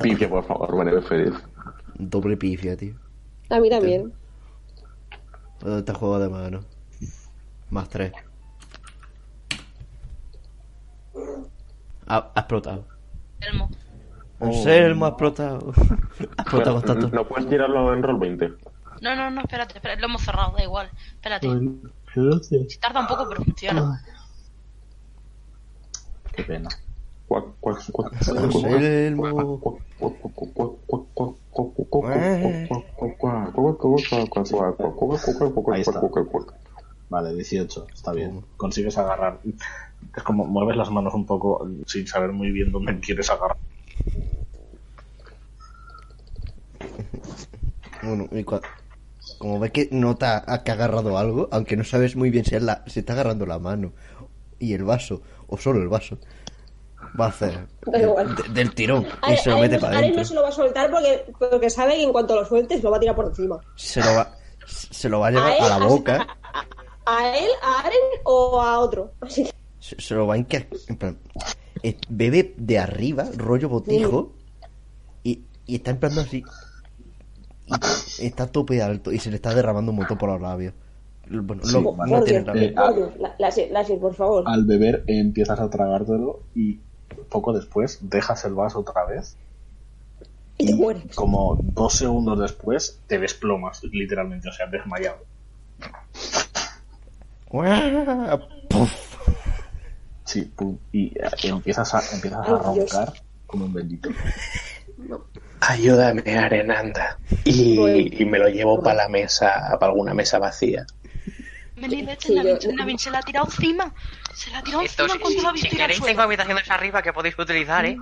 Pifia, por favor, me voy feliz.
Doble pifia, tío.
A mí también.
¿Dónde está el juego de mano? Más tres. Ha, Ah, ha explotado.
Elmo.
Anselmo ha explotado. Ha explotado
Pero,
tanto.
¿No puedes tirarlo en roll 20?
No, no, no, espérate, espérate, lo hemos cerrado, da igual. Espérate.
Gracias.
Tarda un poco, pero funciona.
Qué pena.
Cuac, cuac, cuac,
Anselmo.
Ahí está. Vale, 18. Está bien. Consigues agarrar. Es como mueves las manos un poco sin saber muy bien dónde quieres agarrar.
Bueno, y cua- como ves que nota a que ha agarrado algo, aunque no sabes muy bien si es la, si está agarrando la mano y el vaso, o solo el vaso, va a hacer
Da igual.
de- del tirón y
Este,
Are-
se lo
Are
mete
no-
para
Are
adentro.
no se lo va a soltar porque, porque sabe que en cuanto lo sueltes lo va a tirar por encima.
Se lo va, se lo va a llevar
Are-
a la
Are-
boca,
¿A él, a Aren o a otro? Así que
se, se lo va a enca- en plan, eh, bebe de arriba, rollo botijo, y, y está empezando así. Y está a tope alto y se le está derramando un montón por los labios. Bueno,
Sí, Oh,
lo- no
por
tiene
Dios,
labios.
por Dios, la- Láser, láser, por favor.
Ah,
Al beber eh, empiezas a tragártelo y poco después dejas el vaso otra vez.
Y te mueres.
Como dos segundos después te desplomas, literalmente, o sea, desmayado.
¡Guau! ¡Puf!
Sí, pum, y eh, empiezas a, empiezas a
Ay, Dios.
roncar como un bendito.
Ayúdame, Arenanda. Y, y me lo llevo para la mesa, para alguna mesa vacía.
Melibet
Sí,
en la
yo-
Vin- en la Vin se la ha tirado encima. Se la ha tirado
Esto,
encima
si,
cuando la
si- si
Vin tira al
queréis,
suelo.
tengo habitaciones arriba que podéis utilizar, ¿eh?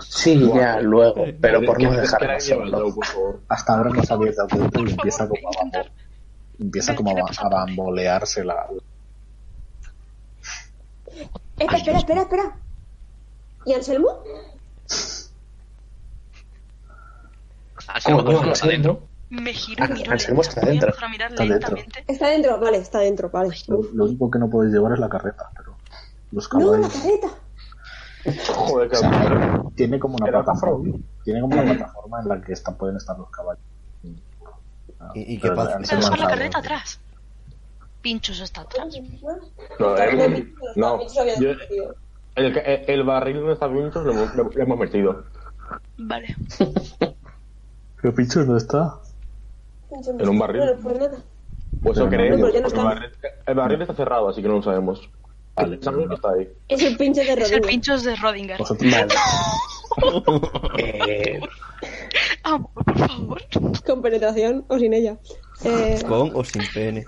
Sí, ya, luego, pero por no dejarlo solo.
Hasta ahora no sabías de dentro y empieza como a, bambo- empieza como a, ba- a bambolearse la...
Espera, espera, espera, espera. ¿Y Anselmo?
Anselmo,
¿Cómo,
tú
cómo,
estás adentro.
Me giro y
Ah,
miro
Anselmo
lenta.
está
Voy a
dentro.
empezar a mirar
Está dentro.
lentamente.
Está dentro, vale, está dentro, vale.
Lo, lo único que no podéis llevar es la carreta, pero los
No, la
caballos...
carreta.
Joder, cabrón.
Tiene como una
Era
plataforma. Tiene como una plataforma en la que está- pueden estar los caballos. Ah,
¿Y- y qué
pero
pasa?
han sido
Pero con la
lanzados.
carreta atrás. Pinchos está atrás.
No, eh, no.
Yo sabía
Yo-
que- tío.
el, el- el barril de está pinchos lo, hemos- lo- lo hemos metido.
Vale.
Pero pincho no está.
En un barril.
Bueno, pues nada.
Pues
Pero
eso
no,
creemos.
pero ya no
porque el, barril, el barril está cerrado, así que no lo sabemos.
Vale,
Pensamos
pero no.
que está ahí.
Es el pinche de
Es el
rodilla.
pinchos de Rodinger.
Vosotros,
Eh,
Amor, por favor.
Con penetración o sin ella. Eh,
Con o sin pene.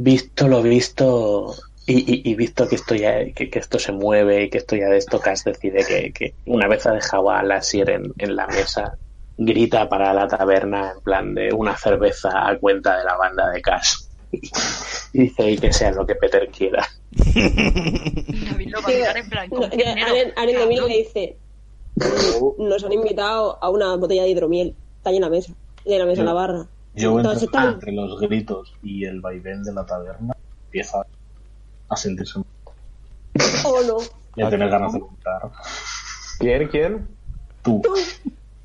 visto lo visto y, y- y visto que esto ya que, que esto se mueve y que esto ya de esto Cass decide que, que una vez ha dejado a Lassier en, en la mesa grita para la taberna en plan de una cerveza a cuenta de la banda de Cass y dice "Y que sea lo que Peter quiera
David lo va a mirar en plan.
no,
¿con qué
ya,
dinero?
Aren, Aren le mira y
Cabrón.
le dice: Nos han invitado a una botella de hidromiel. Está ahí en la mesa. Y en la mesa, en la barra.
Yo
Entonces
entre,
está-
entre los gritos y el vaivén de la taberna empieza a sentirse
Oh no.
y
Ah,
a tener ganas de vomitar.
¿Quién? ¿Quién?
Tú,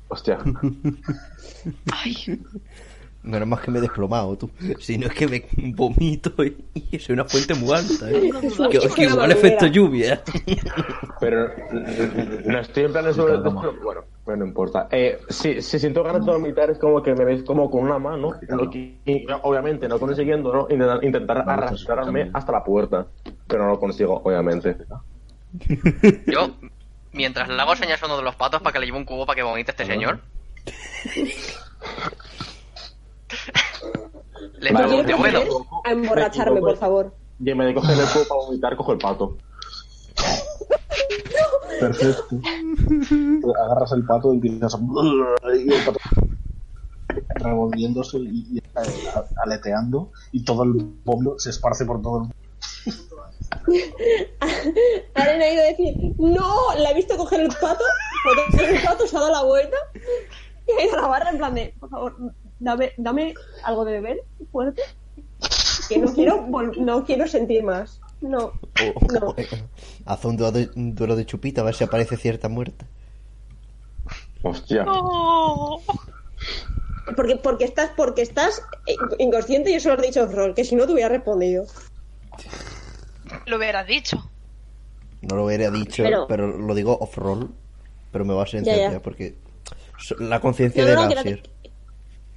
Hostia.
Menos más que me he desplomado, tú. Si no es que me vomito y, y soy una fuente muy alta. ¿eh? que que igual efecto lluvia.
Pero mm, no estoy en plan sobre Bueno, pues no importa. Eh, si, si siento ganas de vomitar es como que me veis como con una mano, no qui- y, obviamente no consiguiendo ¿no? Intentar, intentar arrastrarme hasta la puerta, pero no lo consigo, obviamente.
Yo, mientras le hago señas a uno de los patos para que le lleve un cubo para que vomite este señor. le
Vale,
pregunto,
Yo quiero
bueno,
aprender a emborracharme, por favor.
Y en vez de coger el cubo para vomitar, cojo el pato.
perfecto. Agarras el pato y empiezas a... Y el pato revolviéndose y, y a- aleteando y todo el pueblo se esparce por todo el mundo.
Aren ha ido a decir: No, la he visto coger el pato. Coger el pato, se ha dado la vuelta. Y ha ido a la barra en plan de: Por favor, dame, dame algo de beber fuerte. Que no quiero, vol- no quiero sentir más. No.
O-
No.
Haz un duelo de, un duelo de chupita a ver si aparece cierta muerta.
Hostia.
Oh.
Porque, porque estás, porque estás eh, inconsciente y eso lo has dicho Roll, que si no te hubiera respondido.
Lo hubieras dicho.
No lo hubiera dicho, pero,
Ah, Pero-
lo digo off-roll. Pero me va a sentenciar
Ya, ya.
porque so- la conciencia
No,
de
no, no, que no
Lassier.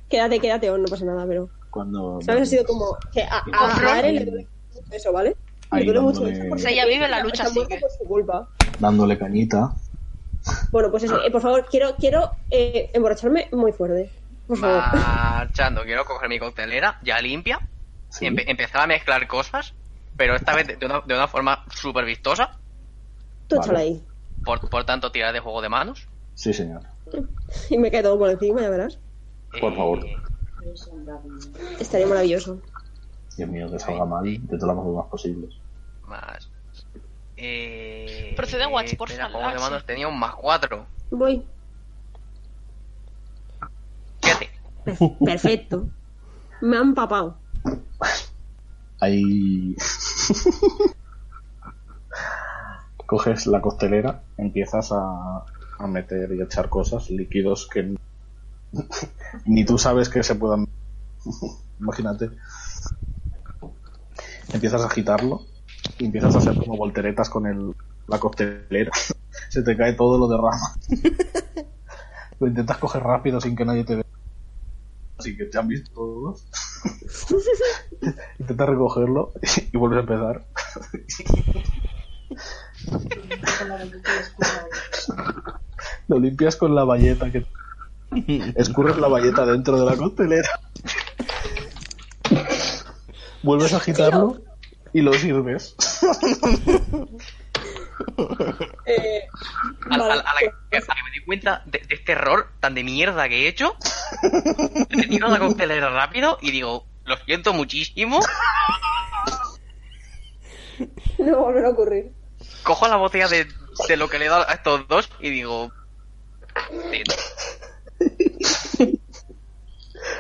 Quédate, quédate, oh, no pasa nada, pero.
Cuando...
¿Sabes? Ha sido como que a, a, a Aren le duele mucho eso, ¿vale? Le
Ahí
duele mucho
dándole-
eso. porque
O sea, ella vive la lucha,
está muerta
sigue.
por su culpa.
Dándole cañita.
Bueno, pues
Ah.
eso, eh, por favor, quiero, quiero eh, emborracharme muy fuerte. Por favor.
marchando, quiero coger mi coctelera ya limpia y empe- empezar a mezclar cosas, pero esta vez de una, de una forma súper vistosa.
Tú échala ahí.
Por, por tanto, tirar de juego de manos.
Sí, señor.
Y me cae todo por encima, ya verás.
Por favor.
Estaría maravilloso.
Dios mío, que salga mal de todas las formas posibles.
Más. Eh,
Procede, Watch, por
espera,
favor,
juego de
Axel.
manos tenía un más cuatro.
Voy.
Fíjate.
Perfecto. Me han papado.
Hay. coges la costelera, empiezas a, a meter y a echar cosas, líquidos que ni- ni tú sabes que se puedan. Imagínate. Empiezas a agitarlo y empiezas a hacer como volteretas con el, la costelera. se te cae todo lo de rama. lo intentas coger rápido sin que nadie te vea. Así que te han visto todos. intentas recogerlo y vuelves a empezar. Lo limpias con la valleta que escurres la valleta dentro de la costelera. Vuelves a agitarlo y lo sirves.
Eh,
A, a- a la que, a la que me di cuenta de, de este error tan de mierda que he hecho, retiro la coctelera rápido y digo, lo siento muchísimo,
pues, no volverá a ocurrir.
cojo la botella de, de lo que le he dado a estos dos y digo,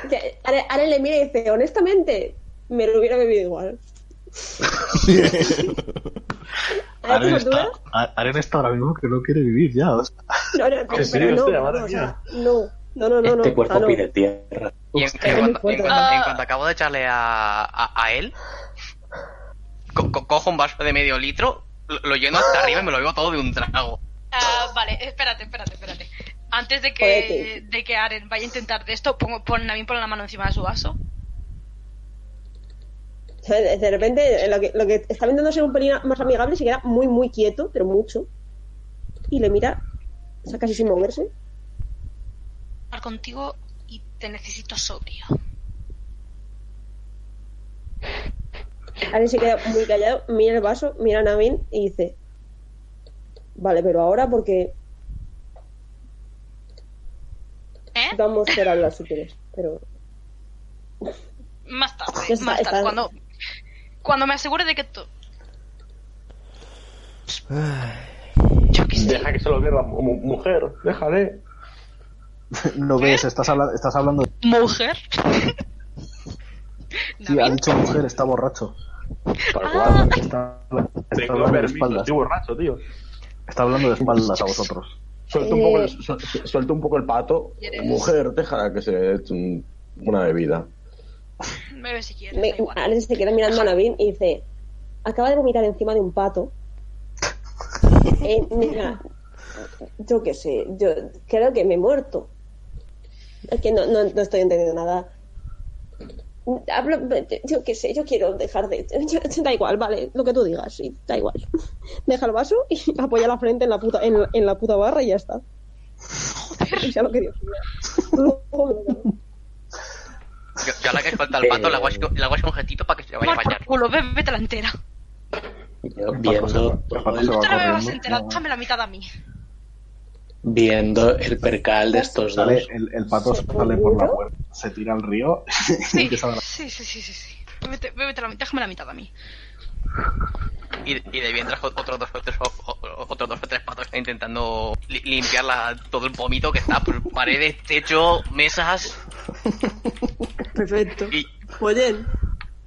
Que Are, Are le mira y dice, honestamente, me lo hubiera bebido igual. ¿A
Aren
esta altura?
está, A- Aren está ahora mismo que no quiere vivir ya. o sea,
No, no,
¿En
pero
serio?
no,
Hostia,
no,
madre
o sea, no, no, no, no, no.
Este cuerpo
Ah, no.
pide tierra.
Y en, en cuanto, Ah. en cuanto- en cuanto acabo de echarle a, a, a él, co- co- cojo un vaso de medio litro, lo, lo lleno hasta arriba y me lo bebo todo de un trago.
Ah, vale, espérate, espérate, espérate. Antes de que, de que Aren vaya a intentar de esto, pongo, pon, Navin pone la mano encima de su vaso.
O sea, de- De repente, eh, lo que, lo que está intentando ser un pelín más amigable se queda muy, muy quieto, pero mucho. Y le mira, o sea, casi sin moverse.
Hablar contigo y te necesito sobrio.
Aren se queda muy callado, mira el vaso, mira a Navin y dice: Vale, pero ahora porque. Vamos a hablar si quieres, pero.
Más tarde,
Ya está,
más tarde.
está.
Cuando, cuando me asegure de que tú.
Deja que se lo beba, mu- mu- mujer, déjale.
Lo ves, estás, habla- estás hablando.
¿Mujer?
Sí, ha dicho mujer, está borracho.
cual.
Está, está
Tengo
hablando de
permiso,
espaldas.
estoy borracho, tío.
Está hablando de espaldas a vosotros.
Suelta un, poco el, su- su- suelta un poco el pato.
¿Quieres?
Mujer, déjala que se eche un- una bebida.
Bebe si quieres.
Me, Aren se queda mirando a Navin y dice: Acaba de vomitar encima de un pato. Eh, mira, yo qué sé, yo creo que me he muerto. Es que no, no, no estoy entendiendo nada. Hablo, yo qué sé, yo quiero dejar de. Da igual, vale, lo que tú digas, sí, da igual. Deja el vaso y apoya la frente en la puta, en, en la puta barra y ya está. Y sea lo que Dios quiera. Luego me lo digo.
Yo, yo a la que falta el pato le hago así- le hago así un jetito para que se vaya a
Tomar
bañar.
por culo, bébete la entera.
Viendo,
Tú te la bebas
el,
entera, déjame la mitad a mí.
viendo el percal de estos dos.
Sale- el, el pato sale por la puerta, se tira al río y empieza a abrazar.
Sí, sí, sí, sí. sí. Bébete, bébete la mitad, déjame la mitad a mí.
Y, y de bien trajo otros dos o tres, o- o- otros dos o tres patos intentando li- limpiar la- todo el vómito que está por paredes, techo, mesas.
Perfecto. Oye,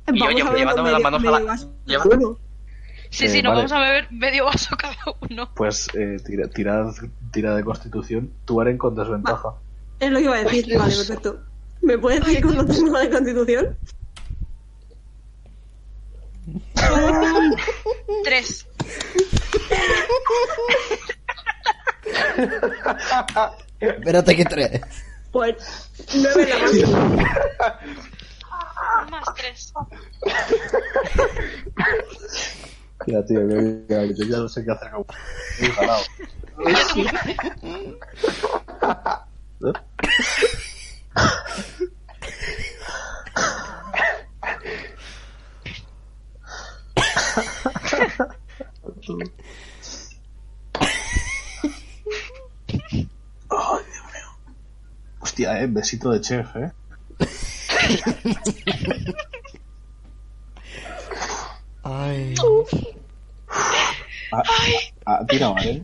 Y yo
vamos a
llevo-
ver
llevándome las manos a la. lleva-
Sí,
Eh,
sí, nos
vale.
vamos a beber medio vaso cada uno.
Pues eh, tira, tira, tira de constitución. Tú Aren con desventaja.
Es lo que iba a decir.
Pues,
Vale, perfecto. ¿Me puedes decir cuando tengo la de constitución?
Tres.
Espérate que tres.
Pues nueve en la mano.
Más tres.
Mira, tío, yo, yo- yo ya no sé qué hacer. con- Estoy jalado. Ay, Dios mío. Hostia, eh, besito de chef, eh.
Ay.
Ah, ah, tira, ¿vale?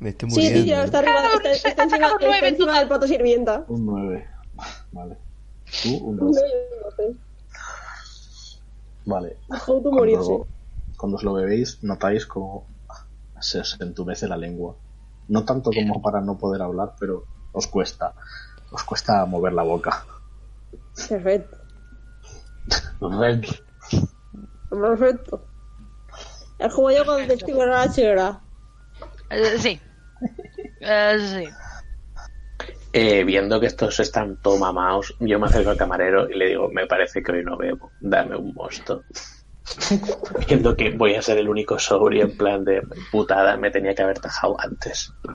Me estoy
Sí, sí,
muriendo.
ya está arriba, está, está encima,
sacado nueve
está encima del pato sirvienta.
Un 9. Vale. Tú, un
No, yo
12.
no sé.
Vale.
Auto morirse.
Cuando os lo bebéis, notáis como se os entumece la lengua. No tanto como para no poder hablar, pero os cuesta. Os cuesta mover la boca.
Perfecto.
Red.
Perfecto. Es como yo cuando te estoy con la chera.
Eh, sí. Eh, sí.
Eh, viendo que estos están todo mamados, yo me acerco al camarero y le digo, me parece que hoy no bebo, dame un mosto. viendo que voy a ser el único sobrio en plan de putada, me tenía que haber tajado antes.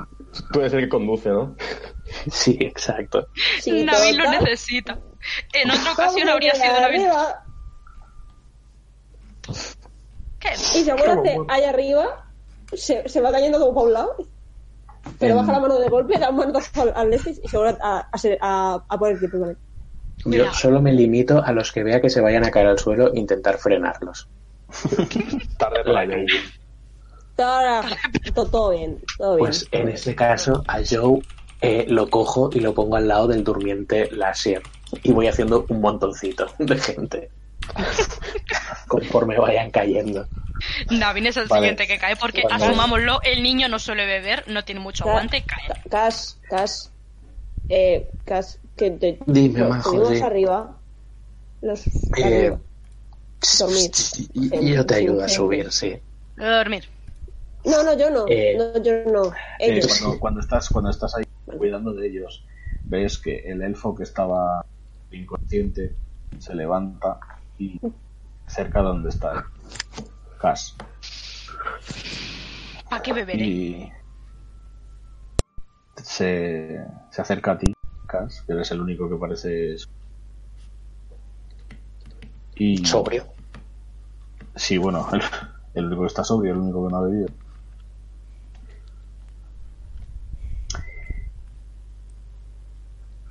Tú eres el que conduce, ¿no?
Sí, exacto.
Sí,
Nabil lo
total.
necesita. En otra ocasión habría sido Nabil.
arriba.
¿Qué?
Y se vuelve a hacer allá arriba, se, se va cayendo como para un lado, pero
Em.
baja la mano de golpe, da un manotazo al, al este y se vuelve a, a, ser- a, a poner pie primero.
Yo solo me limito a los que vea que se vayan a caer al suelo e intentar frenarlos.
Tarde
para
Ahora, to- todo bien, todo bien.
Pues en ese caso, a Joe eh, lo cojo y lo pongo al lado del durmiente Lasier. Y voy haciendo un montoncito de gente. Conforme vayan cayendo.
Navin es el
Vale.
siguiente que cae porque,
Vale.
asumámoslo, el niño no suele beber, no tiene mucho aguante, cae.
Cas, Cas, eh, Cas, que te
Dime,
los
majo,
subimos
sí.
arriba, los
Eh,
arriba, dormir.
Y- y Yo te ayudo a subir, sí.
Voy a dormir.
No, no, yo no,
Eh,
no, yo no,
Eh,
ellos.
cuando, cuando estás, cuando estás ahí cuidando de ellos, ves que el elfo que estaba inconsciente se levanta y cerca donde está Cas.
¿Para qué beberé?
Y se, se acerca a ti, Cas, que eres el único que parece y
sobrio.
Sí, bueno, el, el único que está sobrio, el único que no ha bebido.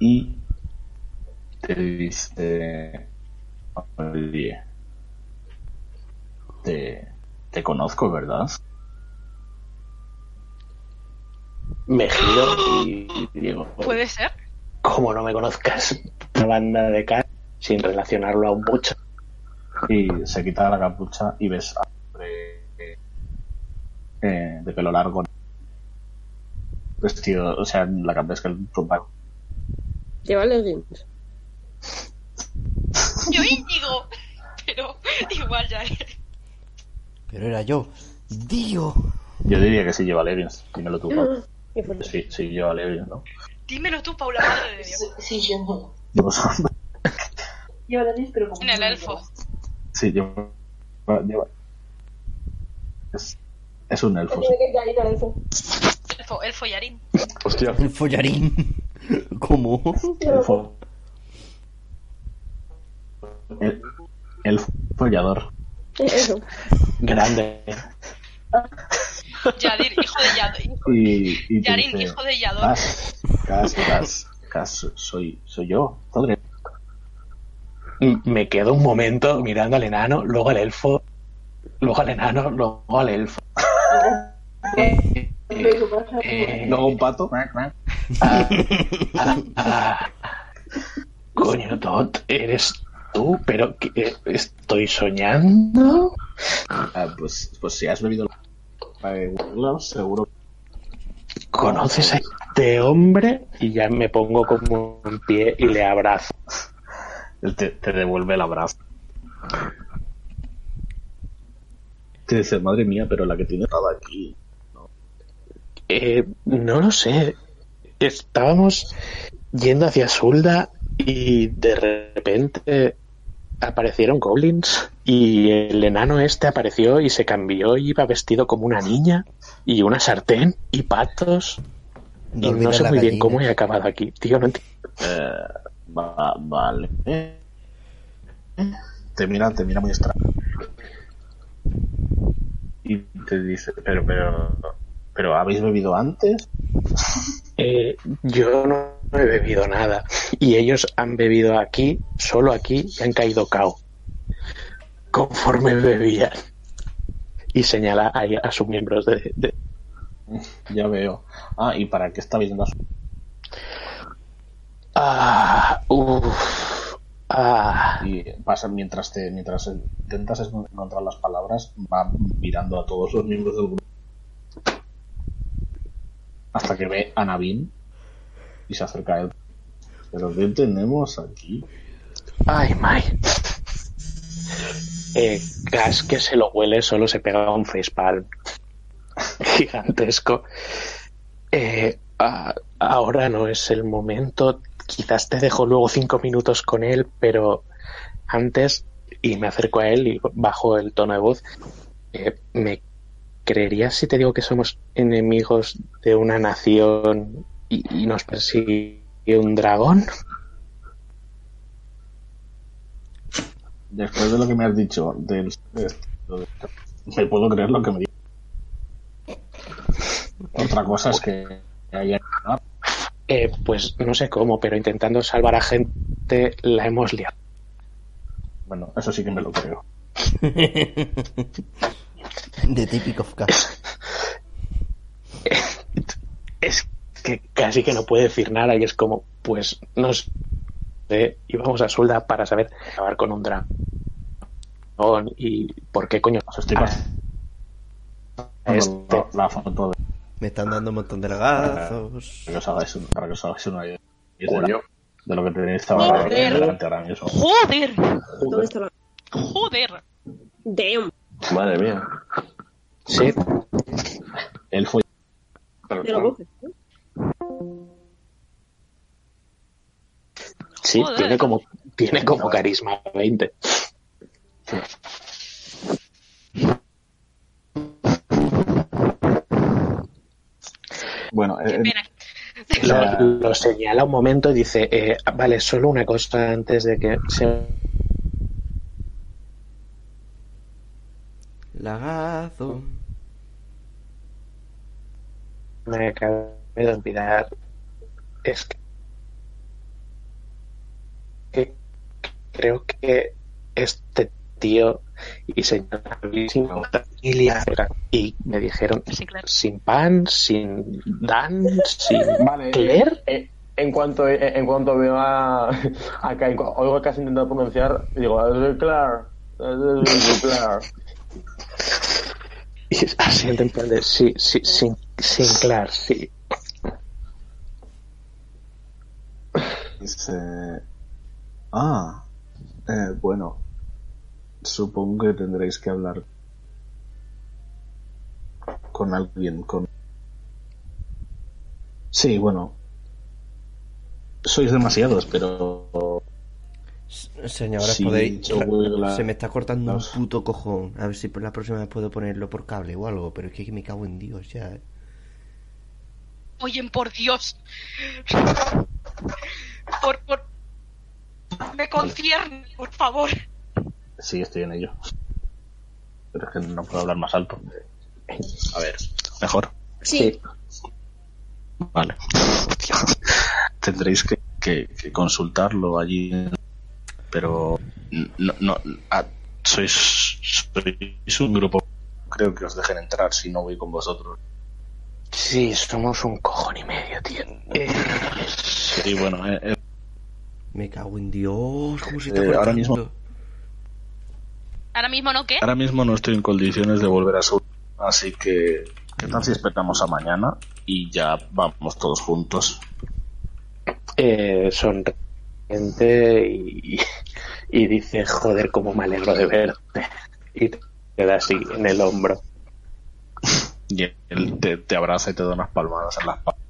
Y te dice... "Oye, Te, te conozco, ¿verdad?
Me giro y digo,
¿Puede ser?
¿cómo no me conozcas? Una banda de car sin relacionarlo aún mucho.
Y se quita la capucha y ves a un hombre eh, de pelo largo. Vestido, o sea, la cabeza es que el ropa-
Lleva leggings.
Yo Índigo, pero igual ya es.
Pero era yo. Dio.
Yo diría que sí lleva leggings, dímelo tú, Pau.
Qué fuerte.
Sí, sí lleva leggings, ¿no?
Dímelo tú, Paula, madre de Dios.
Sí, yo no. Yo pero como.
En el elfo.
Sí, lleva... lleva- Es, es un elfo, sí.
Tiene que caer al elfo.
Elfo, elfo y Arín.
Hostia.
El follarín. ¿Cómo?
Elfo. El, el follador.
Eso.
Grande.
Yadir, hijo de Yador.
Y, y te
Yarin,
dice,
hijo de Yador.
Cas, Cas, Cas, Cas, soy, soy yo, padre.
M- Me quedo un momento mirando al enano, luego al elfo, luego al enano, luego al elfo. Eh, eh, eh,
No, un pato.
ah, ah, ah. Coño, Tot, eres tú, pero que eh, estoy soñando.
Ah, pues, pues si has bebido la- eh, no, seguro
¿Conoces a este hombre? Y ya me pongo como en pie y le abrazo.
Él te, te devuelve el abrazo. Te dice, madre mía, pero la que tiene estaba aquí.
Eh, no lo sé. Estábamos yendo hacia Zulda y de repente aparecieron goblins y el enano este apareció y se cambió y iba vestido como una niña y una sartén y patos.
No
y no
olvides
sé
la
muy bien
gallina.
cómo he acabado aquí. Tío, no entiendo.
Eh, va- vale. Te mira, te mira muy extraño. Y te dice, pero, pero, pero, ¿habéis bebido antes?
Eh, yo no he bebido nada y ellos han bebido aquí, solo aquí, y han caído cao. Conforme bebían. Y señala ahí a, sus miembros de, de-
Ya veo. Ah, ¿y para qué estabais en la
Ah, uff. Ah,
Y pasa mientras te mientras intentas encontrar las palabras, va mirando a todos los miembros del grupo. hasta que ve a Navin y se acerca a él. ¿Pero qué tenemos aquí?
Ay, my. Eh, Gas que se lo huele solo se pega un facepalm gigantesco. Eh, a- ahora no es el momento. Quizás te dejo luego cinco minutos con él, pero antes, y me acerco a él y bajo el tono de voz, eh, ¿me creerías si te digo que somos enemigos de una nación y, y nos persigue un dragón?
Después de lo que me has dicho, del, de- lo de- me puedo creer lo que me dices. Otra cosa es que haya
Eh, pues no sé cómo, pero intentando salvar a gente la hemos liado.
Bueno, eso sí que me lo creo.
De típico of Cas.
Es que casi que no puede decir nada y es como, pues nos sé, y vamos a Zulda para saber acabar con un dragón y por qué coño
estoy
Este.
La foto de.
Me están dando un montón de lagazos.
Para que os hagáis, un- para que os hagáis una idea. de la-
Coño.
De lo que tenéis ahora
Joder.
delante ahora mismo.
Joder,
¿Dónde está la.?
joder.
Damn.
Madre mía.
Sí.
Él fue.
Te
Ah.
lo coges.
Sí,
Joder.
tiene como tiene como carisma 20.
Bueno, eh,
Lo, lo señala un momento y dice, eh, vale, solo una cosa antes de que se
Lagazo.
me acabe de olvidar. Es que, que creo que este tío y señora familia y me dijeron sin pan, sin Dan, sin
Vale.
Claire.
eh, en cuanto, eh, en cuanto veo a, a Kai- oigo que has intentado pronunciar, digo, "Eh, claro, eh, claro.
Y asiente en plan de, sí, sí, sin, sin Claire, sí.
Dice. Ah, eh, bueno. Supongo que tendréis que hablar con alguien. con Sí, bueno. Sois demasiados, pero.
Señoras,
Sí,
podéis.
yo voy a la-
Se me está cortando un puto cojón. A ver si por la próxima vez puedo ponerlo por cable o algo. Pero es que me cago en Dios ya. eh.
Oyen, por Dios. Por, por... Me concierne, por favor.
Sí, estoy en ello. Pero es que no puedo hablar más alto. A ver, mejor.
Sí.
Vale. Tendréis que, que- que consultarlo allí. Pero no, no ah, sois, sois un grupo. Creo que os dejen entrar si no voy con vosotros.
Sí, somos un cojón y medio, tío. Eh,
Sí, bueno, eh, eh,
Me cago en Dios. ¿Cómo se
eh,
está
ahora
cortando?
mismo
Ahora mismo no, ¿qué?
ahora mismo no estoy en condiciones de volver a sur. Así que, ¿qué tal si esperamos a mañana y ya vamos todos juntos?
eh, sonriente y, y dice, joder, cómo me alegro de verte. Y te da así en el hombro.
Y él te, te abraza y te da unas palmadas en las palmas.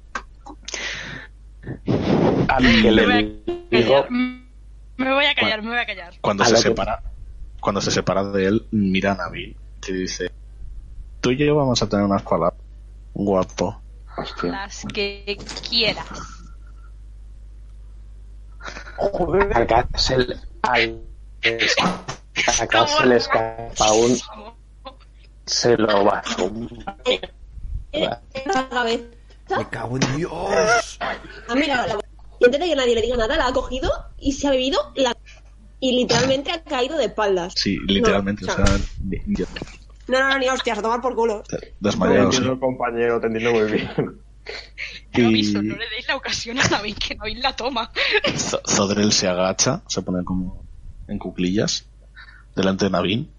A lo
Me
que le digo,
Me voy a callar, me voy a callar.
Cuando
A
se
lo que-
separa, cuando se separa de él, mira a Nabil, que dice, tú y yo vamos a tener unas palabras. Guapo.
Las que quieras.
joder, al gas se le- al- al gas se le escapa un... Se lo va a zumbar.
La cabeza.
Me cago en Dios.
Ah, mira, la... Y antes de que nadie le diga nada, la ha cogido y se ha bebido la. Y literalmente ha caído de espaldas.
Sí, literalmente,
No,
o
o
sea,
sea,
ni- ni-
No, no, no, ni hostias, a tomar por culo.
Te
desmayado. sí.
entiendo, compañero, te entiendo muy bien.
Te aviso, no le deis la ocasión a David que no la toma.
Z- Zodrell se agacha, se pone como en cuclillas delante de Navin,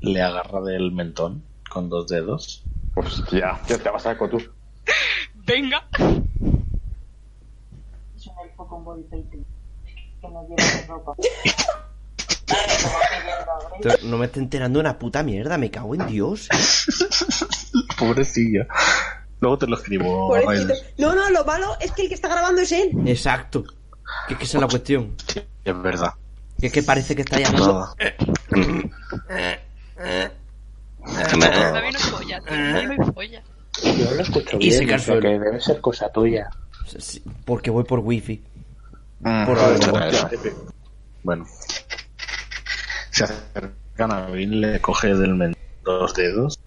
le agarra del mentón con dos dedos
Hostia, ya te vas a saco tú.
venga.
Es un elfo con body painting. Que no lleva ropa. Como que lleva,
No me estoy enterando de una puta mierda, me cago en Dios. ¿eh?
Pobrecilla. Luego te lo escribo.
Pobrecito.
Aider.
No, no, lo malo es que el que está grabando es él.
Exacto. Que es que esa es la cuestión.
Es verdad.
Que es que parece que está llamando.
David no folla, tío, David no folla.
Yo lo escucho
Y
bien,
se cansó
o sea
el-
que debe ser cosa tuya.
Sí, Porque voy por wifi.
Por
Por
ahora,
ahora.
Bueno. Se acercan a Vin, le coge del men dos dedos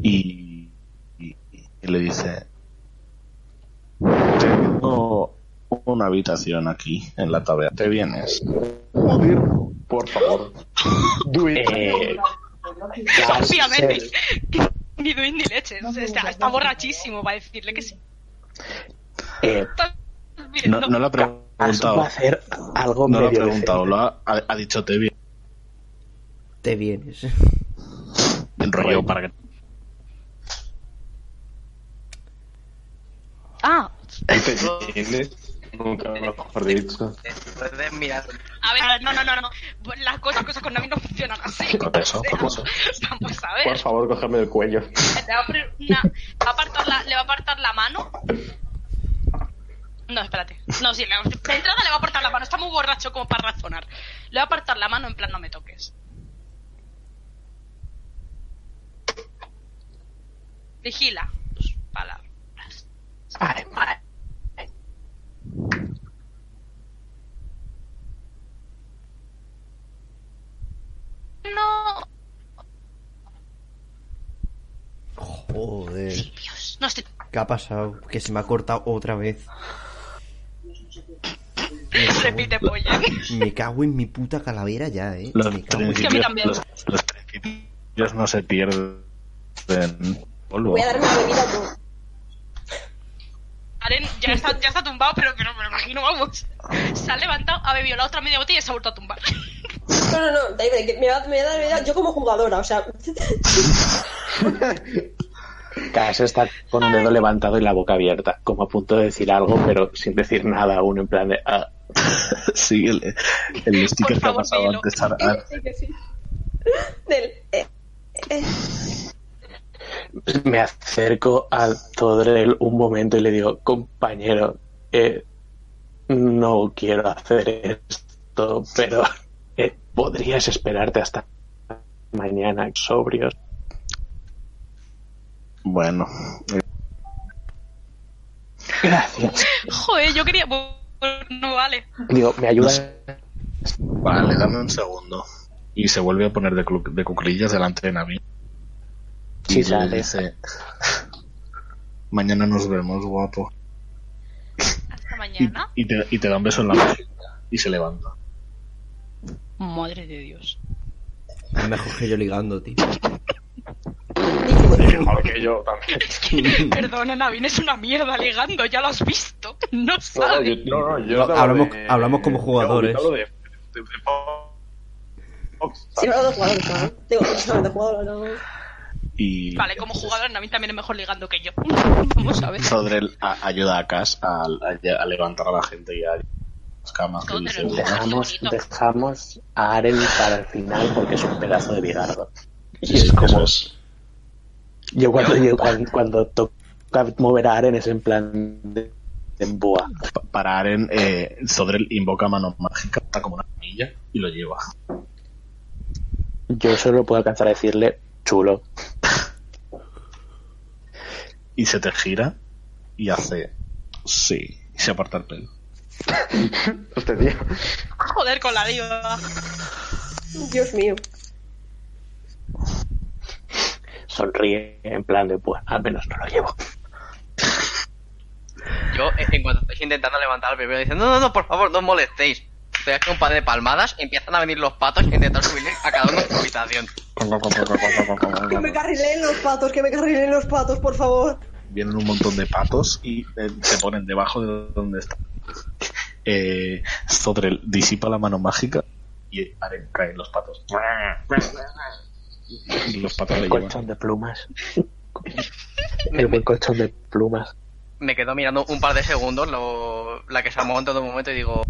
y, y- y le dice tengo una habitación aquí en la taberna. ¿Te vienes?
Por favor.
Eh,
Obviamente. Ni duin ni leche. o sea, está, está borrachísimo para decirle que sí.
eh,
Miren,
No, no lo ha
Asu va
preguntado.
a hacer algo
No lo ha
medio
preguntado, lo ha, ha- ha dicho te vienes.
Te vienes.
El rollo para que
Ah,
Nunca mejor dicho.
Puedes mirar.
a ver, a ver, no, no, no, no. Las cosas, cosas con Navi no funcionan así.
Por eso, por eso.
Vamos a
Por
ver.
favor, cógeme del cuello.
Le va a poner una- va a apartar la- le va a apartar la mano. No, espérate. No, sí, le, de entrada le va a apartar la mano. Está muy borracho como para razonar. Le va a apartar la mano en plan no me toques. Vigila tus palabras.
Ay, madre.
No,
Joder.
no este- estoy.
¿Qué ha pasado? Que se me ha cortado otra vez.
Repite, polla.
Me cago en mi puta calavera ya, eh.
los
Me cago en-
que a mí
principios,
también.
los, los principios no se pierden. Polvo.
Voy a darme una bebida tú.
Aren ya está, ya está tumbado, pero, pero me lo imagino, vamos. Se ha levantado, ha bebido la otra media botella y se ha vuelto a tumbar.
No, no, no, David, que me va, me va a dar bebida yo como jugadora, o sea.
Caso está con un dedo levantado y la boca abierta, como a punto de decir algo, pero sin decir nada aún, en plan de... ah.
Sí, el, el sticker que ha
favor,
pasado
dilo.
antes. Ah, ahora- ahora-
Sí, que sí. Del. eh, eh.
me acerco a Todrel un momento y le digo, compañero, eh, no quiero hacer esto, pero eh, podrías esperarte hasta mañana, sobrios.
Bueno,
Gracias.
Joder, yo quería. Bueno, no vale.
Digo, ¿me ayudas?
Vale, dame un segundo. Y se vuelve a poner de, clu- de cuclillas delante de Navi.
Sí,
Y le
sale.
dice: Mañana nos vemos, guapo.
Hasta mañana.
Y te, y te da un beso en la mejilla. Y se levanta.
Madre de Dios.
Es mejor que yo ligando, tío.
Mejor que yo también.
Perdona, Navin, es una mierda ligando, ya lo has visto. No
No, no,
sabes.
yo, no, no, yo
No,
estaba
hablamos-
de-
hablamos como
yo
jugadores.
hablo de- de- de po- Fox,
Sí, no, de jugador, ¿no? Digo, no, de jugador, no.
Y
Vale, como jugador, Navin también es mejor ligando que yo. Vamos a ver.
Zodrel a- ayuda a Cass a, a- a levantar a la gente y a las camas. que
Zodrel,
dice,
Dejamos, dejamos a Aren para el final porque es un pedazo de bigardo.
Sí, sí, eso es.
Yo cuando, yo cuando, cuando toca mover a Aren es en plan de, de boa.
Pa- Para Aren, eh, Zodrel invoca mano mágica, está como una anilla y lo lleva.
Yo solo puedo alcanzar a decirle chulo.
Y se te gira y hace. Sí. Y se aparta el pelo.
Hostia, tío.
Joder con la diva.
Dios mío.
Sonríe en plan de pues al menos no lo llevo.
Yo, eh, en cuanto estáis intentando levantar al bebé, diciendo, no, no, no, por favor, no os molestéis. Te das un par de palmadas, empiezan a venir los patos y intentar subirle a cada uno a su habitación.
Que me carrileen los patos, que me carrileen los patos, por favor.
Vienen un montón de patos y eh, se ponen debajo de donde está. Eh, Zodrel disipa la mano mágica y Aren caen los patos. Y los patos le llevan.
Colchón de plumas. El buen colchón de plumas.
Me quedo mirando un par de segundos lo- la que se armó en todo momento y digo...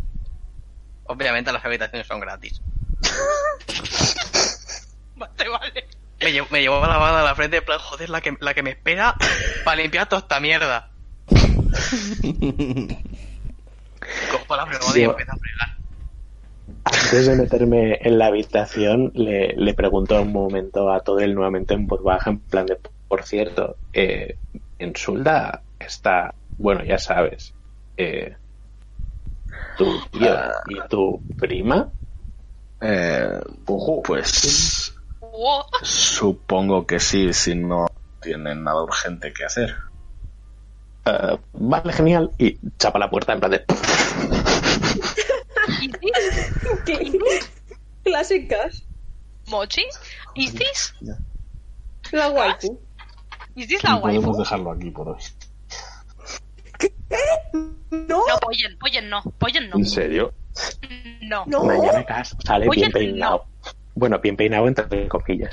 Obviamente las habitaciones son gratis.
Vale, vale.
Me llevo, me llevo la mano a la frente en plan, joder, la que, la que me espera para limpiar toda esta mierda. Cojo la fregona y
Yo-
empiezo a fregar.
Antes de meterme en la habitación, le, le pregunto un momento a todo él nuevamente en voz baja, en plan de, por cierto, eh, en Zulda está, bueno, ya sabes, eh, tu tío y tu prima.
Eh, pues
Wow.
supongo que sí, si no tienen nada urgente que hacer.
Eh, vale, genial. Y chapa la puerta en plan de...
¿Y sí?
¿Qué? Clásicas.
¿Mochi? ¿Is this?
La waifu.
¿Is this la
Y podemos
waifu?
dejarlo aquí por hoy.
No, Poyen, Poyen no, Poyen no.
¿En serio?
No.
Mañana Cas sale
Oye,
bien peinado. Bueno, bien peinado entre comillas.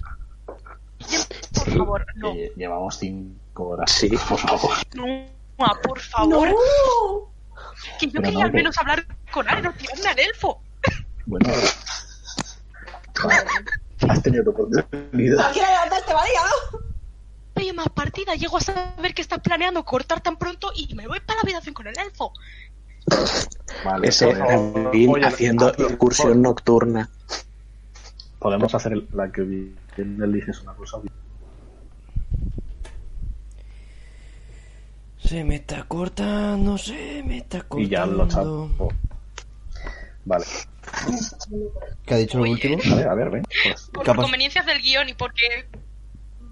Por favor, no.
Eh, llevamos cinco horas.
Sí.
Por favor.
No, por favor. Que yo
Pero
quería
no,
al
que-
menos hablar con Ari, no tirarme al elfo.
Bueno. Has tenido tu oportunidad.
levantaste, María? Oye, más partida, llego a saber que estás planeando cortar tan pronto y me voy para la habitación con el elfo.
Vale,
Ese
podemos-
Gavin
oye,
haciendo incursión nocturna.
Podemos hacer el- la que vi- que eliges una cosa.
Se me está cortando, se me está cortando.
Y ya lo chapo. Vale.
¿Qué ha dicho lo último?
A ver, a ver, ven. Pues,
Por
Capaz-
conveniencias del guión y porque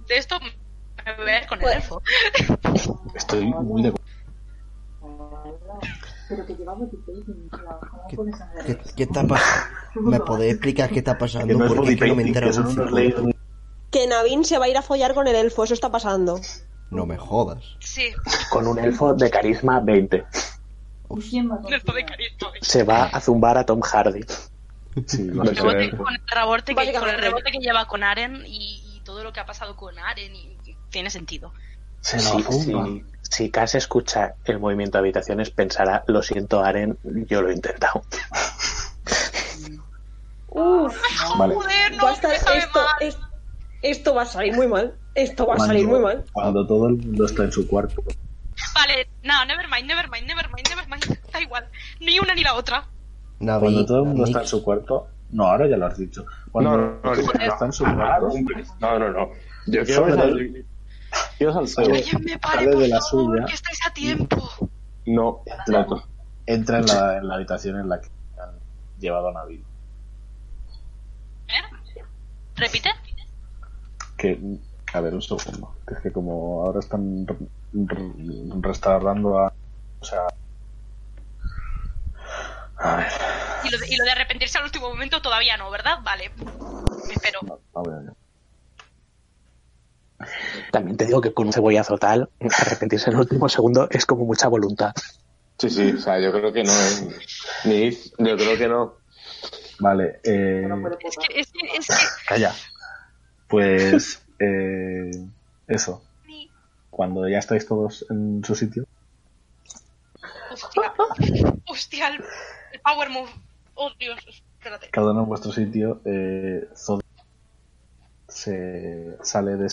de esto me voy a ir con el elfo.
estoy muy de.
Pero que llevamos 16 minutos trabajando con esa mierda.
¿Qué, qué está pasando? ¿Me podéis explicar qué está pasando?
Que no es
Porque es que no me
bodypainting,
entero
que son
un
unos
cinco.
leyes-
Que Navin se va a ir a follar con el elfo, eso está pasando.
No me jodas.
Sí,
Con un elfo de carisma 20.
¿Quién va a
un elfo de carisma.
Se va a zumbar a Tom Hardy.
Sí, lo
Lo
sé.
que-
Pero-
Con el rebote que, con el
Básicamente.
rebote que lleva con Aren y, y todo lo que ha pasado con Aren y, y tiene sentido.
Se
Si,
lo zumba.
si, si Cass escucha el movimiento de habitaciones, pensará, lo siento, Aren, yo lo he intentado.
Vale.
Joder, no,
va a
que
estar,
me sabe
esto,
mal.
es- esto va a salir muy mal. Esto va a
Cuando-
salir muy mal.
Cuando todo el mundo está en su cuarto.
Vale, no, nevermind, nevermind, nevermind, nevermind, da igual. Ni una ni la otra.
Navi,
Cuando todo el mundo
Nick,
está en su cuarto. No, ahora ya lo has dicho. Cuando todo el mundo está en su cuarto.
No, no, no. Yo quiero
Solo
ver
él
Yo salseo.
sale,
Alguien me pare,
sale de la
por
suya,
favor, que estáis a tiempo.
No, loco.
entra en la, en la habitación en la que han llevado a Navi.
¿Eh? ¿Repite?
Que, a ver, un segundo. Que es que como ahora están re- re- restaurando a. O sea. A ver,
Y lo, de, y lo de arrepentirse al último momento todavía no, ¿verdad? Vale. Me espero.
no, no veo yo.
También te digo que con un cebollazo tal, arrepentirse en el último segundo es como mucha voluntad.
Sí, sí, o sea, yo creo que no. ¿eh? Ni, yo creo que no.
Vale, eh.
Es que, es que, es que
Calla. Pues. eh, eso. Cuando ya estáis todos en su sitio.
hostia, hostia, el, el power move. Oh, Dios, espérate.
cada uno en vuestro sitio, eh, Zod se sale de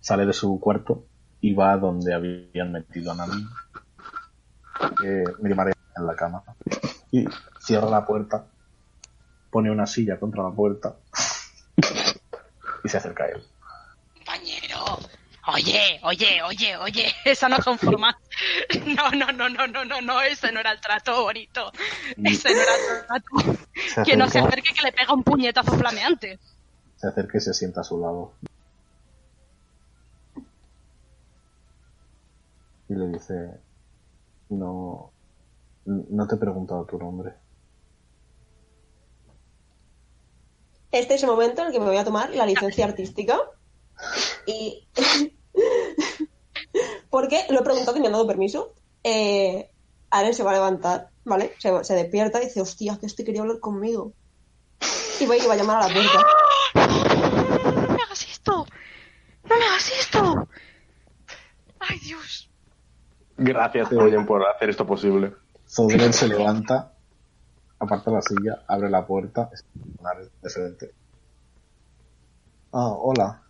sale de su cuarto y va a donde habían metido a Nami eh, mi madre en la cama y cierra la puerta pone una silla contra la puerta y se acerca a él
Compañero. Oye, oye, oye, oye, esa no son formas. No, no, no, no, no, no, no, ese no era el trato bonito. Ese no era el trato.
se
Que no se
acerca,
acerque que le pega un puñetazo flameante.
se acerca y se sienta a su lado y le dice no no te he preguntado tu nombre
Este es el momento en el que me voy a tomar la licencia artística. Y. Porque lo he preguntado y me han dado permiso. Eh, Aren se va a levantar, ¿vale? Se, se despierta y dice: Hostia, que este quería hablar conmigo. Y va y va a llamar a la puerta.
¡No me hagas esto!
hagas esto? ¡Ay, Dios!
Gracias, Goyen, por hacer esto posible.
Zodren se levanta, aparta la silla, abre la puerta, es de frente. Ah, hola.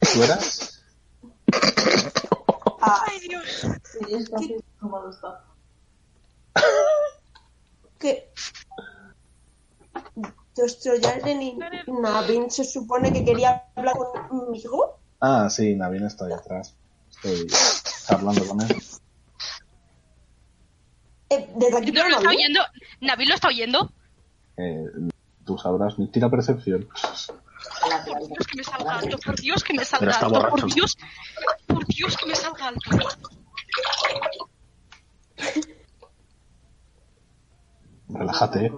¿Tú eras?
¡Ay, Dios!
¿Qué? ¿Cómo está?
que Dostoyevsky y Navin se supone que quería hablar conmigo.
Ah, sí, Navin está ahí atrás. Estoy hablando con él.
Eh, desde aquí
¿Nabil lo
llama,
está
¿no?
oyendo? ¿Nabil lo está oyendo?
Eh, tú sabrás, me tira percepción.
Dios, que me salga alto, por Dios, que me salga
Pero está
alto,
borracho.
por Dios, por Dios, que me salga alto.
Relájate. ¿eh?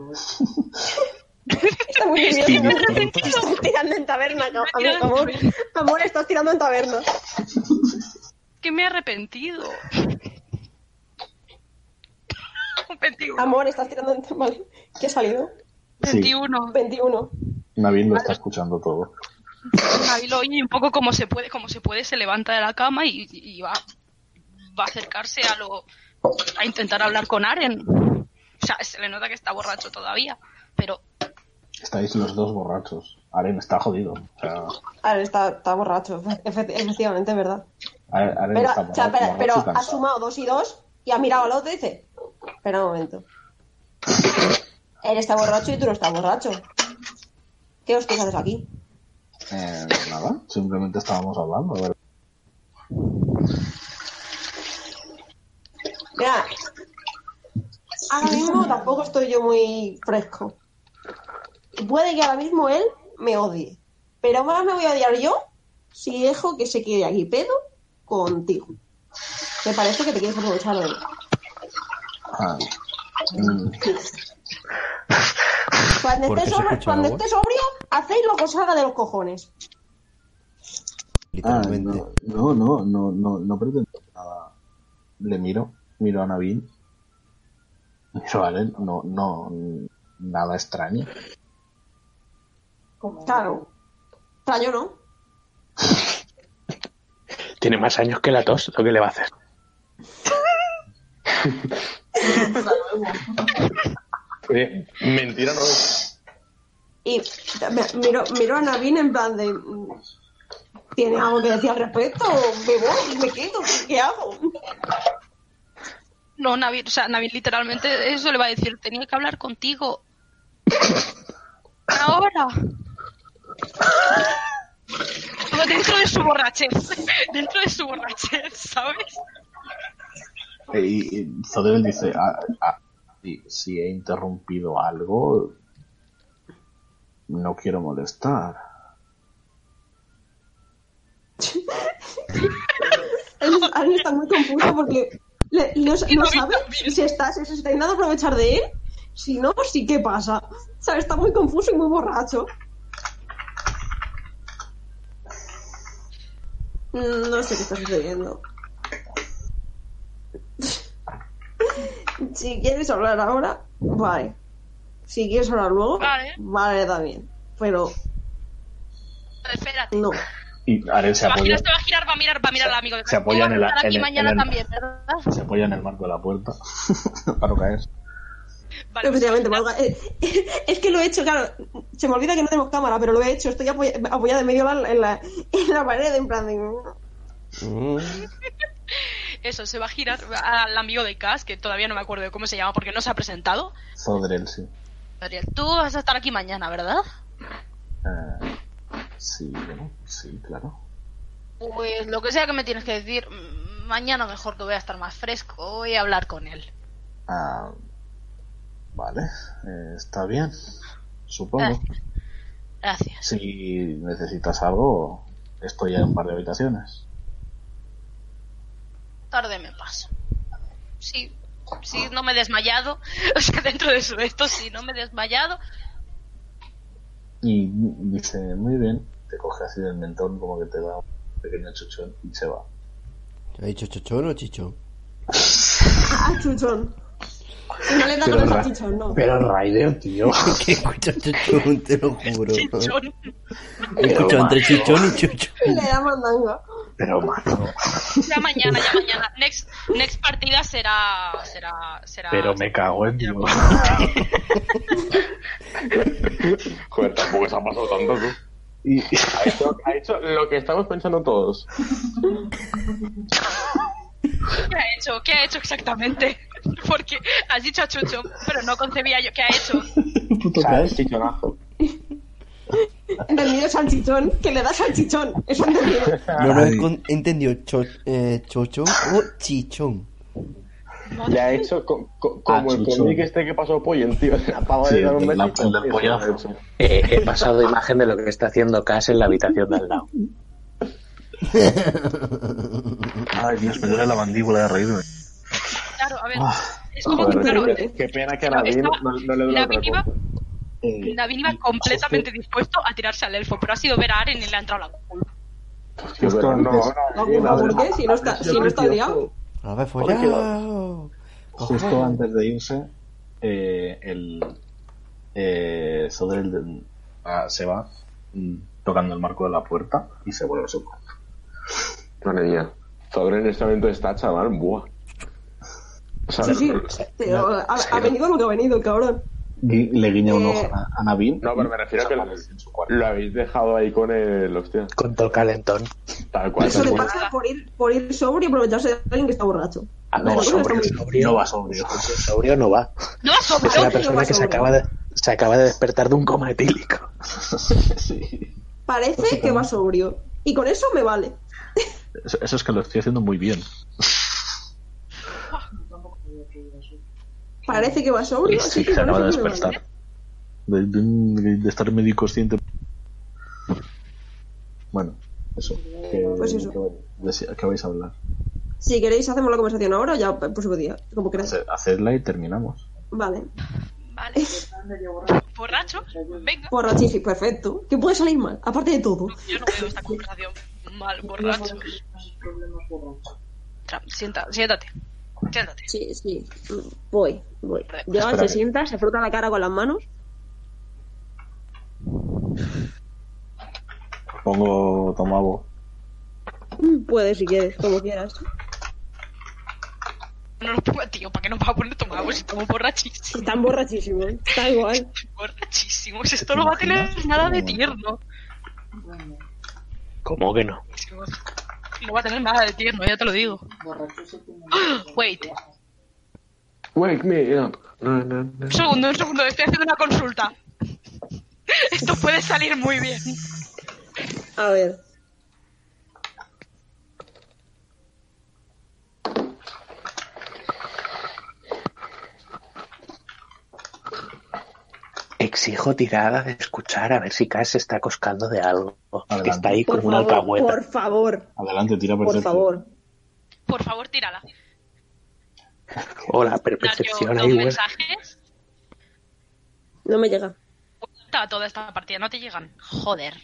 Está muy nervioso.
Sí, no.
Estás tirando en taberna, ca- amor, amor. Amor, estás tirando en taberna.
Que me he arrepentido.
Amor, estás tirando en taberna. Vale. ¿Qué ha salido?
Sí.
21.
21.
Navin lo está escuchando todo.
Nabil lo oye y un poco como se puede, como se puede, se levanta de la cama y, y va, va a acercarse a lo a intentar hablar con Aren. O sea, se le nota que está borracho todavía, pero
Estáis los dos borrachos. Aren está jodido. O sea,
A ver, está, está borracho. Efe- efectivamente, es verdad.
Aren, Aren
Pero,
está
o sea,
borracho,
espera,
borracho
pero
y
ha
cansado.
sumado dos y dos y ha mirado al otro y dice: Espera un momento. Él está borracho y tú no estás borracho. ¿Qué hostias haces aquí?
Eh, nada, simplemente estábamos hablando. a ver.
Mira, ahora mismo tampoco estoy yo muy fresco. Puede que ahora mismo él me odie, pero más me voy a odiar yo si dejo que se quede aquí pedo contigo. Me parece que te quieres aprovechar de él.
Ah. Mm,
Cuando
¿Por qué
estés
se
sobrio,
escucha
cuando
la voz?
estés sobrio, hacéis lo que os salga de los cojones.
Ah, no, no, no, no, no, no pretendo nada. Le miro, miro a Navin. Miro a Aren, no, no, nada extraño.
Claro. Extraño, ¿no?
Tiene más años que la tos, lo que le va a hacer.
Oye, mentira no es.
Y me- miro, miro a Navin en plan de... mm, ¿Tiene algo que decir al respecto? ¿Me voy? ¿Me quedo? ¿Qué hago?
no Nabil, o sea, Nabil literalmente eso le va a decir, tenía que hablar contigo. Ahora. Pero dentro de su borrachez, dentro de su borrachez, ¿sabes?
Eh, Y, y Zodel dice, "Ah, ah, si, si he interrumpido algo, no quiero molestar.
Él- Aaron está muy confuso porque le- no, no sabe si está, si se está intentando aprovechar de él. Si no, pues sí que pasa. O sea, está muy confuso y muy borracho. Mm, No sé qué está sucediendo. Si quieres hablar ahora, vale. Si quieres hablar luego,
Vale.
vale también. Pero
Espérate.
no.
Y Aren se
Se va a
apoya,
girar, se va a girar, va a mirar, va a mirar al amigo.
se apoya en el-
Tú vas a estar
en
aquí
el-
mañana
en el-
también, ¿verdad?
se apoya en el marco de la puerta para no caer.
Efectivamente, Marga, eh, es que lo he hecho, claro. Se me olvida que no tenemos cámara, pero lo he hecho. Estoy apoy- apoyada en medio en la, en la, en la pared, en plan de.
Eso, se va a girar al amigo de Cass, que todavía no me acuerdo de cómo se llama porque no se ha presentado.
Zodrel, sí.
Gabriel, tú vas a estar aquí mañana, ¿verdad?
Eh, sí, bueno, sí, claro.
Pues lo que sea que me tienes que decir, mm, mañana mejor que voy a estar más fresco, voy a hablar con él.
Ah, vale, eh, está bien, supongo.
Gracias.
Si necesitas algo, estoy en un par de habitaciones.
Tarde me paso. Sí, sí, no me he desmayado. O sea, dentro de su esto, sí, no me he desmayado.
Y dice, muy bien, te coge así del mentón como que te da un pequeño chuchón y se va.
¿Ha dicho chochón o chichón?
Ah, chuchón. Una aleta
Pero
con el
ra-
salchichón, no.
Pero Raider, tío.
He escuchado chuchón, te lo juro.
Chichón.
He escuchado entre chichón y chuchón.
Le da mandanga.
Pero mano.
Ah.
Ya mañana, ya mañana. Next, next partida será. será, será
Pero me cago en Dios.
Joder, tampoco se ha pasado tanto, tú. Ha, hecho, ha hecho lo que estamos pensando todos.
¿Qué ha hecho? ¿Qué ha hecho exactamente? Porque has dicho a Chucho, pero no concebía yo qué ha hecho.
¿Sabes? Chichonazo.
Entendido salchichón, que le da salchichón. Eso entendido.
No, no, he con- he entendido cho- eh, chocho o chichón.
Le ha hecho co- co-
Ah,
como el
chichón.
cómic este que pasó Pollen, tío. Acabo
Sí,
de dar un
el de la-
beso.
el del
Eso
pollazo.
le ha hecho.
Eh, he pasado imagen de lo que está haciendo Cass en la habitación de al lado.
Ay, Dios, me duele la mandíbula de reírme.
Claro, a ver. Es como que, claro,
Ah, Joder, qué- qué pena que Nadine
estaba-
no, no le dé la
Nadine iba-
Eh,
Navin iba completamente dispuesto a tirarse al elfo, pero ha sido ver a Aren y le ha entrado la culpa.
Pero no, no,
No,
sí, la
¿Por
verdad.
qué? Si no está, si no está odiado.
Ahora me he
Porque-
follado.
Justo
Ojo.
antes de irse, eh, el eh, Sodrel ah, se va mm, tocando el marco de la puerta y se vuelve a su cuarto.
Madre mía. Sobre en este momento está, chaval, buah. O sea,
Sí, sí. Pero ha, ha venido lo que ha venido, cabrón.
Gui- le guiña un
Eh,
ojo a, a Navin.
No, pero me refiero a que lo, lo habéis dejado ahí con el. Hostia.
Con todo el calentón.
Tal cual.
Eso le
tal cual.
pasa por ir, por ir sobrio y aprovecharse de alguien que está borracho.
A ver,
No,
sobrio,
sobrio.
sobrio.
No va sobrio.
Sobrio no va.
No, sobre
Es una persona
va
que se
sobrio.
acaba, de, se acaba de despertar de un coma etílico.
Parece que va sobrio. Y con eso me vale.
Eso, eso es que lo estoy haciendo muy bien.
Parece que va sobrio. ¿eh? así
Sí,
que
se
con
acaba de
eso me
despertar. De, de- de estar medio consciente. Bueno, eso. Que,
Pues eso.
que- de- que vais a hablar?
vale. Si queréis, hacemos la conversación ahora o ya por su día. Como queráis.
Hace- Hacedla y terminamos.
Vale.
Vale. Borracho, venga.
Borrachísimo, perfecto. ¿Qué puede salir mal? Aparte de todo.
Yo no veo esta conversación mal, borracho. Tra- Sienta, siéntate. Siéntate.
Sí, sí. Voy, voy. Llega,
Espérate.
se sienta, se frota la cara con las manos.
Pongo Tomabo.
Mm, Puedes si quieres, como quieras.
No lo pongo, tío, ¿para qué nos va a poner tomado si estamos borrachísimos?
Están borrachísimos, está igual.
Borrachísimos, esto no va a tener nada de tierno.
¿Cómo que no?
No va a tener nada de tierno, ya te lo digo. Wait,
Wake me up. No, no, no.
un segundo, un segundo, estoy haciendo una consulta. Esto puede salir muy bien.
A ver.
Exijo tirada de escuchar a ver si Cass se está coscando de algo. Que
Adelante.
está ahí
Por
como una
favor,
alcahueta.
por favor,
Adelante, tira
por
perfecto.
favor.
Por favor, tírala.
Hola,
Dario,
percepción
dos
ahí, bueno.
mensajes.
No me llega.
Está toda esta partida, no te llegan. Joder.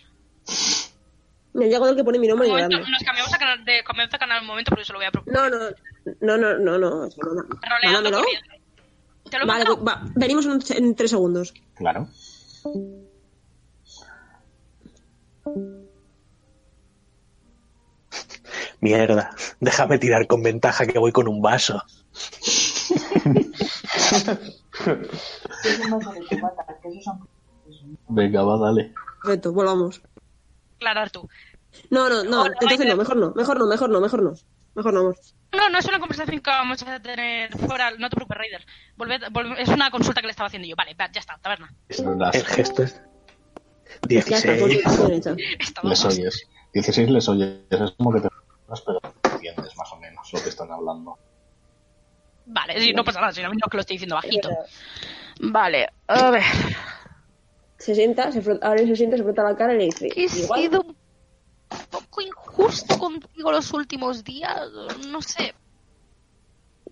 Me llega del que pone mi nombre
Un
y
momento,
grande.
nos cambiamos a canal de comienzo a canal un momento porque se lo voy a proponer.
No, no, no, no, no, no. eso no, no.
Roleando
Mándamelo.
corriendo. Te lo
Vale,
mando.
va, venimos en, en tres segundos.
Claro.
Mierda. Déjame tirar con ventaja que voy con un vaso.
Venga, va, dale.
Perfecto, volvamos.
aclarar tú.
No, no, no.
Hola,
entonces no,
Rainer.
mejor no, mejor no, mejor no, mejor no. Mejor no, amor.
No, no es una conversación que vamos a tener fuera. No te preocupes, Raider. Volved- volve- es una consulta que le estaba haciendo yo. Vale, va, ya está, taberna.
El gesto es.
Ya está, consultación
16.
hecha.
Les
Estábamos.
oyes. 16 les oyes. Es como que te pero entiendes más o menos lo que están hablando.
Vale, sí, no pasa nada, si no menos que lo estoy diciendo bajito. Vale, a ver.
Se sienta, se frota, ahora se sienta, se frota la cara y le dice.
He sido un poco injusto contigo los últimos días. No sé.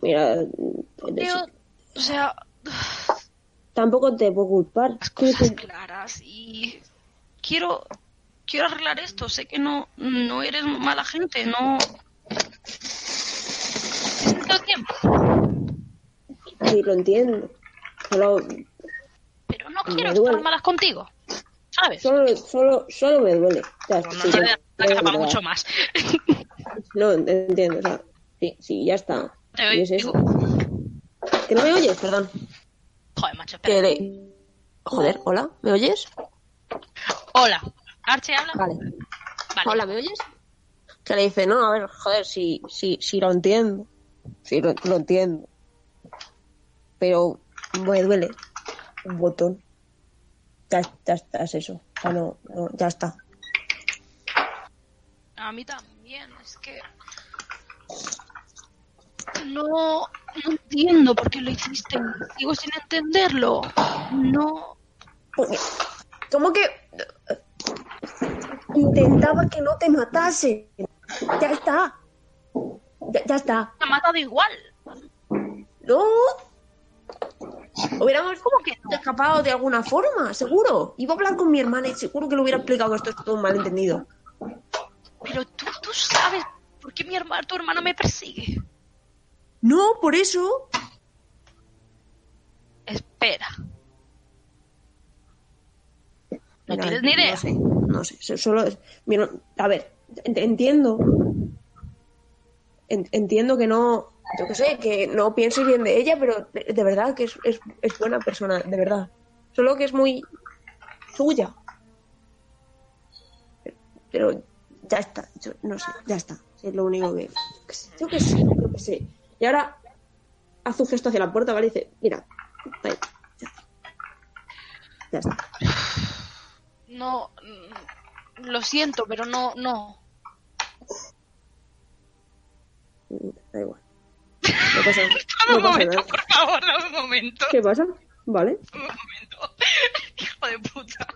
Mira,
Pero, o sea,
tampoco te puedo culpar.
las cosas claras y quiero quiero arreglar esto sé que no no eres mala gente no necesito tiempo
Sí, lo entiendo. Solo
Pero no quiero
Me duele.
estar malas contigo. ¿Sabes?
Solo, solo, solo me duele. O sea,
No
sí,
te
ya-
da
ya es
para
verdad.
mucho más.
No, en- entiendo. O sea, sí, sí, ya está.
Te
Y es eso. ¿Que no me oyes? Perdón.
Joder, macho.
Que le- Joder, hola, ¿me oyes?
Hola. Arche, habla.
Vale.
Vale.
Hola, ¿me oyes? Que le dice, no, a ver, joder, sí, sí, sí lo entiendo. Sí, lo, lo entiendo. Pero me duele un botón. Ya, ya está, es eso. O sea, no, no, ya está.
A mí también, es que. No, no entiendo por qué lo hiciste. Sigo sin entenderlo. No.
¿Cómo que intentaba que no te matase? Ya está. Ya, ya está.
Te ha matado igual.
No. Hubiéramos escapado de alguna forma, seguro. Iba a hablar con mi hermana y seguro que le hubiera explicado que esto es todo un malentendido.
Pero tú, tú sabes por qué mi hermano, tu hermano me persigue.
No, por eso.
Espera.
No
tienes ni idea.
No sé, no sé. so- Solo es- mira, a ver, ent- entiendo. En- Entiendo que no. Yo qué sé, que no pienses bien de ella, pero de, de verdad que es, es- es buena persona, de verdad. Solo que es muy suya. Pero ya está, yo no sé, ya está. Es lo único que. yo qué sé, Yo qué sé, yo qué sé. Y ahora hace un gesto hacia la puerta, ¿vale? Y dice, mira, ahí, ya está.
No. mm, Lo siento, pero no, no.
Da igual. No pasa,
Dame
no
un
pasa
momento,
nada.
por favor, dame un momento.
¿Qué pasa? Vale.
Hijo de puta.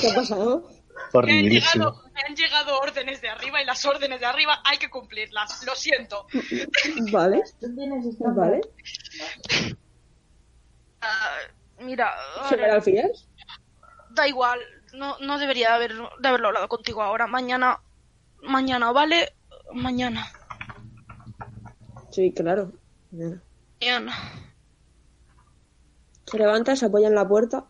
¿Qué ha pasado?
Me han,
Horribleísimo.
llegado, me han llegado órdenes de arriba y las órdenes de arriba hay que cumplirlas. Lo siento.
Vale. Vale.
Ah, mira,
¿Se me
ahora-
la fías?
da igual. No, no debería haber, de haberlo hablado contigo ahora. Mañana. Mañana, ¿vale? Mañana.
Sí, claro.
Mañana.
Se levanta, se apoya en la puerta.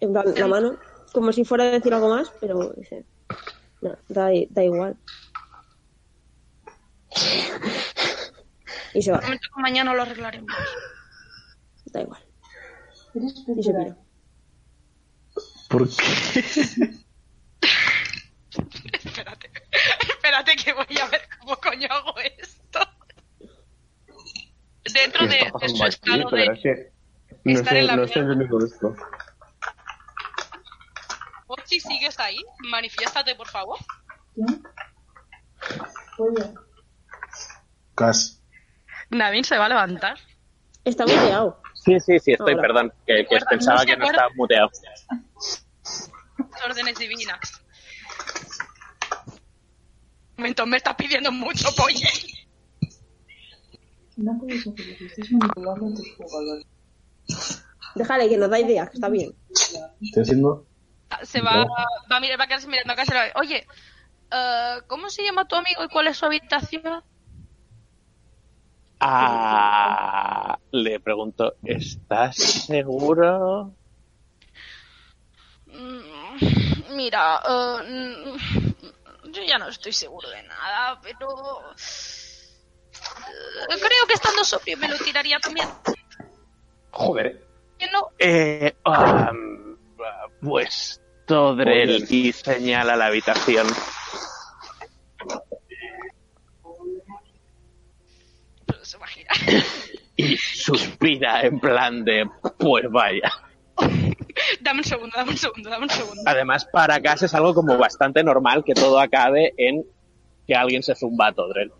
En plan, la mano. Como si fuera a decir algo más, pero dice. No, da, i- da igual. Y se va.
Prometo que mañana lo arreglaremos.
Da igual. Y se pira.
¿Por qué?
Espérate. Espérate que voy a ver cómo coño hago esto. Dentro
¿Qué
de,
está
de
pasando
su
aquí?
estado
Pero
de
es que no
estar en la
estoy, no estoy entendiendo esto.
Pochi, ¿sigues ahí? Manifiéstate, por favor.
Cas.
Navin se va a levantar.
Está bloqueado.
Sí, sí, sí, estoy,
Ahora.
perdón, que, que
Guarda,
pensaba
no se
que no
guarda.
estaba muteado.
órdenes divinas. Momento, me estás pidiendo mucho, polle.
No puedes hacer eso, estás manipulando a tus jugadores.
Déjale que nos da ideas, que está bien.
Estoy haciendo.
Se va, va a mirar, va a quedarse mirando a casa. y le va a decir, Oye, eh, ¿cómo se llama tu amigo y cuál es su habitación?
Ah, le pregunto, ¿estás seguro?
Mm, Mira, eh, mm, yo ya no estoy seguro de nada, pero eh, creo que estando sobrio me lo tiraría también.
Joder.
Que no,
Eh, ah,
um,
mm, ah, pues Todrell y señala la habitación.
pero se va a girar.
Y suspira en plan de, pues vaya.
Dame un segundo, dame un segundo, dame un segundo.
Además, para casa es algo como bastante normal que todo acabe en que alguien se zumba a Todrell.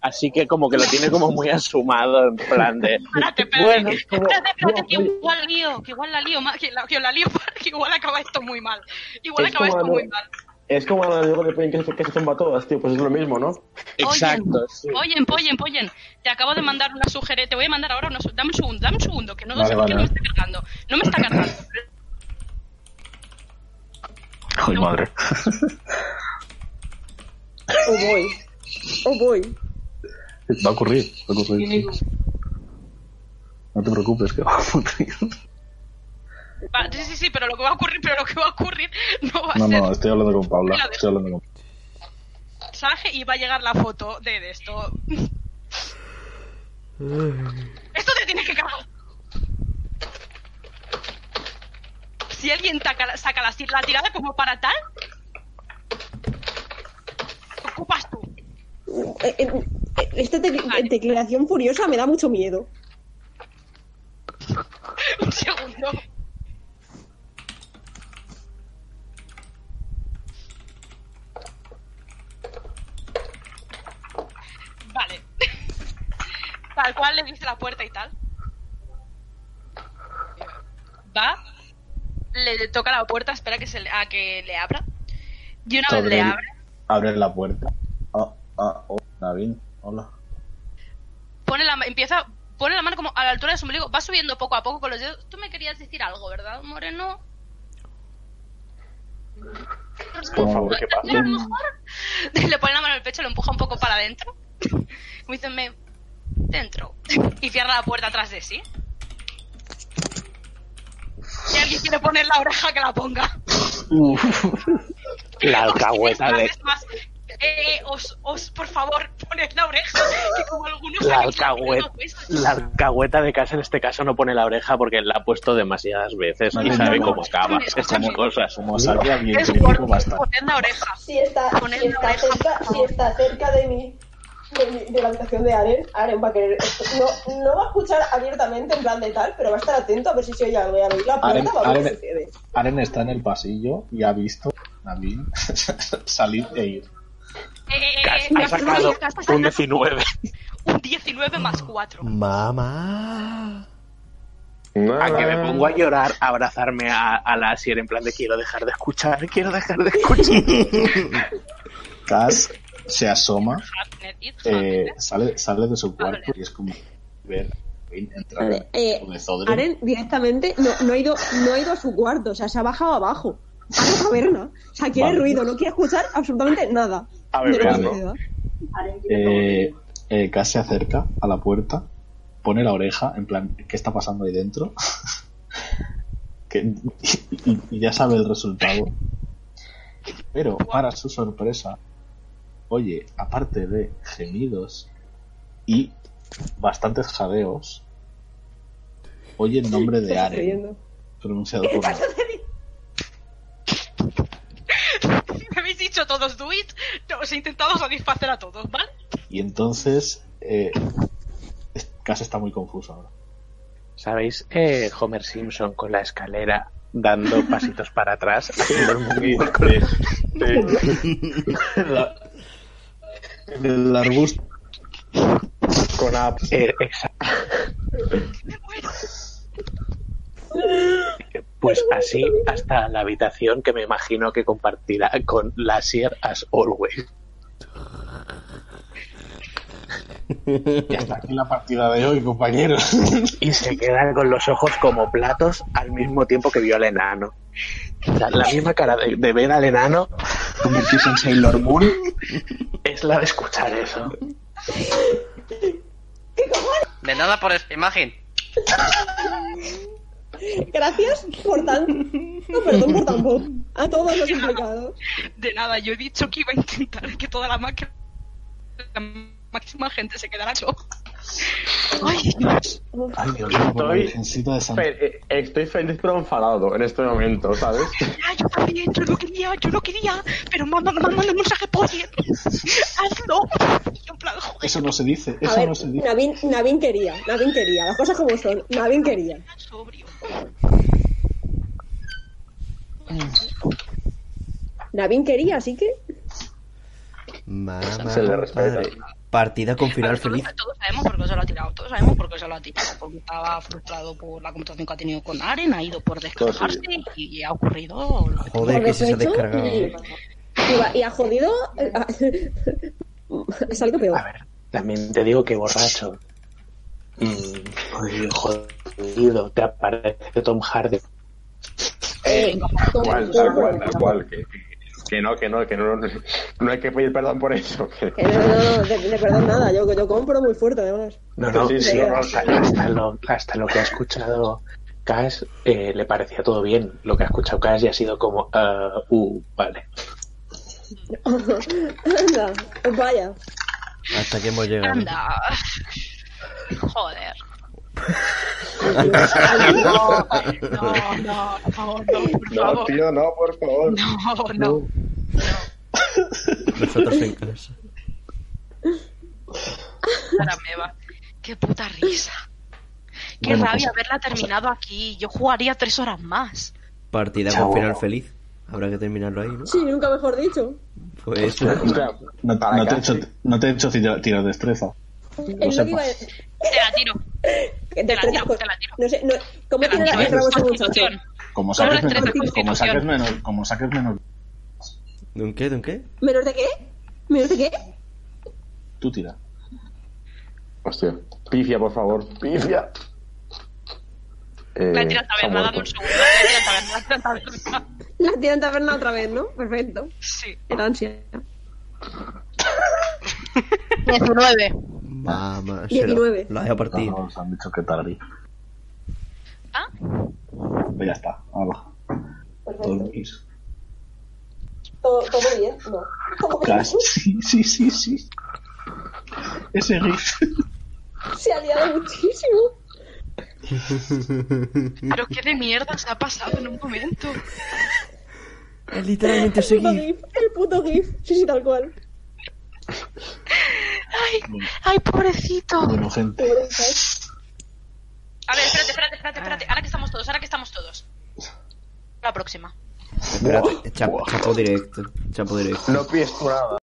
Así que como que lo tiene como muy asumado en plan de... Bueno, como-
Espérate, espérate, que igual lío, que igual la lío, ma- que la, que la lío, que igual acaba esto muy mal. Igual
Es
acaba
como
esto
la-
muy mal.
es como cuando digo que piden que se, que se zumba a todas, tío, pues es lo mismo, ¿no?
Exacto, Oyen, pollen, pollen, te acabo de mandar una sugerencia, te voy a mandar ahora una su- dame un segundo, dame un segundo, que no lo
Vale,
sé por qué no
vale.
me está cargando. No me está cargando.
Joder, madre.
Oh boy. Oh boy.
Va a ocurrir, va a ocurrir. sí. No te preocupes, que va a ocurrir.
Va, sí, sí, sí, pero lo que va a ocurrir, pero lo que va a ocurrir no va a
No,
ser
no, estoy hablando con Paula. Estoy hablando con
mensaje y va a llegar la foto de, de esto. esto te tienes que cagar. Si alguien taca- saca la, la tirada como para tal, ocupas tú.
Eh, eh, eh, Esta tec- declaración furiosa me da mucho miedo.
Un segundo. Vale. Tal cual le dice la puerta y tal. Va. Le toca la puerta, espera que se le- a que le abra. Y una vez
Sobre
le
el-
abre,
Abre la puerta. Ah, ah, oh, Navin, hola.
pone la, ma- empieza, pone la mano como a la altura de su ombligo, va subiendo poco a poco con los dedos. Tú me querías decir algo, ¿verdad, Moreno?
Por favor, ¿qué
A lo mejor le pone la mano en el pecho, lo empuja un poco para adentro. Como diciéndome, dentro. Y cierra la puerta atrás de sí. Eh, Si alguien quiere poner la oreja, que la ponga.
La alcahueta de.
Más, eh, os, os, por favor, poned la oreja. Que como algunos.
La
aquí son
alcahueta,
problemas,
la alcahueta de casa en este caso no pone la oreja porque la ha puesto demasiadas veces y
no,
sabe
no, no,
cómo acaba
escúchame,
estas
escúchame.
cosas.
Como sabía bien,
Es
te digo bastante.
Poned la oreja.
Si está, si está, cerca, si está cerca de mí, de, mi- de la habitación de Aren, Aren va a querer. No, no va a escuchar abiertamente en plan de tal, pero va a estar atento a ver si se oye algo y al oír la puerta
Aren,
va a ver qué
Aren-
sucede.
Aren está en el pasillo y ha visto a Navin salir e ir.
Eh,
Ha sacado un 19.
un 19 más 4.
Mm.
Mamá.
Ah,
A que me pongo a llorar, a abrazarme a, a la Asier en plan de quiero dejar de escuchar, quiero dejar de escuchar.
Cass se asoma, eh, sale, sale de su cuarto y es como ver a Navin entrar en
Vale, eh,
el zodre.
Aren directamente no, no ha ido, no ha ido a su cuarto, o sea, se ha bajado abajo. A la caverna. O sea, quiere
Vale.
ruido, no quiere escuchar absolutamente nada.
A
de lo que
beber, ¿no?
suceda.
Eh, eh, Cass se acerca a la puerta, pone la oreja, en plan, ¿qué está pasando ahí dentro? Que- y, y ya sabe el resultado. Pero, para su sorpresa, oye, aparte de gemidos y bastantes jadeos, oye el nombre de Aren pronunciado por
Me habéis dicho todos do it. No, os he intentado satisfacer a todos, ¿vale?
Y entonces, eh, es- Cass está muy confuso ahora.
¿Sabéis? Eh, Homer Simpson con la escalera dando pasitos para atrás, haciendo el muñeco con-
El arbusto.
con la- eh, exacto. Pues así hasta la habitación que me imagino que compartirá con la Asier as always.
Y hasta aquí la partida de hoy, compañeros.
y se queda con los ojos como platos al mismo tiempo que vio al enano. O sea, la misma cara de, de ver al enano convertirse en Sailor Moon es la de escuchar eso.
De nada por esta imagen.
Gracias por tan. No, perdón por tan poco. A todos los implicados.
De nada, yo he dicho que iba a intentar que toda la máquina. La máxima gente se quedara yo. Ay, Dios.
Ay, Dios mío, por la
Estoy,
Virgencita de San
fe- eh, estoy feliz pero enfadado en este momento, ¿sabes?
Ah, yo también, yo no quería, yo no quería. Pero mamá, mamá, manda un mensaje por Hazlo. Yo en plan, joder,
Eso no se dice,
A
eso
ver,
no se dice.
Navin, Navin quería, Navin quería, las cosas como son, Navin quería.
sobrio.
Navin quería, así que.
Mamá.
Se le respeta.
compadre. Partida con final feliz.
Todos sabemos por qué se lo ha tirado, todos sabemos por qué se lo ha tirado. Porque estaba frustrado por la computación que ha tenido con Aren, ha ido por descargarse y ha ocurrido lo que
Joder, que se, se ha
Por
descargado.
despecho Y, y va- y ha jodido. eh, Es algo peor.
También te digo que borracho. Mm, jodido, te aparece Tom Hardy.
Eh,
Tal cual, tal cual, que, que no, que no, que no. No hay que pedir perdón por eso. que-
Que Eh, no, no, no, de, de perdón nada, yo, yo compro muy fuerte además.
No, no,
Sí,
sí,
sí.
no, hasta, hasta lo, hasta lo que ha escuchado Cash eh, le parecía todo bien. Lo que ha escuchado Cash ya ha sido como, ah, uh, vale.
Anda, pues vaya.
Hasta que hemos llegado.
Anda.
eh.
Joder.
No, no, no, no, no, por
No,
favor.
tío, no, por favor.
No, no.
Nosotros en casa.
Ahora me va. Qué puta risa. Qué
Bueno,
rabia
pues-
haberla terminado aquí. Yo jugaría tres horas más.
Partida
Chao.
con final feliz. Habrá que terminarlo ahí, ¿no?
Sí, nunca mejor dicho.
Pues.
O sea,
No,
Para
no te he
casi.
hecho, no te he hecho tiro- tirar destreza.
Es lo que iba a decir.
Te la tiro.
Te la tiro, No sé, no, ¿cómo
Te
tiene
la tiro,
la
¿eh?
el rabo ese muchacho?
Constitución.
Como
Solo
saques,
destreza
menos,
y
como saques
constitución.
menos, como saques menos,
¿De un qué? ¿De un qué?
¿Menos de qué? ¿Menos de qué?
tú tira.
Hostia. Pifia, por favor. Pifia. Eh,
La tiro a
se ha
taberna, dame
muerto.
un segundo. La tiro a taberna, la tiro a taberna.
La tía en taberna otra vez, ¿no? Perfecto.
Sí.
El ansia.
19.
Mamá,
19.
Lo hay a partir.
No, nos han dicho que tardí.
Ah.
Pues ya está, ahora. Dormís.
¿Todo, todo bien? No. ¿Todo bien?
Casi, sí, sí, sí, sí. Ese gif.
Se ha liado muchísimo.
Pero qué de mierda se ha pasado en un momento.
Es literalmente
El puto
seguir.
gif, el puto gif. Sí, sí, tal cual.
Ay, ay, pobrecito.
Bueno, gente,
Pobreza.
A ver, espérate, espérate, espérate, espérate. Ahora que estamos todos, ahora que estamos todos. La próxima.
Espérate, chapo, chapo directo. Chapo directo.
No pides tú nada.